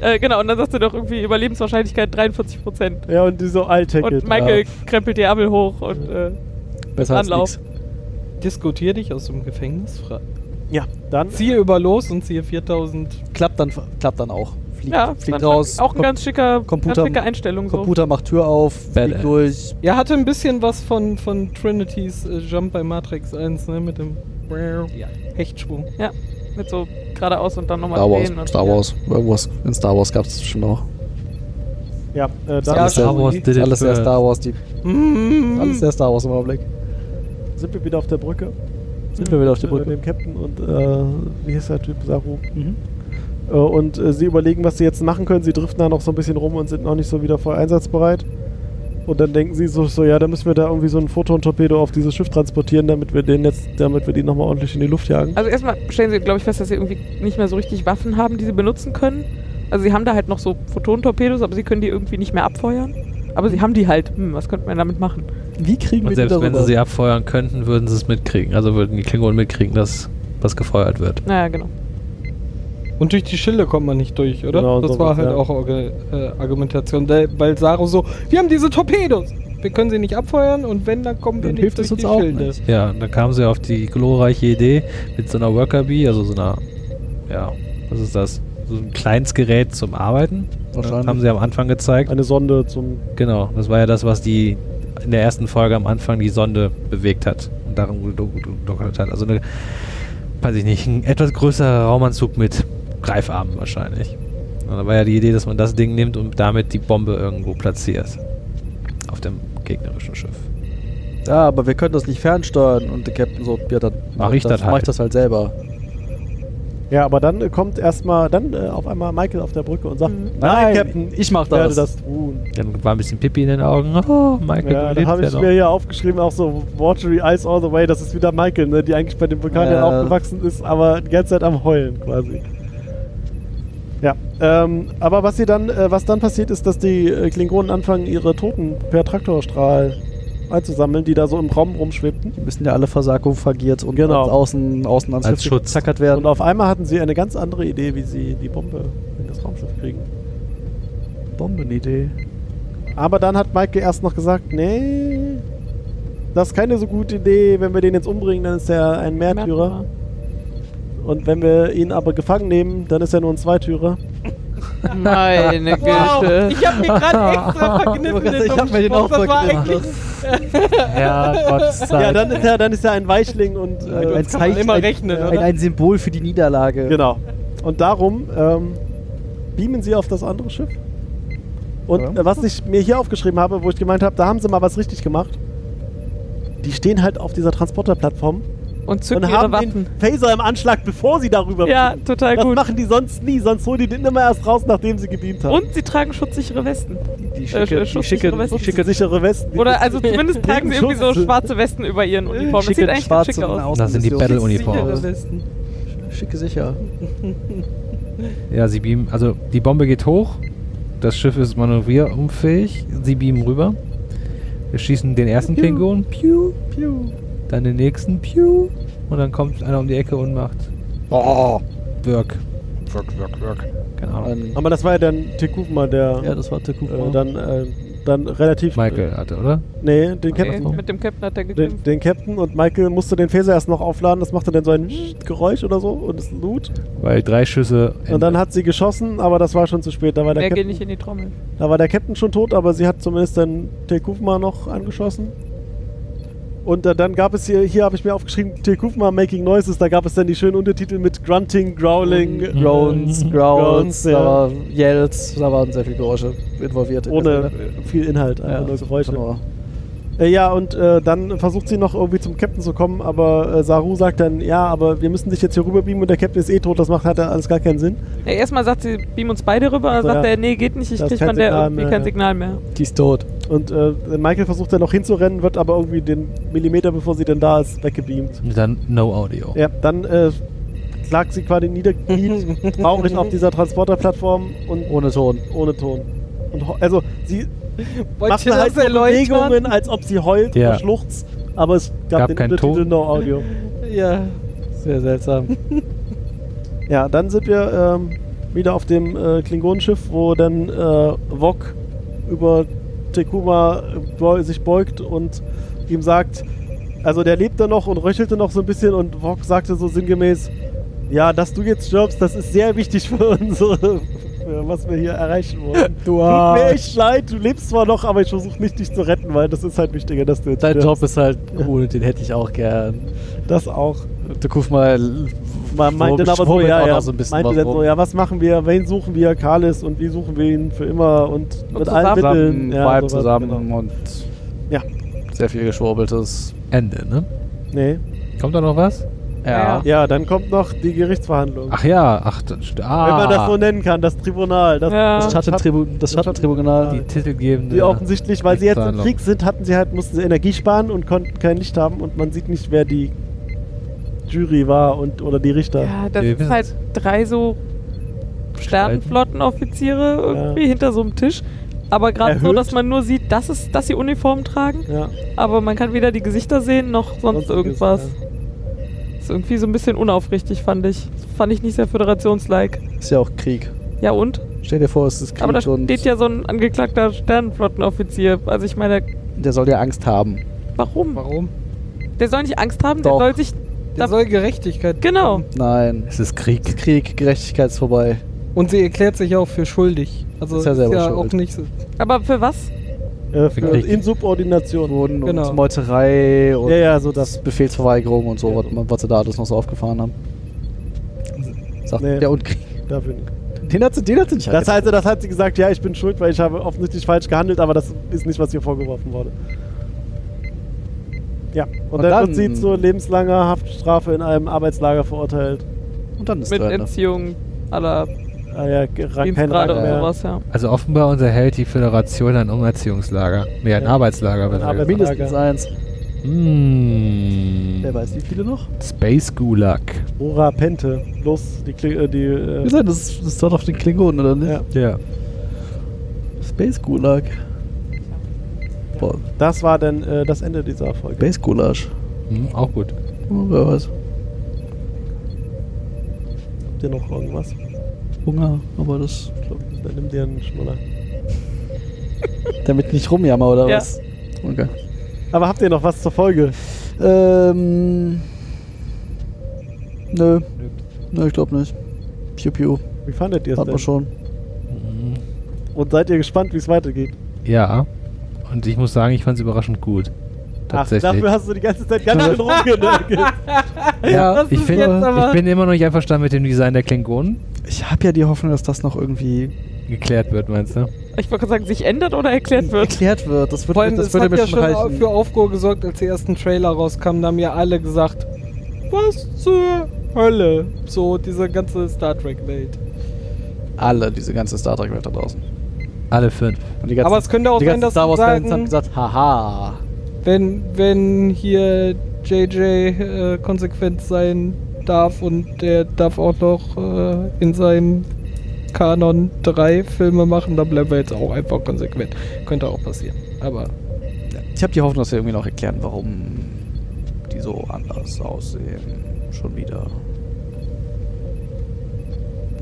[SPEAKER 5] Äh, genau, und dann sagt sie doch irgendwie Überlebenswahrscheinlichkeit 43 Prozent.
[SPEAKER 1] Ja, und die so alltäglich.
[SPEAKER 5] Und Michael krempelt die Ärmel hoch und äh,
[SPEAKER 11] Besser als
[SPEAKER 5] Anlauf.
[SPEAKER 11] nix.
[SPEAKER 4] Diskutier dich aus dem Gefängnis frei.
[SPEAKER 1] Ja, dann
[SPEAKER 4] Ziehe über los und ziehe 4000.
[SPEAKER 3] Klappt dann, klappt dann auch. Fliegt,
[SPEAKER 5] ja,
[SPEAKER 3] fliegt
[SPEAKER 5] dann
[SPEAKER 3] raus.
[SPEAKER 5] auch ein
[SPEAKER 3] Kom-
[SPEAKER 5] ganz schicker,
[SPEAKER 3] Computer-
[SPEAKER 5] ganz schicke Einstellung so.
[SPEAKER 3] Computer macht Tür auf,
[SPEAKER 2] Badass.
[SPEAKER 3] fliegt durch.
[SPEAKER 4] Ja, hatte ein bisschen was von, von Trinity's äh, Jump bei Matrix 1, ne? Mit dem Hechtschwung.
[SPEAKER 5] Ja, mit so geradeaus und dann nochmal
[SPEAKER 11] Star Wars,
[SPEAKER 5] drehen. und-
[SPEAKER 11] Star
[SPEAKER 5] ja.
[SPEAKER 11] Wars. Irgendwas in Star Wars gab es schon auch.
[SPEAKER 1] Ja, äh, dann
[SPEAKER 11] Ja,
[SPEAKER 2] Star Wars did it
[SPEAKER 11] Alles sehr
[SPEAKER 2] first.
[SPEAKER 11] Star Wars, die, alles sehr Star Wars im Augenblick.
[SPEAKER 1] sind wir wieder auf der Brücke.
[SPEAKER 11] Sind wir wieder auf der
[SPEAKER 1] Mit
[SPEAKER 11] Brücke.
[SPEAKER 1] dem Captain und, äh, wie hieß der Typ? Saru. Äh, und äh, sie überlegen, was sie jetzt machen können. Sie driften da noch so ein bisschen rum und sind noch nicht so wieder voll einsatzbereit. Und dann denken sie so, so ja, da müssen wir da irgendwie so ein Photon-Torpedo auf dieses Schiff transportieren, damit wir den jetzt, damit wir die nochmal ordentlich in die Luft jagen.
[SPEAKER 5] Also erstmal stellen sie, glaube ich, fest, dass sie irgendwie nicht mehr so richtig Waffen haben, die sie benutzen können. Also sie haben da halt noch so Photonentorpedos, aber sie können die irgendwie nicht mehr abfeuern. Aber sie haben die halt. Hm, was könnte man damit machen?
[SPEAKER 3] Wie kriegen
[SPEAKER 2] Und
[SPEAKER 3] wir die
[SPEAKER 2] selbst wenn
[SPEAKER 3] darüber?
[SPEAKER 2] sie sie abfeuern könnten, würden sie es mitkriegen. Also würden die Klingonen mitkriegen, dass was gefeuert wird.
[SPEAKER 5] Naja, genau.
[SPEAKER 4] Und durch die Schilde kommt man nicht durch, oder?
[SPEAKER 1] Genau,
[SPEAKER 4] das
[SPEAKER 1] so
[SPEAKER 4] war
[SPEAKER 1] was,
[SPEAKER 4] halt
[SPEAKER 1] ja.
[SPEAKER 4] auch Orge- äh, Argumentation, da- weil Saru so, wir haben diese Torpedos, wir können sie nicht abfeuern und wenn, dann kommen wir
[SPEAKER 3] dann
[SPEAKER 4] nicht
[SPEAKER 3] hilft
[SPEAKER 4] durch
[SPEAKER 3] es uns
[SPEAKER 4] die
[SPEAKER 3] auch
[SPEAKER 4] Schilde.
[SPEAKER 3] nicht.
[SPEAKER 2] Ja, und dann kamen sie auf die glorreiche Idee mit so einer Worker Bee, also so einer, ja, was ist das? So ein kleines Gerät zum Arbeiten.
[SPEAKER 3] Wahrscheinlich.
[SPEAKER 2] Haben sie am Anfang gezeigt.
[SPEAKER 1] Eine Sonde zum.
[SPEAKER 2] Genau, das war ja das, was die in der ersten Folge am Anfang die Sonde bewegt hat und darum gedockert hat. Also eine, weiß ich nicht, ein etwas größerer Raumanzug mit Greifarmen wahrscheinlich. Und da war ja die Idee, dass man das Ding nimmt und damit die Bombe irgendwo platziert. Auf dem gegnerischen Schiff.
[SPEAKER 3] Ja, aber wir können das nicht fernsteuern. Und der Captain so, ja, dann
[SPEAKER 2] Mach ich das
[SPEAKER 3] Mach
[SPEAKER 2] halt.
[SPEAKER 3] ich das halt selber.
[SPEAKER 1] Ja, aber dann äh, kommt erstmal, dann äh, auf einmal Michael auf der Brücke und sagt:
[SPEAKER 5] Mhm.
[SPEAKER 1] Nein, Captain,
[SPEAKER 3] ich mach
[SPEAKER 1] ich werde
[SPEAKER 3] das.
[SPEAKER 1] das tun.
[SPEAKER 2] Dann war ein bisschen Pipi in den Augen. Oh, Michael,
[SPEAKER 1] Ja, da
[SPEAKER 2] du lebst
[SPEAKER 1] habe
[SPEAKER 2] ja
[SPEAKER 1] ich
[SPEAKER 2] noch.
[SPEAKER 1] mir hier aufgeschrieben, auch so Watery Eyes All the Way, das ist wieder Michael, ne, die eigentlich bei dem Vulkan ja.
[SPEAKER 3] Ja.
[SPEAKER 1] aufgewachsen ist, aber die ganze Zeit am Heulen quasi. Ja, ähm, aber was sie dann, äh, was dann passiert ist, dass die äh, Klingonen anfangen, ihre Toten per Traktorstrahl einzusammeln, die da so im Raum rumschwebten.
[SPEAKER 3] Die müssen ja alle versarkophagiert und
[SPEAKER 1] Genau.
[SPEAKER 3] als außen, außen ans
[SPEAKER 2] Als
[SPEAKER 3] Schiff
[SPEAKER 2] Schutz.
[SPEAKER 3] gezackert werden.
[SPEAKER 1] Und auf einmal hatten sie eine ganz andere Idee, wie sie die Bombe in das Raumschiff kriegen.
[SPEAKER 3] Bombenidee.
[SPEAKER 1] Aber dann hat Mike erst noch gesagt, nee, das ist keine so gute Idee, wenn wir den jetzt umbringen, dann ist er ein Märtyrer. Und wenn wir ihn aber gefangen nehmen, dann ist er nur ein Zweitürer.
[SPEAKER 5] Meine Güte.
[SPEAKER 4] Ich hab mir gerade extra verkniffen.
[SPEAKER 3] Ich
[SPEAKER 4] den
[SPEAKER 3] hab mir den auch
[SPEAKER 4] dummen Spruch. Das war
[SPEAKER 3] verkniffen.
[SPEAKER 4] eigentlich
[SPEAKER 2] Herrgott sei
[SPEAKER 1] Ja, dann ist er, dann ist er ein Weichling und
[SPEAKER 3] ein,
[SPEAKER 1] äh,
[SPEAKER 3] ein
[SPEAKER 4] kann man
[SPEAKER 3] Zeichen,
[SPEAKER 4] immer
[SPEAKER 3] ein,
[SPEAKER 4] rechnen,
[SPEAKER 3] ein,
[SPEAKER 4] oder?
[SPEAKER 3] ein Symbol für die Niederlage.
[SPEAKER 1] genau. Und darum Genau. ähm, beamen sie auf das andere Schiff. Und
[SPEAKER 3] Ja.
[SPEAKER 1] äh, was ich mir hier aufgeschrieben habe, wo ich gemeint habe, da haben sie mal was richtig gemacht. Die stehen halt auf dieser Transporterplattform
[SPEAKER 5] Und zücken
[SPEAKER 1] und
[SPEAKER 5] ihre
[SPEAKER 1] haben den
[SPEAKER 5] Waffen.
[SPEAKER 1] Phaser im Anschlag, bevor sie darüber
[SPEAKER 5] Ja,
[SPEAKER 1] fliegen.
[SPEAKER 5] total
[SPEAKER 1] Das
[SPEAKER 5] gut.
[SPEAKER 1] machen die sonst nie, sonst holen die den immer erst raus, nachdem sie gebeamt haben.
[SPEAKER 5] Und sie tragen schutzsichere Westen.
[SPEAKER 3] Die
[SPEAKER 5] schicke-
[SPEAKER 3] schicke,
[SPEAKER 5] die schicke- die
[SPEAKER 1] Die schicke sichere Westen. die-
[SPEAKER 5] Oder also zumindest tragen sie irgendwie so
[SPEAKER 1] Schutz.
[SPEAKER 5] schwarze Westen über ihren Uniformen. Das
[SPEAKER 8] Schicke
[SPEAKER 5] sieht eigentlich ganz schick
[SPEAKER 8] schwarze
[SPEAKER 5] aus.
[SPEAKER 2] Das sind die Battle-Uniformen.
[SPEAKER 4] Westen.
[SPEAKER 8] Schicke sicher.
[SPEAKER 2] Ja, sie beamen, also die Bombe geht hoch, das Schiff ist manövrierunfähig, sie beamen rüber. Wir schießen den ersten Klingon, piu, piu, dann den nächsten, piu, und dann kommt einer um die Ecke und macht
[SPEAKER 3] Oh.
[SPEAKER 2] Wirk. Wirk, Wirk, Wirk. Keine Ahnung.
[SPEAKER 8] Ein,
[SPEAKER 1] Aber das war ja dann Tekufma, der
[SPEAKER 8] ja, das war Tekuma.
[SPEAKER 1] äh, dann, äh, dann relativ.
[SPEAKER 2] Michael hatte, oder?
[SPEAKER 1] Nee, den
[SPEAKER 5] Nee,
[SPEAKER 1] Captain.
[SPEAKER 5] mit dem Captain hat er
[SPEAKER 1] Den,
[SPEAKER 5] gekämpft.
[SPEAKER 1] den Captain und Michael musste den Phaser erst noch aufladen. Das machte dann so ein Geräusch oder so und es loot.
[SPEAKER 2] Weil drei Schüsse.
[SPEAKER 1] Und dann hat sie geschossen, aber das war schon zu spät. Da war der,
[SPEAKER 5] Der geht nicht
[SPEAKER 1] Captain,
[SPEAKER 5] in die Trommel.
[SPEAKER 1] da war der Captain schon tot, aber sie hat zumindest dann Tekufma noch angeschossen. Und äh, dann gab es hier, hier habe ich mir aufgeschrieben, Tekufma Making Noises, da gab es dann die schönen Untertitel mit Grunting, Growling,
[SPEAKER 5] Mhm.
[SPEAKER 1] äh,
[SPEAKER 3] Mhm.
[SPEAKER 8] Groans,
[SPEAKER 1] Groans,
[SPEAKER 8] Growls, Mhm. da
[SPEAKER 1] ja.
[SPEAKER 8] war Yells, da waren sehr viele Geräusche involviert. in der
[SPEAKER 1] ohne
[SPEAKER 8] Szene.
[SPEAKER 1] äh, viel Inhalt, einfach
[SPEAKER 8] Ja,
[SPEAKER 1] nur
[SPEAKER 8] so-
[SPEAKER 1] Geräusche.
[SPEAKER 3] Genau.
[SPEAKER 8] so-
[SPEAKER 1] Äh, ja, und äh, dann versucht sie noch irgendwie zum Captain zu kommen, aber äh, Saru sagt dann, ja, aber wir müssen dich jetzt hier rüberbeamen und der Captain ist eh tot, das macht halt alles gar keinen Sinn.
[SPEAKER 5] Ja, erstmal sagt sie, beam uns beide rüber. Dann
[SPEAKER 1] Also,
[SPEAKER 5] sagt
[SPEAKER 1] ja.
[SPEAKER 5] er, nee, geht nicht. Ich
[SPEAKER 1] Da ist
[SPEAKER 5] krieg
[SPEAKER 1] kein
[SPEAKER 5] von der
[SPEAKER 1] Signal
[SPEAKER 5] irgendwie
[SPEAKER 1] mehr,
[SPEAKER 5] kein
[SPEAKER 1] ja.
[SPEAKER 5] Signal mehr.
[SPEAKER 8] Die ist tot.
[SPEAKER 1] Und äh, Michael versucht dann noch hinzurennen, wird aber irgendwie den Millimeter, bevor sie denn da ist, weggebeamt.
[SPEAKER 2] Und dann No Audio.
[SPEAKER 1] Ja, dann äh, klagt sie quasi niedergekniet, traurig auf dieser Transporterplattform und
[SPEAKER 8] Ohne Ton.
[SPEAKER 1] ohne Ton. Und ho- also sie
[SPEAKER 4] Wollt ihr
[SPEAKER 1] machte halt
[SPEAKER 4] das
[SPEAKER 1] so Bewegungen,
[SPEAKER 4] erläutern?
[SPEAKER 1] als ob sie heult
[SPEAKER 2] Ja.
[SPEAKER 1] oder schluchzt, aber es gab,
[SPEAKER 2] Gab
[SPEAKER 1] den
[SPEAKER 2] keinen
[SPEAKER 1] Untertitel
[SPEAKER 2] Ton.
[SPEAKER 1] No Audio.
[SPEAKER 4] Ja.
[SPEAKER 8] Sehr seltsam.
[SPEAKER 1] Ja, dann sind wir ähm, wieder auf dem äh, Klingonenschiff, wo dann äh, Wok über Tekuma äh, beu- sich beugt und ihm sagt, also der lebte noch und röchelte noch so ein bisschen und Wok sagte so sinngemäß, ja, dass du jetzt stirbst, das ist sehr wichtig für unsere, für was wir hier erreichen wollen.
[SPEAKER 8] Du
[SPEAKER 1] Tut mir
[SPEAKER 8] Arsch.
[SPEAKER 1] echt leid, du lebst zwar noch, aber ich versuche nicht, dich zu retten, weil das ist halt wichtiger, dass du jetzt
[SPEAKER 3] Dein
[SPEAKER 1] stirbst.
[SPEAKER 3] Job ist halt cool, den hätte ich auch gern.
[SPEAKER 1] Das auch.
[SPEAKER 3] Du guck mal,
[SPEAKER 1] Man meinte dann aber so,
[SPEAKER 3] schwurbelt
[SPEAKER 1] ja,
[SPEAKER 3] auch
[SPEAKER 1] ja,
[SPEAKER 3] noch so ein bisschen
[SPEAKER 1] meinte
[SPEAKER 3] was
[SPEAKER 1] dann
[SPEAKER 3] rum.
[SPEAKER 1] so, ja, was machen wir, wen suchen wir, Kalis und wie suchen wir ihn für immer und, mit allen
[SPEAKER 3] zusammen,
[SPEAKER 1] Mitteln. Ja,
[SPEAKER 3] Vibe
[SPEAKER 1] sowas,
[SPEAKER 3] zusammen
[SPEAKER 1] Genau.
[SPEAKER 3] und
[SPEAKER 1] Ja.
[SPEAKER 3] sehr viel geschwurbeltes.
[SPEAKER 2] Ende, ne?
[SPEAKER 1] Nee.
[SPEAKER 2] Kommt da noch was?
[SPEAKER 5] Ja.
[SPEAKER 1] Ja, dann kommt noch die Gerichtsverhandlung.
[SPEAKER 2] Ach ja, ach, das, ah,
[SPEAKER 1] Wenn man das so nennen kann, das Tribunal. Das,
[SPEAKER 5] Ja.
[SPEAKER 8] Das Schattentribu- das Schattentribunal.
[SPEAKER 2] die titelgebende.
[SPEAKER 1] Die offensichtlich, weil sie jetzt im
[SPEAKER 2] Verhandlung.
[SPEAKER 1] Krieg sind, hatten sie halt, mussten sie Energie sparen und konnten kein Licht haben und man sieht nicht, wer die Jury war und oder die Richter.
[SPEAKER 5] Ja, das
[SPEAKER 2] Wir
[SPEAKER 5] sind
[SPEAKER 2] wissen's.
[SPEAKER 5] halt drei so Sternenflottenoffiziere irgendwie hinter so einem Tisch. Aber gerade so,
[SPEAKER 1] Erhöht.
[SPEAKER 5] dass man nur sieht, dass, es, dass sie Uniformen tragen.
[SPEAKER 1] Ja.
[SPEAKER 5] Aber man kann weder die Gesichter sehen, noch sonst
[SPEAKER 1] Sonstiges,
[SPEAKER 5] irgendwas. Ist irgendwie so ein bisschen unaufrichtig, fand ich. Fand ich nicht sehr föderationslike.
[SPEAKER 8] Ist ja auch Krieg.
[SPEAKER 5] Ja und?
[SPEAKER 8] Stell dir vor, es ist Krieg
[SPEAKER 5] Aber da
[SPEAKER 8] und
[SPEAKER 5] steht ja so ein angeklagter Sternenflottenoffizier. Also ich meine,
[SPEAKER 8] der soll ja Angst haben.
[SPEAKER 5] warum?
[SPEAKER 4] Warum?
[SPEAKER 5] Der soll nicht Angst haben,
[SPEAKER 8] Doch.
[SPEAKER 5] der soll sich...
[SPEAKER 4] Der
[SPEAKER 5] Da-
[SPEAKER 4] soll Gerechtigkeit.
[SPEAKER 5] Genau.
[SPEAKER 8] Nein.
[SPEAKER 2] Es ist Krieg.
[SPEAKER 8] Es ist Krieg, Gerechtigkeit ist vorbei.
[SPEAKER 4] Und sie erklärt sich auch für schuldig. Also
[SPEAKER 8] Ist ja selber schuld.
[SPEAKER 4] auch nicht so.
[SPEAKER 5] Aber für was?
[SPEAKER 1] Äh,
[SPEAKER 2] Für
[SPEAKER 1] für
[SPEAKER 2] Krieg.
[SPEAKER 1] Insubordination.
[SPEAKER 8] Boden
[SPEAKER 4] Genau.
[SPEAKER 8] und Meuterei und
[SPEAKER 1] Ja, ja, so das.
[SPEAKER 8] das Befehlsverweigerung und so, was, was sie da alles noch so aufgefahren haben. Sagt
[SPEAKER 1] Nee.
[SPEAKER 8] der und Krieg.
[SPEAKER 1] Dafür nicht.
[SPEAKER 8] Den hat sie, den hat sie nicht
[SPEAKER 1] Das
[SPEAKER 8] angetan.
[SPEAKER 1] heißt, das hat sie gesagt, ja, ich bin schuld, weil ich habe offensichtlich falsch gehandelt, aber das ist nicht, was ihr vorgeworfen wurde. Ja, und,
[SPEAKER 8] Und
[SPEAKER 1] dann,
[SPEAKER 8] dann-
[SPEAKER 1] wird sie zu lebenslanger Haftstrafe in einem Arbeitslager verurteilt.
[SPEAKER 8] Und dann ist
[SPEAKER 5] Mit
[SPEAKER 8] zu Ende.
[SPEAKER 5] Entziehung aller
[SPEAKER 1] Ah ja, ge- ra- kein
[SPEAKER 5] Dienstgrade
[SPEAKER 1] Rang
[SPEAKER 5] und
[SPEAKER 1] mehr.
[SPEAKER 5] sowas, ja.
[SPEAKER 2] Also offenbar unterhält die Föderation ein Umerziehungslager. Nee, ein
[SPEAKER 1] Ja.
[SPEAKER 2] Arbeitslager. besser
[SPEAKER 1] Arbeits-
[SPEAKER 2] gesagt.
[SPEAKER 8] Mindestens eins.
[SPEAKER 2] Mmh.
[SPEAKER 8] Wer weiß, wie viele noch?
[SPEAKER 2] Space Gulag.
[SPEAKER 1] Ora Pente. Bloß die, Kli- äh, die
[SPEAKER 8] Wie
[SPEAKER 1] äh,
[SPEAKER 8] gesagt, das ist, das ist doch auf den Klingonen, oder nicht?
[SPEAKER 1] Ja.
[SPEAKER 2] Ja.
[SPEAKER 8] Space Gulag. Boah,
[SPEAKER 1] Das war dann äh, das Ende dieser Folge.
[SPEAKER 8] Space Gulasch.
[SPEAKER 2] Hm, auch gut.
[SPEAKER 8] Oh, wer weiß.
[SPEAKER 1] Habt ihr noch irgendwas?
[SPEAKER 8] Hunger, aber das.
[SPEAKER 1] Ich glaub, Dann nimmt ihr einen Schnuller.
[SPEAKER 8] Damit nicht rumjammer, oder
[SPEAKER 5] Ja.
[SPEAKER 8] was? Okay.
[SPEAKER 1] Aber habt ihr noch was zur Folge?
[SPEAKER 8] Ähm. Nö. Nö, ich glaube nicht. Piu Piu.
[SPEAKER 1] Wie fandet ihr es
[SPEAKER 8] Hat
[SPEAKER 1] denn?
[SPEAKER 8] man schon.
[SPEAKER 2] Mhm.
[SPEAKER 1] Und seid ihr gespannt, wie es weitergeht?
[SPEAKER 2] Ja. Und ich muss sagen, ich fand es überraschend gut.
[SPEAKER 1] Ach,
[SPEAKER 2] Tatsächlich.
[SPEAKER 1] dafür hast du die ganze Zeit ganz schön rumgenörgelt.
[SPEAKER 2] ja,
[SPEAKER 5] das
[SPEAKER 2] ich,
[SPEAKER 5] ist
[SPEAKER 2] find,
[SPEAKER 5] jetzt aber-
[SPEAKER 2] ich bin immer noch nicht einverstanden mit dem Design der Klingonen.
[SPEAKER 8] ich habe ja die Hoffnung, dass das noch irgendwie
[SPEAKER 2] Geklärt wird, meinst du?
[SPEAKER 5] Ich wollte gerade sagen, sich ändert oder erklärt wird.
[SPEAKER 8] erklärt wird. Das, wird,
[SPEAKER 4] Vor allem,
[SPEAKER 8] das
[SPEAKER 4] es
[SPEAKER 8] würde
[SPEAKER 4] hat
[SPEAKER 8] mir
[SPEAKER 4] ja
[SPEAKER 8] schon
[SPEAKER 4] schon au-
[SPEAKER 8] reichen.
[SPEAKER 4] für Aufruhr gesorgt, als die ersten Trailer rauskamen. Da haben ja alle gesagt, was zur Hölle? So, diese ganze Star Trek-Welt.
[SPEAKER 3] Alle, diese ganze Star Trek-Welt da draußen.
[SPEAKER 2] Alle fünf.
[SPEAKER 3] Und die ganzen,
[SPEAKER 4] Aber es könnte auch
[SPEAKER 3] die
[SPEAKER 4] sein,
[SPEAKER 3] ganzen
[SPEAKER 4] dass
[SPEAKER 3] Star
[SPEAKER 4] sie
[SPEAKER 3] Wars-Fans haben
[SPEAKER 4] sagen,
[SPEAKER 3] gesagt, haha.
[SPEAKER 4] wenn, wenn hier JJ äh, konsequent sein darf und der darf auch noch äh, in seinen Kanon drei Filme machen, dann bleiben wir jetzt auch einfach konsequent. Könnte auch passieren. Aber
[SPEAKER 3] Ich habe die Hoffnung, dass wir irgendwie noch erklären, warum die so anders aussehen. Schon wieder.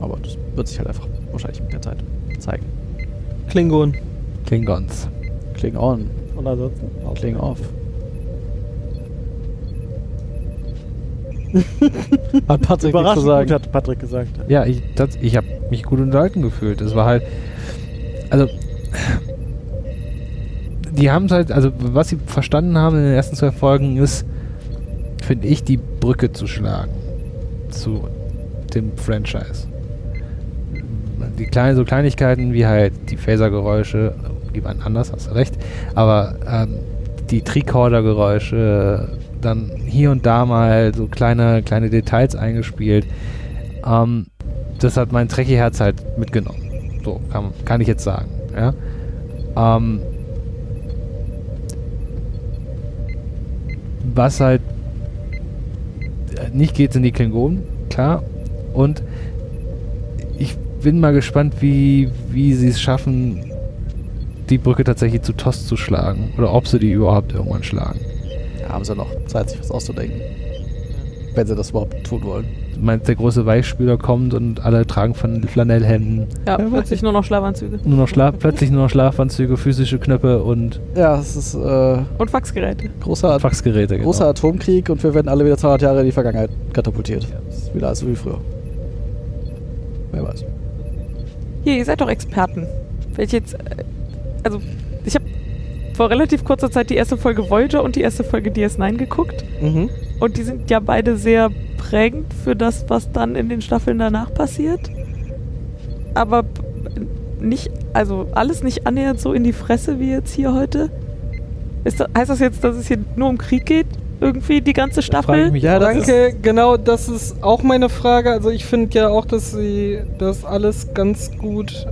[SPEAKER 3] Aber das wird sich halt einfach wahrscheinlich mit der Zeit zeigen.
[SPEAKER 4] Klingon.
[SPEAKER 2] Klingons.
[SPEAKER 3] Kling on,
[SPEAKER 1] Und ansonsten?
[SPEAKER 3] kling off. Hat Patrick nichts zu
[SPEAKER 1] Überraschend gut,
[SPEAKER 3] sagen.
[SPEAKER 1] hat Patrick gesagt.
[SPEAKER 2] Ja, ich, das- ich habe mich gut unterhalten gefühlt. Es war halt. Also. Die haben es halt. Also, was sie verstanden haben in den ersten zwei Folgen ist, finde ich, die Brücke zu schlagen. Zu dem Franchise. Die kleinen, so Kleinigkeiten wie halt die Phaser-Geräusche, die waren anders, hast du recht. Aber ähm, die Tricorder-Geräusche, dann hier und da mal so kleine, kleine Details eingespielt. Ähm, das hat mein Trekkie-Herz halt mitgenommen. So kann, kann ich jetzt sagen. Ja? Ähm, was halt nicht geht, sind die Klingonen, klar. Und ich bin mal gespannt, wie, wie sie es schaffen, die Brücke tatsächlich zu Tost zu schlagen. Oder ob sie die überhaupt irgendwann schlagen.
[SPEAKER 3] Ja, haben sie noch Zeit, sich was auszudenken. Wenn sie das überhaupt tun wollen.
[SPEAKER 2] Du meinst, der große Weichspüler kommt und alle tragen Flan- Flanellhemden.
[SPEAKER 5] Ja, plötzlich nur noch Schlafanzüge.
[SPEAKER 2] Nur noch Schlaf, plötzlich nur noch Schlafanzüge, physische Knöpfe und
[SPEAKER 3] Ja, es ist äh,
[SPEAKER 5] Und Faxgeräte.
[SPEAKER 3] großer,
[SPEAKER 2] Faxgeräte. Genau.
[SPEAKER 3] großer Atomkrieg und wir werden alle wieder 200 Jahre in die Vergangenheit katapultiert. Das ist wieder alles so wie früher. Wer weiß.
[SPEAKER 5] Hier, ihr seid doch Experten. Wenn ich jetzt. äh, Also, ich habe vor relativ kurzer Zeit die erste Folge Voyager und die erste Folge DS9 geguckt.
[SPEAKER 4] Mhm.
[SPEAKER 5] Und die sind ja beide sehr prägend für das, was dann in den Staffeln danach passiert. Aber p- nicht, also alles nicht annähernd so in die Fresse wie jetzt hier heute. Ist das, heißt das jetzt, dass es hier nur um Krieg geht? Irgendwie die ganze
[SPEAKER 2] Frage ich
[SPEAKER 5] Staffel?
[SPEAKER 2] mich ja,
[SPEAKER 4] Danke, genau, das ist auch meine Frage. Also ich finde ja auch, dass sie das alles ganz gut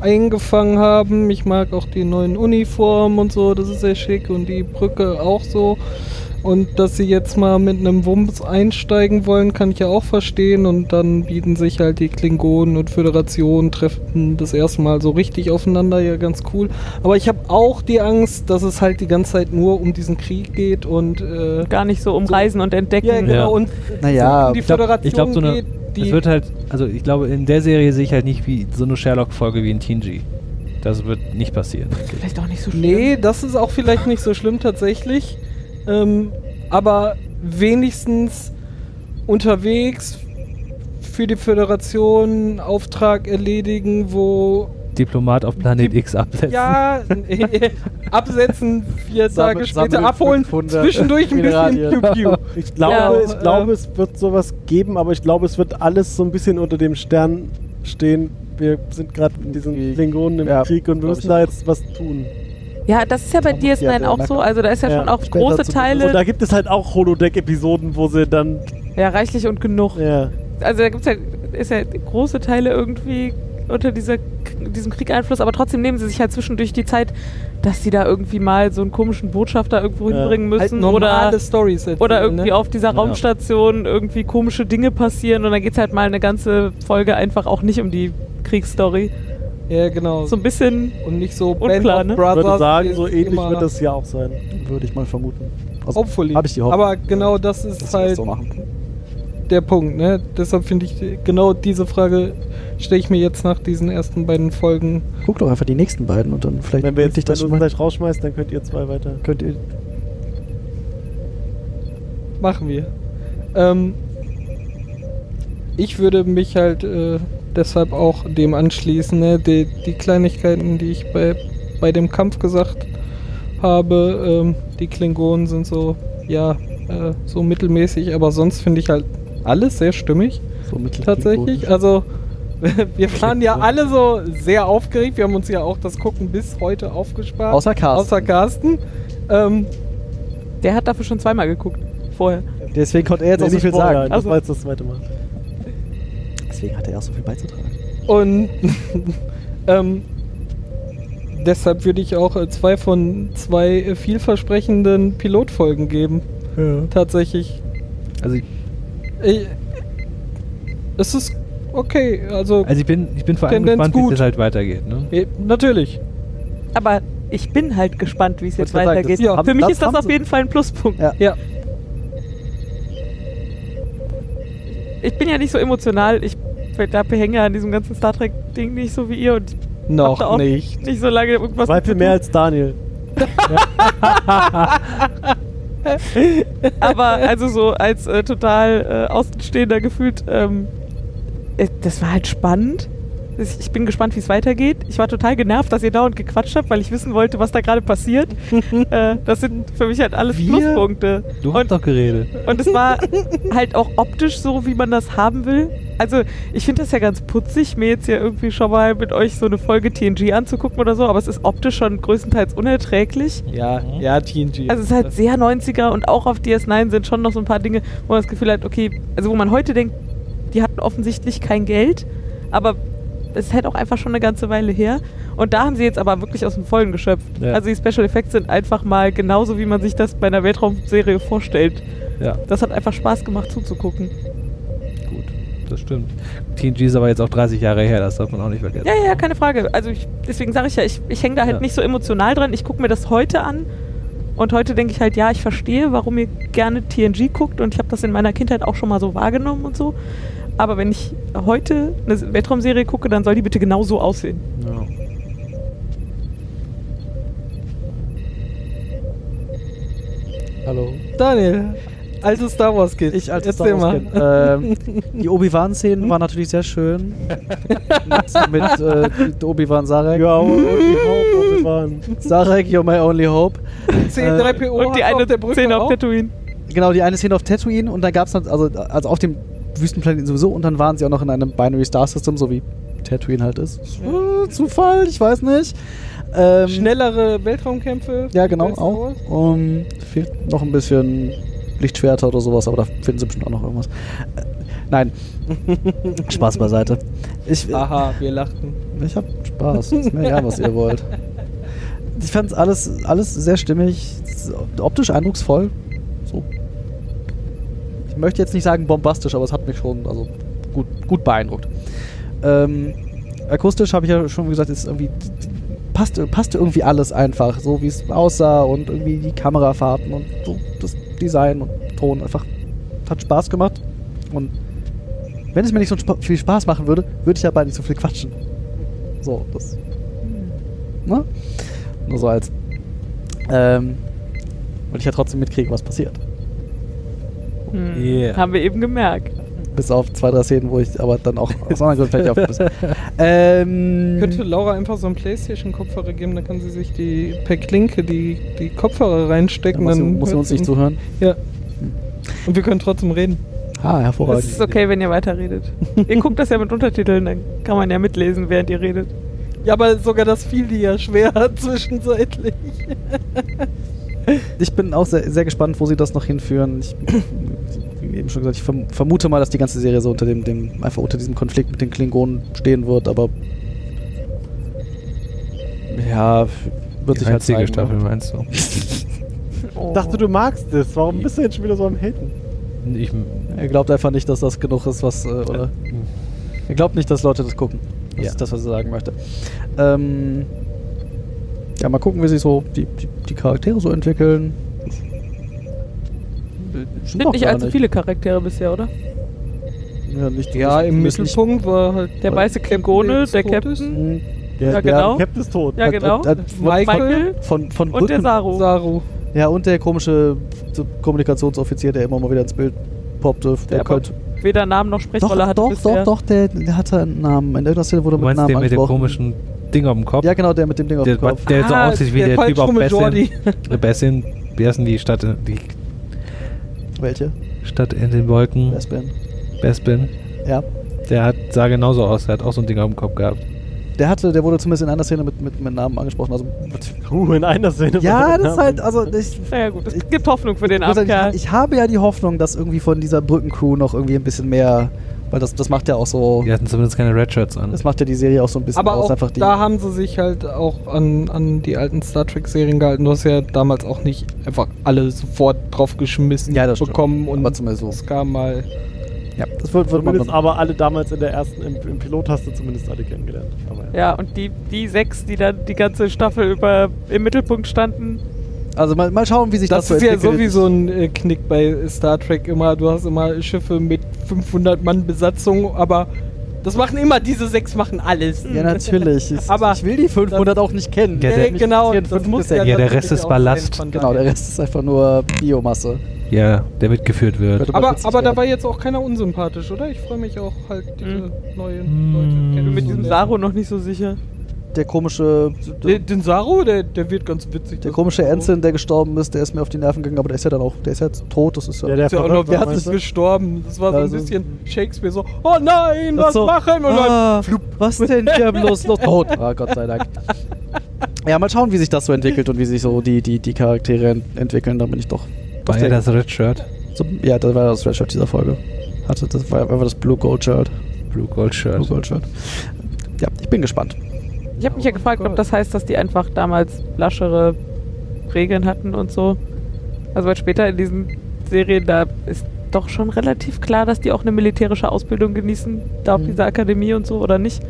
[SPEAKER 4] eingefangen haben. Ich mag auch die neuen Uniformen und so, das ist sehr schick und die Brücke auch so. Und dass sie jetzt mal mit einem Wumms einsteigen wollen, kann ich ja auch verstehen. Und dann bieten sich halt die Klingonen und Föderationen treffen das erste Mal so richtig aufeinander, ja ganz cool. Aber ich habe auch die Angst, dass es halt die ganze Zeit nur um diesen Krieg geht und äh,
[SPEAKER 5] Gar nicht so um Reisen und Entdecken.
[SPEAKER 4] ja, genau.
[SPEAKER 2] ne? Ja.
[SPEAKER 4] Und
[SPEAKER 8] Naja,
[SPEAKER 4] um die
[SPEAKER 2] ich glaub-
[SPEAKER 4] Föderation
[SPEAKER 2] ich glaub, so eine-
[SPEAKER 4] geht,
[SPEAKER 2] Es
[SPEAKER 4] die
[SPEAKER 2] wird halt, also ich glaube, in der Serie sehe ich halt nicht wie so eine Sherlock-Folge wie in Tingy. Das wird nicht passieren. denke ich.
[SPEAKER 5] Vielleicht auch nicht so schlimm.
[SPEAKER 4] nee, das ist auch vielleicht nicht so schlimm tatsächlich. Ähm, aber wenigstens unterwegs für die Föderation Auftrag erledigen, wo
[SPEAKER 2] Diplomat auf Planet
[SPEAKER 4] Die-
[SPEAKER 2] X absetzen.
[SPEAKER 4] ja nee, absetzen, vier
[SPEAKER 3] Sammel-
[SPEAKER 4] Tage später
[SPEAKER 3] sammel
[SPEAKER 4] abholen,
[SPEAKER 3] 500
[SPEAKER 4] zwischendurch ein bisschen
[SPEAKER 3] Mineralien.
[SPEAKER 4] Piu Piu.
[SPEAKER 1] Ich glaube,
[SPEAKER 5] Ja.
[SPEAKER 1] ich glaube, es wird sowas geben, aber ich glaube, es wird alles so ein bisschen unter dem Stern stehen. Wir sind gerade mit diesen
[SPEAKER 3] Krieg.
[SPEAKER 1] Klingonen im
[SPEAKER 3] Ja,
[SPEAKER 1] Krieg und wir
[SPEAKER 3] glaub
[SPEAKER 1] müssen
[SPEAKER 3] ich
[SPEAKER 1] da
[SPEAKER 3] auch.
[SPEAKER 1] jetzt was tun.
[SPEAKER 5] Ja, das ist ja bei
[SPEAKER 8] Da muss die ja
[SPEAKER 5] DS9
[SPEAKER 8] der
[SPEAKER 5] auch
[SPEAKER 8] Lack
[SPEAKER 5] so. Also da ist ja,
[SPEAKER 1] Ja,
[SPEAKER 5] schon auch
[SPEAKER 8] später
[SPEAKER 5] große
[SPEAKER 8] zu-
[SPEAKER 1] Und da
[SPEAKER 5] Teile.
[SPEAKER 1] gibt es halt auch Holodeck-Episoden, wo sie dann.
[SPEAKER 5] Ja, reichlich und genug.
[SPEAKER 1] Ja,
[SPEAKER 5] Also da gibt's ja, ist ja große Teile irgendwie unter dieser, diesem Krieg-Einfluss, aber trotzdem nehmen sie sich halt zwischendurch die Zeit, dass sie da irgendwie mal so einen komischen Botschafter irgendwo
[SPEAKER 1] Ja.
[SPEAKER 5] hinbringen
[SPEAKER 4] Halt
[SPEAKER 5] müssen oder,
[SPEAKER 4] normale Stories erzählen,
[SPEAKER 5] oder irgendwie
[SPEAKER 4] ne?
[SPEAKER 5] auf dieser Raumstation irgendwie komische Dinge passieren und dann geht's halt mal eine ganze Folge einfach auch nicht um die Kriegsstory.
[SPEAKER 4] Ja, genau.
[SPEAKER 5] So ein bisschen
[SPEAKER 4] und nicht so
[SPEAKER 5] Unklar, ne?
[SPEAKER 1] ich würde sagen,
[SPEAKER 4] ist
[SPEAKER 1] so ähnlich
[SPEAKER 4] immer-
[SPEAKER 1] wird das ja auch sein.
[SPEAKER 8] würde ich mal vermuten. Also,
[SPEAKER 4] Hopefully.
[SPEAKER 8] Habe ich die Hoffnung.
[SPEAKER 4] Aber genau das ist
[SPEAKER 8] dass sie
[SPEAKER 4] halt
[SPEAKER 8] das so machen.
[SPEAKER 4] der Punkt, ne? Deshalb finde ich die- genau diese Frage stelle ich mir jetzt nach diesen ersten beiden Folgen.
[SPEAKER 8] Guck doch einfach die nächsten beiden und dann vielleicht
[SPEAKER 1] Wenn wir
[SPEAKER 8] dich
[SPEAKER 1] jetzt
[SPEAKER 8] das
[SPEAKER 1] das
[SPEAKER 8] schon
[SPEAKER 1] wenn
[SPEAKER 8] mal.
[SPEAKER 1] du gleich rausschmeißt, dann könnt ihr zwei weiter.
[SPEAKER 8] Könnt ihr,
[SPEAKER 4] Machen wir. Ähm, ich würde mich halt äh, deshalb auch dem anschließen, ne? Die, die Kleinigkeiten, die ich bei, bei dem Kampf gesagt habe, ähm, die Klingonen sind so, ja, äh, so mittelmäßig, aber sonst finde ich halt alles sehr stimmig.
[SPEAKER 3] Vermittelt
[SPEAKER 4] tatsächlich.
[SPEAKER 3] Klingonisch.
[SPEAKER 4] Also, wir waren ja alle so sehr aufgeregt. Wir haben uns ja auch das Gucken bis heute aufgespart.
[SPEAKER 3] Außer Carsten.
[SPEAKER 4] also- Außer Carsten. Ähm,
[SPEAKER 5] Der hat dafür schon zweimal geguckt. Vorher.
[SPEAKER 3] Deswegen konnte er jetzt auch so viel sagen.
[SPEAKER 1] Das
[SPEAKER 5] Also-
[SPEAKER 1] war jetzt das zweite Mal.
[SPEAKER 3] Deswegen hat er auch so viel beizutragen.
[SPEAKER 4] und ähm, deshalb würde ich auch äh, zwei von zwei äh, vielversprechenden Pilotfolgen geben. Tatsächlich.
[SPEAKER 2] Also,
[SPEAKER 4] Ich, es ist okay. Also,
[SPEAKER 2] also ich, bin, ich bin vor allem
[SPEAKER 4] Tendenz
[SPEAKER 2] gespannt, wie
[SPEAKER 4] gut.
[SPEAKER 2] es halt weitergeht. Ne?
[SPEAKER 4] eh, natürlich.
[SPEAKER 5] Aber ich bin halt gespannt, wie es jetzt
[SPEAKER 3] Wollte ich grad
[SPEAKER 5] weitergeht.
[SPEAKER 4] sagen, das- ja,
[SPEAKER 5] Für mich
[SPEAKER 3] das
[SPEAKER 5] ist das
[SPEAKER 3] haben
[SPEAKER 5] auf
[SPEAKER 3] sie-
[SPEAKER 5] jeden Fall ein Pluspunkt.
[SPEAKER 3] Ja.
[SPEAKER 4] Ja.
[SPEAKER 5] Ich bin ja nicht so emotional. Ich da hänge ja an diesem ganzen Star Trek-Ding nicht so wie ihr und hab da
[SPEAKER 4] Noch
[SPEAKER 5] auch
[SPEAKER 4] nicht.
[SPEAKER 5] nicht so lange irgendwas
[SPEAKER 1] Zwei
[SPEAKER 5] mit
[SPEAKER 1] viel
[SPEAKER 5] zu
[SPEAKER 1] mehr
[SPEAKER 5] tun.
[SPEAKER 1] als Daniel.
[SPEAKER 5] Aber also so als äh, total äh, Außenstehender gefühlt, ähm, äh, das war halt spannend. Ich ich bin gespannt, wie es weitergeht. Ich war total genervt, dass ihr dauernd gequatscht habt, weil ich wissen wollte, was da gerade passiert. äh, das sind für mich halt alles Pluspunkte.
[SPEAKER 2] Du
[SPEAKER 5] und
[SPEAKER 2] hast doch geredet.
[SPEAKER 5] Und es war halt auch optisch so, wie man das haben will. Also, ich finde das ja ganz putzig, mir jetzt hier irgendwie schon mal mit euch so eine Folge TNG anzugucken oder so, aber es ist optisch schon größtenteils unerträglich.
[SPEAKER 4] Ja,
[SPEAKER 2] Mhm.
[SPEAKER 4] ja, TNG.
[SPEAKER 5] Also, es ist halt sehr 90er und auch auf DS9 sind schon noch so ein paar Dinge, wo man das Gefühl hat, okay, also wo man heute denkt, die hatten offensichtlich kein Geld, aber es ist halt auch einfach schon eine ganze Weile her. Und da haben sie jetzt aber wirklich aus dem Vollen geschöpft.
[SPEAKER 2] Ja.
[SPEAKER 5] Also, die Special Effects sind einfach mal genauso, wie man sich das bei einer Weltraumserie vorstellt.
[SPEAKER 2] Ja,
[SPEAKER 5] Das hat einfach Spaß gemacht zuzugucken.
[SPEAKER 2] gut. Das stimmt. TNG ist aber jetzt auch 30 Jahre her, das darf man auch nicht vergessen.
[SPEAKER 5] Ja, ja, ja, keine Frage. Also ich, deswegen sage ich ja, ich, ich hänge da halt
[SPEAKER 2] Ja.
[SPEAKER 5] nicht so emotional dran. Ich gucke mir das heute an und heute denke ich halt, ja, ich verstehe, warum ihr gerne TNG guckt und ich habe das in meiner Kindheit auch schon mal so wahrgenommen und so. Aber wenn ich heute eine Weltraumserie gucke, dann soll die bitte genau so aussehen.
[SPEAKER 3] Hallo.
[SPEAKER 4] Daniel, alte Star Wars Kid.
[SPEAKER 3] Ich als
[SPEAKER 4] Erzähl
[SPEAKER 3] Star Wars Kind. Ähm, die Obi-Wan-Szenen waren natürlich sehr schön. mit mit äh, Obi-Wan Sarek.
[SPEAKER 1] Ja, und die
[SPEAKER 3] oh,
[SPEAKER 1] Hauptprobe
[SPEAKER 3] Sarek, you're my only hope.
[SPEAKER 4] C3PO
[SPEAKER 5] Äh, und die
[SPEAKER 4] hat's
[SPEAKER 5] eine
[SPEAKER 4] auf der Brücke
[SPEAKER 5] Szene auf
[SPEAKER 4] auch.
[SPEAKER 5] Tatooine.
[SPEAKER 3] Genau, die eine Szene auf Tatooine und dann gab es dann, also, also auf dem Wüstenplaneten sowieso und dann waren sie auch noch in einem Binary Star System, so wie Tatooine halt ist. Äh, Zufall, ich weiß nicht. Ähm,
[SPEAKER 4] Schnellere Weltraumkämpfe.
[SPEAKER 3] Ja, genau,
[SPEAKER 4] Star
[SPEAKER 3] auch.
[SPEAKER 4] Wars.
[SPEAKER 3] Um, fehlt noch ein bisschen Lichtschwerter oder sowas, aber da finden sie bestimmt auch noch irgendwas. Äh, nein. Spaß beiseite. Ich, äh,
[SPEAKER 4] Aha, wir lachten.
[SPEAKER 3] ich hab Spaß. Ist mir egal, was ihr wollt. Ich fand's alles, alles sehr stimmig, s- optisch eindrucksvoll. So. Ich möchte jetzt nicht sagen bombastisch, aber es hat mich schon also, gut, gut beeindruckt. Ähm, akustisch habe ich ja schon gesagt, ist irgendwie passte, passte irgendwie alles einfach, so wie es aussah und irgendwie die Kamerafahrten und so das Design und Ton einfach hat Spaß gemacht. Und wenn es mir nicht so spa- viel Spaß machen würde, würde ich dabei nicht so viel quatschen. So, das. Ne? Nur so als. Ähm, weil ich ja trotzdem mitkriege, was passiert.
[SPEAKER 5] Hm.
[SPEAKER 2] Yeah.
[SPEAKER 5] Haben wir eben gemerkt.
[SPEAKER 3] Bis auf zwei, drei Szenen, wo ich aber dann auch aus anderen Gründen vielleicht auch. Ähm,
[SPEAKER 4] Könnte Laura einfach so einen Playstation-Kopfhörer geben, dann kann sie sich die per Klinke die, die Kopfhörer
[SPEAKER 3] dann
[SPEAKER 4] reinstecken.
[SPEAKER 3] muss,
[SPEAKER 4] Dann,
[SPEAKER 3] sie- muss sie uns nicht
[SPEAKER 4] hört's
[SPEAKER 3] zuhören.
[SPEAKER 4] ein- Und wir können trotzdem reden.
[SPEAKER 3] Ah, hervorragend.
[SPEAKER 5] Es ist okay, wenn ihr weiterredet. ihr guckt das ja mit Untertiteln, dann kann man ja mitlesen, während ihr redet.
[SPEAKER 4] Ja, aber sogar das fiel dir ja schwer zwischenzeitlich.
[SPEAKER 3] Ich bin auch sehr, sehr gespannt, wo sie das noch hinführen. Ich, wie eben schon gesagt, ich verm- vermute mal, dass die ganze Serie so unter dem, dem einfach unter diesem Konflikt mit den Klingonen stehen wird, aber ja, wird
[SPEAKER 2] Die
[SPEAKER 3] sich halt
[SPEAKER 2] einzige
[SPEAKER 3] zeigen.
[SPEAKER 2] Staffel,
[SPEAKER 3] ne?
[SPEAKER 2] meinst du?
[SPEAKER 5] Oh.
[SPEAKER 1] Dachte, du magst es. Warum bist du jetzt schon wieder so am Haten?
[SPEAKER 2] Ich,
[SPEAKER 3] Er glaubt einfach nicht, dass das genug ist, was äh, oder er glaubt nicht, dass Leute das gucken. Das
[SPEAKER 2] Ja.
[SPEAKER 3] ist das, was er sagen möchte. Ähm, ja, mal gucken, wie sich so die, die, die Charaktere so entwickeln.
[SPEAKER 5] sind nicht allzu viele Charaktere bisher, oder?
[SPEAKER 3] Ja, nicht,
[SPEAKER 4] Ja, im
[SPEAKER 3] nicht- nicht-
[SPEAKER 4] Mittelpunkt war halt
[SPEAKER 5] Der weiße Klingone, der
[SPEAKER 4] tot ist.
[SPEAKER 5] Captain.
[SPEAKER 3] Mhm.
[SPEAKER 1] Der,
[SPEAKER 5] Ja,
[SPEAKER 1] der
[SPEAKER 5] genau.
[SPEAKER 1] Captain ist tot.
[SPEAKER 5] Ja, genau.
[SPEAKER 3] Äh, äh,
[SPEAKER 4] Michael
[SPEAKER 3] Von, von
[SPEAKER 5] Und der
[SPEAKER 3] Brücken-
[SPEAKER 5] Saru.
[SPEAKER 4] Saru.
[SPEAKER 3] Ja, und der komische so Kommunikationsoffizier, der immer mal wieder ins Bild poppte. Der,
[SPEAKER 5] aber
[SPEAKER 3] könnte.
[SPEAKER 5] Weder Namen noch Sprechrolle
[SPEAKER 3] Doch,
[SPEAKER 5] hat
[SPEAKER 3] doch,
[SPEAKER 5] bisher.
[SPEAKER 3] doch, doch, der, der hatte einen Namen. In irgendeiner Szene wurde
[SPEAKER 2] du
[SPEAKER 3] er
[SPEAKER 2] meinst
[SPEAKER 3] mit Namen
[SPEAKER 2] den mit dem
[SPEAKER 3] angesprochen.
[SPEAKER 2] komischen Ding auf dem Kopf?
[SPEAKER 3] ja, genau, der mit dem Ding auf
[SPEAKER 2] der,
[SPEAKER 3] dem Kopf.
[SPEAKER 2] der so
[SPEAKER 4] Ah,
[SPEAKER 2] aussieht wie
[SPEAKER 4] der
[SPEAKER 2] der, Typ auf
[SPEAKER 4] falschrumme
[SPEAKER 2] Bessin. Äh,
[SPEAKER 4] Jordi.
[SPEAKER 2] Bessin, wie heißt denn die Stadt, in- die
[SPEAKER 3] Welche?
[SPEAKER 2] Mhm. Stadt in den Wolken?
[SPEAKER 3] Best Ben.
[SPEAKER 2] Bespin.
[SPEAKER 3] Ja.
[SPEAKER 2] Der hat, sah genauso aus, der hat auch so ein Ding auf dem Kopf gehabt.
[SPEAKER 3] Der hatte, der wurde zumindest in einer Szene mit, mit, mit Namen angesprochen. Also,
[SPEAKER 1] Uh, in einer Szene.
[SPEAKER 3] ja, das ist halt, also ich,
[SPEAKER 5] Naja gut, es gibt Hoffnung für den
[SPEAKER 3] Ich muss sagen,
[SPEAKER 5] Abkerl.
[SPEAKER 3] Ich, ich habe ja die Hoffnung, dass irgendwie von dieser Brückencrew noch irgendwie ein bisschen mehr, weil das, das macht ja auch so,
[SPEAKER 2] Die hatten zumindest keine Red Shirts an.
[SPEAKER 3] das macht ja die Serie auch so ein bisschen
[SPEAKER 4] Aber
[SPEAKER 3] aus,
[SPEAKER 4] auch
[SPEAKER 3] einfach die.
[SPEAKER 4] da haben sie sich halt auch an, an die alten Star Trek-Serien gehalten. Du hast ja damals auch nicht einfach alle sofort draufgeschmissen
[SPEAKER 3] Ja, das stimmt.
[SPEAKER 4] bekommen und
[SPEAKER 3] aber zumindest so.
[SPEAKER 4] es kam mal.
[SPEAKER 3] Ja, das wird, wird man
[SPEAKER 1] Zumindest
[SPEAKER 3] dann,
[SPEAKER 1] aber alle damals in der ersten, im, im Pilot hast du zumindest alle kennengelernt. Aber ja.
[SPEAKER 5] Ja, und die, die sechs, die dann die ganze Staffel über im Mittelpunkt standen,
[SPEAKER 3] Also mal, mal schauen, wie sich das,
[SPEAKER 4] Das ist ja
[SPEAKER 3] entwickelt.
[SPEAKER 4] sowieso ein äh, Knick bei Star Trek immer. Du hast immer Schiffe mit 500 Mann Besatzung, aber das machen immer diese sechs, machen alles.
[SPEAKER 3] Ja, natürlich. Ich,
[SPEAKER 4] Aber
[SPEAKER 3] ich will die 500 auch nicht kennen.
[SPEAKER 2] Ja,
[SPEAKER 4] Nee,
[SPEAKER 2] der-
[SPEAKER 4] nee, genau,
[SPEAKER 3] interessiert
[SPEAKER 4] das
[SPEAKER 3] fünf
[SPEAKER 4] muss
[SPEAKER 3] bis sechs.
[SPEAKER 2] Ja, der
[SPEAKER 4] natürlich
[SPEAKER 2] Rest ist
[SPEAKER 4] auch
[SPEAKER 2] Ballast.
[SPEAKER 4] sein, von
[SPEAKER 3] Genau,
[SPEAKER 4] daher.
[SPEAKER 3] der Rest ist einfach nur Biomasse.
[SPEAKER 2] Ja, der mitgeführt wird.
[SPEAKER 4] Aber, aber da
[SPEAKER 3] dabei.
[SPEAKER 4] war jetzt auch keiner unsympathisch, oder? Ich freue mich auch halt, diese
[SPEAKER 5] Mhm.
[SPEAKER 4] neuen Leute
[SPEAKER 5] bin Hm. mit diesem
[SPEAKER 4] kennenzulernen.
[SPEAKER 5] Saro noch nicht so sicher.
[SPEAKER 3] Der komische,
[SPEAKER 4] Den,
[SPEAKER 3] der,
[SPEAKER 4] den Saru, der, der wird ganz witzig.
[SPEAKER 3] der komische Ensign, der gestorben ist, der ist mir auf die Nerven gegangen, aber der ist ja dann auch, der ist ja jetzt tot, das ist ja.
[SPEAKER 1] Ja, der
[SPEAKER 4] ist ja auch
[SPEAKER 1] verrückt
[SPEAKER 4] noch
[SPEAKER 1] war,
[SPEAKER 4] wer
[SPEAKER 1] meinst
[SPEAKER 4] ist
[SPEAKER 1] du?
[SPEAKER 4] gestorben. Das war so ein
[SPEAKER 3] Also-
[SPEAKER 4] bisschen Shakespeare so, oh nein,
[SPEAKER 3] Ach
[SPEAKER 4] was
[SPEAKER 3] so.
[SPEAKER 4] machen? Und
[SPEAKER 3] ah, was denn hier bloß noch tot? Ah, Gott sei Dank. Ja, mal schauen, wie sich das so entwickelt und wie sich so die, die, die Charaktere ent entwickeln. Da bin ich doch.
[SPEAKER 2] War
[SPEAKER 3] doch
[SPEAKER 2] ja
[SPEAKER 3] sehr-
[SPEAKER 2] das Red Shirt.
[SPEAKER 3] so, ja, das war das Red Shirt dieser Folge. Hatte, das war einfach das Blue Gold Shirt.
[SPEAKER 2] Blue Gold
[SPEAKER 3] Blue
[SPEAKER 2] Shirt.
[SPEAKER 3] Gold Shirt. Ja, ich bin gespannt.
[SPEAKER 5] Ich habe mich ja gefragt, ob das heißt, dass die einfach damals laschere Regeln hatten und so. Also weil später in diesen Serien, da ist doch schon relativ klar, dass die auch eine militärische Ausbildung genießen, da auf
[SPEAKER 3] Mhm.
[SPEAKER 5] dieser Akademie und so oder nicht.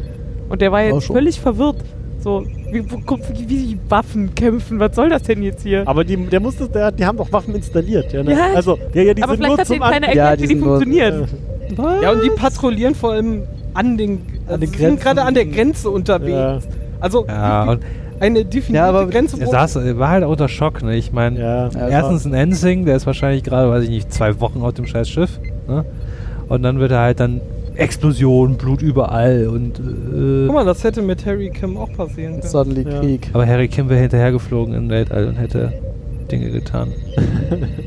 [SPEAKER 5] Und der war
[SPEAKER 3] War
[SPEAKER 5] jetzt
[SPEAKER 3] schon.
[SPEAKER 5] völlig verwirrt. So, wie, wo, kommt- wie, wie Waffen kämpfen, was soll das denn jetzt hier?
[SPEAKER 1] Aber die, der musste, der, die haben doch Waffen installiert. Ja, ne?
[SPEAKER 5] Ja.
[SPEAKER 1] Also, ja, ja, die
[SPEAKER 5] Aber
[SPEAKER 1] sind
[SPEAKER 5] vielleicht
[SPEAKER 1] nur
[SPEAKER 5] hat denen
[SPEAKER 1] zum An-
[SPEAKER 5] keiner erklärt,
[SPEAKER 3] Ja, die
[SPEAKER 5] wie die
[SPEAKER 3] sind nur-
[SPEAKER 5] funktionieren.
[SPEAKER 4] Ja, und die patrouillieren vor allem an den
[SPEAKER 1] An den
[SPEAKER 4] also sie
[SPEAKER 1] Grenzen.
[SPEAKER 4] sind gerade an der Grenze unterwegs.
[SPEAKER 1] Ja.
[SPEAKER 4] Also
[SPEAKER 2] Ja, und
[SPEAKER 4] eine definierte
[SPEAKER 3] Ja, aber
[SPEAKER 4] Grenze.
[SPEAKER 2] er
[SPEAKER 4] wo-
[SPEAKER 2] saß, er war halt auch unter Schock, ne? Ich meine,
[SPEAKER 1] Ja.
[SPEAKER 3] Ja,
[SPEAKER 2] erstens ein Ensing, der ist wahrscheinlich gerade, weiß ich nicht, zwei Wochen auf dem scheiß Schiff. Ne? Und dann wird er halt dann Explosion, Blut überall und. Äh,
[SPEAKER 4] Guck mal, das hätte mit Harry Kim auch passieren können.
[SPEAKER 3] Suddenly
[SPEAKER 1] Ja.
[SPEAKER 3] Krieg.
[SPEAKER 2] aber Harry Kim wäre hinterhergeflogen im Weltall und hätte Dinge getan.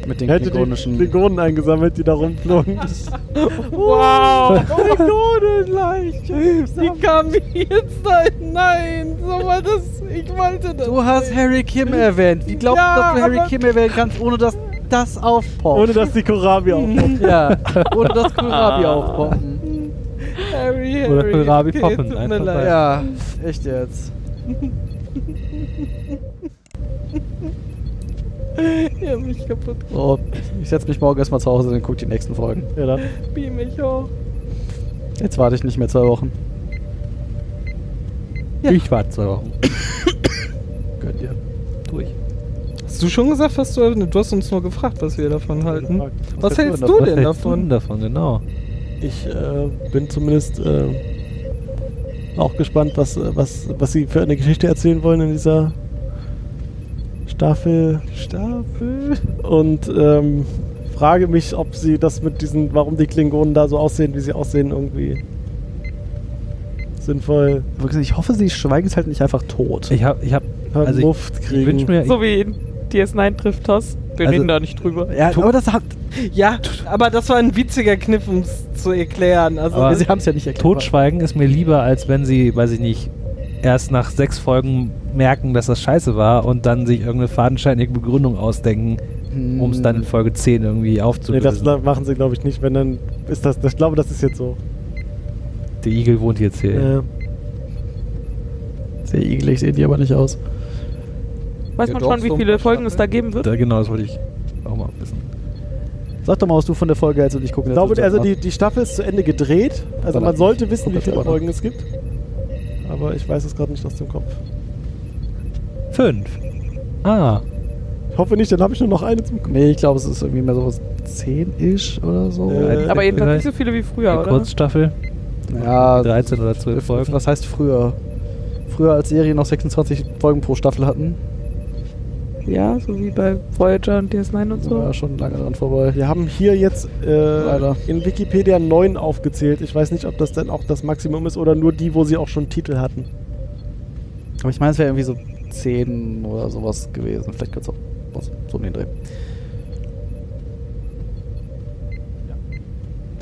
[SPEAKER 3] Mit den
[SPEAKER 1] hätte die
[SPEAKER 3] klingonischen.
[SPEAKER 1] Klingonen eingesammelt, die da rumflogen.
[SPEAKER 4] Wow! Klingonenleiche! Die kam jetzt dahin. Nein, so war das. Ich wollte das.
[SPEAKER 3] Du hast Harry Kim erwähnt. Wie glaubst
[SPEAKER 4] Ja,
[SPEAKER 3] du, dass du Harry
[SPEAKER 4] aber-
[SPEAKER 3] Kim erwähnen kannst, ohne dass das aufpoppt?
[SPEAKER 1] Ohne dass die Korabi aufkommen.
[SPEAKER 3] ja, ohne dass Kohlrabi aufpoppen.
[SPEAKER 4] Harry, Harry.
[SPEAKER 2] Oder Kohlrabi
[SPEAKER 4] Okay,
[SPEAKER 2] poppen,
[SPEAKER 4] tut mir
[SPEAKER 2] einfach
[SPEAKER 4] leid.
[SPEAKER 3] Ja, echt jetzt.
[SPEAKER 4] Ich hab mich kaputt.
[SPEAKER 3] So, ich setze mich morgen erstmal zu Hause und guck die nächsten Folgen.
[SPEAKER 1] Ja, dann.
[SPEAKER 4] Beam mich hoch.
[SPEAKER 3] Jetzt warte ich nicht mehr zwei Wochen.
[SPEAKER 2] Ich war zwei Wochen
[SPEAKER 3] Gönnt ihr.
[SPEAKER 2] durch.
[SPEAKER 4] Hast du schon gesagt, was du. ne, Du hast uns nur gefragt, was wir davon halten. Was, hältst du
[SPEAKER 2] Was hältst
[SPEAKER 4] denn
[SPEAKER 2] du denn
[SPEAKER 4] davon?
[SPEAKER 2] davon, genau.
[SPEAKER 1] Ich äh, bin zumindest äh, auch gespannt, was, äh, was, was sie für eine Geschichte erzählen wollen in dieser Staffel. Staffel. Und ähm, frage mich, ob sie das mit diesen, warum die Klingonen da so aussehen, wie sie aussehen, irgendwie sinnvoll
[SPEAKER 3] Ich hoffe, sie schweigen es halt nicht einfach tot.
[SPEAKER 2] Ich hab, ich hab, also ich,
[SPEAKER 1] Luft
[SPEAKER 2] ich
[SPEAKER 1] kriegen.
[SPEAKER 2] wünsch mir, ich,
[SPEAKER 5] So wie in DS9 trifft Toss. Wir
[SPEAKER 2] Also-
[SPEAKER 5] reden da nicht drüber.
[SPEAKER 3] ja, aber das hat,
[SPEAKER 4] Ja, aber das war ein witziger Kniff, um es zu erklären. Also,
[SPEAKER 2] Aber-
[SPEAKER 3] sie haben es ja nicht erklärt.
[SPEAKER 2] Totschweigen ist mir lieber, als wenn sie, weiß ich nicht, erst nach sechs Folgen merken, dass das scheiße war und dann sich irgendeine fadenscheinige Begründung ausdenken,
[SPEAKER 3] Hm.
[SPEAKER 2] um es dann in Folge 10 irgendwie
[SPEAKER 1] Nee, das
[SPEAKER 2] aufzulösen.
[SPEAKER 1] gla- machen sie, glaube ich, nicht. Wenn dann ist das, ich glaube, das ist jetzt so.
[SPEAKER 2] Der Igel wohnt jetzt hier.
[SPEAKER 1] Äh,
[SPEAKER 3] Sehr eklig sehen die aber nicht aus.
[SPEAKER 5] Weiß
[SPEAKER 4] Ja,
[SPEAKER 5] man
[SPEAKER 4] doch,
[SPEAKER 5] schon, wie
[SPEAKER 4] so ein
[SPEAKER 5] viele
[SPEAKER 4] paar
[SPEAKER 5] Folgen es da
[SPEAKER 4] Staffeln.
[SPEAKER 5] geben wird?
[SPEAKER 2] Da, genau, das wollte ich auch mal wissen.
[SPEAKER 3] Sag doch mal, was du von der Folge hältst und ich gucke
[SPEAKER 1] Ich glaube, also die, die Staffel ist zu Ende gedreht. Also
[SPEAKER 3] Verdammt.
[SPEAKER 1] man sollte wissen, wie
[SPEAKER 3] Guck,
[SPEAKER 1] viele
[SPEAKER 3] das war
[SPEAKER 1] Folgen es gibt. Aber ich weiß es gerade nicht aus dem Kopf.
[SPEAKER 2] Fünf. Ah,
[SPEAKER 1] Ich hoffe nicht, dann habe ich nur noch eine zum Kopf.
[SPEAKER 3] Nee, ich glaube, es ist irgendwie mehr sowas 10-ish oder so.
[SPEAKER 1] Äh,
[SPEAKER 5] Aber jedenfalls
[SPEAKER 2] vielleicht
[SPEAKER 5] nicht so viele wie
[SPEAKER 2] eine
[SPEAKER 5] früher, oder?
[SPEAKER 2] Kurzstaffel,
[SPEAKER 3] ja,
[SPEAKER 2] 13 oder 12 Folgen.
[SPEAKER 3] was heißt früher? Früher, als Serien noch 26 Folgen pro Staffel hatten,
[SPEAKER 5] Ja, so wie bei Voyager und DS9 und
[SPEAKER 3] sind wir
[SPEAKER 5] so.
[SPEAKER 3] ja schon lange dran vorbei.
[SPEAKER 1] Wir haben hier jetzt äh,
[SPEAKER 3] Leider.
[SPEAKER 1] in Wikipedia neun aufgezählt. Ich weiß nicht, ob das dann auch das Maximum ist oder nur die, wo sie auch schon Titel hatten.
[SPEAKER 3] Aber ich meine, es wäre irgendwie so 10 oder sowas gewesen. Vielleicht ganz auch was, so um den Dreh.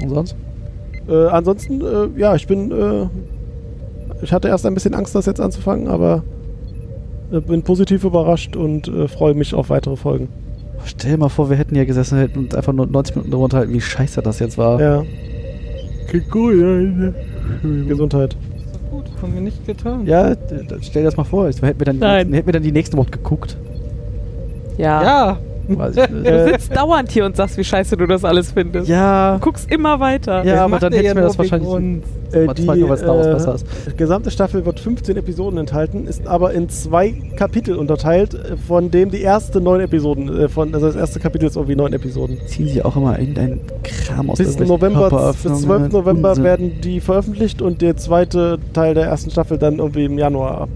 [SPEAKER 3] Und sonst?
[SPEAKER 1] Äh, ansonsten, äh, ja, ich bin. Äh, ich hatte erst ein bisschen Angst, das jetzt anzufangen, aber äh, bin positiv überrascht und äh, freue mich auf weitere Folgen.
[SPEAKER 8] Stell dir mal vor, wir hätten hier gesessen hätten und einfach nur 90 Minuten darunter halten, wie scheiße das jetzt war.
[SPEAKER 1] Ja. Cool, Gesundheit.
[SPEAKER 4] Gut, haben wir nicht getan.
[SPEAKER 8] Ja, d- d- stell dir das mal vor, jetzt hätten wir dann,
[SPEAKER 5] Nein.
[SPEAKER 8] hätten wir dann die nächste Woche geguckt.
[SPEAKER 5] Ja.
[SPEAKER 4] Ja,
[SPEAKER 8] Weiß ich nicht.
[SPEAKER 5] Du sitzt dauernd hier und sagst, wie scheiße du das alles findest.
[SPEAKER 8] ja,
[SPEAKER 5] Guckst immer
[SPEAKER 8] Ja,
[SPEAKER 5] weiter.
[SPEAKER 4] das
[SPEAKER 8] aber
[SPEAKER 4] macht
[SPEAKER 8] dann
[SPEAKER 4] er
[SPEAKER 8] hättest du mir das
[SPEAKER 4] nur wegen
[SPEAKER 8] wahrscheinlich-
[SPEAKER 4] uns.
[SPEAKER 1] Äh,
[SPEAKER 8] Mal fragen, ob es Star Wars besser ist.
[SPEAKER 1] die äh, gesamte Staffel wird 15 Episoden enthalten, ist aber in zwei Kapitel unterteilt, äh, von dem die erste neun Episoden, äh, von, also das erste Kapitel ist irgendwie neun Episoden.
[SPEAKER 8] ziehen sie auch immer irgendeinen Kram aus
[SPEAKER 1] Bis
[SPEAKER 8] irgendwelchen
[SPEAKER 1] November, bis
[SPEAKER 8] Körperöffnungen.
[SPEAKER 1] 12. November
[SPEAKER 8] Unsinn.
[SPEAKER 1] werden die veröffentlicht und der zweite Teil der ersten Staffel dann irgendwie im Januar ab.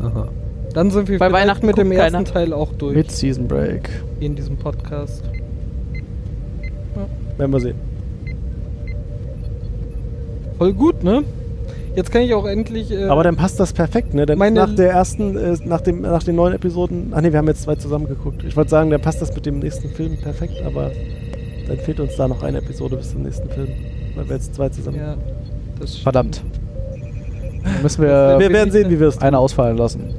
[SPEAKER 7] Aha.
[SPEAKER 4] dann sind wir
[SPEAKER 5] Bei
[SPEAKER 4] vielleicht
[SPEAKER 5] Weihnachten
[SPEAKER 4] mit dem
[SPEAKER 5] guckt
[SPEAKER 4] ersten
[SPEAKER 5] keiner.
[SPEAKER 4] Teil auch durch
[SPEAKER 8] mit Season Break.
[SPEAKER 4] in diesem Podcast.
[SPEAKER 1] Werden wir sehen.
[SPEAKER 4] Voll gut, ne? Jetzt kann ich auch endlich. Äh,
[SPEAKER 1] Aber dann passt das perfekt, ne? Dann ist
[SPEAKER 4] Meine-
[SPEAKER 1] nach der ersten, äh, nach, dem, nach den neuen Episoden. Ach ne, wir haben jetzt zwei zusammen geguckt. Ich wollte sagen, dann passt das mit dem nächsten Film perfekt, aber dann fehlt uns da noch eine Episode bis zum nächsten Film. Weil wir jetzt zwei zusammen.
[SPEAKER 4] ja, das stimmt.
[SPEAKER 3] Verdammt. Dann müssen
[SPEAKER 4] Ja,
[SPEAKER 1] wir
[SPEAKER 3] Äh, wir
[SPEAKER 4] wär-
[SPEAKER 1] werden sehen, wie wir es tun.
[SPEAKER 3] eine ausfallen lassen.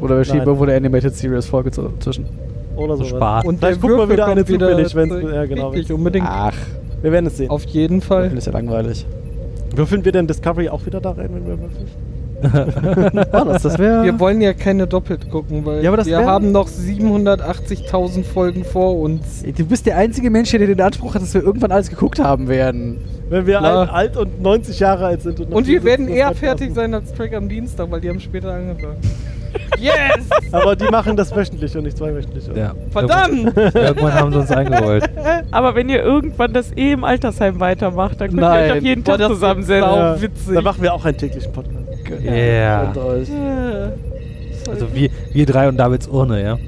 [SPEAKER 3] Oder wir schieben
[SPEAKER 1] Nein.
[SPEAKER 3] irgendwo eine Animated Series Folge zu- zwischen.
[SPEAKER 1] Oder so.
[SPEAKER 7] Spart.
[SPEAKER 4] Und
[SPEAKER 1] Vielleicht
[SPEAKER 4] der
[SPEAKER 1] gucken wir
[SPEAKER 4] Würfel
[SPEAKER 1] wieder
[SPEAKER 4] kommt
[SPEAKER 1] eine zufällig, wenn
[SPEAKER 4] zurück.
[SPEAKER 1] Ja, genau.
[SPEAKER 4] Richtig, unbedingt.
[SPEAKER 3] Ach,
[SPEAKER 1] Wir werden es sehen.
[SPEAKER 4] Auf jeden
[SPEAKER 3] das
[SPEAKER 4] Fall.
[SPEAKER 3] ist ja langweilig.
[SPEAKER 1] Würfeln wir denn Discovery auch wieder da rein, wenn wir würfeln?
[SPEAKER 8] Oh, das das wäre.
[SPEAKER 4] Wir wollen ja keine doppelt gucken, weil
[SPEAKER 8] Ja, aber das
[SPEAKER 4] wir
[SPEAKER 8] wär-
[SPEAKER 4] haben noch 780.000 Folgen vor uns.
[SPEAKER 3] Du bist der einzige Mensch, hier, der den Anspruch hat, dass wir irgendwann alles geguckt haben werden.
[SPEAKER 1] Wenn wir
[SPEAKER 4] Klar.
[SPEAKER 1] alt, alt und 90 Jahre alt sind. Und, noch
[SPEAKER 4] Und wir
[SPEAKER 1] hier
[SPEAKER 4] werden
[SPEAKER 1] sitzen,
[SPEAKER 4] eher
[SPEAKER 1] das
[SPEAKER 4] fertig
[SPEAKER 1] Podcast-
[SPEAKER 4] sein als Track am Dienstag, weil die haben später angefangen. Yes!
[SPEAKER 1] Aber die machen das wöchentlich und nicht zweiwöchentlich. oder?
[SPEAKER 7] Ja.
[SPEAKER 4] Verdammt!
[SPEAKER 7] Irgendwann, irgendwann haben sie uns eingerollt.
[SPEAKER 5] Aber wenn ihr irgendwann das eh im Altersheim weitermacht, dann könnt ihr euch
[SPEAKER 3] Nein.
[SPEAKER 5] auf jeden
[SPEAKER 4] Boah,
[SPEAKER 5] Tag
[SPEAKER 4] das ist
[SPEAKER 5] zusammensetzen.
[SPEAKER 4] sau-
[SPEAKER 1] Ja.
[SPEAKER 4] witzig.
[SPEAKER 1] Dann machen wir auch einen täglichen Podcast.
[SPEAKER 7] Yeah.
[SPEAKER 3] Und euch.
[SPEAKER 7] Also wir, wir drei und Davids Urne, ja.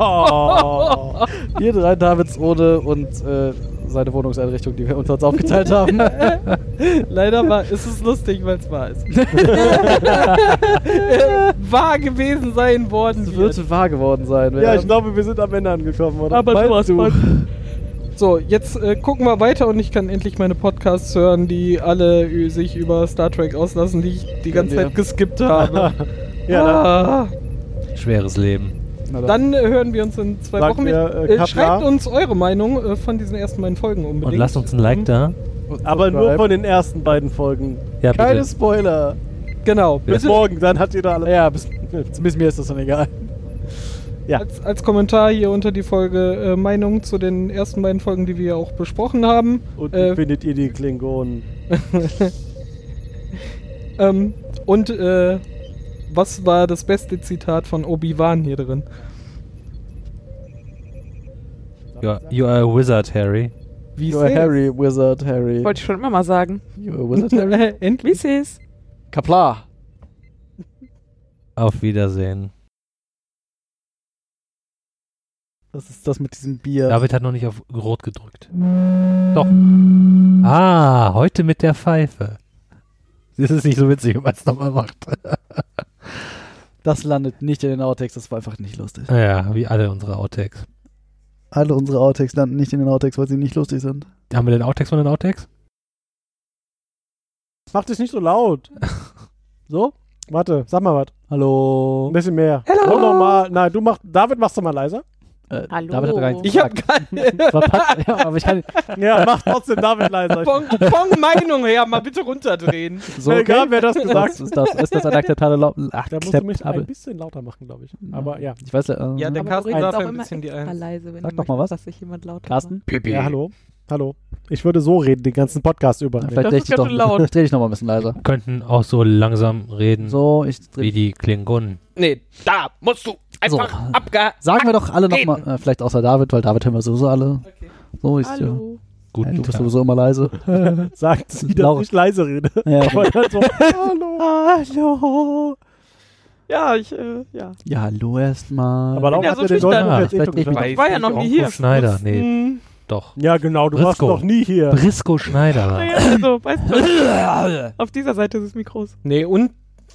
[SPEAKER 1] Oh.
[SPEAKER 3] Ihr drei Davids ohne und äh, seine Wohnungseinrichtung, die wir unter uns aufgeteilt haben.
[SPEAKER 4] Leider war, ist es lustig, weil es wahr ist. wahr gewesen sein worden
[SPEAKER 3] Es
[SPEAKER 4] wird.
[SPEAKER 3] wird wahr geworden sein.
[SPEAKER 1] ja, ich glaube, wir sind am Ende angekommen, oder?
[SPEAKER 5] Aber
[SPEAKER 1] Meinst
[SPEAKER 5] du hast Bock.
[SPEAKER 4] So, jetzt äh, gucken wir weiter und ich kann endlich meine Podcasts hören, die alle ü- sich über Star Trek auslassen, die ich die ganze
[SPEAKER 3] dir.
[SPEAKER 4] Zeit geskippt habe.
[SPEAKER 1] Ja, ne? dann
[SPEAKER 4] ah,
[SPEAKER 7] Schweres Leben.
[SPEAKER 4] dann äh, hören wir uns in zwei
[SPEAKER 1] Sagt
[SPEAKER 4] Wochen
[SPEAKER 1] ihr, äh,
[SPEAKER 4] wieder. Äh,
[SPEAKER 1] Kaplan?
[SPEAKER 4] schreibt uns eure Meinung äh, von diesen ersten beiden Folgen unbedingt.
[SPEAKER 7] Und lasst uns ein
[SPEAKER 3] Mhm.
[SPEAKER 7] Like da.
[SPEAKER 4] Ah.
[SPEAKER 1] Aber nur von den ersten beiden Folgen.
[SPEAKER 7] Ja, bitte.
[SPEAKER 3] Keine Spoiler.
[SPEAKER 4] Genau.
[SPEAKER 1] Bis morgen, dann hat jeder alle.
[SPEAKER 3] Ja, bis, bis mir ist das dann egal.
[SPEAKER 1] Ja.
[SPEAKER 4] Als, als Kommentar hier unter die Folge äh, Meinung zu den ersten beiden Folgen, die wir auch besprochen haben.
[SPEAKER 1] Und wie
[SPEAKER 4] äh,
[SPEAKER 1] findet ihr die Klingonen?
[SPEAKER 4] ähm, und äh, was war das beste Zitat von Obi-Wan hier drin?
[SPEAKER 7] You are, you are a wizard, Harry.
[SPEAKER 4] Wie
[SPEAKER 3] You're a Harry, Wizard Harry.
[SPEAKER 5] Wollte ich schon immer mal sagen.
[SPEAKER 3] You're a Wizard Harry.
[SPEAKER 5] Wie
[SPEAKER 4] Endlich.
[SPEAKER 5] ist es?
[SPEAKER 3] Kapla.
[SPEAKER 7] Auf Wiedersehen.
[SPEAKER 3] Was ist das mit diesem Bier?
[SPEAKER 7] David hat noch nicht auf Rot gedrückt. Doch. Ah, heute mit der Pfeife. Das ist nicht so witzig, wenn man es nochmal macht.
[SPEAKER 3] Das landet nicht in den Outtakes, das war einfach nicht lustig.
[SPEAKER 7] Ja, wie alle unsere Outtakes.
[SPEAKER 8] Alle unsere Outtakes landen nicht in den Outtakes, weil sie nicht lustig sind.
[SPEAKER 7] Haben wir den Outtakes von den Outtakes?
[SPEAKER 1] Mach dich nicht so laut.
[SPEAKER 3] So?
[SPEAKER 1] Warte, sag mal was. Ein
[SPEAKER 3] Hallo.
[SPEAKER 1] bisschen mehr. Hello. Noch mal. Nein, du machst. David, machst du mal leiser.
[SPEAKER 3] Äh,
[SPEAKER 5] Hallo.
[SPEAKER 3] David hat gar nicht
[SPEAKER 4] Ich hab gar
[SPEAKER 3] verpackt. ja, aber ich kann
[SPEAKER 1] Ja, mach trotzdem David leiser.
[SPEAKER 4] von, von Meinung her mal bitte runterdrehen.
[SPEAKER 3] so okay.
[SPEAKER 1] Egal, wer das
[SPEAKER 3] Das
[SPEAKER 1] gesagt
[SPEAKER 3] ist, das, ist das ein akzeptable Laut?
[SPEAKER 1] Da musst du mich ein
[SPEAKER 3] Akzeptabel.
[SPEAKER 1] bisschen lauter machen, glaube ich. Aber ja.
[SPEAKER 3] Ich weiß äh,
[SPEAKER 4] Ja, der
[SPEAKER 5] Aber
[SPEAKER 4] Carsten
[SPEAKER 5] du
[SPEAKER 4] darf
[SPEAKER 5] redest auch
[SPEAKER 4] ja ein
[SPEAKER 5] immer
[SPEAKER 4] bisschen die
[SPEAKER 5] extra
[SPEAKER 4] Eins.
[SPEAKER 5] leise, wenn
[SPEAKER 3] Sag
[SPEAKER 5] du
[SPEAKER 3] doch mal
[SPEAKER 5] möchtest,
[SPEAKER 3] was.
[SPEAKER 5] dass sich jemand lauter
[SPEAKER 3] Carsten?
[SPEAKER 1] Ja, hallo. Hallo. Ich würde so reden den ganzen Podcast über.
[SPEAKER 3] Vielleicht
[SPEAKER 5] Das
[SPEAKER 3] dreh
[SPEAKER 5] ist
[SPEAKER 3] ich dich doch
[SPEAKER 5] ganz schön laut.
[SPEAKER 3] dreh dich noch mal ein bisschen leiser.
[SPEAKER 2] Hm.
[SPEAKER 7] Könnten auch so langsam reden
[SPEAKER 3] So, ich dreh
[SPEAKER 7] wie die Klingonen.
[SPEAKER 6] Nee, da musst du
[SPEAKER 3] So.
[SPEAKER 6] einfach abge...
[SPEAKER 3] Sagen wir doch alle
[SPEAKER 6] Reden.
[SPEAKER 3] nochmal, äh, vielleicht außer David, weil David hören wir sowieso alle. So, ich,
[SPEAKER 5] macht.
[SPEAKER 3] Hallo.
[SPEAKER 5] Hallo.
[SPEAKER 3] Ja,
[SPEAKER 7] Guten
[SPEAKER 3] du bist
[SPEAKER 7] Tag.
[SPEAKER 3] sowieso immer leise.
[SPEAKER 1] Sagt sie, dass
[SPEAKER 3] Laut.
[SPEAKER 1] ich leise rede.
[SPEAKER 3] Ja,
[SPEAKER 1] Aber dann so, hallo.
[SPEAKER 5] Hallo. Ja, ich, äh, ja.
[SPEAKER 3] ja hallo erstmal.
[SPEAKER 1] Aber
[SPEAKER 4] Ja,
[SPEAKER 1] Laura
[SPEAKER 4] so
[SPEAKER 1] hat ja den
[SPEAKER 4] schüchtern.
[SPEAKER 1] Leuten
[SPEAKER 7] Ja,
[SPEAKER 1] jetzt eh
[SPEAKER 3] vielleicht
[SPEAKER 1] schon
[SPEAKER 3] nicht
[SPEAKER 1] gesagt.
[SPEAKER 4] Ich
[SPEAKER 5] war ja noch nie hier.
[SPEAKER 7] Schneider, nee,
[SPEAKER 4] Hm,
[SPEAKER 7] doch.
[SPEAKER 1] Ja, genau, du warst
[SPEAKER 7] Briscoe.
[SPEAKER 1] noch nie hier.
[SPEAKER 7] Brisco Schneider.
[SPEAKER 2] Ah.
[SPEAKER 5] Naja, also, weißt du, auf dieser Seite des Mikros.
[SPEAKER 4] Nee, und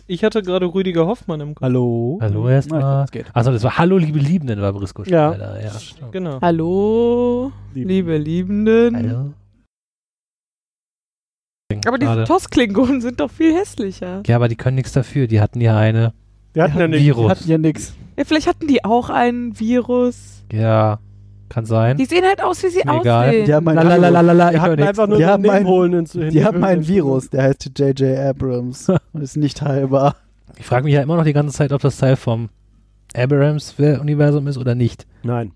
[SPEAKER 4] ich hatte gerade Rüdiger Hoffmann im Kopf.
[SPEAKER 3] Hallo.
[SPEAKER 7] Hallo
[SPEAKER 3] Na,
[SPEAKER 7] erstmal.
[SPEAKER 3] ich glaub, es geht.
[SPEAKER 7] Achso, das war Hallo, liebe Liebenden, war Brisco
[SPEAKER 1] Ja.
[SPEAKER 7] Schneider. Ja, stimmt.
[SPEAKER 4] Genau.
[SPEAKER 5] Hallo,
[SPEAKER 1] Lieben.
[SPEAKER 5] liebe Liebenden.
[SPEAKER 7] Hallo.
[SPEAKER 5] Aber diese
[SPEAKER 2] Schade.
[SPEAKER 5] Toss-Klingonen sind doch viel hässlicher.
[SPEAKER 2] Ja, aber die können nichts dafür. Die hatten ja eine
[SPEAKER 1] Die hatten ja nichts.
[SPEAKER 2] Virus.
[SPEAKER 3] Hatten ja nix.
[SPEAKER 5] Ja, vielleicht hatten die auch einen Virus.
[SPEAKER 2] ja, kann sein.
[SPEAKER 5] Die sehen halt aus, wie sie
[SPEAKER 2] Hm? Mir egal.
[SPEAKER 5] aussehen.
[SPEAKER 3] Die haben ein,
[SPEAKER 2] Lalalala,
[SPEAKER 1] Die
[SPEAKER 2] ich höre
[SPEAKER 1] hatten
[SPEAKER 2] nichts.
[SPEAKER 1] einfach nur
[SPEAKER 3] Die
[SPEAKER 1] so
[SPEAKER 3] haben ein-
[SPEAKER 1] Nebenholen ins
[SPEAKER 3] die haben ein Virus, der heißt J.J. Abrams und ist nicht heilbar.
[SPEAKER 2] Ich frage mich ja immer noch die ganze Zeit, ob das Teil vom Abrams-Universum ist oder nicht.
[SPEAKER 1] Nein.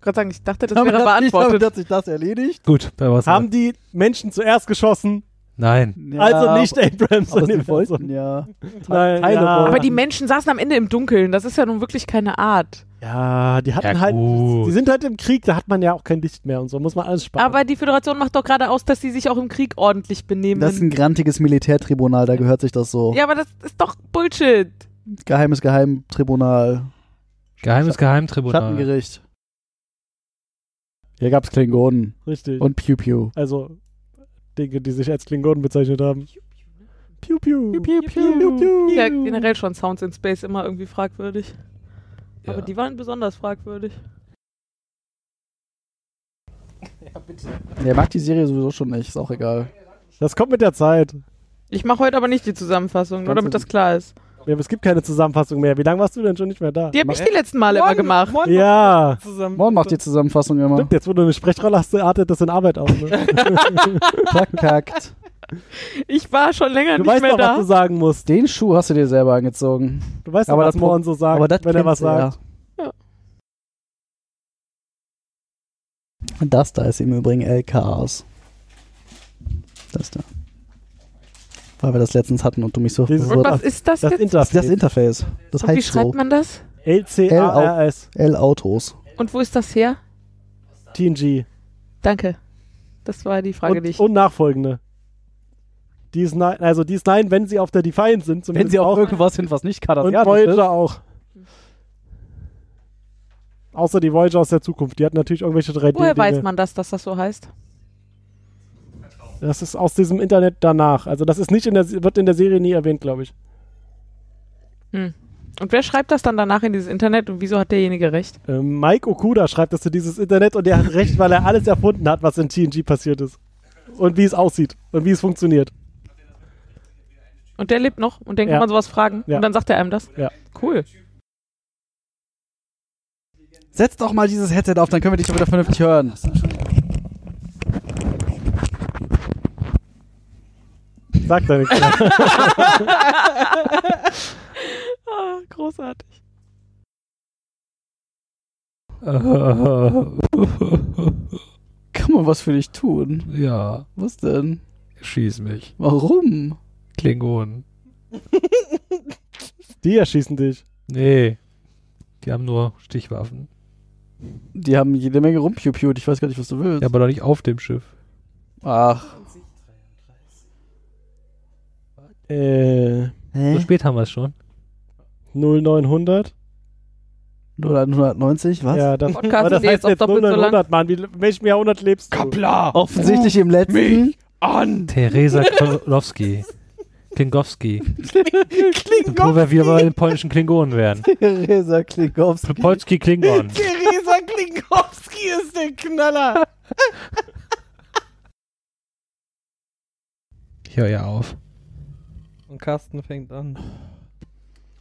[SPEAKER 5] Ich wollte sagen, ich dachte, das
[SPEAKER 3] Damit
[SPEAKER 5] wäre
[SPEAKER 3] hat sich-
[SPEAKER 5] beantwortet.
[SPEAKER 3] Damit hat sich das erledigt.
[SPEAKER 2] Gut, da war's.
[SPEAKER 1] Haben die Menschen zuerst geschossen?
[SPEAKER 2] Nein.
[SPEAKER 3] Ja,
[SPEAKER 1] also nicht Abrams
[SPEAKER 3] aber sie
[SPEAKER 1] Universum.
[SPEAKER 3] wollten halt ja.
[SPEAKER 1] Nein, genau.
[SPEAKER 3] Teile
[SPEAKER 1] ja.
[SPEAKER 3] wollten.
[SPEAKER 5] Aber die Menschen saßen am Ende im Dunkeln. Das ist ja nun wirklich keine Art.
[SPEAKER 1] Ja, die hatten
[SPEAKER 2] Ja,
[SPEAKER 1] halt.
[SPEAKER 2] gut.
[SPEAKER 1] Die sind halt im Krieg, da hat man ja auch kein Licht mehr und so, muss man alles sparen.
[SPEAKER 5] Aber die Föderation macht doch gerade aus, dass sie sich auch im Krieg ordentlich benehmen.
[SPEAKER 3] Das ist ein grantiges Militärtribunal, da gehört sich das so.
[SPEAKER 5] ja, aber das ist doch Bullshit.
[SPEAKER 3] Geheimes Geheimtribunal.
[SPEAKER 2] Geheimes Geheimtribunal.
[SPEAKER 3] Schattengericht. Hier gab's Klingonen
[SPEAKER 1] Richtig.
[SPEAKER 3] und Pew Pew.
[SPEAKER 1] also Dinge, die sich als Klingonen bezeichnet haben. Piu piu.
[SPEAKER 5] ne?
[SPEAKER 1] Piu piu.
[SPEAKER 5] Ja, generell schon Sounds in Space immer irgendwie fragwürdig. Aber
[SPEAKER 2] Ja.
[SPEAKER 5] die waren besonders fragwürdig.
[SPEAKER 3] Der mag die Serie sowieso schon nicht, ist auch egal.
[SPEAKER 1] Das kommt mit der Zeit.
[SPEAKER 5] Ich mache heute aber nicht die Zusammenfassung, nur
[SPEAKER 3] Ganz
[SPEAKER 5] damit
[SPEAKER 3] im-
[SPEAKER 5] das klar ist.
[SPEAKER 1] Ja, aber es gibt keine Zusammenfassung mehr. Wie lange warst du denn schon nicht mehr da?
[SPEAKER 5] Die habe ich
[SPEAKER 4] Hä?
[SPEAKER 5] die letzten Male immer gemacht.
[SPEAKER 4] Morgen
[SPEAKER 1] Ja.
[SPEAKER 4] zusammen.
[SPEAKER 3] Morgen macht die Zusammenfassung immer.
[SPEAKER 1] Stimmt, jetzt wo du eine Sprechrolle hast, artet das in Arbeit aus. Ne?
[SPEAKER 3] Verkackt.
[SPEAKER 5] Ich war schon länger
[SPEAKER 1] Du
[SPEAKER 5] nicht
[SPEAKER 1] weißt
[SPEAKER 5] mehr
[SPEAKER 1] doch, was
[SPEAKER 5] da.
[SPEAKER 1] du sagen musst.
[SPEAKER 3] Den Schuh hast du dir selber angezogen.
[SPEAKER 1] Du weißt doch,
[SPEAKER 3] Aber
[SPEAKER 1] was
[SPEAKER 3] das
[SPEAKER 1] Morn so sagt,
[SPEAKER 3] Aber das
[SPEAKER 1] wenn er was
[SPEAKER 3] kennst
[SPEAKER 1] sagt.
[SPEAKER 3] du Ja.
[SPEAKER 5] Ja.
[SPEAKER 3] Das da ist im Übrigen LKAs. Das da. Weil wir das letztens hatten und du mich so
[SPEAKER 1] Dieses-
[SPEAKER 5] Und
[SPEAKER 3] verwirrt
[SPEAKER 5] was ist das,
[SPEAKER 1] Das
[SPEAKER 5] jetzt?
[SPEAKER 3] hast. Das
[SPEAKER 1] Interface.
[SPEAKER 3] Interface. Das
[SPEAKER 5] Und wie
[SPEAKER 3] heißt so
[SPEAKER 5] schreibt man das?
[SPEAKER 1] LCARS.
[SPEAKER 3] L-Autos.
[SPEAKER 5] Und wo ist das her?
[SPEAKER 1] TNG.
[SPEAKER 5] Danke. Das war die Frage, die
[SPEAKER 1] Und, oh,
[SPEAKER 5] ich.
[SPEAKER 1] und nachfolgende. Die ist nein, also die ist nein, wenn sie auf der Defiant sind.
[SPEAKER 12] Wenn
[SPEAKER 1] zumindest
[SPEAKER 12] sie auf irgendwas hin, was nicht
[SPEAKER 1] Und
[SPEAKER 12] kanadisch ist.
[SPEAKER 1] Voyager auch. Außer die Voyager aus der Zukunft. Die hat natürlich irgendwelche 3D.
[SPEAKER 5] Woher weiß
[SPEAKER 1] Dinge.
[SPEAKER 5] man das, dass das so heißt?
[SPEAKER 1] Das ist aus diesem Internet danach. Also das ist nicht in der wird in der Serie nie erwähnt, glaube ich.
[SPEAKER 5] Und wer schreibt das dann danach in dieses Internet und wieso hat derjenige recht?
[SPEAKER 1] Ähm, Mike Okuda schreibt das zu dieses Internet und der hat recht, weil er alles erfunden hat, was in TNG passiert ist. Und wie es aussieht und wie es funktioniert.
[SPEAKER 5] Und der lebt noch und den
[SPEAKER 1] Ja.
[SPEAKER 5] kann man sowas fragen.
[SPEAKER 1] Ja.
[SPEAKER 5] Und dann sagt er einem das.
[SPEAKER 1] Ja.
[SPEAKER 5] Cool.
[SPEAKER 3] Setz doch mal dieses Headset auf, dann können wir dich doch wieder vernünftig hören.
[SPEAKER 1] Sagt er nichts.
[SPEAKER 5] Ah, großartig.
[SPEAKER 3] Kann man was für dich tun?
[SPEAKER 2] ja,
[SPEAKER 3] Was denn?
[SPEAKER 2] schieß mich.
[SPEAKER 3] Warum?
[SPEAKER 2] Klingonen.
[SPEAKER 1] Die erschießen dich.
[SPEAKER 2] Nee. Die haben nur Stichwaffen.
[SPEAKER 3] Die haben jede Menge rumpiu-piu. Ich weiß gar nicht, was du willst.
[SPEAKER 2] Ja, aber doch nicht auf dem Schiff.
[SPEAKER 3] Ach.
[SPEAKER 1] Äh,
[SPEAKER 2] So
[SPEAKER 3] Hä?
[SPEAKER 2] spät haben wir es schon.
[SPEAKER 1] 0900.
[SPEAKER 3] 190? Was?
[SPEAKER 1] Ja, das,
[SPEAKER 5] Podcast
[SPEAKER 1] aber das
[SPEAKER 5] ist eh
[SPEAKER 1] heißt
[SPEAKER 5] jetzt auch
[SPEAKER 1] jetzt
[SPEAKER 5] doppelt so lang.
[SPEAKER 1] 0900, Mann. Wie, in welchem Jahrhundert lebst du?
[SPEAKER 4] Kapla!
[SPEAKER 3] Offensichtlich im letzten.
[SPEAKER 4] An!
[SPEAKER 2] Theresa Klowski. Klingowski. Wo wir wieder bei den polnischen Klingonen wären.
[SPEAKER 3] Theresa Klingowski.
[SPEAKER 2] Polski Klingon.
[SPEAKER 4] Theresa Klinkowski ist der Knaller!
[SPEAKER 2] Ich höre ja auf.
[SPEAKER 4] Und Carsten fängt an.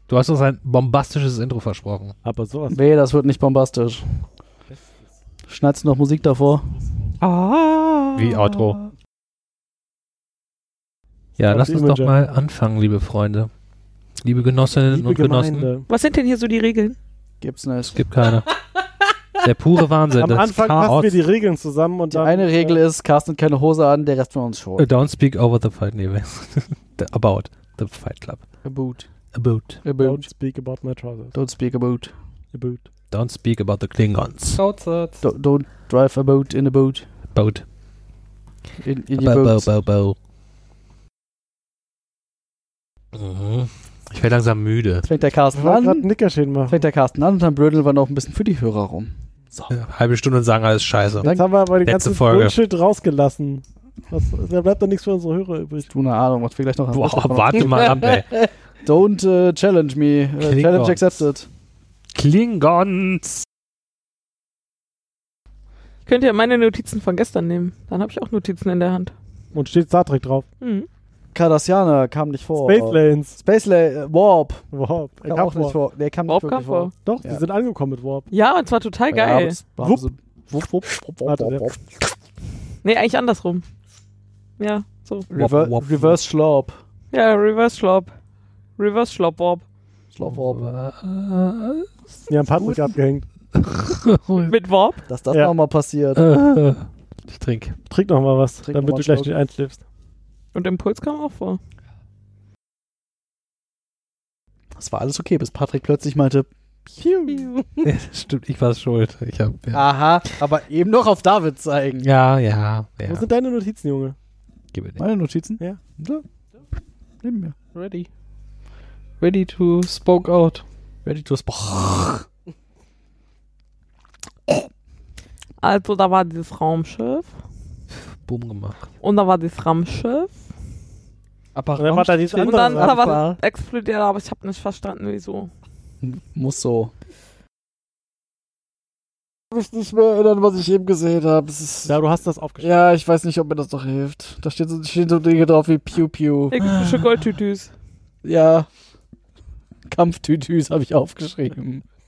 [SPEAKER 2] Du hast uns ein bombastisches Intro versprochen.
[SPEAKER 1] Aber sowas.
[SPEAKER 3] Nee, das wird nicht bombastisch. Schneidest du noch Musik davor?
[SPEAKER 5] Ah.
[SPEAKER 2] Wie Outro. Ja,
[SPEAKER 1] Das
[SPEAKER 2] lasst uns doch
[SPEAKER 1] Imager.
[SPEAKER 2] mal anfangen, liebe Freunde. Liebe Genossinnen
[SPEAKER 1] Liebe
[SPEAKER 2] und Genossen.
[SPEAKER 1] Gemeinde.
[SPEAKER 5] Was sind denn hier so die Regeln?
[SPEAKER 2] Es
[SPEAKER 3] Gibt's nicht.
[SPEAKER 2] gibt keine. Der pure Wahnsinn.
[SPEAKER 1] Am
[SPEAKER 2] Also das
[SPEAKER 1] Anfang
[SPEAKER 2] Chaos.
[SPEAKER 1] fassen wir die Regeln zusammen und
[SPEAKER 3] Die
[SPEAKER 1] dann. äh,
[SPEAKER 3] eine Regel ist, Carsten hat keine Hose an, der Rest von uns schon.
[SPEAKER 2] Äh, Don't speak over the fight. Nee, the- about the fight club.
[SPEAKER 3] A boot.
[SPEAKER 2] About.
[SPEAKER 3] A
[SPEAKER 1] Don't
[SPEAKER 3] boot.
[SPEAKER 1] speak about my trousers.
[SPEAKER 3] Don't speak a boot.
[SPEAKER 1] About.
[SPEAKER 2] Don't speak about the Klingons.
[SPEAKER 4] Schauzert.
[SPEAKER 3] Don't, don't drive a boat in a boat.
[SPEAKER 2] Boat.
[SPEAKER 3] In, in your
[SPEAKER 2] Bo, bo,
[SPEAKER 3] boat.
[SPEAKER 2] bo, bo. Mhm. Ich werde langsam müde.
[SPEAKER 3] Fängt der
[SPEAKER 1] Ich
[SPEAKER 3] Carsten
[SPEAKER 1] wollte gerade
[SPEAKER 3] an.
[SPEAKER 1] ein Nickerchen machen.
[SPEAKER 3] Fängt der Carsten an und dann blödeln wir noch ein bisschen für die Hörer rum.
[SPEAKER 2] Halbe Stunde und sagen alles scheiße.
[SPEAKER 1] Jetzt haben wir aber den
[SPEAKER 2] Letzte
[SPEAKER 1] ganzen
[SPEAKER 2] Folge.
[SPEAKER 1] Bullshit rausgelassen. Was, da bleibt doch nichts für unsere Hörer übrig.
[SPEAKER 3] Du, eine Ahnung, was wir gleich noch haben.
[SPEAKER 2] Boah, warte mal ab, ey.
[SPEAKER 3] Don't äh, challenge me. Äh,
[SPEAKER 2] Klingt
[SPEAKER 3] challenge
[SPEAKER 2] doch.
[SPEAKER 3] accepted.
[SPEAKER 2] Klingons.
[SPEAKER 5] Könnt ihr meine Notizen von gestern nehmen? Dann habe ich auch Notizen in der Hand.
[SPEAKER 1] Und steht Star Trek drauf.
[SPEAKER 5] Mhm.
[SPEAKER 3] Cardassianer kam nicht vor.
[SPEAKER 1] Space Lanes.
[SPEAKER 3] Space Lane, äh, Warp.
[SPEAKER 1] Wow. Er
[SPEAKER 3] Kam
[SPEAKER 1] kam
[SPEAKER 3] auch nicht
[SPEAKER 1] vor.
[SPEAKER 3] vor. Nee, kam
[SPEAKER 5] Warp
[SPEAKER 3] nicht
[SPEAKER 5] kam
[SPEAKER 3] wirklich vor.
[SPEAKER 5] vor.
[SPEAKER 1] Doch,
[SPEAKER 3] Ja.
[SPEAKER 1] die sind angekommen mit Warp.
[SPEAKER 5] Ja, und zwar total geil.
[SPEAKER 1] Wupp.
[SPEAKER 3] Wupp. Wupp, wupp, wupp, wupp,
[SPEAKER 1] Warte,
[SPEAKER 3] wupp,
[SPEAKER 1] der-
[SPEAKER 3] wupp.
[SPEAKER 5] nee, eigentlich andersrum. Ja, so.
[SPEAKER 3] Rever
[SPEAKER 2] wupp, wupp.
[SPEAKER 3] Reverse Schlop.
[SPEAKER 5] Ja, Reverse Schlop. Reverse Schlop Warp.
[SPEAKER 3] Schlop Warp.
[SPEAKER 1] Die haben Patrick abgehängt.
[SPEAKER 5] Mit Warp?
[SPEAKER 3] Dass das
[SPEAKER 1] Ja.
[SPEAKER 3] nochmal passiert.
[SPEAKER 2] Äh, ich trinke.
[SPEAKER 1] Trink noch mal was,
[SPEAKER 3] Trink noch
[SPEAKER 1] damit
[SPEAKER 3] mal
[SPEAKER 1] du gleich
[SPEAKER 3] einen
[SPEAKER 1] nicht einschläfst.
[SPEAKER 5] Und Impuls kam auch vor.
[SPEAKER 3] Das war alles okay, bis Patrick plötzlich meinte,
[SPEAKER 2] Ja, das stimmt, ich war schuld. Ich hab, ja.
[SPEAKER 3] aha, aber eben noch auf David zeigen.
[SPEAKER 2] ja, ja,
[SPEAKER 1] Wo
[SPEAKER 2] ja.
[SPEAKER 1] sind deine Notizen, Junge?
[SPEAKER 2] Gib mir den.
[SPEAKER 3] Meine Notizen?
[SPEAKER 1] Ja.
[SPEAKER 3] Da. Neben mir.
[SPEAKER 4] Ready. Ready to spoke out.
[SPEAKER 3] Ready to spock.
[SPEAKER 5] Also, da war dieses Raumschiff.
[SPEAKER 2] Boom gemacht.
[SPEAKER 5] Und da war dieses Raumschiff.
[SPEAKER 1] Und dann war da dieses
[SPEAKER 5] Und
[SPEAKER 1] andere.
[SPEAKER 5] dann da
[SPEAKER 1] Sache.
[SPEAKER 5] war explodiert, aber ich habe nicht verstanden, wieso.
[SPEAKER 3] Muss so. Ich muss nicht mehr erinnern, was ich eben gesehen habe. Es ist-
[SPEAKER 1] ja, du hast das aufgeschrieben.
[SPEAKER 3] Ja, ich weiß nicht, ob mir das noch hilft. Da steht so, stehen so Dinge drauf wie Pew Pew.
[SPEAKER 5] Irgendwelche Goldtütüs.
[SPEAKER 3] Ja. Kampftütüs habe ich aufgeschrieben.